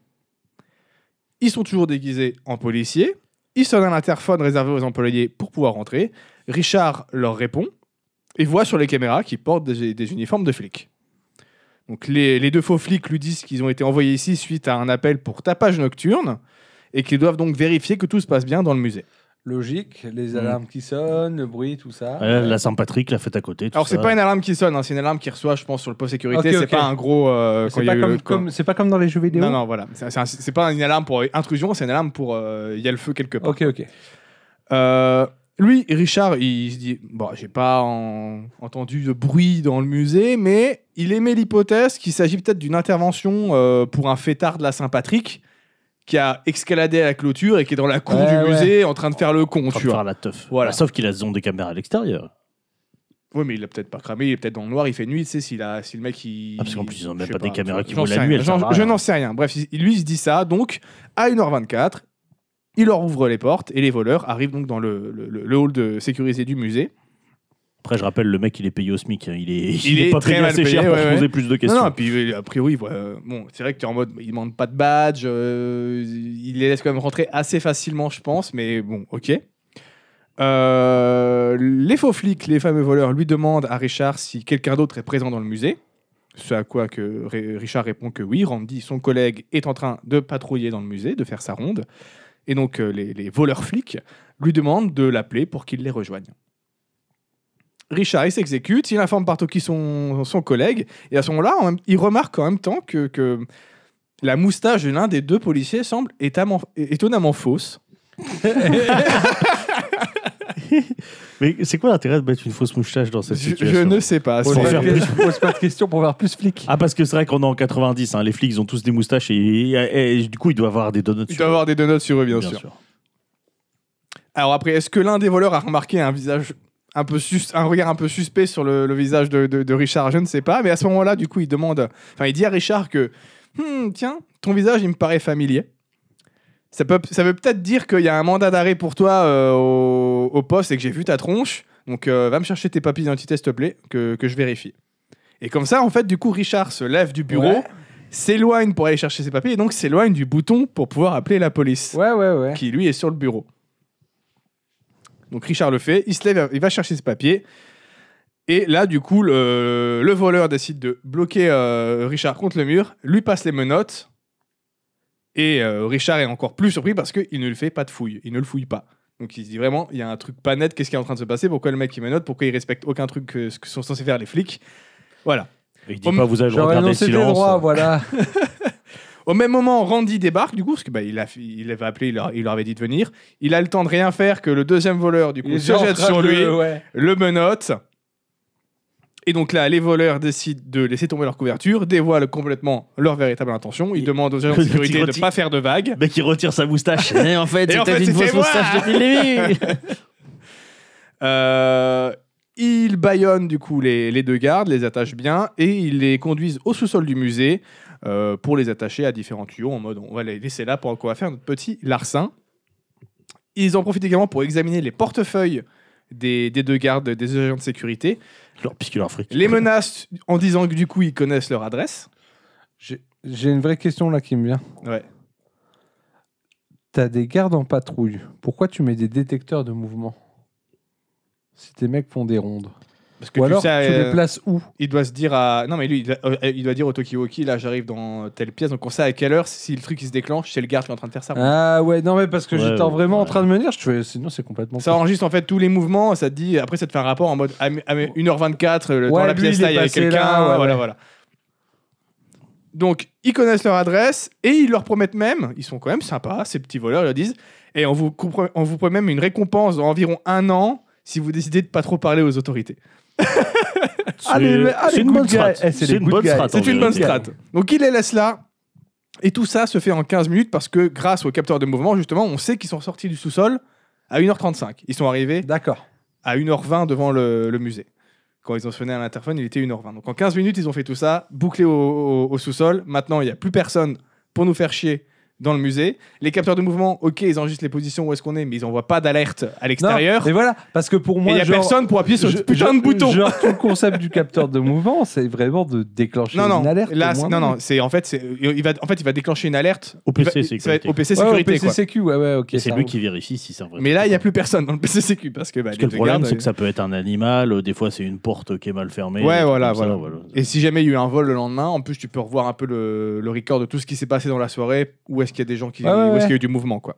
[SPEAKER 2] Ils sont toujours déguisés en policiers. Ils sonnent un interphone réservé aux employés pour pouvoir rentrer. Richard leur répond et voit sur les caméras qu'ils portent des, des uniformes de flics. Donc les, les deux faux flics lui disent qu'ils ont été envoyés ici suite à un appel pour tapage nocturne et qu'ils doivent donc vérifier que tout se passe bien dans le musée.
[SPEAKER 1] logique, les alarmes qui sonnent, le bruit, tout ça.
[SPEAKER 3] Euh, la Saint-Patrick, la fête à côté. tout
[SPEAKER 2] Alors, c'est
[SPEAKER 3] ça.
[SPEAKER 2] pas une alarme qui sonne, hein, c'est une alarme qui reçoit, je pense, sur le poste sécurité.
[SPEAKER 1] Ok,
[SPEAKER 2] c'est
[SPEAKER 1] ok.
[SPEAKER 2] pas un gros. euh, quand
[SPEAKER 1] c'est
[SPEAKER 2] il y a
[SPEAKER 1] pas
[SPEAKER 2] eu
[SPEAKER 1] comme,
[SPEAKER 2] le- quand-
[SPEAKER 1] comme- c'est pas comme dans les jeux vidéo
[SPEAKER 2] Non, non, voilà. C'est- C'est un- c'est pas une alarme pour euh, intrusion, c'est une alarme pour. euh, Il y a le feu quelque part.
[SPEAKER 1] Ok, ok.
[SPEAKER 2] Euh, lui, Richard, il se dit Bon, j'ai pas en- entendu de bruit dans le musée, mais il émet l'hypothèse qu'il s'agit peut-être d'une intervention euh, pour un fêtard de la Saint-Patrick qui a escaladé à la clôture et qui est dans la cour
[SPEAKER 1] Ouais,
[SPEAKER 2] du
[SPEAKER 1] ouais.
[SPEAKER 2] musée en train de faire le con,
[SPEAKER 3] Faut
[SPEAKER 2] tu vois.
[SPEAKER 3] faire la teuf.
[SPEAKER 2] Voilà.
[SPEAKER 3] Bah, sauf qu'il a ce don des caméras à l'extérieur.
[SPEAKER 2] Oui, mais il l'a peut-être pas cramé, il est peut-être dans le noir, il fait nuit, tu sais, s'il a, si le mec il.
[SPEAKER 3] Ah, parce qu'en plus, ils ont même
[SPEAKER 2] je
[SPEAKER 3] pas
[SPEAKER 2] sais
[SPEAKER 3] des caméras qui
[SPEAKER 2] J'en
[SPEAKER 3] vont la
[SPEAKER 2] sais
[SPEAKER 3] nuit,
[SPEAKER 2] rien.
[SPEAKER 3] elles
[SPEAKER 2] J'en-
[SPEAKER 3] servent à
[SPEAKER 2] Je
[SPEAKER 3] rien.
[SPEAKER 2] n'en sais rien. Bref, il- lui, il se dit ça, donc à 1h24, il leur ouvre les portes et les voleurs arrivent donc dans le, le- le- le hall de sécurisé du musée.
[SPEAKER 3] Après, je rappelle, le mec, il est payé au SMIC. hein. Il est, il
[SPEAKER 2] Il
[SPEAKER 3] est
[SPEAKER 2] est
[SPEAKER 3] pas
[SPEAKER 2] très
[SPEAKER 3] payé
[SPEAKER 2] mal
[SPEAKER 3] assez
[SPEAKER 2] payé,
[SPEAKER 3] cher pour
[SPEAKER 2] ouais,
[SPEAKER 3] se
[SPEAKER 2] ouais.
[SPEAKER 3] poser plus de questions.
[SPEAKER 2] Non, non, et puis euh, a priori, il voit, euh, bon, c'est vrai que tu es en mode, il demande pas de badge, euh, il les laisse quand même rentrer assez facilement, je pense, mais bon, ok. Euh, les faux flics, les fameux voleurs, lui demandent à Richard si quelqu'un d'autre est présent dans le musée. Ce à quoi que Ré- Richard répond que oui, Randy, son collègue, est en train de patrouiller dans le musée, de faire sa ronde. Et donc euh, les, les voleurs flics lui demandent de l'appeler pour qu'il les rejoigne. Richard, il s'exécute, il informe par qui son, son collègue, et à ce moment-là, en même- il remarque en même temps que, que la moustache de l'un des deux policiers semble étamment- é- étonnamment fausse.
[SPEAKER 3] Mais c'est quoi l'intérêt de mettre une fausse moustache dans cette
[SPEAKER 2] Je, je
[SPEAKER 3] situation
[SPEAKER 2] ne sais pas.
[SPEAKER 1] Pose
[SPEAKER 2] c'est-
[SPEAKER 1] pas,
[SPEAKER 3] faire
[SPEAKER 1] de que- pose pas de questions pour faire plus flic.
[SPEAKER 3] Ah, parce que c'est vrai qu'on est en 90, hein, les flics, ils ont tous des moustaches et, et- et du coup, ils doivent avoir des donuts.
[SPEAKER 2] Il
[SPEAKER 3] sur
[SPEAKER 2] doit
[SPEAKER 3] eux.
[SPEAKER 2] avoir des donuts sur eux, bien, sûr. Alors après, est-ce que l'un des voleurs a remarqué un visage un peu sus- un regard un peu suspect sur le, le visage de, de- de Richard Je ne sais pas. Mais à ce moment-là, du coup, il demande, enfin, il dit à Richard que, Hmm, tiens, ton visage, il me paraît familier. Ça peut, ça veut peut-être dire qu'il y a un mandat d'arrêt pour toi euh, au, au poste et que j'ai vu ta tronche. Donc, euh, va me chercher tes papiers d'identité, s'il te plaît, que, que je vérifie. Et comme ça, en fait, du coup, Richard se lève du bureau,
[SPEAKER 1] Ouais.
[SPEAKER 2] s'éloigne pour aller chercher ses papiers et donc s'éloigne du bouton pour pouvoir appeler la police
[SPEAKER 1] Ouais, ouais, ouais.
[SPEAKER 2] qui lui est sur le bureau. Donc Richard le fait, il se lève, il va chercher ses papiers. Et là, du coup, le, le voleur décide de bloquer euh, Richard contre le mur, lui passe les menottes. Et euh, Richard est encore plus surpris parce qu'il ne le fait pas de fouille, il ne le fouille pas. Donc il se dit vraiment, il y a un truc pas net, qu'est-ce qui est en train de se passer, pourquoi le mec il menote, pourquoi il respecte aucun truc que, ce que sont censés faire les flics. Voilà.
[SPEAKER 3] Et il dit
[SPEAKER 2] Hum,
[SPEAKER 3] pas, vous allez
[SPEAKER 1] J'aurais
[SPEAKER 3] regarder le
[SPEAKER 1] annoncé tes
[SPEAKER 3] silence.
[SPEAKER 1] droits, voilà.
[SPEAKER 2] Au même moment, Randy débarque, du coup, parce que bah, il, a, il avait appelé, il leur, il leur avait dit de venir. Il a le temps de rien faire que le deuxième voleur, du coup,
[SPEAKER 1] Il est
[SPEAKER 2] se
[SPEAKER 1] en
[SPEAKER 2] jette
[SPEAKER 1] train
[SPEAKER 2] sur
[SPEAKER 1] de-
[SPEAKER 2] lui,
[SPEAKER 1] ouais.
[SPEAKER 2] le menotte. Et donc là, les voleurs décident de laisser tomber leur couverture, dévoilent complètement leur véritable intention. Ils
[SPEAKER 3] Et-
[SPEAKER 2] demandent aux agents de
[SPEAKER 3] Le
[SPEAKER 2] sécurité de ne
[SPEAKER 3] petit-
[SPEAKER 2] pas faire de vagues.
[SPEAKER 3] Le mec, il retire sa
[SPEAKER 1] <laughs>
[SPEAKER 3] moustache. Eh, en fait,
[SPEAKER 2] Et en
[SPEAKER 3] c'était
[SPEAKER 2] fait,
[SPEAKER 3] une
[SPEAKER 2] c'était
[SPEAKER 3] fausse moustache
[SPEAKER 2] moi
[SPEAKER 3] depuis le <laughs> début.
[SPEAKER 2] Euh, ils baillonnent du coup les, les deux gardes, les attachent bien et ils les conduisent au sous-sol du musée euh, pour les attacher à différents tuyaux en mode on va les laisser là pour qu'on va faire notre petit larcin. Ils en profitent également pour examiner les portefeuilles des, des deux gardes, des agents de sécurité,
[SPEAKER 3] Leur pique leur fric.
[SPEAKER 2] les menacent en disant que du coup ils connaissent leur adresse.
[SPEAKER 1] J'ai j'ai une vraie question là qui me vient.
[SPEAKER 2] Ouais.
[SPEAKER 1] T'as des gardes en patrouille. Pourquoi tu mets des détecteurs de mouvement Si tes mecs font des rondes.
[SPEAKER 2] Parce que
[SPEAKER 1] Ou
[SPEAKER 2] tu
[SPEAKER 1] alors, tu
[SPEAKER 2] sais, euh,
[SPEAKER 1] les places où
[SPEAKER 2] il doit se dire à. Non, mais lui, il doit, euh, il doit dire au Tokiwoki, là, j'arrive dans telle pièce, donc on sait à quelle heure, si le truc il se déclenche, c'est le garde qui est en train de faire ça.
[SPEAKER 1] Ah ouais, non mais parce que
[SPEAKER 3] Ouais,
[SPEAKER 1] j'étais
[SPEAKER 3] ouais,
[SPEAKER 1] vraiment en
[SPEAKER 3] ouais.
[SPEAKER 1] train de me dire, je fais, sinon c'est complètement...
[SPEAKER 2] Ça enregistre en fait tous les mouvements, ça te dit, après ça te fait un rapport en mode ah, à mi- à mi- 1h24, euh, dans
[SPEAKER 1] Ouais,
[SPEAKER 2] la
[SPEAKER 1] lui,
[SPEAKER 2] pièce
[SPEAKER 1] il est
[SPEAKER 2] là, il y avait
[SPEAKER 1] passé
[SPEAKER 2] quelqu'un,
[SPEAKER 1] là, ouais,
[SPEAKER 2] voilà,
[SPEAKER 1] ouais.
[SPEAKER 2] voilà. Donc, ils connaissent leur adresse et ils leur promettent même, ils sont quand même sympas, ces petits voleurs, ils leur disent, et on vous, compre- on vous promet même une récompense dans environ un an si vous décidez de pas trop parler aux autorités.
[SPEAKER 1] Ah, les-
[SPEAKER 3] C'est-
[SPEAKER 1] ah, les
[SPEAKER 3] c'est une
[SPEAKER 1] good
[SPEAKER 3] bonne
[SPEAKER 1] guys.
[SPEAKER 3] strat.
[SPEAKER 1] Eh, c'est les
[SPEAKER 3] C'est une
[SPEAKER 1] good
[SPEAKER 3] bonne
[SPEAKER 1] guys.
[SPEAKER 3] strat. en
[SPEAKER 2] C'est une bonne
[SPEAKER 3] vérité.
[SPEAKER 2] strate. Donc, ils les laissent là. Et tout ça se fait en 15 minutes parce que grâce au capteur de mouvement, justement, on sait qu'ils sont sortis du sous-sol à 1h35. Ils sont arrivés
[SPEAKER 1] D'accord.
[SPEAKER 2] à 1h20 devant le, le musée. Quand ils ont sonné à l'interphone, il était 1h20. Donc en 15 minutes, ils ont fait tout ça, bouclé au, au- au sous-sol. Maintenant, il n'y a plus personne pour nous faire chier dans le musée. Les capteurs de mouvement, ok, ils enregistrent les positions où est-ce qu'on est, mais ils n'envoient pas d'alerte à l'extérieur.
[SPEAKER 1] Et voilà, parce que pour
[SPEAKER 2] Et il
[SPEAKER 1] moi...
[SPEAKER 2] n'y a
[SPEAKER 1] genre-
[SPEAKER 2] personne pour appuyer sur ce
[SPEAKER 1] je-
[SPEAKER 2] putain
[SPEAKER 1] je-
[SPEAKER 2] de bouton.
[SPEAKER 1] Genre tout le concept du capteur de mouvement, c'est vraiment de déclencher
[SPEAKER 2] non, non,
[SPEAKER 1] une alerte.
[SPEAKER 2] là,
[SPEAKER 1] au
[SPEAKER 2] c'est-
[SPEAKER 1] moins.
[SPEAKER 2] non, non, c'est en fait, c'est- il va, en fait, il va déclencher une alerte.
[SPEAKER 3] Au PC
[SPEAKER 2] Il va-
[SPEAKER 3] sécurité.
[SPEAKER 2] ça va être au PC
[SPEAKER 1] Ouais, ouais,
[SPEAKER 2] sécurité, quoi.
[SPEAKER 1] PCCQ, ouais, ouais, ok.
[SPEAKER 3] Et c'est
[SPEAKER 1] ça
[SPEAKER 3] lui
[SPEAKER 1] roule.
[SPEAKER 3] qui vérifie si c'est un vrai.
[SPEAKER 2] Mais là, il n'y a plus personne dans le PC sécu parce que, bah,
[SPEAKER 3] Parce
[SPEAKER 2] les
[SPEAKER 3] que le
[SPEAKER 2] deux
[SPEAKER 3] problème,
[SPEAKER 2] gardes,
[SPEAKER 3] c'est que ça peut être un animal, euh, des fois c'est une porte qui est mal fermée. des
[SPEAKER 2] Ouais,
[SPEAKER 3] trucs
[SPEAKER 2] voilà,
[SPEAKER 3] comme ça,
[SPEAKER 2] voilà. Et si jamais il y a eu un vol le lendemain, en plus tu peux revoir un peu le, le record de tout ce qui s'est passé dans la soirée, où est-ce qu'il y a des gens qui,
[SPEAKER 1] Ouais, ouais,
[SPEAKER 2] où est-ce
[SPEAKER 1] ouais.
[SPEAKER 2] qu'il y a eu du mouvement, quoi.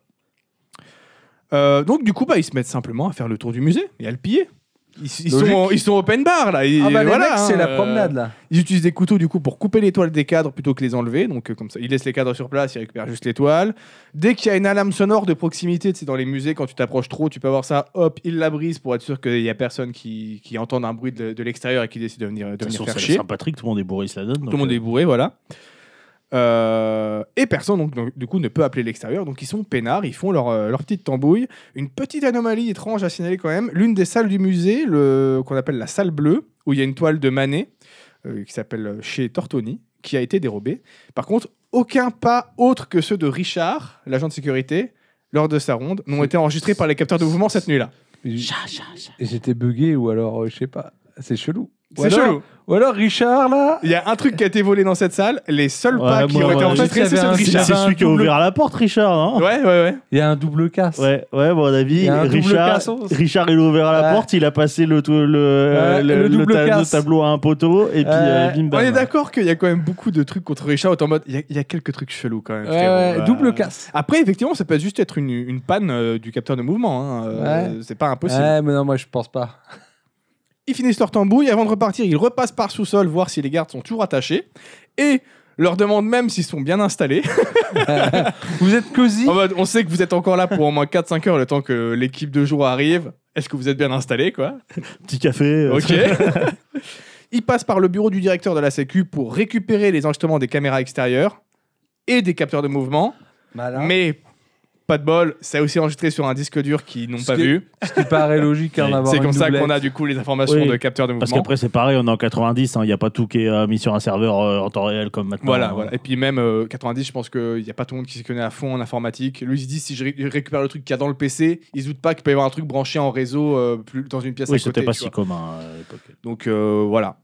[SPEAKER 2] Euh, donc, du coup, bah, ils se mettent simplement à faire le tour du musée et à le piller. Ils, ils
[SPEAKER 1] Logique.
[SPEAKER 2] sont, ils sont open bar là. Et
[SPEAKER 1] Ah bah les
[SPEAKER 2] voilà,
[SPEAKER 1] mecs,
[SPEAKER 2] hein,
[SPEAKER 1] c'est la
[SPEAKER 2] euh,
[SPEAKER 1] promenade là.
[SPEAKER 2] Ils utilisent des couteaux du coup pour couper les toiles des cadres plutôt que les enlever. Donc euh, comme ça, ils laissent les cadres sur place, ils récupèrent juste les toiles. Dès qu'il y a une alarme sonore de proximité, tu sais, dans les musées, quand tu t'approches trop, tu peux avoir ça, hop, ils la brisent pour être sûr qu'il n'y a personne qui, qui entende un bruit de, de l'extérieur et qui décide de venir, de
[SPEAKER 3] De toute
[SPEAKER 2] venir
[SPEAKER 3] façon,
[SPEAKER 2] faire
[SPEAKER 3] c'est
[SPEAKER 2] chier.
[SPEAKER 3] Saint-Patrick, tout le monde est bourré, il se la donne.
[SPEAKER 2] Tout le monde est bourré, voilà. Euh, et personne, donc, donc, du coup, ne peut appeler l'extérieur. Donc, ils sont peinards, ils font leur, euh, leur petite tambouille. Une petite anomalie étrange à signaler quand même. L'une des salles du musée, le, qu'on appelle la salle bleue, où il y a une toile de Manet, euh, qui s'appelle euh, chez Tortoni, qui a été dérobée. Par contre, aucun pas autre que ceux de Richard, l'agent de sécurité, lors de sa ronde, n'ont été enregistrés par les capteurs de mouvement cette nuit-là.
[SPEAKER 1] J- J'étais bugué ou alors, euh, je sais pas, c'est chelou. Ou
[SPEAKER 2] C'est
[SPEAKER 1] alors-
[SPEAKER 2] chelou.
[SPEAKER 1] Ou alors Richard là
[SPEAKER 2] Il y a un truc qui a été volé dans cette salle. Les seuls pas
[SPEAKER 3] Ouais,
[SPEAKER 2] qui
[SPEAKER 3] moi,
[SPEAKER 2] ont été
[SPEAKER 3] moi,
[SPEAKER 2] enregistrés,
[SPEAKER 1] j'avais
[SPEAKER 2] c'est ceux de
[SPEAKER 1] un-
[SPEAKER 3] C'est
[SPEAKER 2] Richard.
[SPEAKER 1] avait
[SPEAKER 3] c'est
[SPEAKER 1] un
[SPEAKER 3] celui qui a
[SPEAKER 1] double-
[SPEAKER 3] ouvert la porte, Richard, hein. non
[SPEAKER 2] Ouais, ouais, ouais.
[SPEAKER 1] Il y a un double casse.
[SPEAKER 3] Ouais, ouais, à mon
[SPEAKER 1] Il y
[SPEAKER 3] avis,
[SPEAKER 1] a un double
[SPEAKER 3] Richard,
[SPEAKER 1] cassos.
[SPEAKER 3] Richard, il a ouvert la
[SPEAKER 1] Ouais.
[SPEAKER 3] porte, il a passé le, tou- le, euh,
[SPEAKER 1] le double
[SPEAKER 3] ta-
[SPEAKER 1] casse.
[SPEAKER 3] tableau à un poteau, et puis
[SPEAKER 1] Ouais.
[SPEAKER 3] euh, bim bam.
[SPEAKER 2] On est d'accord qu'il y a quand même beaucoup de trucs contre Richard, autant en mode, il y a- il y, a quelques trucs chelous quand même.
[SPEAKER 1] Ouais,
[SPEAKER 2] frérot,
[SPEAKER 1] ouais,
[SPEAKER 2] euh.
[SPEAKER 1] double casse.
[SPEAKER 2] Après, effectivement, ça peut juste être une, une panne euh, du capteur de mouvement. hein, euh, C'est pas impossible.
[SPEAKER 1] Ouais, mais non, moi je pense pas. <laughs>
[SPEAKER 2] Ils finissent leur tambouille. Avant de repartir, ils repassent par sous-sol voir si les gardes sont toujours attachés. Et leur demandent même s'ils sont bien installés.
[SPEAKER 1] Vous êtes cosy
[SPEAKER 2] En mode, on sait que vous êtes encore là pour au moins 4-5 heures le temps que l'équipe de jour arrive. Est-ce que vous êtes bien installés, quoi
[SPEAKER 3] Petit café. euh,
[SPEAKER 2] Ok. <laughs> il passe par le bureau du directeur de la Sécu pour récupérer les enregistrements des caméras extérieures et des capteurs de mouvement.
[SPEAKER 1] Malin.
[SPEAKER 2] Mais pas de bol, c'est aussi enregistré sur un disque dur qu'ils n'ont
[SPEAKER 1] Ce
[SPEAKER 2] pas
[SPEAKER 1] qui-
[SPEAKER 2] vu.
[SPEAKER 1] Ce qui paraît logique en
[SPEAKER 3] C'est
[SPEAKER 1] avoir
[SPEAKER 2] <laughs> C'est
[SPEAKER 1] une
[SPEAKER 2] comme ça
[SPEAKER 1] doublette.
[SPEAKER 2] qu'on a du coup les informations
[SPEAKER 3] Oui,
[SPEAKER 2] de capteurs
[SPEAKER 3] <laughs>
[SPEAKER 2] de
[SPEAKER 3] Parce
[SPEAKER 2] mouvement.
[SPEAKER 3] qu'après, c'est pareil, on est en 90, hein, il n'y a pas tout qui est euh, mis sur un serveur euh, en temps réel comme maintenant.
[SPEAKER 2] Voilà,
[SPEAKER 3] hein.
[SPEAKER 2] voilà. Et puis même euh, 90, je pense qu'il n'y a pas tout le monde qui s'y connaît à fond en informatique. Lui, il se dit si je ré- récupère le truc qu'il y a dans le PC, ils se doutent pas qu'il peut y avoir un truc branché en réseau euh, plus, dans une pièce à
[SPEAKER 3] Oui,
[SPEAKER 2] côté.
[SPEAKER 3] c'était pas
[SPEAKER 2] tu
[SPEAKER 3] si
[SPEAKER 2] vois.
[SPEAKER 3] commun euh, à l'époque.
[SPEAKER 2] Donc euh, voilà.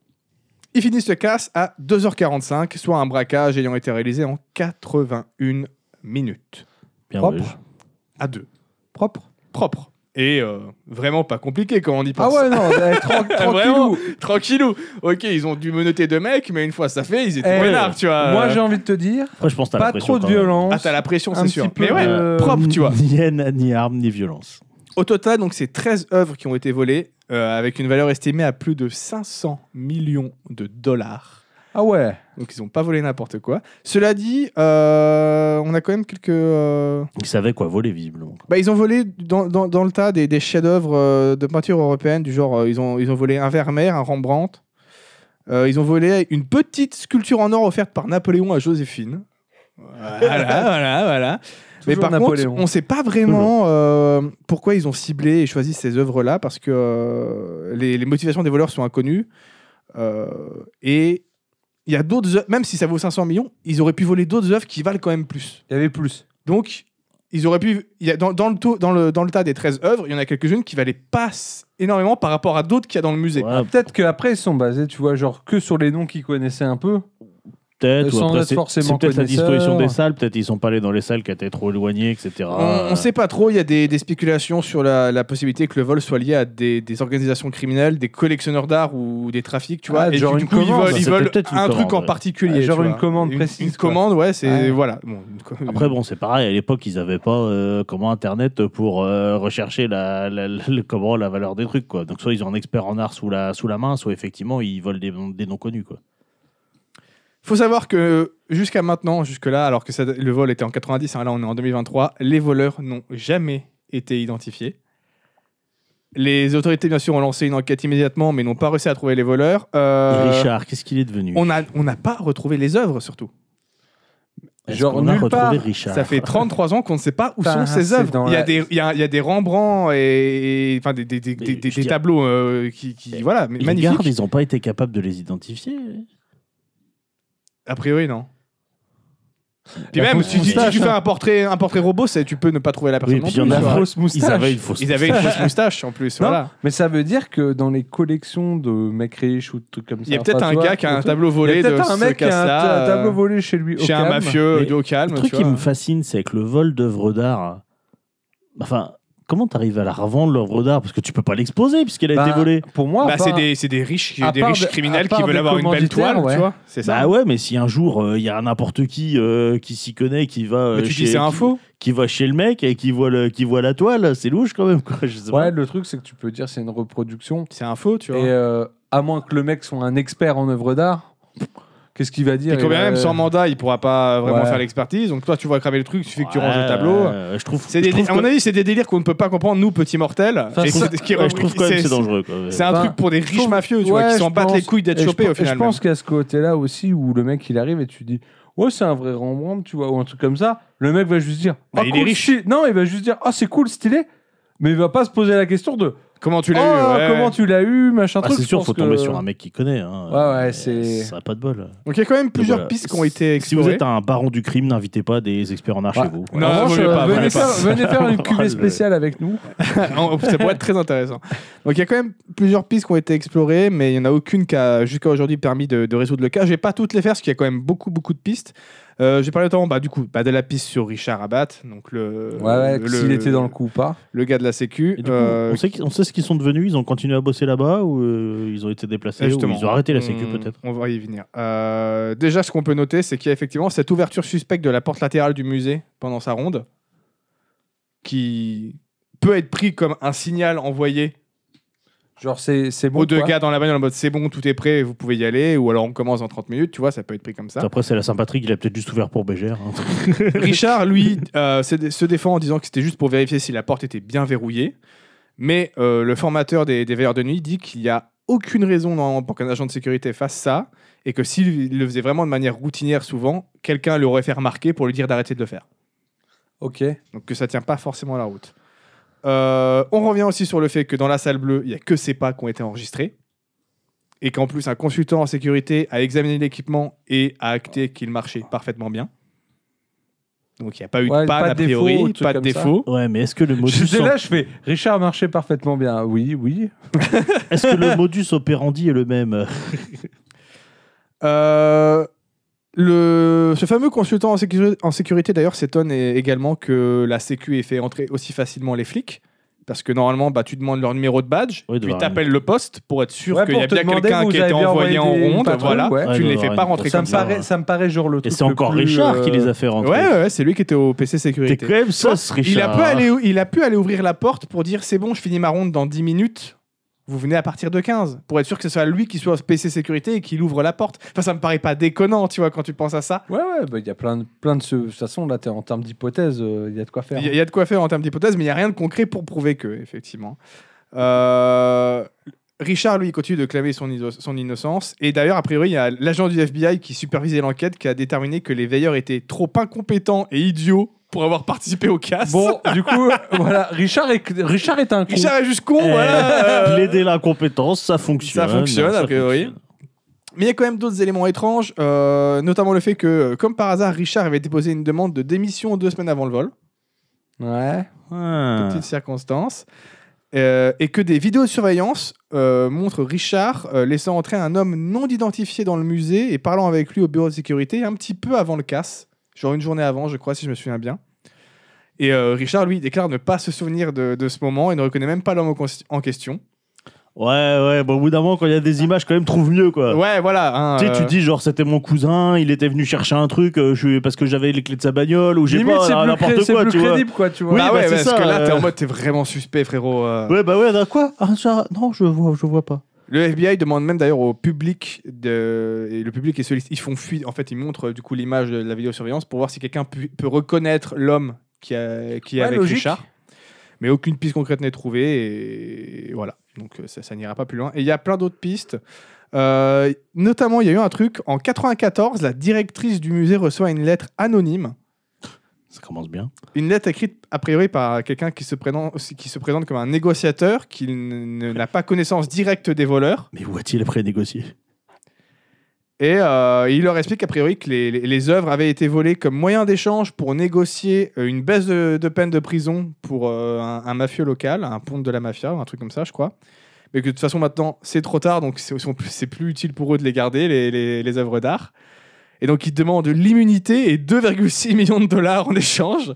[SPEAKER 2] Ils finissent ce casse à 2h45, soit un braquage ayant été réalisé en 81 minutes.
[SPEAKER 3] Bien
[SPEAKER 1] Propre.
[SPEAKER 3] ouais, je-
[SPEAKER 2] À deux.
[SPEAKER 1] Propre.
[SPEAKER 2] Propre. Et euh, vraiment pas compliqué quand on y
[SPEAKER 1] Ah
[SPEAKER 2] pense.
[SPEAKER 1] ouais, non,
[SPEAKER 2] <laughs>
[SPEAKER 1] eh, tran- tranquillou.
[SPEAKER 2] Vraiment. Tranquillou. Ok, ils ont dû menoter deux mecs, mais une fois ça fait, ils étaient
[SPEAKER 1] Eh,
[SPEAKER 2] peinards, tu vois.
[SPEAKER 1] Moi j'ai envie de te dire,
[SPEAKER 3] Après, je pense que t'as la
[SPEAKER 1] pas trop
[SPEAKER 3] pression
[SPEAKER 1] de
[SPEAKER 3] quand même. Euh,
[SPEAKER 1] violence.
[SPEAKER 2] Ah, t'as la pression,
[SPEAKER 1] un
[SPEAKER 2] c'est sûr.
[SPEAKER 1] petit peu
[SPEAKER 2] Mais ouais,
[SPEAKER 1] de-
[SPEAKER 2] propre, tu vois.
[SPEAKER 3] Ni haine, ni arme, ni violence.
[SPEAKER 2] Au total, donc, c'est 13 œuvres qui ont été volées, euh, avec une valeur estimée à plus de 500 millions de dollars.
[SPEAKER 1] Ah ouais.
[SPEAKER 2] Donc, ils n'ont pas volé n'importe quoi. Cela dit, euh, on a quand même quelques. euh,
[SPEAKER 3] Ils savaient quoi voler, visiblement.
[SPEAKER 2] Bah, ils ont volé dans, dans- dans le tas des, des chefs-d'œuvre euh, de peinture européenne, du genre, euh, ils, ont, ils ont volé un Vermeer, un Rembrandt. Euh, ils ont volé une petite sculpture en or offerte par Napoléon à Joséphine. Voilà, voilà, voilà. Mais
[SPEAKER 1] Toujours
[SPEAKER 2] par
[SPEAKER 1] Napoléon.
[SPEAKER 2] contre, on ne sait pas vraiment euh, pourquoi ils ont ciblé et choisi ces œuvres-là, parce que euh, les, les motivations des voleurs sont inconnues. Euh, et il y a d'autres œuvres, même si ça vaut 500 millions, ils auraient pu voler d'autres œuvres qui valent quand même plus.
[SPEAKER 1] Il y avait plus.
[SPEAKER 2] Donc, ils auraient pu. il y a- dans, dans le taux- dans, le, dans le tas des 13 œuvres, il y en a quelques-unes qui valaient pas s- énormément par rapport à d'autres qu'il y a dans le musée.
[SPEAKER 3] Ouais,
[SPEAKER 1] Peut-être qu'après ils se sont basés, tu vois, genre que sur les noms qu'ils connaissaient un peu.
[SPEAKER 3] peut-être.
[SPEAKER 1] Sans être
[SPEAKER 3] ou après, c'est-
[SPEAKER 1] forcément
[SPEAKER 3] c'est peut-être la
[SPEAKER 1] connaisseur.
[SPEAKER 3] disposition des salles. Peut-être ils sont pas allés dans les salles qui étaient trop éloignées, etc.
[SPEAKER 2] On, ne sait pas trop, il y a des, des spéculations sur la, la possibilité que le vol soit lié à des, des organisations criminelles, des collectionneurs d'art ou des trafics, tu vois.
[SPEAKER 1] Ah,
[SPEAKER 2] et
[SPEAKER 1] genre
[SPEAKER 2] du, du
[SPEAKER 1] une
[SPEAKER 2] coup, ils
[SPEAKER 1] commande.
[SPEAKER 2] volent, ils
[SPEAKER 3] C'était
[SPEAKER 2] volent
[SPEAKER 3] peut-être une
[SPEAKER 2] un truc
[SPEAKER 3] commande,
[SPEAKER 2] en
[SPEAKER 3] ouais.
[SPEAKER 2] particulier.
[SPEAKER 1] Ah, genre
[SPEAKER 2] tu vois.
[SPEAKER 1] une commande
[SPEAKER 2] Une-
[SPEAKER 1] précise,
[SPEAKER 2] Une,
[SPEAKER 1] quoi.
[SPEAKER 2] commande, ouais, c'est.
[SPEAKER 1] Ouais.
[SPEAKER 2] Voilà. Bon, une co-
[SPEAKER 3] Après, bon, c'est pareil. À l'époque, ils n'avaient pas euh, comment Internet pour euh, rechercher la, la- la- le- comment, la valeur des trucs. Quoi. Donc, soit ils ont un expert en art sous la, sous la main, soit effectivement, ils volent des, des noms connus. Quoi.
[SPEAKER 2] faut savoir que jusqu'à maintenant, jusque-là, alors que ça- le vol était en 90, hein, là on est en 2023, les voleurs n'ont jamais été identifiés. Les autorités, bien sûr, ont lancé une enquête immédiatement, mais n'ont pas réussi à trouver les voleurs. Euh,
[SPEAKER 3] Richard, qu'est-ce qu'il est devenu
[SPEAKER 2] On n'a on n'a pas retrouvé les œuvres, surtout.
[SPEAKER 3] Est-ce
[SPEAKER 1] genre,
[SPEAKER 3] qu'on a
[SPEAKER 1] nulle
[SPEAKER 3] retrouvé
[SPEAKER 1] part,
[SPEAKER 3] Richard
[SPEAKER 2] Ça fait 33 ans qu'on ne sait pas où
[SPEAKER 1] Putain,
[SPEAKER 2] sont ces
[SPEAKER 1] c'est
[SPEAKER 2] œuvres.
[SPEAKER 1] dans
[SPEAKER 2] Il y, a
[SPEAKER 1] la-
[SPEAKER 2] des- il y a, il y a des Rembrandts et, et- enfin, des, des- des-
[SPEAKER 3] Mais
[SPEAKER 2] des- des
[SPEAKER 3] je dirais-
[SPEAKER 2] tableaux euh, qui, qui-
[SPEAKER 3] Mais
[SPEAKER 2] voilà, mais
[SPEAKER 3] Ils gardent,
[SPEAKER 2] magnifiques.
[SPEAKER 3] ils n'ont pas été capables de les identifier.
[SPEAKER 2] A priori, non. Puis
[SPEAKER 1] La
[SPEAKER 2] même,
[SPEAKER 1] fausse
[SPEAKER 2] si, si- si
[SPEAKER 1] moustache,
[SPEAKER 2] tu fais
[SPEAKER 1] hein.
[SPEAKER 2] un portrait, un portrait robot, c'est- tu peux ne pas trouver la personne
[SPEAKER 3] Oui,
[SPEAKER 2] non
[SPEAKER 3] puis il y
[SPEAKER 2] plus,
[SPEAKER 3] en a
[SPEAKER 2] tu vois.
[SPEAKER 3] Ouais.
[SPEAKER 1] Fausse moustache.
[SPEAKER 3] Ils avaient une fausse
[SPEAKER 2] Ils avaient une fausse moustache en plus.
[SPEAKER 1] Non,
[SPEAKER 2] voilà.
[SPEAKER 1] Mais ça veut dire que dans les collections de mecs riches ou de trucs comme ça.
[SPEAKER 2] Il y a peut-être
[SPEAKER 1] enfin,
[SPEAKER 2] un
[SPEAKER 1] tu vois,
[SPEAKER 2] gars qui a un
[SPEAKER 1] truc-
[SPEAKER 2] tableau
[SPEAKER 1] Il y
[SPEAKER 2] volé
[SPEAKER 1] a
[SPEAKER 2] de
[SPEAKER 1] peut-être un
[SPEAKER 2] ce
[SPEAKER 1] mec qui a un
[SPEAKER 2] casse-là.
[SPEAKER 1] ta- tableau
[SPEAKER 2] euh,
[SPEAKER 1] volé chez lui. au
[SPEAKER 2] Chez un
[SPEAKER 1] calme.
[SPEAKER 2] mafieux
[SPEAKER 3] Mais
[SPEAKER 2] du haut calme.
[SPEAKER 3] Le truc
[SPEAKER 2] tu
[SPEAKER 3] qui
[SPEAKER 2] vois.
[SPEAKER 3] me fascine, c'est que le vol d'œuvres d'art. Enfin, Comment t'arrives à la revendre l'œuvre d'art Parce que tu peux pas l'exposer puisqu'elle a
[SPEAKER 1] Bah,
[SPEAKER 3] été volée.
[SPEAKER 1] Pour moi, à
[SPEAKER 2] Bah, c'est
[SPEAKER 1] part-
[SPEAKER 2] des, c'est des riches,
[SPEAKER 1] à
[SPEAKER 2] des
[SPEAKER 1] part
[SPEAKER 2] riches
[SPEAKER 1] des-
[SPEAKER 2] criminels
[SPEAKER 1] à part
[SPEAKER 2] qui veulent
[SPEAKER 1] des
[SPEAKER 2] avoir une belle
[SPEAKER 1] commanditaires,
[SPEAKER 2] toile,
[SPEAKER 1] ouais.
[SPEAKER 2] tu vois. C'est ça. hein
[SPEAKER 3] Bah ouais, mais si un jour euh, il y a n'importe qui euh, qui s'y connaît, qui va, euh,
[SPEAKER 2] mais tu
[SPEAKER 3] chez,
[SPEAKER 2] dis c'est un
[SPEAKER 3] qui-
[SPEAKER 2] faux.
[SPEAKER 3] qui va chez le mec et qui voit le, qui voit la toile, c'est louche quand même. Quoi. Je sais
[SPEAKER 1] Ouais,
[SPEAKER 3] pas.
[SPEAKER 1] le truc, c'est que tu peux dire c'est une reproduction.
[SPEAKER 2] C'est un faux, tu vois.
[SPEAKER 1] Et euh, à moins que le mec soit un expert en œuvre d'art, qu'est-ce qu'il va dire
[SPEAKER 2] Et quand
[SPEAKER 1] Il va-
[SPEAKER 2] même, sans mandat, il pourra pas vraiment
[SPEAKER 1] Ouais.
[SPEAKER 2] faire l'expertise. Donc toi, tu vas cramer le truc, il suffit que tu ranges le
[SPEAKER 3] Ouais,
[SPEAKER 2] tableau.
[SPEAKER 3] euh, je trouve.
[SPEAKER 2] C'est
[SPEAKER 3] je
[SPEAKER 2] des,
[SPEAKER 3] trouve
[SPEAKER 2] à
[SPEAKER 3] que-
[SPEAKER 2] mon avis, c'est des délires qu'on ne peut pas comprendre, nous, petits mortels.
[SPEAKER 3] enfin,
[SPEAKER 2] Et
[SPEAKER 3] je trouve-
[SPEAKER 2] c'est- qui-
[SPEAKER 3] ouais, je trouve quand même que c'est dangereux. quoi.
[SPEAKER 2] C'est un
[SPEAKER 1] Enfin,
[SPEAKER 2] truc pour des riches
[SPEAKER 1] trouve-
[SPEAKER 2] mafieux, tu vois,
[SPEAKER 1] Ouais,
[SPEAKER 2] qui
[SPEAKER 1] je
[SPEAKER 2] s'en battent
[SPEAKER 1] pense.
[SPEAKER 2] les couilles d'être
[SPEAKER 1] euh, Et je
[SPEAKER 2] chopés
[SPEAKER 1] pe-
[SPEAKER 2] au
[SPEAKER 1] et
[SPEAKER 2] final.
[SPEAKER 1] Je pense qu'il y a ce côté-là aussi où le mec il arrive et tu dis Ouais, c'est un vrai Rembrandt, tu vois, ou un truc comme ça. Le mec va juste dire
[SPEAKER 2] Bah,
[SPEAKER 1] Ah,
[SPEAKER 2] il
[SPEAKER 1] cool,
[SPEAKER 2] est riche.
[SPEAKER 1] stylé. Non, il va juste dire Ah, c'est cool, stylé. Mais il va pas se poser la question de
[SPEAKER 2] même. Comment tu
[SPEAKER 1] Oh,
[SPEAKER 2] l'as eu euh, ouais.
[SPEAKER 1] comment tu l'as eu, machin
[SPEAKER 3] Ah,
[SPEAKER 1] truc.
[SPEAKER 3] c'est
[SPEAKER 1] je
[SPEAKER 3] sûr,
[SPEAKER 1] pense
[SPEAKER 3] faut tomber
[SPEAKER 1] que-
[SPEAKER 3] sur un mec qui connaît. hein.
[SPEAKER 1] Ouais, ouais,
[SPEAKER 3] Mais
[SPEAKER 1] c'est-
[SPEAKER 3] Ça a pas de bol.
[SPEAKER 2] Donc il y a quand même plusieurs
[SPEAKER 3] Donc, voilà.
[SPEAKER 2] pistes qui ont été
[SPEAKER 3] Si vous
[SPEAKER 2] explorées.
[SPEAKER 3] êtes un baron du crime, n'invitez pas des experts en art
[SPEAKER 1] Ouais.
[SPEAKER 3] chez vous.
[SPEAKER 2] Non,
[SPEAKER 1] En revanche,
[SPEAKER 2] vaut mieux
[SPEAKER 1] euh,
[SPEAKER 2] pas, vaut
[SPEAKER 1] venez,
[SPEAKER 2] mieux
[SPEAKER 1] faire,
[SPEAKER 2] pas.
[SPEAKER 1] venez faire une
[SPEAKER 3] <laughs> Oh, le-
[SPEAKER 1] cuvée spéciale avec nous.
[SPEAKER 2] <laughs> Non, ça pourrait être très intéressant. Donc il y a quand même plusieurs pistes qui ont été explorées, mais il n'y en a aucune qui a jusqu'à aujourd'hui permis de, de résoudre le cas. Je vais pas toutes les faire, parce qu'il y a quand même beaucoup, beaucoup de pistes. Euh, J'ai parlé notamment bah, du coup bah, de la piste sur Richard Abat, donc le,
[SPEAKER 1] Ouais, ouais,
[SPEAKER 2] Euh, le-
[SPEAKER 1] s'il était dans le coup ou pas.
[SPEAKER 2] le gars de la Sécu.
[SPEAKER 3] Et du coup,
[SPEAKER 2] Euh,
[SPEAKER 3] on, sait, qu'ils- on sait ce qu'ils sont devenus, ils ont continué à bosser là-bas ou euh, ils ont été déplacés ou
[SPEAKER 2] Justement. Mmh.
[SPEAKER 3] ils ont arrêté la sécu
[SPEAKER 2] On-
[SPEAKER 3] peut-être.
[SPEAKER 2] On va y venir. Euh, déjà, ce qu'on peut noter, c'est qu'il y a effectivement cette ouverture suspecte de la porte latérale du musée pendant sa ronde, qui peut être pris comme un signal envoyé
[SPEAKER 1] Genre, c'est c'est bon.
[SPEAKER 2] aux deux
[SPEAKER 1] quoi.
[SPEAKER 2] gars dans la bagnole en mode c'est bon, tout est prêt, vous pouvez y aller, ou alors on commence dans 30 minutes, tu vois, ça peut être pris comme ça.
[SPEAKER 3] Après c'est la Saint-Patrick, il a peut-être juste ouvert pour Bégère. hein.
[SPEAKER 2] Richard, lui, euh, se dé- se défend en disant que c'était juste pour vérifier si la porte était bien verrouillée. Mais euh, le formateur des, des veilleurs de nuit dit qu'il n'y a aucune raison non, pour qu'un agent de sécurité fasse ça et que s'il le faisait vraiment de manière routinière souvent, quelqu'un l'aurait fait remarquer pour lui dire d'arrêter de le faire.
[SPEAKER 1] Ok.
[SPEAKER 2] Donc que ça tient pas forcément à la route. Euh, on revient aussi sur le fait que dans la salle bleue, il n'y a que ces pas qui ont été enregistrés. Et qu'en plus, un consultant en sécurité a examiné l'équipement et a acté qu'il marchait parfaitement bien. Donc il n'y a pas eu
[SPEAKER 1] Ouais,
[SPEAKER 2] de
[SPEAKER 1] pas
[SPEAKER 2] panne
[SPEAKER 1] de
[SPEAKER 2] a
[SPEAKER 1] défaut,
[SPEAKER 2] priori,
[SPEAKER 1] ou de trucs
[SPEAKER 2] pas de
[SPEAKER 1] comme ça.
[SPEAKER 2] défaut.
[SPEAKER 3] Ouais, mais est-ce que le modus
[SPEAKER 1] J'étais
[SPEAKER 3] op-
[SPEAKER 1] là, je fais Richard marchait parfaitement bien. Oui, oui.
[SPEAKER 3] est-ce que le modus operandi est le même
[SPEAKER 2] Euh, le, ce fameux consultant en sécurité, en sécurité d'ailleurs s'étonne é- également que la Sécu ait fait entrer aussi facilement les flics. Parce que normalement, bah, tu demandes leur numéro de badge,
[SPEAKER 3] Oui, de
[SPEAKER 2] puis
[SPEAKER 3] voir-
[SPEAKER 2] t'appelles le poste pour être sûr
[SPEAKER 1] Ouais,
[SPEAKER 2] qu'il
[SPEAKER 1] pour
[SPEAKER 2] y a
[SPEAKER 1] te
[SPEAKER 2] bien
[SPEAKER 1] demander,
[SPEAKER 2] quelqu'un
[SPEAKER 1] vous
[SPEAKER 2] qui a
[SPEAKER 1] avez
[SPEAKER 2] été
[SPEAKER 1] bien
[SPEAKER 2] envoyé en
[SPEAKER 1] envoyé une
[SPEAKER 2] ronde.
[SPEAKER 1] patrouille,
[SPEAKER 2] voilà.
[SPEAKER 1] ouais.
[SPEAKER 3] Ouais,
[SPEAKER 2] tu ne
[SPEAKER 3] il
[SPEAKER 2] les
[SPEAKER 3] doit
[SPEAKER 2] fais
[SPEAKER 3] avoir
[SPEAKER 2] pas
[SPEAKER 3] une
[SPEAKER 2] rentrer
[SPEAKER 1] Ça
[SPEAKER 2] comme
[SPEAKER 1] me,
[SPEAKER 3] procédure.
[SPEAKER 2] ça.
[SPEAKER 1] paraît, ça me paraît genre le
[SPEAKER 3] Ah Et
[SPEAKER 1] truc.
[SPEAKER 3] c'est
[SPEAKER 1] le
[SPEAKER 3] encore
[SPEAKER 1] plus,
[SPEAKER 3] Richard qui
[SPEAKER 1] euh,
[SPEAKER 3] les a fait
[SPEAKER 2] Ouais,
[SPEAKER 3] rentrer.
[SPEAKER 2] ouais, ouais, c'est lui qui était au PC
[SPEAKER 3] T'es
[SPEAKER 2] sécurité.
[SPEAKER 3] quand même sauce, Richard.
[SPEAKER 2] Il a, pas allé, il a pu aller ouvrir la porte pour dire c'est bon, je finis ma ronde dans 10 minutes. Vous venez à partir de 15 pour être sûr que ce soit lui qui soit au PC sécurité et qu'il ouvre la porte. Enfin, ça me paraît pas déconnant, tu vois, quand tu penses à ça.
[SPEAKER 1] Ouais, ouais, bah, il y a plein de, plein de ce. De toute façon, là, t'es- en termes d'hypothèses, euh, il y a de quoi faire.
[SPEAKER 2] Il y, a- il y a de quoi faire en termes d'hypothèses, mais il n'y a rien de concret pour prouver que, effectivement. Euh, Richard, lui, continue de clamer son, iso- son innocence. Et d'ailleurs, a priori, il y a l'agent du FBI qui supervisait l'enquête qui a déterminé que les veilleurs étaient trop incompétents et idiots pour avoir participé au casse.
[SPEAKER 1] Bon, du coup, voilà, Richard est, Richard est un con.
[SPEAKER 2] <laughs> Richard est juste con,
[SPEAKER 3] Eh, <laughs>
[SPEAKER 2] voilà. euh.
[SPEAKER 3] Plaider l'incompétence, ça fonctionne.
[SPEAKER 2] ça fonctionne, a priori. Mais il y a quand même d'autres éléments étranges, euh, notamment le fait que, euh, comme par hasard, Richard avait déposé une demande de démission deux semaines avant le vol.
[SPEAKER 1] Ouais.
[SPEAKER 3] Ah.
[SPEAKER 2] petites circonstances. Euh, et que des vidéos de surveillance euh, montrent Richard euh, laissant entrer un homme non identifié dans le musée et parlant avec lui au bureau de sécurité un petit peu avant le casse, genre une journée avant, je crois, si je me souviens bien. Et euh, Richard, lui, déclare ne pas se souvenir de, de ce moment et ne reconnaît même pas l'homme en cons- en question.
[SPEAKER 3] Ouais, ouais, bon, au bout d'un moment, quand il y a des images, quand même, trouve mieux, quoi.
[SPEAKER 2] Ouais, voilà. hein,
[SPEAKER 3] Euh. Tu sais, tu
[SPEAKER 2] euh,
[SPEAKER 3] dis genre c'était mon cousin, il était venu chercher un truc euh, je, parce que j'avais les clés de sa bagnole ou j'ai
[SPEAKER 1] Limite,
[SPEAKER 3] pas
[SPEAKER 1] c'est
[SPEAKER 3] euh,
[SPEAKER 1] plus, cré-
[SPEAKER 3] n'importe
[SPEAKER 1] c'est
[SPEAKER 3] quoi,
[SPEAKER 1] plus
[SPEAKER 3] tu vois.
[SPEAKER 1] crédible, quoi, tu vois.
[SPEAKER 3] Oui,
[SPEAKER 2] bah
[SPEAKER 3] bah,
[SPEAKER 2] ouais,
[SPEAKER 3] c'est ça,
[SPEAKER 2] parce que là, t'es en
[SPEAKER 3] euh.
[SPEAKER 2] mode, t'es vraiment suspect, frérot. euh.
[SPEAKER 3] Ouais, bah ouais, d'un quoi Ah, ça, non, je vois, je vois pas.
[SPEAKER 2] Le FBI demande même d'ailleurs au public de et le public est sollicité. Ils font fuir. En fait, ils montrent euh, du coup l'image de la vidéosurveillance pour voir si quelqu'un pu- peut reconnaître l'homme qui, a- qui est
[SPEAKER 1] Ouais,
[SPEAKER 2] avec
[SPEAKER 1] logique.
[SPEAKER 2] Richard. Mais aucune piste concrète n'est trouvée et voilà. Donc euh, ça, ça n'ira pas plus loin. Et il y a plein d'autres pistes. Euh, notamment, il y a eu un truc en 94. La directrice du musée reçoit une lettre anonyme,
[SPEAKER 3] Ça commence bien.
[SPEAKER 2] une lettre écrite a priori par quelqu'un qui se présente qui se présente comme un négociateur qui n- ne- n'a pas connaissance directe des voleurs.
[SPEAKER 3] Mais où a-t-il après négocié
[SPEAKER 2] Et euh, il leur explique a priori que les, les- les œuvres avaient été volées comme moyen d'échange pour négocier euh, une baisse de, de peine de prison pour euh, un, un mafieux local, un ponte de la mafia, ou un truc comme ça, je crois. Mais que de toute façon, maintenant, c'est trop tard, donc c'est sont plus- c'est plus utile pour eux de les garder, les, les- les œuvres d'art. Et donc, ils demandent l'immunité et 2,6 millions de dollars en échange.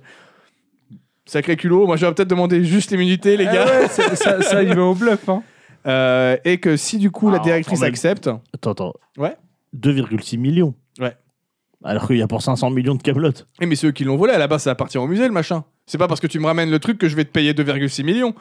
[SPEAKER 2] Sacré culot, moi j'aurais peut-être demandé juste l'immunité, les
[SPEAKER 1] Eh
[SPEAKER 2] gars.
[SPEAKER 1] ouais, c'est- ça, ça, il va au bluff. Hein.
[SPEAKER 2] Euh, et que si du coup la
[SPEAKER 3] Ah,
[SPEAKER 2] directrice
[SPEAKER 3] attends, mais-
[SPEAKER 2] accepte,
[SPEAKER 3] Attends, attends.
[SPEAKER 2] Ouais.
[SPEAKER 3] 2,6 millions.
[SPEAKER 2] Ouais.
[SPEAKER 3] Alors qu'il y a pour 500 millions de Camelot. <laughs>
[SPEAKER 2] Eh, mais ceux qui l'ont volé, à la base, ça appartient au musée, le machin. C'est pas parce que tu me ramènes le truc que je vais te payer 2,6 millions.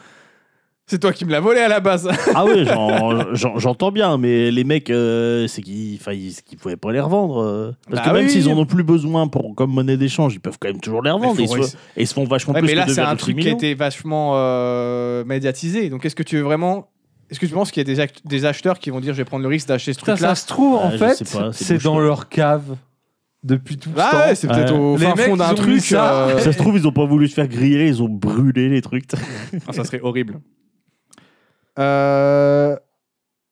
[SPEAKER 2] C'est toi qui me l'as volé à la base.
[SPEAKER 3] Ah ouais, j'en- j'en- j'entends bien, mais les mecs, euh, c'est qu'ils enfin, ils- qu'ils pouvaient pas les revendre. euh. Parce
[SPEAKER 2] Bah
[SPEAKER 3] que même
[SPEAKER 2] oui.
[SPEAKER 3] s'ils en ont plus besoin pour, comme monnaie d'échange, ils peuvent quand même toujours les revendre.
[SPEAKER 2] faut
[SPEAKER 3] Et ils, se,
[SPEAKER 2] réussir.
[SPEAKER 3] et ils se font vachement
[SPEAKER 2] Ouais,
[SPEAKER 3] plus
[SPEAKER 2] mais là,
[SPEAKER 3] que
[SPEAKER 2] c'est un
[SPEAKER 3] 2,6
[SPEAKER 2] truc qui a
[SPEAKER 3] millions.
[SPEAKER 2] été vachement euh, médiatisé. Donc, est-ce que tu veux vraiment. Est-ce que tu penses qu'il y a des, act- des acheteurs qui vont dire je vais prendre le risque d'acheter ce
[SPEAKER 1] Ça,
[SPEAKER 2] truc-là
[SPEAKER 1] se trouve,
[SPEAKER 3] Ah,
[SPEAKER 1] en
[SPEAKER 3] je
[SPEAKER 1] fait,
[SPEAKER 3] sais pas, c'est
[SPEAKER 1] c'est
[SPEAKER 3] bouge
[SPEAKER 1] dans
[SPEAKER 3] pas.
[SPEAKER 1] leur cave depuis tout ce
[SPEAKER 2] Ah ouais,
[SPEAKER 1] temps.
[SPEAKER 2] c'est peut-être
[SPEAKER 3] Ouais.
[SPEAKER 2] au
[SPEAKER 1] Les
[SPEAKER 2] fin
[SPEAKER 1] mecs,
[SPEAKER 2] fond d'un
[SPEAKER 1] ils ont mis
[SPEAKER 2] truc.
[SPEAKER 1] ça. <laughs>
[SPEAKER 2] euh,
[SPEAKER 3] Ça se trouve, ils ont pas voulu se faire griller, ils ont brûlé les trucs.
[SPEAKER 2] Ah, ça serait horrible. Euh,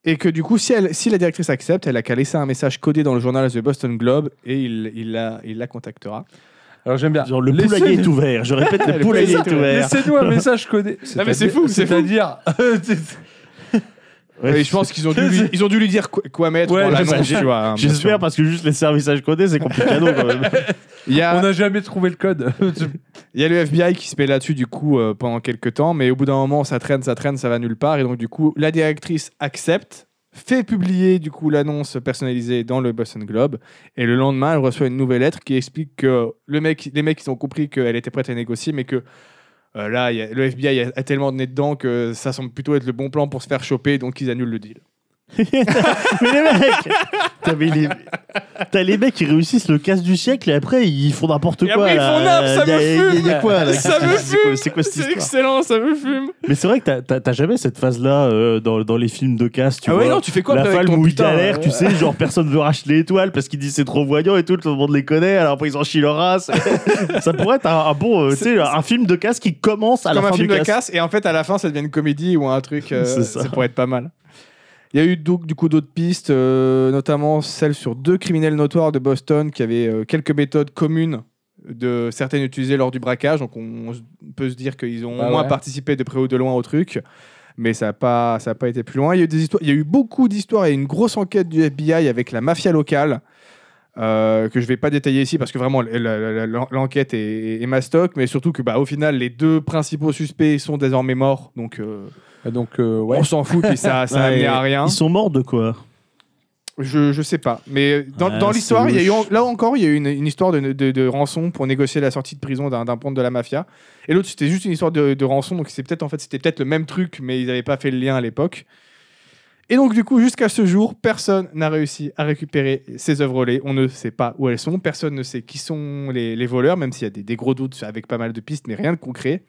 [SPEAKER 2] Et que du coup, si, elle, si la directrice accepte, elle a qu'à laisser un message codé dans le journal The Boston Globe et il, il, la, il la contactera.
[SPEAKER 1] Alors j'aime
[SPEAKER 2] Ah,
[SPEAKER 1] bien.
[SPEAKER 3] Genre, le
[SPEAKER 1] Laissez-
[SPEAKER 3] poulailler est ouvert. Je
[SPEAKER 2] <laughs>
[SPEAKER 3] répète, le
[SPEAKER 2] Le
[SPEAKER 3] poulailler
[SPEAKER 2] poulailler
[SPEAKER 3] est ouvert.
[SPEAKER 1] Laissez-nous un message codé.
[SPEAKER 2] mais c'est
[SPEAKER 1] C'est-à-dire-
[SPEAKER 2] fou, c'est fou. <laughs>
[SPEAKER 1] C'est-à-dire.
[SPEAKER 3] Ouais,
[SPEAKER 2] Et je pense qu'ils ont, dû lui- ils ont dû lui dire quoi, quoi mettre
[SPEAKER 1] Ouais,
[SPEAKER 2] dans
[SPEAKER 1] je
[SPEAKER 2] l'annonce,
[SPEAKER 3] sais.
[SPEAKER 2] tu vois, hein, bien sûr.
[SPEAKER 3] J'espère parce que juste les services à codés, c'est compliqué quand même.
[SPEAKER 2] Il y
[SPEAKER 1] On
[SPEAKER 2] a,
[SPEAKER 1] n'a jamais trouvé le
[SPEAKER 2] <laughs>
[SPEAKER 1] code.
[SPEAKER 2] il y a le FBI qui se met là-dessus du coup euh, pendant quelques temps, mais au bout d'un moment ça traîne, ça traîne, ça va nulle part. Et donc du coup, la directrice accepte, fait publier du coup l'annonce personnalisée dans le Boston Globe. Et le lendemain, elle reçoit une nouvelle lettre qui explique que le mec, les mecs ils ont compris qu'elle était prête à négocier, mais que euh, là, il y a- le FBI a, a tellement de nez dedans que ça semble plutôt être le bon plan pour se faire choper, donc ils annulent le deal.
[SPEAKER 3] mais les mecs T'as mais les... t'as les mecs qui réussissent le casse du siècle et après ils font n'importe
[SPEAKER 2] Et
[SPEAKER 3] quoi.
[SPEAKER 2] après, ils
[SPEAKER 3] là.
[SPEAKER 2] font n'importe, ça
[SPEAKER 3] Y a- y
[SPEAKER 2] me
[SPEAKER 3] a- y a
[SPEAKER 2] fume.
[SPEAKER 3] quoi, là
[SPEAKER 2] Ça
[SPEAKER 3] C'est-
[SPEAKER 2] me
[SPEAKER 3] c'est quoi-
[SPEAKER 2] fume.
[SPEAKER 3] C'est quoi cette
[SPEAKER 2] C'est
[SPEAKER 3] histoire
[SPEAKER 2] excellent, ça me fume.
[SPEAKER 3] Mais c'est vrai que t'as- t'as t'as jamais cette phase-là euh, dans, dans les films de casse. Tu
[SPEAKER 2] ah
[SPEAKER 3] vois,
[SPEAKER 2] ouais, non, tu fais quoi
[SPEAKER 3] la
[SPEAKER 2] après avec
[SPEAKER 3] femme
[SPEAKER 2] ton
[SPEAKER 3] où ils
[SPEAKER 2] putain,
[SPEAKER 3] galèrent,
[SPEAKER 2] euh,
[SPEAKER 3] tu sais, genre personne veut racheter l'étoile parce qu'ils disent c'est trop voyant et tout, tout le monde les connaît, alors après ils en chient leur race. <laughs> ça pourrait être un, un bon, euh, tu sais, un film de casse qui commence à la
[SPEAKER 2] comme un
[SPEAKER 3] fin
[SPEAKER 2] film
[SPEAKER 3] du
[SPEAKER 2] de
[SPEAKER 3] casse.
[SPEAKER 2] casse et en fait à la fin ça devient une comédie ou un truc euh,
[SPEAKER 3] C'est ça.
[SPEAKER 2] ça pourrait être pas mal il y a eu donc du coup d'autres pistes euh, notamment celle sur deux criminels notoires de Boston qui avaient euh, quelques méthodes communes de certaines utilisées lors du braquage donc on, on s- peut se dire qu'ils ont
[SPEAKER 1] Ah
[SPEAKER 3] Bah
[SPEAKER 2] au moins
[SPEAKER 1] ouais.
[SPEAKER 2] participé de près ou de loin au truc mais ça n'a pas, ça a pas été plus loin. Il y a eu, des histoires, il y a eu beaucoup d'histoires et une grosse enquête du FBI avec la mafia locale euh, que je vais pas détailler ici parce que vraiment la- la- la- la- l'enquête est, est mastoc, mais surtout que bah, au final les deux principaux suspects sont désormais morts, donc euh,
[SPEAKER 1] Donc, euh, ouais.
[SPEAKER 2] on s'en fout puis ça ça
[SPEAKER 3] <laughs>
[SPEAKER 2] a
[SPEAKER 3] Ouais,
[SPEAKER 2] amené à rien.
[SPEAKER 3] Ils sont morts de quoi
[SPEAKER 2] Je, je sais pas, mais dans,
[SPEAKER 3] Ouais,
[SPEAKER 2] dans
[SPEAKER 3] c'est
[SPEAKER 2] l'histoire il y a eu en-
[SPEAKER 3] louche.
[SPEAKER 2] là encore il y a eu une, une histoire de, de, de rançon pour négocier la sortie de prison d'un d'un pente de la mafia, et l'autre c'était juste une histoire de, de rançon donc c'est peut-être en fait c'était peut-être le même truc mais ils n'avaient pas fait le lien à l'époque. Et donc, du coup, jusqu'à ce jour, personne n'a réussi à récupérer ces œuvres relais. On ne sait pas où elles sont. Personne ne sait qui sont les, les voleurs, même s'il y a des, des gros doutes avec pas mal de pistes, mais rien de concret.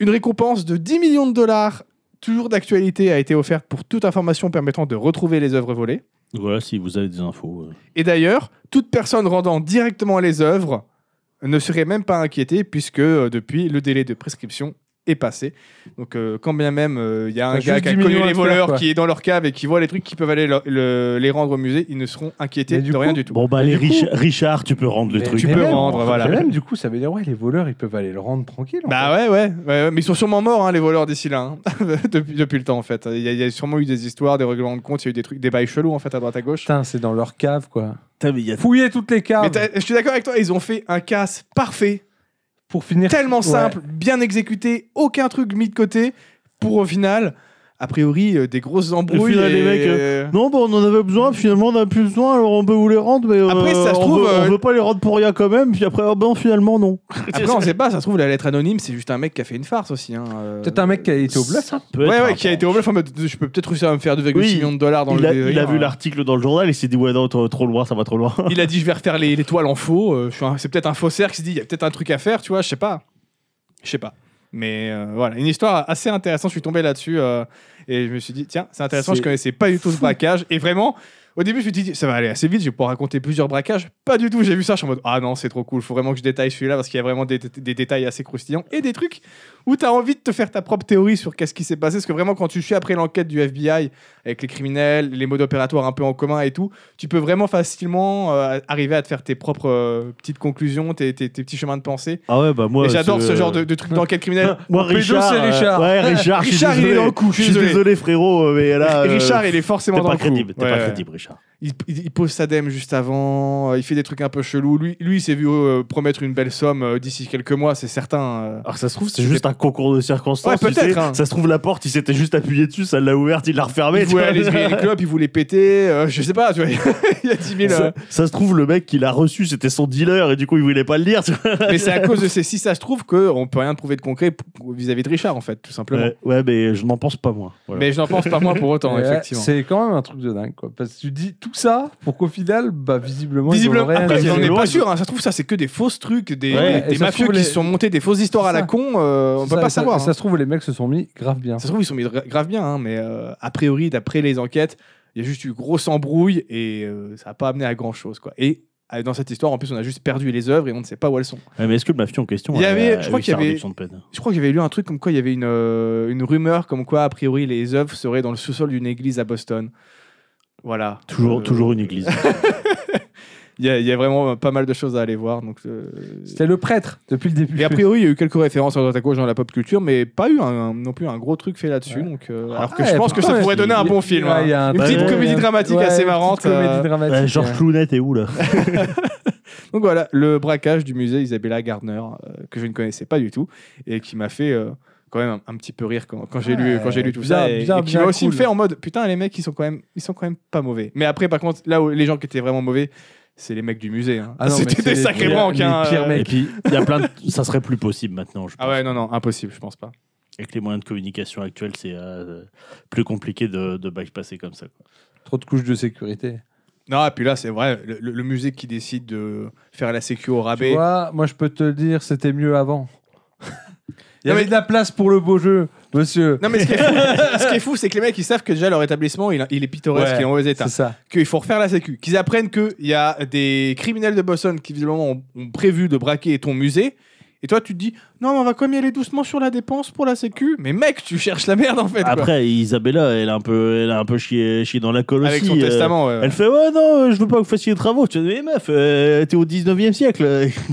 [SPEAKER 2] Une récompense de 10 millions de dollars, toujours d'actualité, a été offerte pour toute information permettant de retrouver les œuvres volées.
[SPEAKER 3] Voilà, si vous avez des infos.
[SPEAKER 2] Et d'ailleurs, toute personne rendant directement les œuvres ne serait même pas inquiétée, puisque euh, depuis, le délai de prescription est passé. Donc, euh, quand bien même euh, il y a un
[SPEAKER 1] Ouais,
[SPEAKER 2] gars
[SPEAKER 1] Bah, juste
[SPEAKER 2] qui a
[SPEAKER 1] 10
[SPEAKER 2] connu
[SPEAKER 1] millions à
[SPEAKER 2] les
[SPEAKER 1] faire,
[SPEAKER 2] voleurs,
[SPEAKER 1] quoi.
[SPEAKER 2] qui est dans leur cave et qui voit les trucs qui peuvent aller le- le- les rendre au musée, ils ne seront inquiétés
[SPEAKER 1] Mais du
[SPEAKER 2] de rien
[SPEAKER 1] coup,
[SPEAKER 2] du tout.
[SPEAKER 3] Bon, bah,
[SPEAKER 1] Mais
[SPEAKER 3] les
[SPEAKER 1] du coup-
[SPEAKER 3] Rich- Richard, tu peux rendre le
[SPEAKER 1] Mais
[SPEAKER 3] truc.
[SPEAKER 2] tu
[SPEAKER 1] mais
[SPEAKER 2] peux
[SPEAKER 1] même,
[SPEAKER 2] rendre, voilà.
[SPEAKER 1] mais même, du coup, ça veut dire, ouais, les voleurs, ils peuvent aller le rendre tranquille. en
[SPEAKER 2] Bah ouais, ouais, ouais, ouais, mais ils sont sûrement morts, hein, les voleurs d'ici là, hein. <laughs> depuis, depuis le temps en fait. Il y, a, il y a sûrement eu des histoires, des règlements de compte, il y a eu des trucs, des bails chelous en fait à droite à gauche.
[SPEAKER 1] Putain, c'est dans leur cave, quoi.
[SPEAKER 3] Putain, mais il y a-
[SPEAKER 1] Fouiller toutes les
[SPEAKER 2] Mais
[SPEAKER 1] caves
[SPEAKER 2] t'as- je suis d'accord avec toi, ils ont fait un casse parfait
[SPEAKER 1] pour finir.
[SPEAKER 2] <laughs> tellement
[SPEAKER 1] Ouais.
[SPEAKER 2] simple, bien exécuté, aucun truc mis de côté pour au final, a priori, euh, des grosses embrouilles.
[SPEAKER 3] final, les
[SPEAKER 2] et-
[SPEAKER 1] hein.
[SPEAKER 2] euh,
[SPEAKER 3] mecs, Non, bah, on en avait besoin, puis finalement, on n'a plus besoin, alors on peut vous les rendre, mais euh,
[SPEAKER 2] Après, si ça se
[SPEAKER 3] on
[SPEAKER 2] trouve,
[SPEAKER 3] veut,
[SPEAKER 2] euh,
[SPEAKER 3] on veut pas les rendre pour rien quand même, puis après, oh, ben, finalement, non.
[SPEAKER 2] Après, on sait pas, ça se trouve, la lettre anonyme, c'est juste un mec qui a fait une farce aussi. hein, euh.
[SPEAKER 1] Peut-être un mec qui a été au bluff.
[SPEAKER 3] Ça peut
[SPEAKER 2] Ouais, ouais,
[SPEAKER 3] être un
[SPEAKER 2] qui a été au bluff en mode, je peux peut-être réussir à me faire 2,6
[SPEAKER 3] Oui,
[SPEAKER 2] millions de dollars dans
[SPEAKER 3] il,
[SPEAKER 2] le
[SPEAKER 3] a,
[SPEAKER 2] délire,
[SPEAKER 3] il a vu
[SPEAKER 2] hein.
[SPEAKER 3] l'article dans le journal et s'est dit ouais non trop, trop loin ça va trop loin
[SPEAKER 2] <laughs> Il a dit, je vais refaire les, les toiles en faux. euh, je suis un- c'est peut-être un faussaire qui se dit, il y a peut-être un truc à faire, tu vois, je sais pas. Je sais pas. Mais euh, voilà, une histoire assez intéressante. Je suis tombé là-dessus euh, et je me suis dit, tiens, c'est intéressant,
[SPEAKER 3] C'est
[SPEAKER 2] je connaissais pas du tout ce braquage. Et vraiment, au début, je me suis dit, ça va aller assez vite, je vais pouvoir raconter plusieurs braquages. Pas du tout, j'ai vu ça, je suis en mode, ah non, c'est trop cool, faut vraiment que je détaille celui-là parce qu'il y a vraiment des, des détails assez croustillants et des trucs où t'as envie de te faire ta propre théorie sur qu'est-ce qui s'est passé. Parce que vraiment, quand tu suis après l'enquête du FBI avec les criminels, les modes opératoires un peu en commun et tout, tu peux vraiment facilement euh, arriver à te faire tes propres euh, petites conclusions, tes, tes- tes petits chemins de pensée.
[SPEAKER 3] ah ouais bah moi
[SPEAKER 2] et j'adore
[SPEAKER 3] c'est-
[SPEAKER 2] ce genre de, de truc d'enquête criminelle.
[SPEAKER 3] <laughs> moi
[SPEAKER 1] Mon pédo,
[SPEAKER 3] Richard
[SPEAKER 1] c'est
[SPEAKER 3] euh,
[SPEAKER 1] Richard.
[SPEAKER 3] ouais Richard, je suis
[SPEAKER 2] Richard, il est
[SPEAKER 3] désolé.
[SPEAKER 2] dans le coup, je
[SPEAKER 3] je
[SPEAKER 2] suis
[SPEAKER 3] suis
[SPEAKER 2] désolé.
[SPEAKER 3] désolé frérot mais là euh,
[SPEAKER 2] <laughs> Richard, il est forcément
[SPEAKER 3] t'es
[SPEAKER 2] dans
[SPEAKER 3] pas
[SPEAKER 2] le coup.
[SPEAKER 3] crédible t'es
[SPEAKER 2] Ouais,
[SPEAKER 3] pas
[SPEAKER 2] ouais.
[SPEAKER 3] crédible Richard
[SPEAKER 2] Il, il- il pose sa dème juste avant, euh, il fait des trucs un peu chelous. Lui, lui il s'est vu euh, promettre une belle somme euh, d'ici quelques mois, c'est certain. euh.
[SPEAKER 3] Alors que ça se trouve, c'est juste un concours de circonstances.
[SPEAKER 2] Ouais,
[SPEAKER 3] tu
[SPEAKER 2] peut-être,
[SPEAKER 3] sais.
[SPEAKER 2] hein.
[SPEAKER 3] Ça se trouve, la porte, il s'était juste appuyé dessus, ça l'a ouverte, il l'a refermée.
[SPEAKER 2] il
[SPEAKER 3] Ah tu vois.
[SPEAKER 2] voulait
[SPEAKER 3] <laughs>
[SPEAKER 2] aller se griller une clope, il voulait péter, euh, je sais pas, tu vois, <laughs> il y a 10 000. euh,
[SPEAKER 3] ça, ça se trouve, le mec qui l'a reçu, c'était son dealer et du coup, il voulait pas le dire. tu vois.
[SPEAKER 2] Mais c'est à cause de ces si ça se trouve qu'on peut rien prouver de concret p- vis-à-vis de Richard en fait, tout simplement.
[SPEAKER 3] Ouais, ouais, mais je n'en pense pas moins. Voilà.
[SPEAKER 2] Mais je n'en pense pas moins pour autant,
[SPEAKER 1] <laughs> Ouais,
[SPEAKER 2] effectivement.
[SPEAKER 1] C'est quand même un truc de dingue, quoi. Parce que tu dis tout ça pour qu'au final, bah, visiblement, ils
[SPEAKER 2] Visiblement,
[SPEAKER 1] ont rien
[SPEAKER 2] après,
[SPEAKER 1] à
[SPEAKER 3] ils
[SPEAKER 1] dire.
[SPEAKER 2] on n'est
[SPEAKER 3] visiblement,
[SPEAKER 2] pas
[SPEAKER 3] ils-
[SPEAKER 2] sûr. hein. Ça se trouve, ça, c'est que des fausses trucs, des,
[SPEAKER 1] Ouais,
[SPEAKER 2] des- des
[SPEAKER 1] et ça se
[SPEAKER 2] mafieux
[SPEAKER 1] trouve,
[SPEAKER 2] qui
[SPEAKER 1] les-
[SPEAKER 2] se sont montés des fausses histoires à la
[SPEAKER 1] ça.
[SPEAKER 2] con. euh, on
[SPEAKER 1] C'est ça,
[SPEAKER 2] peut pas
[SPEAKER 1] et ça-
[SPEAKER 2] savoir.
[SPEAKER 1] et
[SPEAKER 2] hein.
[SPEAKER 1] Ça se trouve, les mecs se sont mis grave bien.
[SPEAKER 2] Ça se trouve, ils sont mis dra- grave bien, hein, mais euh, a priori, d'après les enquêtes, il y a juste eu grosse embrouille et euh, ça n'a pas amené à grand chose. Quoi. Et euh, dans cette histoire, en plus, on a juste perdu les œuvres et on ne sait pas où elles sont.
[SPEAKER 3] Ouais, mais est-ce que le mafieux en question
[SPEAKER 2] Il y
[SPEAKER 3] a-
[SPEAKER 2] avait-
[SPEAKER 3] a
[SPEAKER 2] je crois
[SPEAKER 3] eu
[SPEAKER 2] qu'il y
[SPEAKER 3] sa
[SPEAKER 2] avait-
[SPEAKER 3] réduction de peine
[SPEAKER 2] Je crois que j'avais lu un truc comme quoi il y avait une, euh, une rumeur comme quoi, a priori, les œuvres seraient dans le sous-sol d'une église à Boston. Voilà.
[SPEAKER 3] Toujours,
[SPEAKER 2] Euh,
[SPEAKER 3] toujours une église.
[SPEAKER 2] Il y, a- il y a vraiment euh, pas mal de choses à aller voir. Donc, euh,
[SPEAKER 1] C'était le prêtre depuis le début.
[SPEAKER 2] Et a
[SPEAKER 1] <laughs>
[SPEAKER 2] priori, il y a eu quelques références à droite à gauche dans la pop culture, mais pas eu un- un- non plus un gros truc fait là-dessus.
[SPEAKER 1] Ouais.
[SPEAKER 2] Donc, euh, alors que
[SPEAKER 1] Ouais,
[SPEAKER 2] je pense que ça
[SPEAKER 1] putain,
[SPEAKER 2] pourrait
[SPEAKER 1] ouais.
[SPEAKER 2] donner un
[SPEAKER 1] Il-
[SPEAKER 2] bon film.
[SPEAKER 1] ouais,
[SPEAKER 2] hein.
[SPEAKER 1] il y a un
[SPEAKER 2] Une
[SPEAKER 1] truc,
[SPEAKER 2] petite
[SPEAKER 1] ouais.
[SPEAKER 2] comédie dramatique
[SPEAKER 1] Ouais,
[SPEAKER 2] assez
[SPEAKER 1] une petite
[SPEAKER 2] marrante. euh.
[SPEAKER 1] Comédie dramatique.
[SPEAKER 3] Ouais, Georges
[SPEAKER 1] ouais.
[SPEAKER 3] Cloonette est où là
[SPEAKER 2] Donc voilà, le braquage du musée Isabella Gardner, euh, que je ne connaissais pas du tout, et qui m'a fait euh, quand même un, un petit peu rire quand, quand j'ai lu,
[SPEAKER 1] Ouais,
[SPEAKER 2] quand j'ai lu tout
[SPEAKER 1] bien,
[SPEAKER 2] ça, et,
[SPEAKER 1] bien,
[SPEAKER 2] et qui
[SPEAKER 1] bien
[SPEAKER 2] m'a aussi
[SPEAKER 1] cool.
[SPEAKER 2] fait en mode putain les mecs ils sont quand même ils sont quand même pas mauvais. Mais après par contre là où les gens qui étaient vraiment mauvais, c'est les mecs du musée. hein. <laughs>
[SPEAKER 1] Ah non, mais
[SPEAKER 2] C'était
[SPEAKER 1] c'est
[SPEAKER 2] des
[SPEAKER 1] les
[SPEAKER 2] sacrés
[SPEAKER 1] pires-
[SPEAKER 2] banques.
[SPEAKER 1] les
[SPEAKER 2] hein,
[SPEAKER 1] pires
[SPEAKER 2] euh.
[SPEAKER 1] mecs.
[SPEAKER 3] Et puis, il y a plein de- Ça serait plus possible maintenant, je pense.
[SPEAKER 2] Ah ouais non non impossible je pense pas.
[SPEAKER 3] Avec les moyens de communication actuels, c'est euh, plus compliqué de, de bypasser comme ça. quoi.
[SPEAKER 1] Trop de couches de sécurité.
[SPEAKER 2] Non, et puis là, c'est vrai, le, le- le musée qui décide de faire la sécu au
[SPEAKER 1] Tu
[SPEAKER 2] rabais.
[SPEAKER 1] vois, moi, je peux te le dire, c'était mieux avant. Il y
[SPEAKER 2] Non,
[SPEAKER 1] avait
[SPEAKER 2] mais-
[SPEAKER 1] de la place pour le beau jeu, monsieur.
[SPEAKER 2] Non, mais ce qui est fou,
[SPEAKER 1] <laughs>
[SPEAKER 2] ce qui est fou, c'est que les mecs, ils savent que déjà leur établissement, il, il est pittoresque,
[SPEAKER 1] Ouais,
[SPEAKER 2] il est en mauvais état.
[SPEAKER 1] C'est ça.
[SPEAKER 2] Qu'il faut refaire la sécu. Qu'ils apprennent qu'il y a des criminels de Boston qui, visiblement, ont, ont prévu de braquer ton musée. Et toi, tu te dis, non, mais on va quand même y aller doucement sur la dépense pour la sécu. Mais mec, tu cherches la merde, en fait. quoi.
[SPEAKER 3] Après, Isabella, elle a un peu, elle a un peu chié, chié dans la colle
[SPEAKER 2] Avec
[SPEAKER 3] aussi,
[SPEAKER 2] son
[SPEAKER 3] euh,
[SPEAKER 2] testament. ouais.
[SPEAKER 3] Elle fait Ouais, non, euh, je veux pas que vous fassiez des travaux. Tu dis Mais meuf, euh, t'es au 19 e siècle.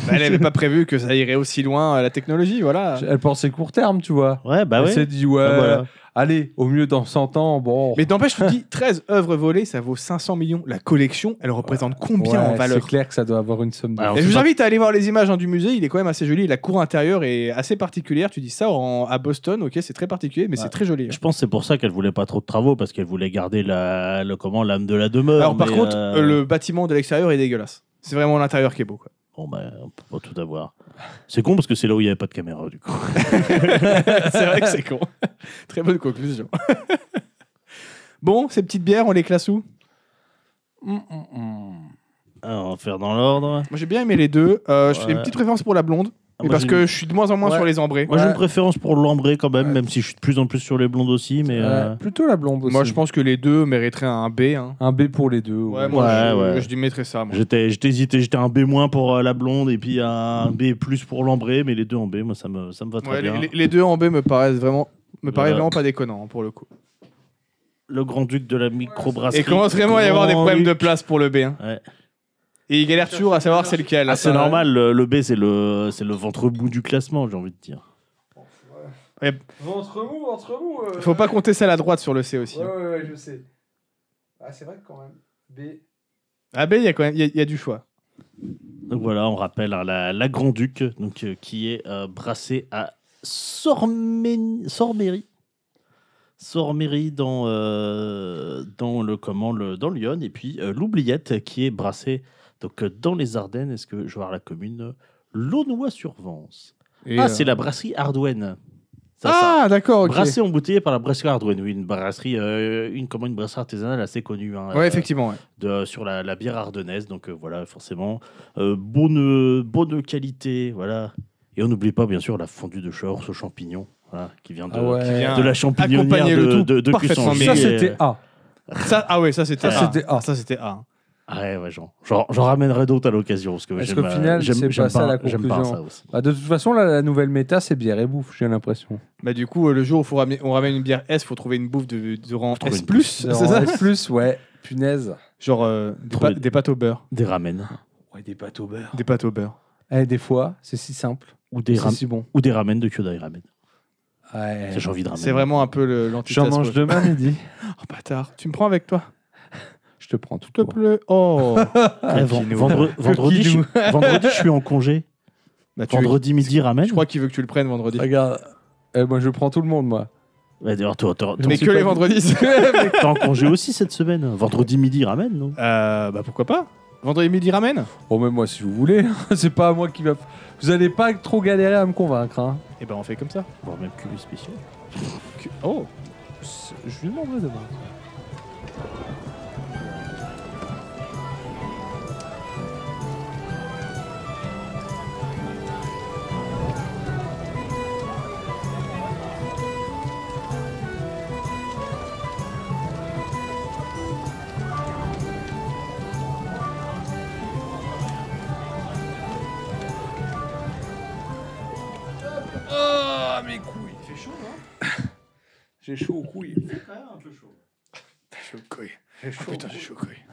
[SPEAKER 2] Bah, elle n'avait pas prévu que ça irait aussi loin, euh, la technologie, voilà.
[SPEAKER 1] Elle pensait court terme, tu vois.
[SPEAKER 3] Ouais, bah
[SPEAKER 1] Elle
[SPEAKER 3] ouais.
[SPEAKER 1] s'est dit, ouais,
[SPEAKER 3] Ah, voilà.
[SPEAKER 1] allez, au mieux dans 100 ans, bon.
[SPEAKER 2] Mais n'empêche, tu te dis, 13 œuvres volées, ça vaut 500 millions. La collection, elle représente combien
[SPEAKER 1] Ouais,
[SPEAKER 2] en valeur
[SPEAKER 1] C'est clair que ça doit avoir une somme de.
[SPEAKER 3] Alors,
[SPEAKER 2] Et
[SPEAKER 3] c'est
[SPEAKER 2] je vous
[SPEAKER 3] pas-
[SPEAKER 2] invite à aller voir les images hein, du musée, il est quand même assez joli, la cour intérieure est assez particulière, tu dis ça en- à Boston, ok c'est très particulier mais
[SPEAKER 1] Ouais.
[SPEAKER 2] c'est très joli. hein.
[SPEAKER 3] Je pense que c'est pour ça qu'elle voulait pas trop de travaux parce qu'elle voulait garder la, le comment l'âme de la demeure.
[SPEAKER 2] Alors par
[SPEAKER 3] mais,
[SPEAKER 2] contre,
[SPEAKER 3] euh,
[SPEAKER 2] euh, le bâtiment de l'extérieur est dégueulasse. C'est vraiment l'intérieur qui est beau. Quoi.
[SPEAKER 3] bon bah, on peut pas tout avoir. C'est con parce que c'est là où il y avait pas de caméra du coup.
[SPEAKER 2] <laughs> c'est vrai que c'est con. très bonne conclusion. <laughs> bon, ces petites bières, on les classe où
[SPEAKER 1] Mm, mm, mm.
[SPEAKER 3] Ah, on va faire dans l'ordre.
[SPEAKER 2] Moi j'ai bien aimé les deux. Euh, je-
[SPEAKER 3] Ouais.
[SPEAKER 2] J'ai une petite préférence pour la
[SPEAKER 3] Ah,
[SPEAKER 2] blonde, mais
[SPEAKER 3] moi,
[SPEAKER 2] parce
[SPEAKER 3] j'ai
[SPEAKER 2] que
[SPEAKER 3] une-
[SPEAKER 2] je suis de moins en moins
[SPEAKER 1] Ouais.
[SPEAKER 2] sur les ambrés.
[SPEAKER 3] moi j'ai
[SPEAKER 1] Ouais.
[SPEAKER 3] une préférence pour l'ambré quand même,
[SPEAKER 1] Ouais.
[SPEAKER 3] même si je suis de plus en plus sur les blondes aussi, mais. euh,
[SPEAKER 1] Ouais, plutôt la blonde aussi.
[SPEAKER 2] Moi je pense que les deux mériteraient un B. hein.
[SPEAKER 1] Un B pour les deux.
[SPEAKER 2] Ouais,
[SPEAKER 1] ouais.
[SPEAKER 2] moi je,
[SPEAKER 3] ouais.
[SPEAKER 2] je lui mettrais ça. moi.
[SPEAKER 3] J'étais, j'étais hésité, j'étais un B- pour euh, la blonde et puis un B- pour l'ambré, mais les deux en B, moi ça me, ça me va très
[SPEAKER 2] Ouais,
[SPEAKER 3] bien.
[SPEAKER 2] les, les deux en B me paraissent vraiment, me
[SPEAKER 3] Voilà.
[SPEAKER 2] paraissent vraiment pas déconnants hein, pour le coup.
[SPEAKER 3] Le grand-duc de la microbrasserie.
[SPEAKER 2] Et commence vraiment à y avoir des problèmes de place pour le B. hein.
[SPEAKER 3] Ouais.
[SPEAKER 2] Et il galère toujours à savoir c'est lequel.
[SPEAKER 3] Ah, c'est normal, le, le B c'est le, c'est le ventre bout du classement, j'ai envie de dire.
[SPEAKER 1] Ventre mou, ventre mou.
[SPEAKER 2] euh, Faut pas compter celle à droite sur le C aussi. hein.
[SPEAKER 1] Ouais, ouais, ouais, je sais. Ah, c'est vrai que quand même. B.
[SPEAKER 2] Ah B, il y a quand même, il y a- il y, a du choix.
[SPEAKER 3] Donc voilà, on rappelle hein, la, la grand-duc donc, euh, qui est euh, brassée à Sormen- Sormery. Sormery dans, euh, dans, le, comment, le, dans Lyon. Et puis euh, l'oubliette qui est brassée donc, euh, dans les Ardennes. Est-ce que je vais voir la commune euh, Launois-sur-Vence.
[SPEAKER 2] Et,
[SPEAKER 3] Ah,
[SPEAKER 2] euh,
[SPEAKER 3] c'est la brasserie Ardouenne. Ça, ça.
[SPEAKER 2] ah d'accord. ok.
[SPEAKER 3] Brassée embouteillée par la brasserie Ardouenne. Oui, une brasserie, euh, une, comment, une brasserie artisanale assez connue. hein,
[SPEAKER 2] Ouais
[SPEAKER 3] euh,
[SPEAKER 2] effectivement. ouais.
[SPEAKER 3] de- sur la, la bière ardennaise. Donc euh, voilà, forcément, euh, bonne, bonne qualité. Voilà. Et on n'oublie pas, bien sûr, la fondue de Chahorse aux champignons, voilà, qui vient de,
[SPEAKER 1] Ah ouais.
[SPEAKER 2] Bien.
[SPEAKER 3] de la champignonnière
[SPEAKER 2] Accompagner le
[SPEAKER 3] de,
[SPEAKER 2] tout
[SPEAKER 3] de, de
[SPEAKER 2] parfaitement
[SPEAKER 3] Cuisson.
[SPEAKER 2] bien.
[SPEAKER 1] Ça,
[SPEAKER 3] Et,
[SPEAKER 1] c'était
[SPEAKER 3] euh,
[SPEAKER 1] A.
[SPEAKER 2] Ça, ah ouais, ça c'était.
[SPEAKER 3] Ça,
[SPEAKER 2] A.
[SPEAKER 1] c'était A.
[SPEAKER 2] Ça c'était A. hein.
[SPEAKER 3] ah ouais, ouais, j'en- j'en j'en ramènerai d'autres à l'occasion. Parce que
[SPEAKER 1] Est-ce
[SPEAKER 3] j'aime,
[SPEAKER 1] qu'au
[SPEAKER 3] euh,
[SPEAKER 1] final,
[SPEAKER 3] j'aime-
[SPEAKER 1] c'est
[SPEAKER 3] j'aime
[SPEAKER 1] pas ça la
[SPEAKER 3] j'aime pas
[SPEAKER 1] conclusion
[SPEAKER 3] ça aussi.
[SPEAKER 1] Bah, de toute façon, là, la nouvelle méta, c'est bière et bouffe, j'ai l'impression.
[SPEAKER 2] Bah du coup euh, le jour où faut ramener- on ramène une bière S, faut trouver une bouffe de, de rang
[SPEAKER 3] trouver
[SPEAKER 2] S
[SPEAKER 3] une
[SPEAKER 2] plus. C'est
[SPEAKER 1] Alors,
[SPEAKER 2] ça
[SPEAKER 1] S plus, ouais. Punaise.
[SPEAKER 2] Genre euh, des,
[SPEAKER 3] Trouver- Ah,
[SPEAKER 2] pa- des pâtes au beurre.
[SPEAKER 3] Des ramen.
[SPEAKER 1] Ouais, des pâtes au beurre.
[SPEAKER 2] Des pâtes au beurre.
[SPEAKER 1] Eh, des fois, c'est si simple.
[SPEAKER 3] Ou
[SPEAKER 1] C'est
[SPEAKER 3] des, ram-
[SPEAKER 1] si bon.
[SPEAKER 3] ou des ramen de Kyodai Ramen.
[SPEAKER 1] Ouais.
[SPEAKER 3] Ça, J'ai envie de ramen.
[SPEAKER 2] C'est vraiment un peu le- l'antithèse.
[SPEAKER 1] J'en mange
[SPEAKER 2] quoi.
[SPEAKER 1] demain midi.
[SPEAKER 2] Oh bâtard, tu me prends avec toi.
[SPEAKER 1] Je te prends tout
[SPEAKER 2] te
[SPEAKER 1] le
[SPEAKER 2] plaît.
[SPEAKER 3] <laughs>
[SPEAKER 2] Oh
[SPEAKER 3] Ah, ven-
[SPEAKER 1] <laughs>
[SPEAKER 2] Coquinou.
[SPEAKER 3] vendre- vendredi, je, vendredi, je suis en congé.
[SPEAKER 2] Bah, tu-
[SPEAKER 3] Vendredi Ah, midi, ramène.
[SPEAKER 2] Je crois qu'il veut que tu le prennes vendredi.
[SPEAKER 1] Regarde. Eh, moi, je prends tout le monde, moi.
[SPEAKER 3] Ouais, D'ailleurs, toi, t'en- t'en-
[SPEAKER 2] Mais
[SPEAKER 1] c'est
[SPEAKER 2] que
[SPEAKER 1] pas
[SPEAKER 2] les
[SPEAKER 1] vous.
[SPEAKER 2] vendredis
[SPEAKER 3] t'es en congé aussi cette semaine. Vendredi midi, ramène, non
[SPEAKER 2] Euh, bah pourquoi pas Vendredi midi ramène
[SPEAKER 1] Oh, mais moi, si vous voulez. hein, <laughs> c'est pas à moi qui va. Vous allez pas trop galérer à me convaincre. Hein.
[SPEAKER 2] Et ben on fait comme ça.
[SPEAKER 3] Voire même cuvée spéciale.
[SPEAKER 2] Que- Oh C'est- Je lui demanderai demain.
[SPEAKER 1] Ah, mes couilles. Il fait chaud, hein J'ai chaud aux couilles.
[SPEAKER 2] Ah, J'ai chaud au couille. putain, j'ai chaud au couille.